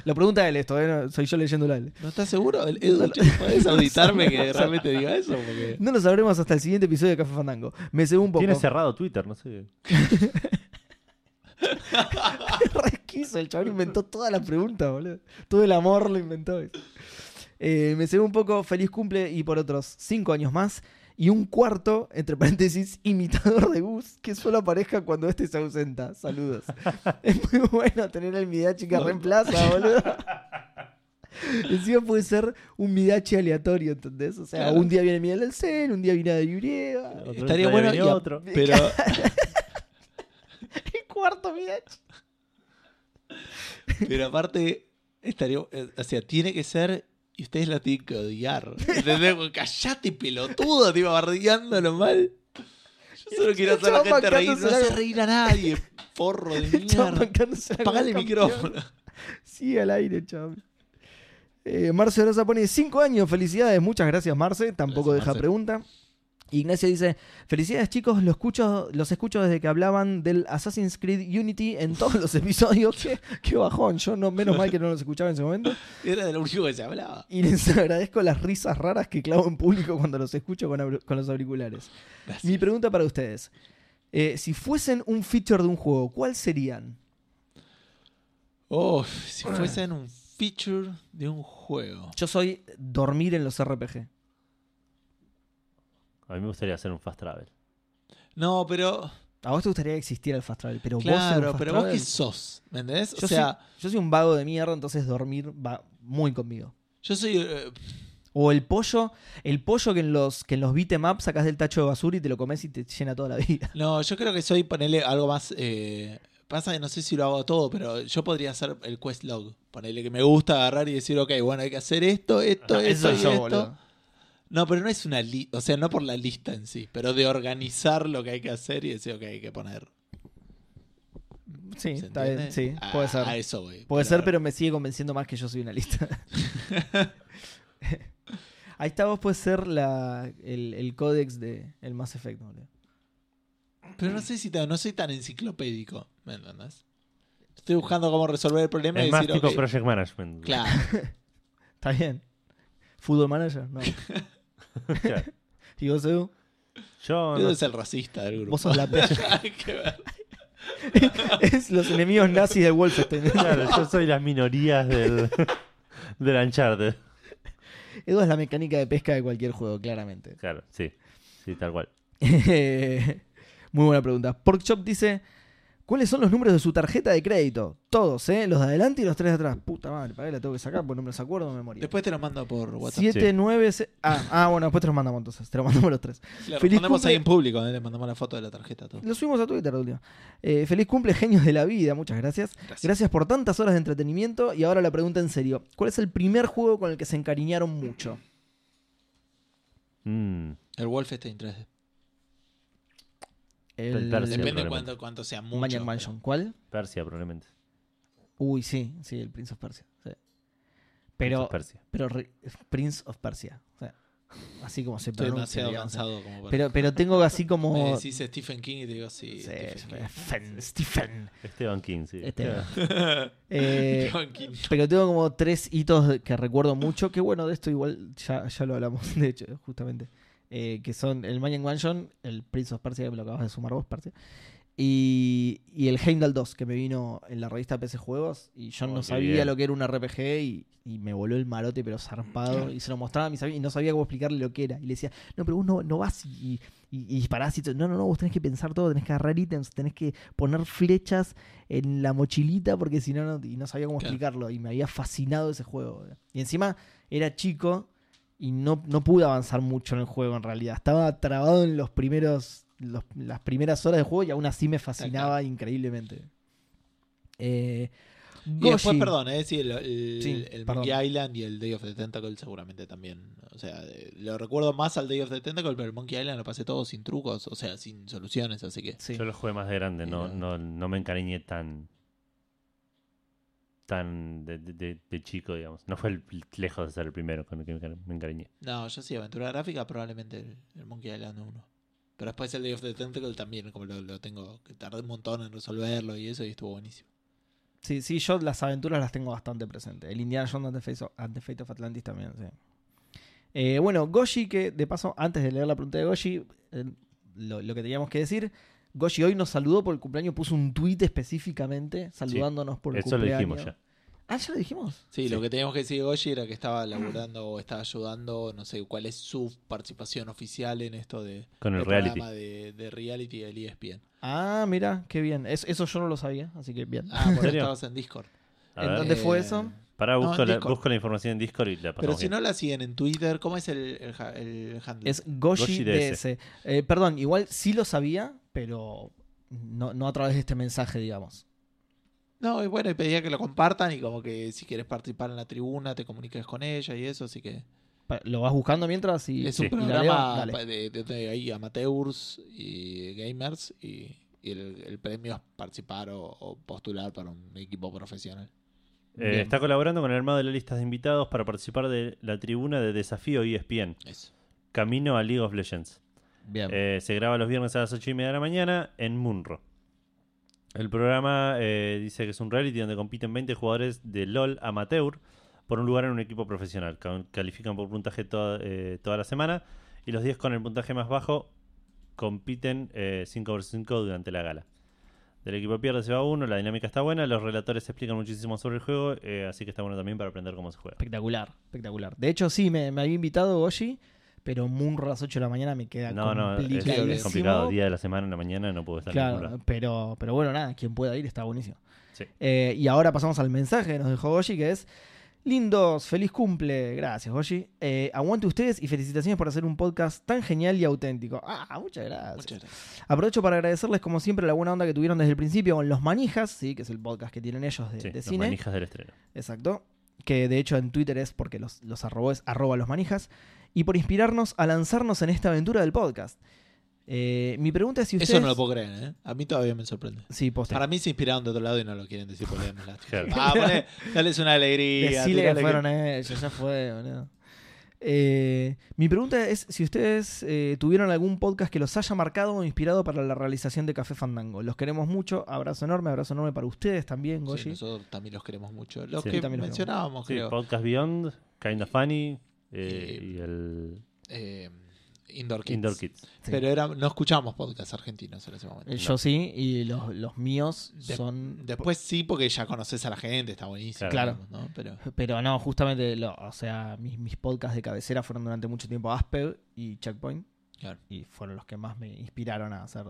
Lo pregunta él esto, ¿eh? No, soy yo leyéndolo a él.
¿No estás seguro? El- Edu, che, ¿Podés auditarme que realmente diga eso? Porque...
No lo sabremos hasta el siguiente episodio de Café Fandango. Me cebó un poco.
Tiene cerrado Twitter, no sé.
Resquizo, el chaval inventó todas las preguntas, boludo. Todo el amor lo inventó. Eh, me cebó un poco, feliz cumple y por otros cinco años más. Y un cuarto, entre paréntesis, imitador de Gus, que solo aparezca cuando este se ausenta. Saludos. es muy bueno tener al Midachi que reemplaza, boludo. Encima puede ser un Midachi aleatorio, ¿entendés? O sea,
Claro.
un día viene Miguel del Cen, un día viene de Yurieva.
Otro
Estaría
día
bueno
venía
y a-
otro.
Pero
El cuarto Midachi.
Pero aparte, estaría, eh, o sea, tiene que ser. Y ustedes la tienen que odiar. ¿Entendés? Como, Callate, pelotudo, te iba bardeándolo mal. Yo solo quiero hacer a la
Chabón
gente reír. No
bancándose la-
hace reír a nadie, forro de mierda. Apagale
Pagale
el micrófono.
Sí, al aire, chaval. Eh, Marce Rosa pone 5 años, felicidades, muchas gracias Marce, tampoco
Gracias,
deja
Marce.
pregunta. Ignacio dice, felicidades chicos, los escucho, los escucho desde que hablaban del Assassin's Creed Unity en todos los episodios. qué, qué bajón, yo no, menos mal que no los escuchaba en ese momento.
Era de lo único que se hablaba.
Y les agradezco las risas raras que clavo en público cuando los escucho con, abru- con los auriculares.
Gracias.
Mi pregunta para ustedes, eh, si fuesen un feature de un juego, ¿cuál serían?
Oh, si fuese en un feature de un juego.
Yo soy dormir en los RPG.
A mí me gustaría hacer un fast travel.
No, pero.
A vos te gustaría que existiera el fast travel, pero vos ser un
Claro,
fast
pero vos
travel-
qué sos. ¿Me entendés?
yo,
O sea,
soy, yo soy un vago de mierda, entonces dormir va muy conmigo.
yo soy. eh,
O el pollo, el pollo que en los que en los beat em up sacás del tacho de basura y te lo comes y te llena toda la vida.
No, yo creo que soy ponerle algo más. eh, pasa que no sé si lo hago todo, pero yo podría hacer el quest log. Ponerle que me gusta agarrar y decir, ok, bueno, hay que hacer esto, esto, esto y esto. No, pero no es una lista, o sea, no por la lista en sí, pero de organizar lo que hay que hacer y decir, ok, hay que poner.
Sí,
¿se
está bien,
entiende? Ah,
sí,
A-
puede ser.
A eso voy.
Puede ser, pero me sigue convenciendo más que yo soy una lista. Ahí está, vos puedes ser la, el, el códex de el Mass Effect, boludo.
Pero no sé si tan- no soy tan enciclopédico, ¿me entendés? Estoy buscando cómo resolver el problema y
Es más
decir,
tipo
ok,
project management.
claro.
Está bien. Fútbol manager, no.
Claro.
¿Y vos, Edu?
Yo
Edu
no
es el racista del grupo.
Vos sos la peor.
Hay que ver.
es los enemigos nazis de este, Wolfenstein.
Claro, yo soy las minorías del, del Uncharted.
Edu es la mecánica de pesca de cualquier juego, claramente.
Claro, sí. Sí, tal cual.
Muy buena pregunta. Porkchop dice: ¿Cuáles son los números de su tarjeta de crédito? Todos, ¿eh? Los de adelante y los tres de atrás. Puta madre, para la tengo que sacar porque no me los acuerdo de memoria.
Después te lo mando por WhatsApp.
7, 9, ah, ah, bueno, después te los mandamos entonces. Te los mandamos los tres.
Le
Feliz
respondemos
cumple-
ahí en público, eh, le mandamos la foto de la tarjeta. Todo.
Lo subimos a Twitter, Julio. Eh, feliz cumple, genios de la vida. Muchas gracias.
Gracias.
Gracias por tantas horas de entretenimiento. Y ahora la pregunta en serio: ¿Cuál es el primer juego con el que se encariñaron mucho?
Mm,
El Wolfenstein 3D.
El,
tercero.
el
Depende
probablemente.
cuánto, cuánto sea mucho.
Maniac Mansion. ¿Cuál?
Persia, probablemente.
Uy, sí, sí, el Prince of Persia. sí.
Eso
Pero,
es Persia.
pero re- Prince of Persia. o sea, así como se
Estoy
pronuncia.
demasiado
digamos.
cansado como para...
Pero, pero tengo así
Me
como.
decís Stephen King y te digo, sí,
Sí,
Stephen King.
Stephen, Stephen.
Esteban King, sí.
Esteban.
Claro.
Eh,
Stephen King.
pero tengo como tres hitos de- que recuerdo mucho. Que bueno, de esto igual ya, ya lo hablamos, de hecho, justamente. Eh, que son el Maniac Mansion, el Prince of Persia, que me lo acabas de sumar vos, Persia. Y, y el Heimdall 2, que me vino en la revista PC Juegos. Y yo
Oh,
no
qué
sabía
bien.
lo que era un RPG y, y me voló el marote, pero zarpado. Y se lo mostraba a mis amigos y no sabía cómo explicarle lo que era. Y le decía, no, pero vos no, no vas y, y, y disparás y todo. No, no, no, vos tenés que pensar todo, tenés que agarrar ítems, tenés que poner flechas en la mochilita porque si no, no, y no sabía cómo
Claro.
explicarlo. Y me había fascinado ese juego. Y encima era chico y no, no pude avanzar mucho en el juego en realidad. Estaba trabado en los primeros, los- las primeras horas de juego y aún así me fascinaba increíblemente. Eh,
Y después,
Goshi.
perdón, es decir, el, el,
Sí,
el
perdón.
Monkey Island y el Day of the Tentacle seguramente también. O sea, eh, lo recuerdo más al Day of the Tentacle, pero el Monkey Island lo pasé todo sin trucos, o sea, sin soluciones, así que...
Sí.
Yo lo jugué más de grande, no,
Mira.
no, no me encariñé tan tan de, de- de- de chico, digamos. No fue el, lejos de ser el primero con el que me encari- me encariñé.
No, yo sí, aventura gráfica, probablemente el, el Monkey Island 1. Pero después el Day of the Tentacle también, como lo, lo tengo, que tardé un montón en resolverlo y eso, y estuvo buenísimo.
Sí, sí, yo las aventuras las tengo bastante presentes. El Indiana Jones and the Face of, and the Fate of Atlantis también, sí. Eh, bueno, Goshi, que de paso, antes de leer la pregunta de Goshi, eh, lo, lo que teníamos que decir, Goshi hoy nos saludó por el cumpleaños, puso un tuit específicamente saludándonos por el
Eso lo
cumpleaños.
dijimos ya.
Ah, ya lo dijimos.
Sí, lo que teníamos que decir de Goyi era que estaba laburando o estaba ayudando, no sé cuál es su participación oficial en esto de
Con el
del
reality.
programa de, de reality del E ESPN.
Ah, mira, qué bien. Es- eso yo no lo sabía, así que bien.
Ah, porque
serio?
estabas en Discord.
A
¿En
ver,
dónde fue
Eh,
eso?
pará,
no,
busco,
en
la,
Discord.
busco la información en Discord y la
Pero
pasamos
si
bien.
no la siguen en Twitter, ¿cómo es el, el, ha- el handle?
Es Goshi
Goshi DS.
DS. Eh, perdón, igual sí lo sabía, pero no, no a través de este mensaje, digamos.
No, y bueno, y pedía que lo compartan y como que si quieres participar en la tribuna te comuniques con ella y eso, así que
Pa- Lo vas buscando mientras y.
es
sí.
un
Y la
leo,
programa
dale.
pa- de, de- de ahí amateurs y gamers y, y el, el premio es participar o, o postular para un equipo profesional.
Eh,
Bien.
está colaborando con el armado de las listas de invitados para participar de la tribuna de Desafío E ESPN,
Eso.
Camino a League of Legends.
Bien.
Eh, se graba los viernes a las 8 y media de la mañana en Munro. El programa eh, dice que es un reality donde compiten 20 jugadores de LOL amateur por un lugar en un equipo profesional. Ca- Califican por puntaje toda, eh, toda la semana y los 10 con el puntaje más bajo compiten eh, 5 vs 5 durante la gala. Del equipo pierde se va uno, la dinámica está buena, los relatores explican muchísimo sobre el juego, eh, así que está bueno también para aprender cómo se juega.
Espectacular, espectacular. De hecho, sí, me, me había invitado Goshi, pero Munro a las 8 de la mañana me queda
No, no, es, es
complicadísimo.
complicado. Día de la semana, en la mañana, no puedo estar en ningún
Claro,
lado.
pero, pero bueno, nada, quien pueda ir está buenísimo.
Sí.
Eh, y ahora pasamos al mensaje que nos dejó Goshi, que es... Lindos, feliz cumple. Gracias, Goshi. Eh, aguante ustedes y felicitaciones por hacer un podcast tan genial y auténtico. Ah, muchas gracias.
Muchas gracias.
Aprovecho para agradecerles, como siempre, la buena onda que tuvieron desde el principio con Los Manijas, sí, que es el podcast que tienen ellos de,
Sí,
de
los
cine.
manijas del estreno.
Exacto. Que de hecho en Twitter es porque los, los arroba es arroba los manijas. Y por inspirarnos a lanzarnos en esta aventura del podcast. Eh, mi pregunta es si ustedes...
Eso no lo puedo creer, ¿eh? A mí todavía me sorprende.
Sí, posta.
Para mí se inspiraron de otro lado y no lo quieren decir por leerme las
Claro.
Ah, poné, dales una alegría.
Decile que
tirale que-
fueron ellos, ya fue, boludo. Eh, mi pregunta es si ustedes eh, tuvieron algún podcast que los haya marcado o inspirado para la realización de Café Fandango. Los queremos mucho, abrazo enorme, abrazo enorme para ustedes también,
Sí,
Goshi.
nosotros también los queremos mucho. Los
Sí,
que
también los
mencionábamos,
Sí,
creo.
Podcast Beyond, Kind of Funny eh,
Y-
y el
eh, Indoor Kids.
Indoor Kids.
Sí.
Pero era- no escuchábamos podcasts argentinos en ese momento.
Eh, Yo sí, y los, los míos
De-
son...
Después sí, porque ya conoces a la gente, está buenísimo.
Claro.
digamos, ¿no? Pero
Pero no, justamente, lo- o sea, mis, mis podcasts de cabecera fueron durante mucho tiempo Asper y Checkpoint.
Claro.
Y fueron los que más me inspiraron a hacer,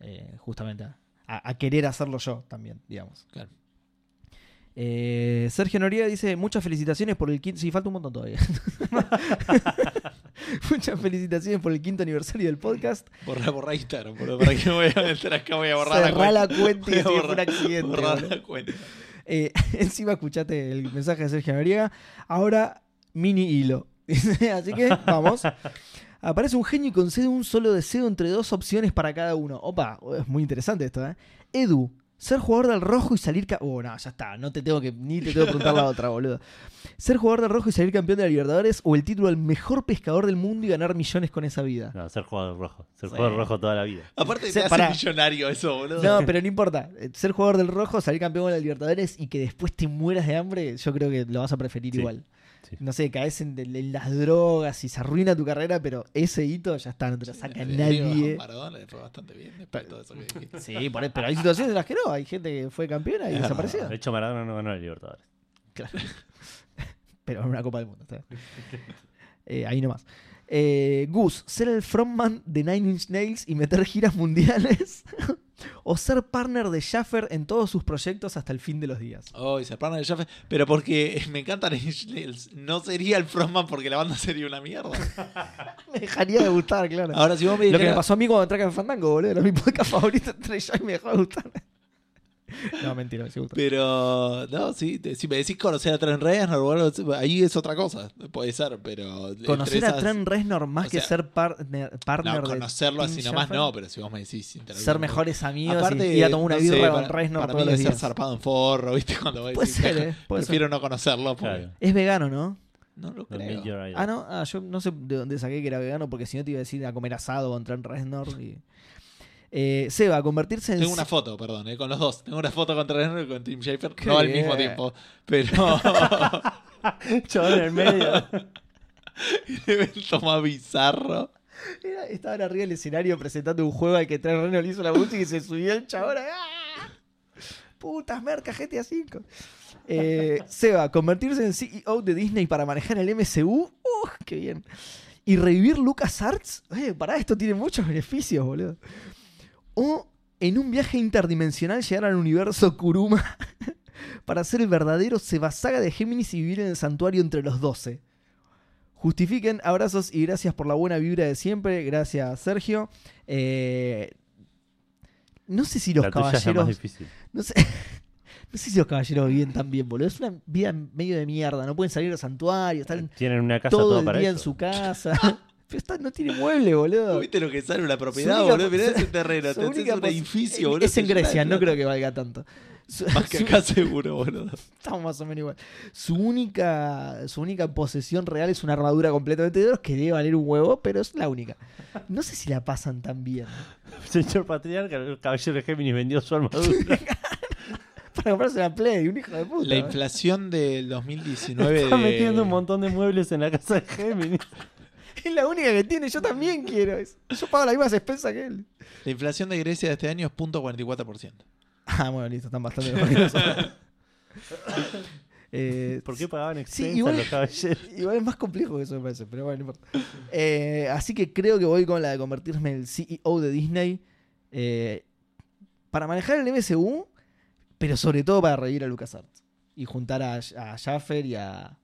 eh, justamente, a, a querer hacerlo yo también, digamos.
Claro.
Eh, Sergio Noriega dice, muchas felicitaciones por el quinto... Sí, falta un montón todavía. muchas felicitaciones por el quinto aniversario del podcast.
borra, borra Instagram, boludo, para que voy a entrar acá, voy a borrar
Cerrá
la
la cuenta y
cuenta. Voy
si
a
fue un accidente.
borrar
boludo.
la cuenta.
Eh, encima escuchate el mensaje de Sergio Noriega. Ahora, mini hilo. Así que vamos. Aparece un genio y concede un solo deseo entre dos opciones para cada uno. Opa, es muy interesante esto, ¿eh? Edu, ser jugador del rojo y salir. ca- Oh, no, ya está. No te tengo que. Ni te tengo que preguntar la otra, boludo. Ser jugador del rojo y salir campeón de la Libertadores o el título al mejor pescador del mundo y ganar millones con esa vida.
No, ser jugador rojo. Ser
Sí.
jugador rojo toda la vida.
Aparte,
Se-
te hace
pará.
millonario eso, boludo.
No, pero no importa. Eh, Ser jugador del rojo, salir campeón de la Libertadores y que después te mueras de hambre, yo creo que lo vas a preferir
Sí,
igual.
sí.
No sé, caes en, en las drogas y se arruina tu carrera, pero ese hito ya está, no te lo saca
Le- le digo,
nadie.
Maradona le fue bastante bien después de todo eso que dijiste.
Sí, por- pero hay situaciones en las que no. Hay gente que fue campeona y desapareció.
De hecho, Maradona no ganó la Libertadores.
Pero en una Copa del Mundo. Está bien. Eh, ahí nomás. Eh, Gus, ser el frontman de Nine Inch Nails y meter giras mundiales. o ser partner de Schaffer en todos sus proyectos hasta el fin de los días.
Oh, y se paran el Jaffe. Pero porque me encantan ellos, no sería el frontman porque la banda sería una mierda.
Me dejaría de gustar, claro.
Ahora, si vos me
Lo que me
dijeras-
pasó a mí cuando entré acá en Fandango, boludo. Era mi podcast favorito entre ya y me dejó de gustar. No, mentira, me sigue gustando.
Pero, no, sí, te- si me decís conocer a Trent Reznor, boludo, ahí es otra cosa, puede ser, pero... entre
Conocer a
esas-
Trent Reznor más
o
que
sea,
ser partner, partner
No,
de
conocerlo
Tim
así nomás
Schafer,
no, pero si vos me decís... interactuar
Ser
con-
mejores amigos
Aparte,
y ir a tomar una
no sé,
birra
para-
con Reznor
Para mí
todos
debe
los
ser
días.
zarpado en forro, ¿viste? Cuando vos
Puede
decís,
ser,
"Ja,
eh, puede ser".
prefiero no conocerlo porque
Claro.
Es vegano, ¿no?
no lo
Don't
creo.
meet your idol.
Ah, no, ah, yo no sé de dónde saqué que era vegano porque si no te iba a decir a comer asado con Trent Reznor. y- eh, Seba, convertirse en.
Tengo una foto, perdón, eh, con los dos. Tengo una foto con Terrenor y con Tim Schafer.
Qué
No al mismo
bien.
tiempo. Pero
Chabón en el medio.
el evento más bizarro.
Era- estaban arriba del escenario presentando un juego al que tres Reno le hizo la música y se subió el chabón. ¡Ah! Putas mercas, GTA V. Eh, Seba, convertirse en CEO de Disney para manejar el MCU. ¡Uh, qué bien! Y revivir LucasArts. Oye, pará, esto tiene muchos beneficios, boludo. O en un viaje interdimensional llegar al universo Kuruma para ser el verdadero Sebasaga de Géminis y vivir en el santuario entre los 12. Justifiquen, abrazos y gracias por la buena vibra de siempre. Gracias, Sergio. Eh, no sé si los
La tuya es la más
caballeros.
difícil.
No sé, no sé si los caballeros viven tan bien, boludo. Es una vida medio de mierda. No pueden salir al santuario, están
Tienen una casa
todo
toda
el
para
día en
eso.
su casa. Pero están- no tiene mueble, boludo.
¿Viste lo que sale una propiedad,
Su única-
boludo? Mirá ese terreno.
Su
te haces
única
un
pos-
edificio, boludo.
Es en
te llena
Grecia,
de
no
plata.
creo que valga tanto. Su-
Más que
su-
acá seguro, boludo.
estamos más o menos igual. Su única, su única posesión real es una armadura completamente de oro que debe valer un huevo, pero es la única. No sé si la pasan tan bien.
Señor patriarca, el caballero de Géminis vendió su armadura.
Para comprarse una Play, un hijo de puta.
La
¿eh?
inflación del 2019
Está
de-
metiendo un montón de muebles en la casa de Géminis.
Es la única que tiene, yo también quiero. eso. Yo pago las mismas expensas que él.
La inflación de Grecia de este año es 0.44%.
Ah, bueno, listo, están bastante mejor que nosotros. Eh,
¿Por qué pagaban
Sí,
expensas
igual-
los caballeros?
Igual es más complejo que eso, me parece, pero bueno, no importa. Eh, así que creo que voy con la de convertirme en el CEO de Disney eh, para manejar el MSU, pero sobre todo para reír a LucasArts. Y juntar a, a Jaffer y a,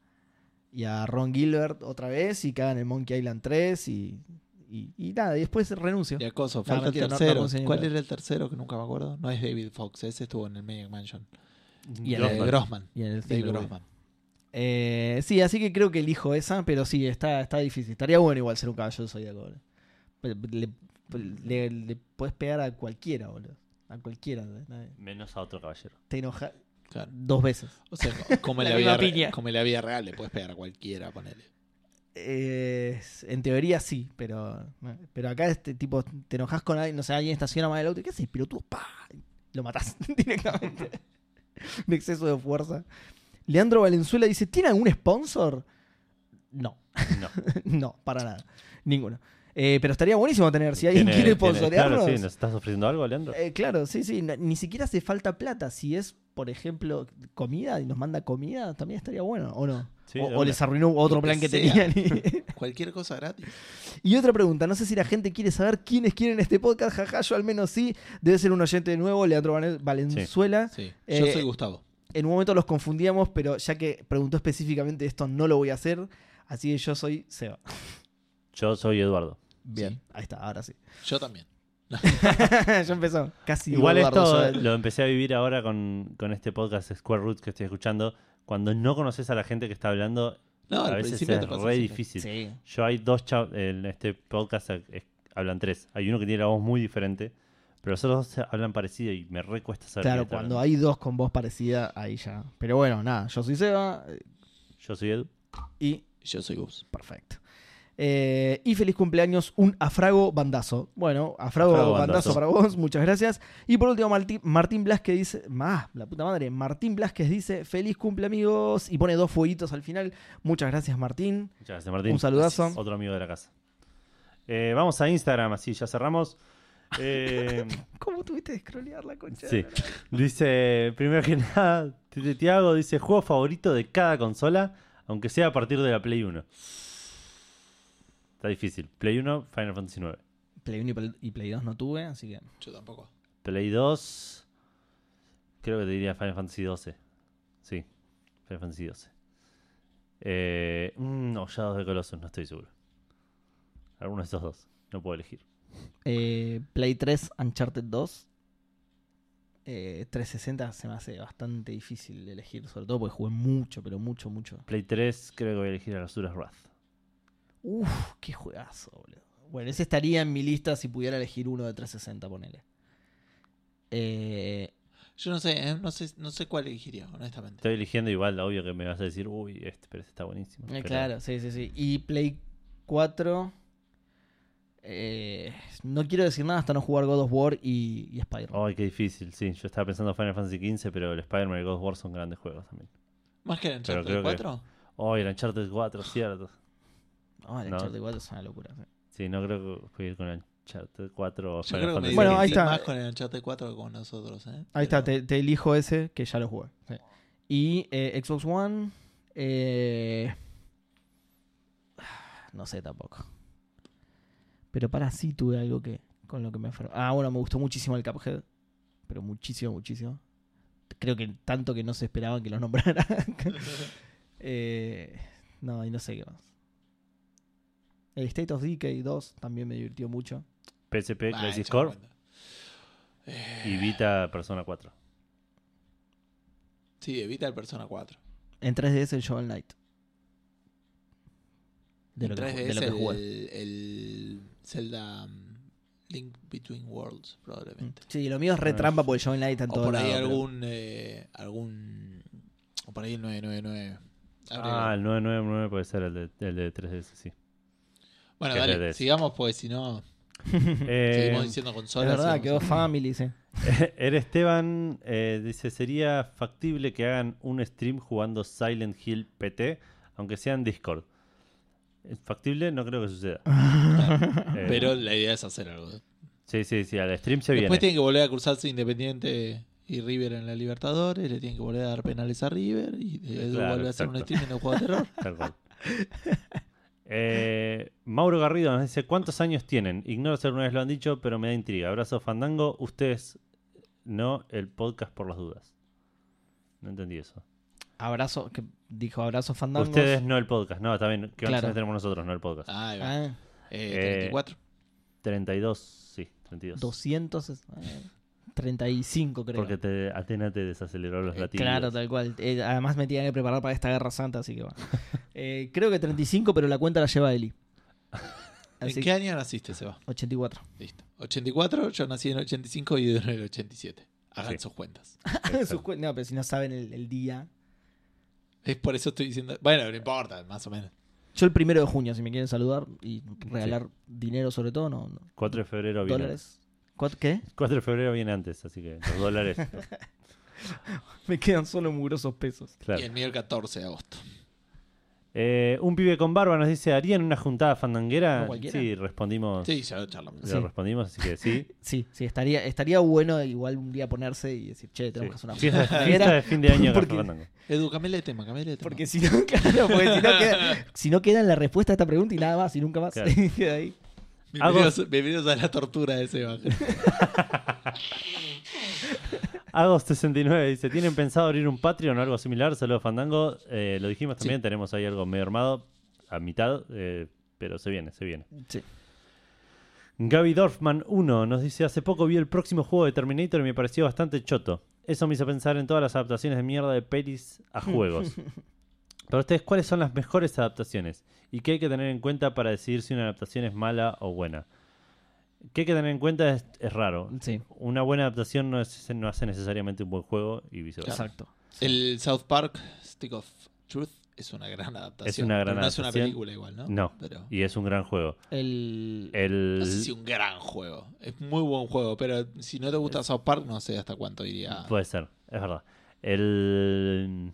y a Ron Gilbert otra vez y que hagan el Monkey Island 3 y, y, y nada, y después renuncio.
Y acoso,
No,
falta el
mentira, no- no
tercero.
conseguí
¿Cuál
nada.
era el tercero que nunca me acuerdo? No es David Fox, ese estuvo en el Maniac Mansion.
Y
El de
Grossman.
Grossman.
Y en el
David
Silverware.
Grossman.
Eh, sí, así que creo que elijo esa, pero sí, está, está difícil. Estaría bueno igual ser un caballero de boludo. Le, le- le puedes pegar a cualquiera, boludo. A cualquiera. ¿eh? Nadie-
Menos a otro caballero.
Te enoja
Claro.
dos veces.
O sea, co- como, en
La
la vida
misma
re-
piña.
como en la vida real, le puedes pegar a cualquiera, ponele.
Eh, en teoría sí, pero pero acá este tipo te enojas con alguien, no sé, alguien estaciona mal el auto, ¿qué haces? Pero tú, pa, lo matás directamente. de exceso de fuerza. Leandro Valenzuela dice, ¿tiene algún sponsor? No.
No.
No, para nada. Ninguno. Eh, pero estaría buenísimo tener. Si alguien
Tiene-
quiere
tiene- Claro,
sponsorearnos.
sí, ¿nos estás ofreciendo algo, Leandro?
eh, claro, sí, sí. no- Ni siquiera hace falta plata. Si es, por ejemplo, comida y nos manda comida, también estaría bueno, ¿o no?
Sí,
o,
de
o
una.
les arruinó otro
Lo que
plan que
sea.
tenían. y-
Cualquier cosa gratis.
Y otra pregunta, no sé si la gente quiere saber quiénes quieren este podcast, jaja, yo al menos sí. Debe ser un oyente de nuevo, Leandro Vane- Valenzuela.
Sí. Yo
Eh,
soy Gustavo.
En un momento los confundíamos, pero ya que preguntó específicamente esto, no lo voy a hacer. Así que yo soy Seba.
Yo soy Eduardo.
Bien,
Sí.
ahí está, ahora sí.
Yo también.
ya empezó. Casi
Igual
digo Eduardo
esto
Soler.
lo empecé a vivir ahora con, con este podcast Square Roots que estoy escuchando. Cuando no conoces a la gente que está hablando,
No,
a
al
veces
principio te
es
pasa
re
siempre.
difícil.
Sí.
Yo hay dos chavos en este podcast eh, eh, hablan tres. Hay uno que tiene la voz muy diferente, pero los otros dos hablan parecido y me recuesta saber.
Claro,
quién está
cuando
hablando.
hay dos con voz parecida, ahí ya. Pero bueno, nada, yo soy Seba eh,
Yo soy Edu.
y
Yo soy Gus.
perfecto. Eh, y feliz cumpleaños, un afrago bandazo. Bueno, afrago,
Afrago
bandazo.
bandazo.
para vos, muchas gracias. Y por último, Martín, Martín Blasquez dice, más, la puta madre, Martín Blasquez dice, feliz cumple amigos y pone dos fueguitos al final. Muchas gracias, Martín.
Muchas gracias, Martín.
Un saludazo.
Gracias. Otro amigo de la casa. Eh, vamos a Instagram, así ya cerramos. Eh,
¿Cómo tuviste de scrollear la concha?
sí. Dice, primero que nada, Tete Tiago dice, juego favorito de cada consola, aunque sea a partir de la Play 1. Está difícil. Play 1, Final Fantasy 9.
Play 1 y Play- y Play 2 no tuve, así que...
Yo tampoco.
Play 2. Creo que te diría Final Fantasy 12. Sí, Final Fantasy 12. Eh, mm, no, Shadows de Colossus, no estoy seguro. Alguno de estos dos, no puedo elegir.
Eh, Play 3, Uncharted 2. Eh, 360 se me hace bastante difícil de elegir, sobre todo porque jugué mucho, pero mucho, mucho.
Play 3, creo que voy a elegir a Asuras Wrath.
Uf, qué juegazo, boludo. Bueno, ese estaría en mi lista si pudiera elegir uno de 360, ponele. Eh,
Yo no sé, ¿eh? no sé, no sé cuál elegiría, honestamente.
Estoy eligiendo igual, obvio que me vas a decir, uy, este, pero este está buenísimo.
eh,
Pero
claro, sí, sí, sí. Y Play 4. eh, no quiero decir nada hasta no jugar God of War y, y Spider-Man.
Ay, qué difícil, sí. Yo estaba pensando en Final Fantasy XV, pero el Spider-Man y el God of War son grandes juegos también.
Más que el
Pero
Uncharted
creo que-
4.
Oh, y el Uncharted 4, cierto.
Oh, No, el
No.
Uncharted 4 es una locura. sí.
Sí, no creo que voy a ir con el Uncharted 4 o
Yo
Final
creo que me
Fantasy
bueno,
Bueno, ahí está.
más con el Uncharted 4 que con nosotros. ¿eh?
Ahí
Pero-
está, te, te elijo ese que ya lo jugué. sí. Y eh, Xbox One. eh, no sé tampoco. Pero para sí tuve algo que con lo que me enfermo. Ah, bueno, me gustó muchísimo el Cuphead. Pero muchísimo, muchísimo. Creo que tanto que no se esperaban que lo nombrara. Eh, no, y no sé qué más. El State of Decay 2 también me divirtió mucho.
PSP,
Ah,
Crisis
ya
Core
cuenta. Eh,
y Vita Persona 4.
Sí, evita el Persona 4.
En 3DS el Shovel Knight. De
En
lo, que, ju-
3DS
de lo que jugué.
el, el Zelda um, Link Between Worlds, probablemente.
Sí, lo mío es
Ah.
retrampa porque el Shovel Knight está Mm, en
O
todo
por ahí
lado, pero-
algún, eh, algún. O por ahí el 999.
Ah,
Habría-
el 999 puede ser el de, el de 3DS, sí.
bueno,
que es
dale,
de DS.
sigamos, porque si no,
Eh,
seguimos diciendo
Es
consolas.
verdad,
sigamos
quedó Family, sí.
Er Esteban eh, dice: ¿Sería factible que hagan un stream jugando Silent Hill PT, aunque sea en Discord? ¿Es factible? No creo que suceda. Eh,
Pero la idea es hacer algo. ¿eh?
Sí, sí, sí, al stream se
Después
viene.
tienen que volver a cruzarse Independiente y River en la Libertadores. Le tienen que volver a dar penales a River. Y eso
Claro,
vuelve a hacer un
exacto.
streaming de un juego de terror.
Tal cual. Eh, Mauro Garrido nos dice: ¿Cuántos años tienen? Ignoro si alguna vez lo han dicho, pero me da intriga. Abrazo, Fandango. Ustedes no, el podcast por las dudas. No entendí eso.
Abrazo, que dijo abrazo fandangos.
Ustedes no el podcast. No, está bien. ¿Qué
Claro.
años tenemos nosotros? No el podcast.
Ah, ahí va.
Ah,
Eh,
Eh,
34.
32, sí, 32.
200. es- ah, 35, creo.
Porque te, Atena te desaceleró los
Eh,
latidos.
claro, tal cual. Eh, además me tenía que preparar para esta guerra santa, así que va. Eh, creo que 35, pero la cuenta la lleva Eli.
¿En
Así
qué año naciste, Seba?
84.
Listo. 84, yo nací en 85 y en el 87. Hagan
Sí.
sus cuentas.
Exacto.
Sus cuen- no, pero si no saben el, el día.
Es por eso estoy diciendo. Bueno, no importa, más o menos.
Yo el primero de junio, si me quieren saludar y regalar dinero sobre todo, no, no.
4 de febrero viene.
dólares. ¿Cuat- ¿Qué?
4 de febrero viene antes, así que los dólares.
Me quedan solo mugrosos pesos.
claro.
Y el miércoles 14 de agosto.
Eh, un pibe con barba nos dice: ¿harían una juntada fandanguera?
¿No cualquiera?
sí, respondimos.
Sí, ya lo charlamos.
le
sí.
respondimos, así que sí.
Sí, sí, estaría, estaría bueno igual un día ponerse y decir, che, tenemos que hacer
sí.
una
Fiesta,
fiesta
fiesta de fin de año
Porque-
Café Fandango.
Edu, cambiale de tema, cambiale de tema.
Porque si no, claro, porque si no, queda, si no queda en la respuesta a esta pregunta y nada más, y nunca más.
Claro.
queda ahí.
bienvenidos, bienvenidos a la tortura de Seba.
Agos69 dice: ¿Tienen pensado abrir un Patreon o algo similar? Saludos, Fandango. Eh, lo dijimos también, tenemos ahí algo medio armado, a mitad, eh, pero se viene, se viene.
Sí.
Gaby Dorfman 1 nos dice: Hace poco vi el próximo juego de Terminator y me pareció bastante choto. Eso me hizo pensar en todas las adaptaciones de mierda de pelis a juegos. Para ustedes, ¿cuáles son las mejores adaptaciones? ¿Y qué hay que tener en cuenta para decidir si una adaptación es mala o buena? ¿Qué hay que tener en cuenta? Es, es raro.
Sí.
Una buena adaptación no, es- no hace necesariamente un buen juego y viceversa.
Exacto.
El South Park Stick of Truth es una gran adaptación.
Es una gran
Pero no es una
adaptación.
película igual, ¿no?
No,
Pero,
y es un gran juego.
El,
El...
no sé si un gran juego. Es muy buen juego, pero si no te gusta South Park, no sé hasta cuánto iría.
Puede ser, es verdad. El,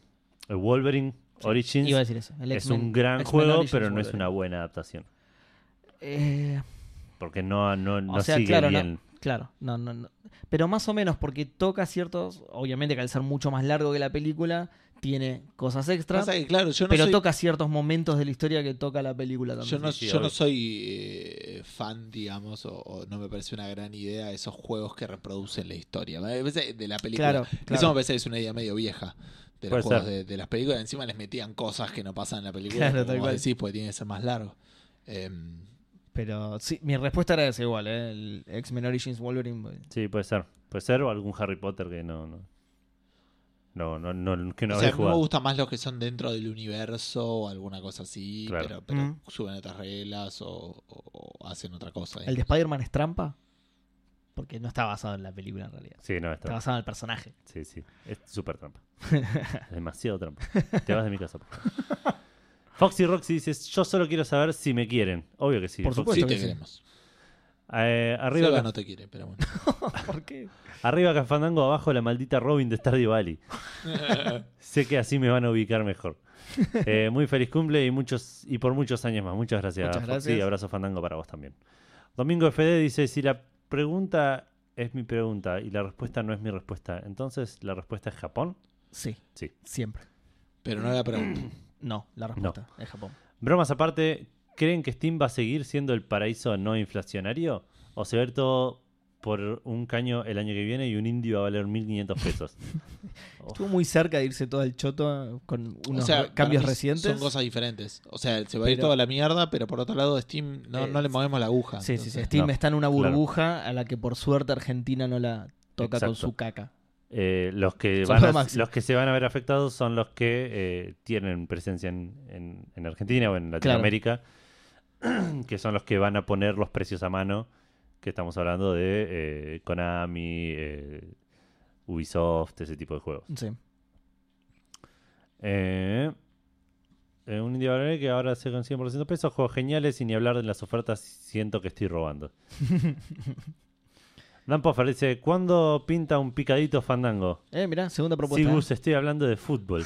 el Wolverine Origins
Iba a decir eso. el
es
X-Men-
un gran
X-Men
juego,
Origins
pero no es
Wolverine.
una buena adaptación.
Eh,
Porque no, no, no
o sea,
sigue
claro,
bien.
no. Claro, no, no, no. Pero más o menos, porque toca ciertos. Obviamente, que al ser mucho más largo que la película, tiene cosas extras.
Pasa que, claro, yo no
pero
soy
toca ciertos momentos de la historia que toca la película también.
Yo no,
Sí, sí,
yo no
obvio.
soy eh, fan, digamos, o, o no me parece una gran idea esos juegos que reproducen la historia. Me parece de la película.
Claro,
Eso me
claro.
parece que es una idea medio vieja de
Puede
los juegos
ser.
de, de las películas. Encima les metían cosas que no pasan en la película.
Claro,
como
tal
vos
cual.
decís, porque tiene que ser más largo. Eh,
Pero sí, mi respuesta era esa igual, ¿eh? El X-Men Origins Wolverine. pues,
Sí, puede ser. Puede ser o algún Harry Potter que no... No, no, no, no- que no
o sea,
habéis
a mí me
jugado.
gustan más los que son dentro del universo o alguna cosa así,
Claro.
pero, pero
Mm.
suben otras reglas o, o- o hacen otra cosa.
¿El de Spider-Man es trampa? Porque no está basado en la película en realidad.
Sí, no, es
Está
trampa.
basado en el personaje.
Sí, sí. Es súper trampa. Demasiado trampa. Te vas de mi casa. por favor. Foxy Roxy dice, yo solo quiero saber si me quieren. Obvio que sí.
Por
Foxy.
Sí,
supuesto
te
que sí.
queremos.
Eh, arriba,
Seba
Caf-
no te quiere, pero bueno.
¿Por qué?
arriba Cafandango, abajo la maldita Robin de Stardew Valley. sé que así me van a ubicar mejor. Eh, muy feliz cumple y muchos y por muchos años más. Muchas gracias.
Muchas
Foxy,
gracias.
abrazo Fandango para vos también. Domingo FD dice, si la pregunta es mi pregunta y la respuesta no es mi respuesta, entonces la respuesta es Japón.
Sí,
Sí.
siempre.
Pero no la pregunto.
No, la respuesta es Japón.
Bromas aparte, ¿creen que Steam va a seguir siendo el paraíso no inflacionario? ¿O se va a ir todo por un caño el año que viene y un indio va a valer 1.500 pesos?
Estuvo muy cerca de irse todo al choto con unos
o sea,
re-
para
cambios
mí
recientes.
Son cosas diferentes. O sea, se va a ir
Pero-
toda la mierda, pero por otro lado, Steam no,
Eh,
no le movemos la aguja.
Sí, sí,
entonces-
sí. Steam
No,
está en una
claro.
burbuja a la que por suerte Argentina no la toca
Exacto.
con su caca.
Eh, los, que
Son
van
lo
a-
máximo.
los que se van a ver afectados son los que eh, tienen presencia en, en- en Argentina o en Latinoamérica, que son los que van a poner los precios a mano, que estamos hablando de eh, Konami, eh, Ubisoft, ese tipo de juegos.
Sí.
Eh, eh, un indio valoré que ahora se consigue por 100 pesos. Juegos geniales y ni hablar de las ofertas. Siento que estoy robando. Dan Poffer dice: ¿Cuándo pinta un picadito fandango?
Eh, mirá, segunda
Sí,
propuesta.
Gus, estoy hablando de fútbol.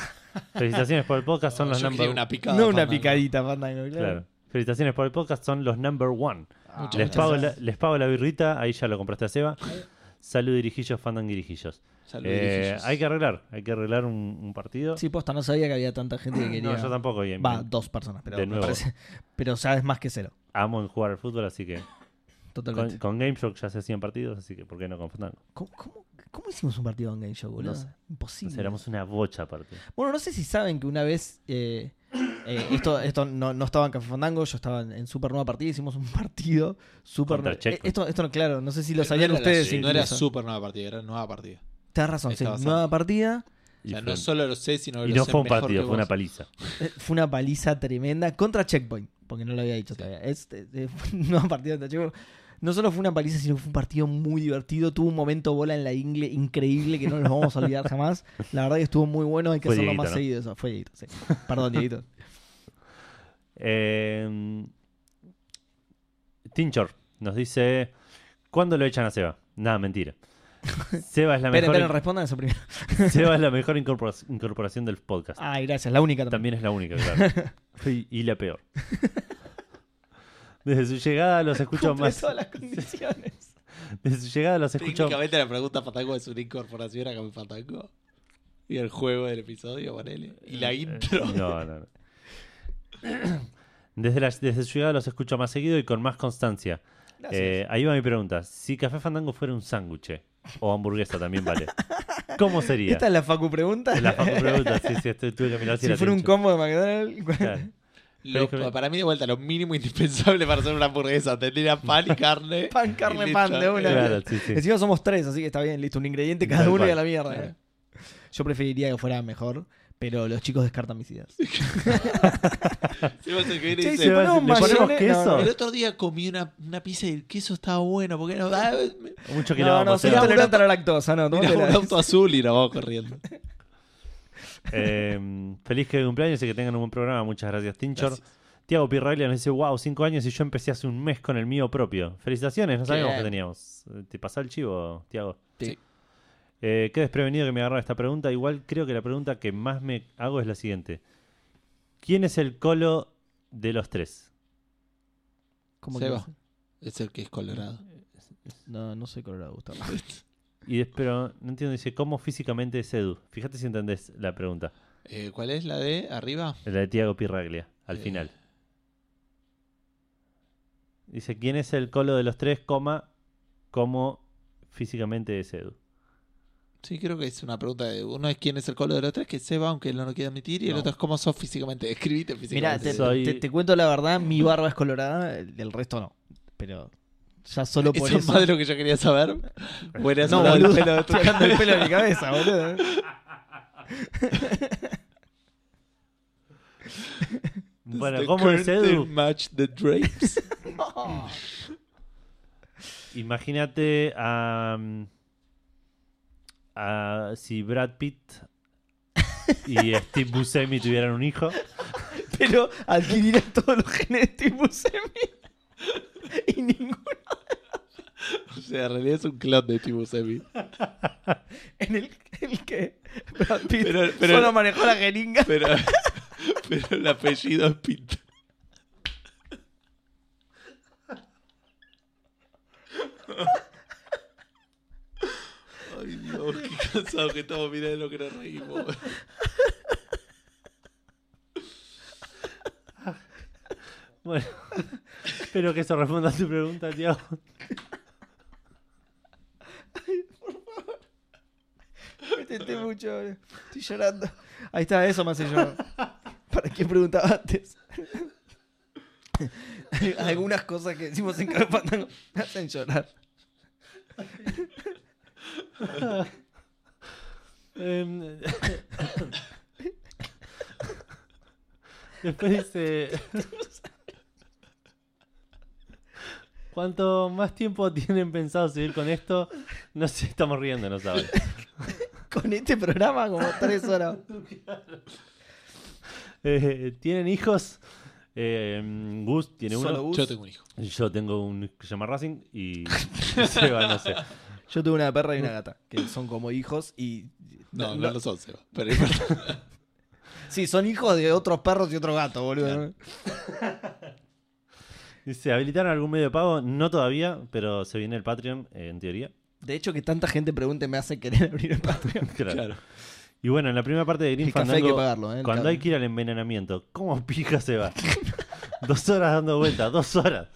Felicitaciones por el podcast, son
Yo
los
quería
number
una picada.
no una
Fernando.
picadita, Fandango, claro.
Claro. Felicitaciones por el podcast, son los number one.
Muchas
les,
gracias.
pago la, les pago la birrita, ahí ya lo compraste a Seba. Salud, dirijillos, fandanguirijillos.
Salud,
Eh,
dirigillos.
hay que arreglar, hay que arreglar un, un partido.
Sí, posta, no sabía que había tanta gente que quería.
no, yo tampoco. y en-
Va, dos personas, pero
De
me
nuevo.
parece- Pero sabes más que cero.
amo en jugar al fútbol, así que
Totalmente.
con, con GameShock ya se hacían partidos, así que ¿por qué no con Fandango?
¿Cómo, cómo, cómo hicimos un partido en Game Show, boludo?
No sé.
Imposible.
Nos éramos una bocha aparte.
Bueno, no sé si saben que una vez. eh, eh, esto esto no, no estaba en Café Fandango, yo estaba en, en Supernova Partida, hicimos un partido. Super...
Contra Checkpoint.
eh, esto, esto, no- claro, no sé si
Pero
lo sabían
no era la-
ustedes.
No era
incluso.
súper nueva partida, era nueva partida.
Tenés razón, sí.
Estaba
Nueva partida.
O
Y,
sea,
fue-
no solo lo sé, sino que
y
lo
no
sé
fue un
mejor
partido,
que
fue una
vos.
paliza.
Eh, Fue una paliza tremenda contra Checkpoint, porque no lo había dicho
Sí.
todavía. Este, eh, fue una nueva partida contra Checkpoint. No solo fue una paliza, sino que fue un partido muy divertido. Tuvo un momento bola en la ingle increíble que no nos vamos a olvidar jamás. La verdad que estuvo muy bueno, hay que
Fue
hacerlo
Dieguito,
más
¿no?
seguido. Eso. Fue Dieguito, sí. Perdón, Dieguito.
Eh, Tinchor nos dice: ¿Cuándo lo echan a Seba? Nada, mentira. Seba es la
Esperen,
mejor,
esperen, respondan eso primero.
Seba es la mejor incorpora- incorporación del podcast.
Ay, gracias, la única Ah, también.
También es la única, claro. Sí, y la peor. Desde su llegada los escucho
Cumple
más.
todas las condiciones.
Desde su llegada los escucho.
Técnicamente la pregunta Fatango es una incorporación a Café Fatango. Y el juego del episodio, ponele. Y la intro.
Eh, No, no, no. Desde, las- desde su llegada los escucho más seguido y con más constancia. Eh, ahí va mi pregunta. Si Café Fandango fuera un sándwich eh, o hamburguesa también vale, ¿cómo sería?
Esta es la Facu pregunta.
Es la facu pregunta, sí, sí, estoy- tuve que mirar si,
si
la
fuera un
tincho.
combo de McDonald's. ¿cuál-
Claro.
Lo-
Técnicamente-
para mí, de vuelta, lo mínimo indispensable para hacer una hamburguesa. Tendría pan y carne.
Pan,
Y
carne,
listo.
pan, de una.
Claro, sí, sí.
Encima somos tres, así que está bien, listo. Un ingrediente cada
Tal
uno y a
cual.
la mierda.
Claro.
¿eh? Yo preferiría que fuera mejor, pero los chicos descartan mis ideas.
Se va a hacer que viene y
Che,
dice,
si
se va-
ponemos
¿le ponemos
mayone-
queso?
no, no,
El otro día comí una, una pizza y el queso estaba bueno. ¿Por qué no? Ah, me-
Mucho que
No,
lo
no,
vamos
soy
a hacer.
intolerante a la lactosa, no.
Mira,
tómatela.
un auto azul y nos vamos corriendo.
Eh, feliz que cumpleaños y que tengan un buen programa. Muchas gracias, Tinchor. Tiago Pirraglia nos dice, wow, cinco años y yo empecé hace un mes con el mío propio. Felicitaciones, no sabíamos
Bien.
que teníamos. Eh, Te pasó el chivo, Tiago.
Sí.
Eh, qué desprevenido que me agarraba esta pregunta. Igual creo que la pregunta que más me hago es la siguiente. ¿Quién es el colo de los tres?
¿Cómo
Se
que
va.
no sé?
Es el que es colorado.
No, no soy colorado, Gustavo.
Y des- pero no entiendo, dice, ¿cómo físicamente es Edu? Fíjate si entendés la pregunta.
Eh, ¿Cuál es la de arriba?
La de Tiago Pirraglia, al
Eh.
final. Dice, ¿quién es el colo de los tres, coma, cómo físicamente es Edu?
Sí, creo que es una pregunta de uno es quién es el color de los tres, que Seba, aunque él no lo quiera admitir, y el
No.
otro es cómo sos físicamente. Escribite
Mirá,
físicamente.
te,
Soy-
te- te cuento la verdad, mi barba es colorada, el el resto no. Pero ya solo por
eso es
eso.
más de lo que yo quería saber. Buenas
No,
no,
boludo,
pelo de tu cara.
tocando el pelo de mi cabeza, boludo.
Bueno,
The
¿cómo es
curtain
Edu?
match the drapes.
Imagínate a, mm, a- si Brad Pitt y Steve Buscemi tuvieran un hijo.
Pero adquirirá todos los genes de Steve Buscemi. Y ninguno de
sea, en realidad es un clon de Steve Buscemi.
En el, el que Brad Pitt
Pero- pero-
solo manejó la jeringa.
Pero, pero el apellido es Pinto. Ay, Dios, qué cansado que estamos mirando lo que nos reímos.
Bueno, espero que eso responda a tu pregunta, Tiago.
Me tenté mucho, boludo. Estoy llorando. Ahí está, eso me hace llorar. ¿Para qué preguntaba antes? Algunas cosas que decimos en Café Fandango me hacen llorar.
Em, Después dice... Cuanto más tiempo tienen pensado seguir con esto, no sé, estamos riéndonos ahora.
Con este programa como tres horas.
Eh, ¿Tienen hijos? Eh, Gus tiene uno.
Solo Gus.
Yo tengo un hijo.
Yo tengo un que se llama Racing y Seba, no sé.
Yo tuve una perra y una gata, que son como hijos y...
No, no,
no-
lo son, Seba. Pero no importa.
Sí, son hijos de otros perros y otros gatos, boludo.
Dice, ¿habilitaron algún medio de pago? No todavía, pero se viene el Patreon, eh, en teoría.
De hecho, que tanta gente pregunte me hace querer abrir el Patreon.
Claro.
Claro.
Y bueno, en la primera parte de Green
El café hay
Fandango,
que pagarlo, ¿eh? El
cuando
café.
hay que ir al envenenamiento, ¿cómo pija se va? dos horas dando vueltas, dos horas.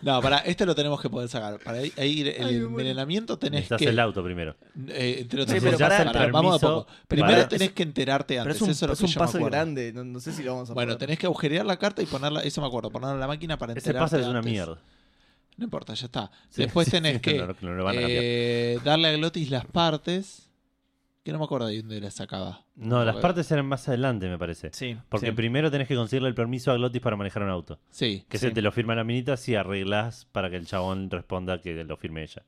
No, para este lo tenemos que poder sacar. Para ahí- ahí ir el envenenamiento tenés
Necesitas
que.
el auto primero.
eh, entre otras
Sí, pero
cosas,
pará,
pará,
permiso,
vamos a poco. Primero
pará.
tenés que enterarte
Pero
antes.
es un,
eso es lo
es
que
un
yo me
paso
acuerdo.
grande, no, no sé si lo vamos a
Bueno,
poder.
tenés que agujerear la carta y ponerla, eso me acuerdo, ponerla en la máquina para
Ese
enterarte
pase es una
antes.
mierda.
No importa, ya está.
Sí,
Después
sí,
tenés
sí,
que
no, no, no lo van a cambiar.
eh, darle a Glotis las partes. Que no me acuerdo de dónde las sacaba.
No, las
Porque-
partes eran más adelante, me parece.
Sí,
Porque primero tenés que conseguirle el permiso a Glotis para manejar un auto.
Sí.
Que
Sí.
se te lo firma la minita si arreglas para que el chabón responda que lo firme ella.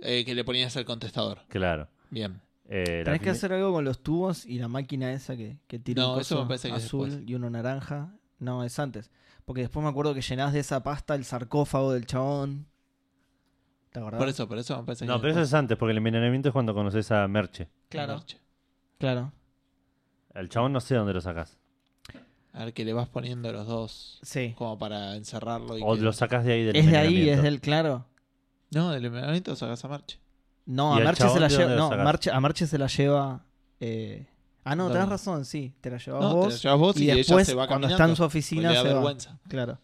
eh, que le ponías al contestador.
Claro.
Bien.
Eh,
Tenés
la
que
firme-
hacer algo con los tubos y la máquina esa que, que tira
No,
un
eso
coso
me parece que es
azul
después.
y uno naranja. No, es antes. Porque después me acuerdo que llenás de esa pasta el sarcófago del chabón. ¿Te acordás?
Por eso, por eso me parece
No,
que
pero eso es antes, porque el envenenamiento es cuando conoces a Merche.
Claro. Claro.
Al chabón no sé dónde lo sacas.
A ver que le vas poniendo los dos.
Sí.
Como para encerrarlo. Y
O
que-
lo sacas de ahí del
Es de ahí, es
envenenamiento.
del claro.
No, del envenenamiento sacas a Marche.
No, a
¿Y al
Marche se
chabón
la
de
lleva.
dónde lo
No,
sacás?
Marche, a Marche se la lleva. eh, Ah, no,
No,
tenés
no.
razón, sí. Te la llevas
No,
vos.
te la llevas vos y,
y,
ella
después,
se va
cuando
caminando.
está en su
porque le
oficina,
da
se va.
vergüenza.
Claro.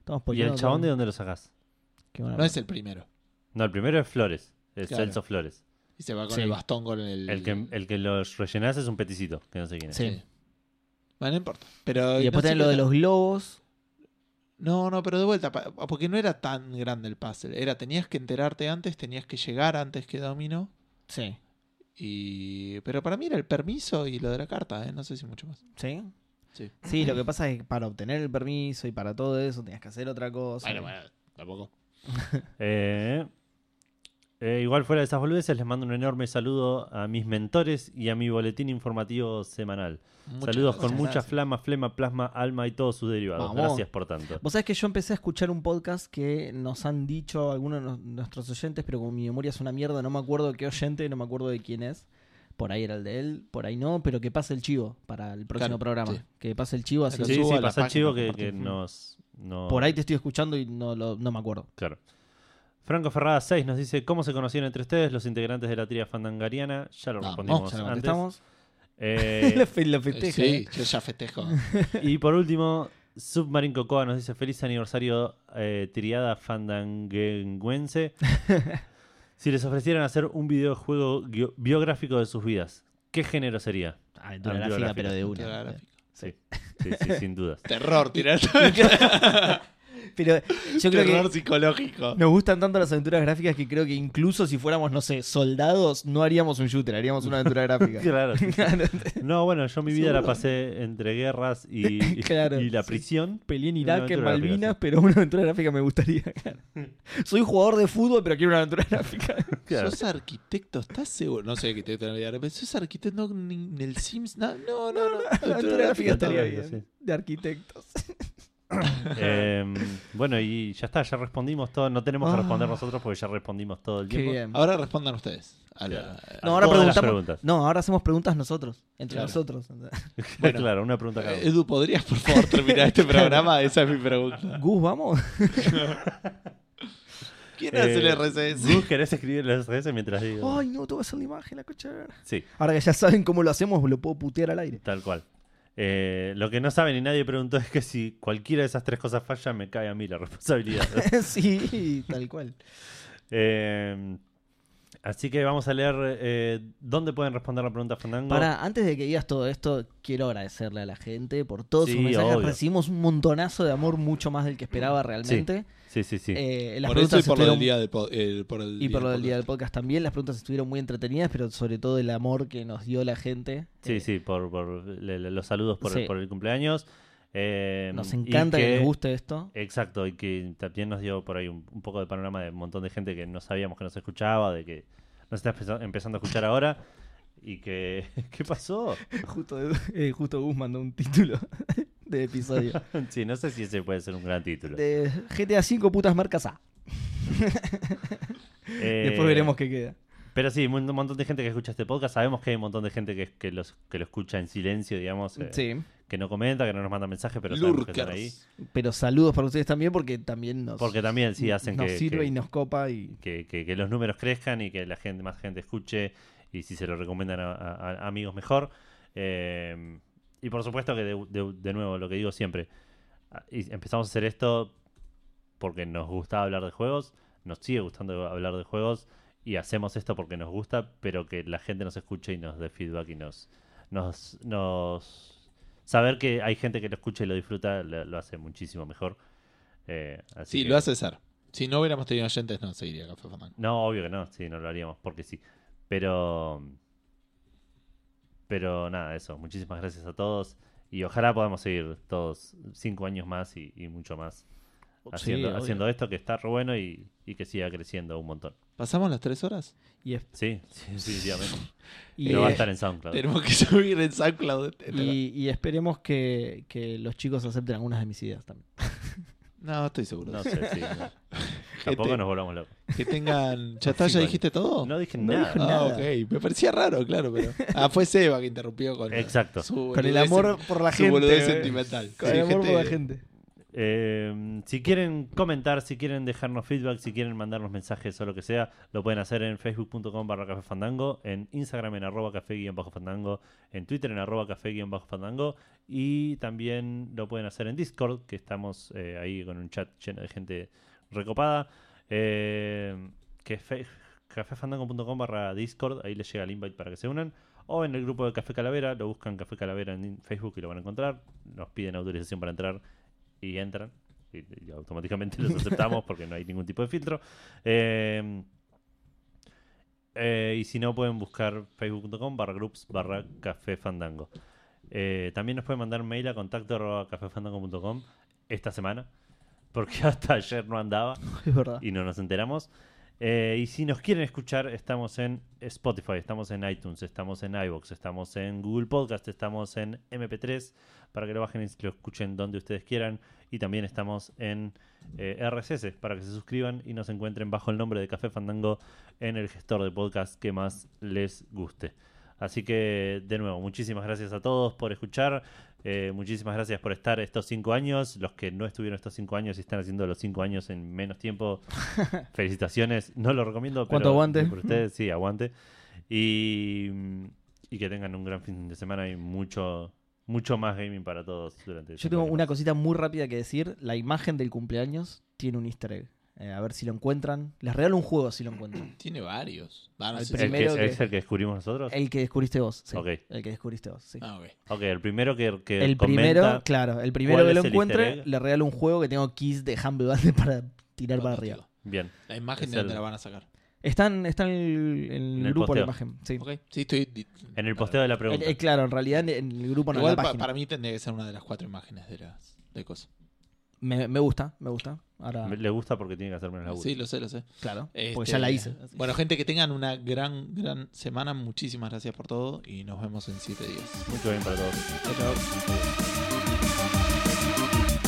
Estamos
¿Y el chabón de dónde lo sacas?
No es el primero.
No, el primero es Flores. Es
Claro.
Celso Flores.
Y se va con
Sí.
el bastón con el.
El que, el que lo rellenás es un peticito, que no sé quién es.
Sí.
Bueno, no importa. Pero
Y
no
después
sé
tenés lo
qué
de
tal.
los globos.
No, no, pero de vuelta, pa- porque no era tan grande el puzzle. Era, tenías que enterarte antes, tenías que llegar antes que Domino.
Sí.
Y... Pero para mí era el permiso y lo de la carta, ¿eh? no sé si mucho más.
¿Sí?
Sí.
Sí, lo que pasa es que para obtener el permiso y para todo eso tenías que hacer otra cosa.
Bueno, bueno, tampoco.
Eh, eh, igual fuera de esas boludeces, les mando un enorme saludo a mis mentores y a mi boletín informativo semanal.
Muchas
Saludos
gracias.
con mucha
Gracias.
flama, flema, plasma, alma y todos sus derivados.
Vamos.
Gracias por tanto.
Vos sabés que yo empecé a escuchar un podcast que nos han dicho algunos de nos- nuestros oyentes, pero como mi memoria es una mierda, no me acuerdo qué oyente, no me acuerdo de quién es. Por ahí era el de él, por ahí no, pero que pase el chivo para el
Claro,
próximo programa.
sí.
Que pase el chivo así.
Lo
Sí, sí,
subo a las
pasa el
páginas,
chivo que, que
compartir.
nos, no-
Por ahí te estoy escuchando y no, lo- no me acuerdo.
Claro. Franco Ferrada 6 nos dice, ¿cómo se conocieron entre ustedes los integrantes de la tría fandangariana? Ya lo
Vamos,
respondimos
ya lo
antes.
¿Estamos?
Eh,
Lo fe- lo
Eh,
festeja,
Sí,
¿eh?
yo ya festejo.
y por último, Submarín Cocoa nos dice, feliz aniversario eh, triada fandanguense. si les ofrecieran hacer un videojuego gui- biográfico de sus vidas, ¿qué género sería?
Aventura
Aventura
gráfica,
gráfica.
pero de
Te da
una.
la-
Sí, sí, sí, sin dudas.
Terror, tirar
Pero yo creo que
terror psicológico.
Nos gustan tanto las aventuras gráficas que creo que incluso si fuéramos, no sé, soldados, no haríamos un shooter, haríamos una aventura gráfica.
Claro. No, bueno, yo mi vida la pasé entre guerras y,
Claro,
y la
sí.
prisión.
Peleé en
Una
Irak, en
aventura gráfica,
Malvinas,
sí.
pero una aventura gráfica me gustaría. claro. Soy jugador de fútbol, pero quiero una aventura gráfica.
Claro.
¿Sos arquitecto? ¿Estás seguro? No soy arquitecto en la vida real, pero ¿Sos arquitecto no, ni en el Sims? No, no, no. no.
Una aventura gráfica
Aventura
estaría
gráfica,
bien. De arquitectos.
Em, bueno, y ya está, ya respondimos todo. No tenemos que responder nosotros porque ya respondimos todo el
Qué
tiempo.
bien.
Ahora respondan ustedes. a la-
Claro.
a-
Ah,
No, ahora
todas las
preguntamos.
preguntas.
No, ahora hacemos preguntas nosotros, entre
Claro.
nosotros.
claro, una pregunta cada uno.
Eh, Edu, ¿podrías por favor terminar este programa? Esa es mi pregunta.
Gus, vamos.
¿Quién hace el
Eh,
RCS?
Gus, ¿querés escribir el RSS mientras digo?
Ay, no, te voy a hacer la imagen, la cocha.
Sí,
Ahora que ya saben cómo lo hacemos, lo puedo putear al aire.
tal cual. Eh, lo que no saben y nadie preguntó es que si cualquiera de esas tres cosas falla, me cae a mí la responsabilidad.
sí, tal cual.
Eh, así que vamos a leer eh, dónde pueden responder la pregunta Fandango.
Para, antes de que digas todo esto, quiero agradecerle a la gente por todos sus
Sí,
mensajes.
obvio.
Recibimos un montonazo de amor, mucho más del que esperaba realmente.
Sí, sí, sí.
Eh, las
Por eso y
preguntas
por lo del
estuvieron-
día del po- eh, por el
y por lo del día
podcast.
del podcast también. Las preguntas estuvieron muy entretenidas, pero sobre todo el amor que nos dio la gente.
sí,
Eh,
sí, por, por le- le- los saludos por,
Sí.
por el cumpleaños. Eh,
Nos
y
encanta que,
que-
les guste esto.
Exacto, y que también nos dio por ahí un, un poco de panorama de un montón de gente que no sabíamos que nos escuchaba, de que nos está empeza- empezando a escuchar ahora. Y que. ¿Qué pasó?
Justo, eh, justo Gus mandó un título de episodio.
Sí, no sé si ese puede ser un gran título.
De GTA V putas marcas A.
Eh,
Después veremos qué queda.
Pero sí, un montón de gente que escucha este podcast. Sabemos que hay un montón de gente que, que, los, que lo escucha en silencio, digamos. eh,
Sí.
Que no comenta, que no nos manda mensajes, pero sabemos que están ahí.
Lurkers.
Pero saludos para ustedes también porque también nos,
Porque también sí hacen
nos
que,
sirve
que-
y nos copa y
que- que- que los números crezcan y que la gente, más gente escuche. Y si se lo recomiendan a, a- a amigos, mejor. Eh, y por supuesto que, de, de- de nuevo, lo que digo siempre. ah, y Empezamos a hacer esto porque nos gusta hablar de juegos. Nos sigue gustando hablar de juegos. Y hacemos esto porque nos gusta, pero que la gente nos escuche y nos dé feedback y nos. nos, nos Saber que hay gente que lo escucha y lo disfruta lo, lo hace muchísimo mejor. Eh, así
Sí,
que-
lo hace ser. Si no hubiéramos tenido oyentes, no seguiría Café Fandango.
no, obvio que no, sí, no lo haríamos porque sí. Pero. Pero nada, eso. Muchísimas gracias a todos. Y ojalá podamos seguir todos cinco años más y, y mucho más haciendo,
obvio.
haciendo esto que está re bueno y, y que siga creciendo un montón.
¿Pasamos las tres horas?
y, es-
Sí, sí, sí, obviamente.
y,
Pero va a
eh,
estar en SoundCloud.
Tenemos que subir en SoundCloud. Este,
y- y esperemos que, que los chicos acepten algunas de mis ideas también.
No, estoy seguro.
No sé, sí. no. Tampoco nos volvamos locos.
Que tengan. ¿Ya está? ¿Ya dijiste todo?
No dije
No
nada.
dijo
Ah,
nada.
ok. Me parecía raro, claro, pero. Ah, fue Seba que interrumpió con.
Exacto.
su
Con el
boludez
amor
sen-
por la
su
gente,
boludez
güey.
sentimental.
Con
Sí,
el amor por la gente.
Eh, si quieren comentar, si quieren dejarnos feedback, si quieren mandarnos mensajes o lo que sea, lo pueden hacer en facebook.com barra café fandango, en Instagram en arroba café guión bajo fandango, en Twitter en arroba café guión bajo fandango y también lo pueden hacer en Discord, que estamos eh, ahí con un chat lleno de gente recopada, eh, que es fe- cafefandango.com barra Discord, ahí les llega el invite para que se unan. O en el grupo de Café Calavera, lo buscan Café Calavera en Facebook y lo van a encontrar. Nos piden autorización para entrar y entran. Y, y automáticamente los aceptamos porque no hay ningún tipo de filtro. Eh, eh, y si no, pueden buscar facebook.com barra groups barra café fandango. Eh, también nos pueden mandar mail a contacto arroba cafefandango.com esta semana. Porque hasta ayer no andaba
Es verdad.
y no nos enteramos. Eh, y si nos quieren escuchar, estamos en Spotify, estamos en iTunes, estamos en iVoox, estamos en Google Podcast, estamos en MP3 para que lo bajen y lo escuchen donde ustedes quieran. Y también estamos en eh, RSS para que se suscriban y nos encuentren bajo el nombre de Café Fandango en el gestor de podcast que más les guste. Así que, de nuevo, muchísimas gracias a todos por escuchar. Eh, muchísimas gracias por estar estos cinco años. Los que no estuvieron estos cinco años y están haciendo los cinco años en menos tiempo, felicitaciones. No lo recomiendo, pero
¿Cuánto aguante?
por ustedes, sí, aguante. Y, y que tengan un gran fin de semana y mucho, mucho más gaming para todos durante este
Yo
estos
tengo
años.
una cosita muy rápida que decir. La imagen del cumpleaños tiene un easter egg. Eh, a ver si lo encuentran. Les regalo un juego si lo encuentran.
Tiene varios. Ah, no
Al
sé
¿El
si-
que,
primero que-
¿Es el que descubrimos nosotros?
El que descubriste vos. sí.
Ok.
El que descubriste vos, sí.
Ah, ok.
Ok, el primero que, que
el
comenta-
primero, claro, el primero
cuál
que lo
es el easter
encuentre,
egg.
le regalo un juego que tengo keys de Humble Bundle para tirar para
Fantástico.
arriba.
Bien,
La imagen
Es
de dónde
el-
la van a sacar.
Está en, está en el, en el
En el
grupo la
posteo.
imagen. Sí.
Ok. Sí, estoy. di-
en el posteo de la pregunta.
Eh, eh, claro, en realidad en, en el grupo no en
Igual
la
pa-
página.
para mí tendría que ser una de las cuatro imágenes de las de cosas.
Me, me gusta, me gusta. Ahora,
Me- Le gusta porque tiene que hacerme la
Sí, lo sé, lo sé.
claro, porque
Este,
ya la hice. así.
Bueno, gente, que tengan una gran, gran semana. Muchísimas gracias por todo y nos vemos en siete días.
Mucho bien para todos.
Chao, chao.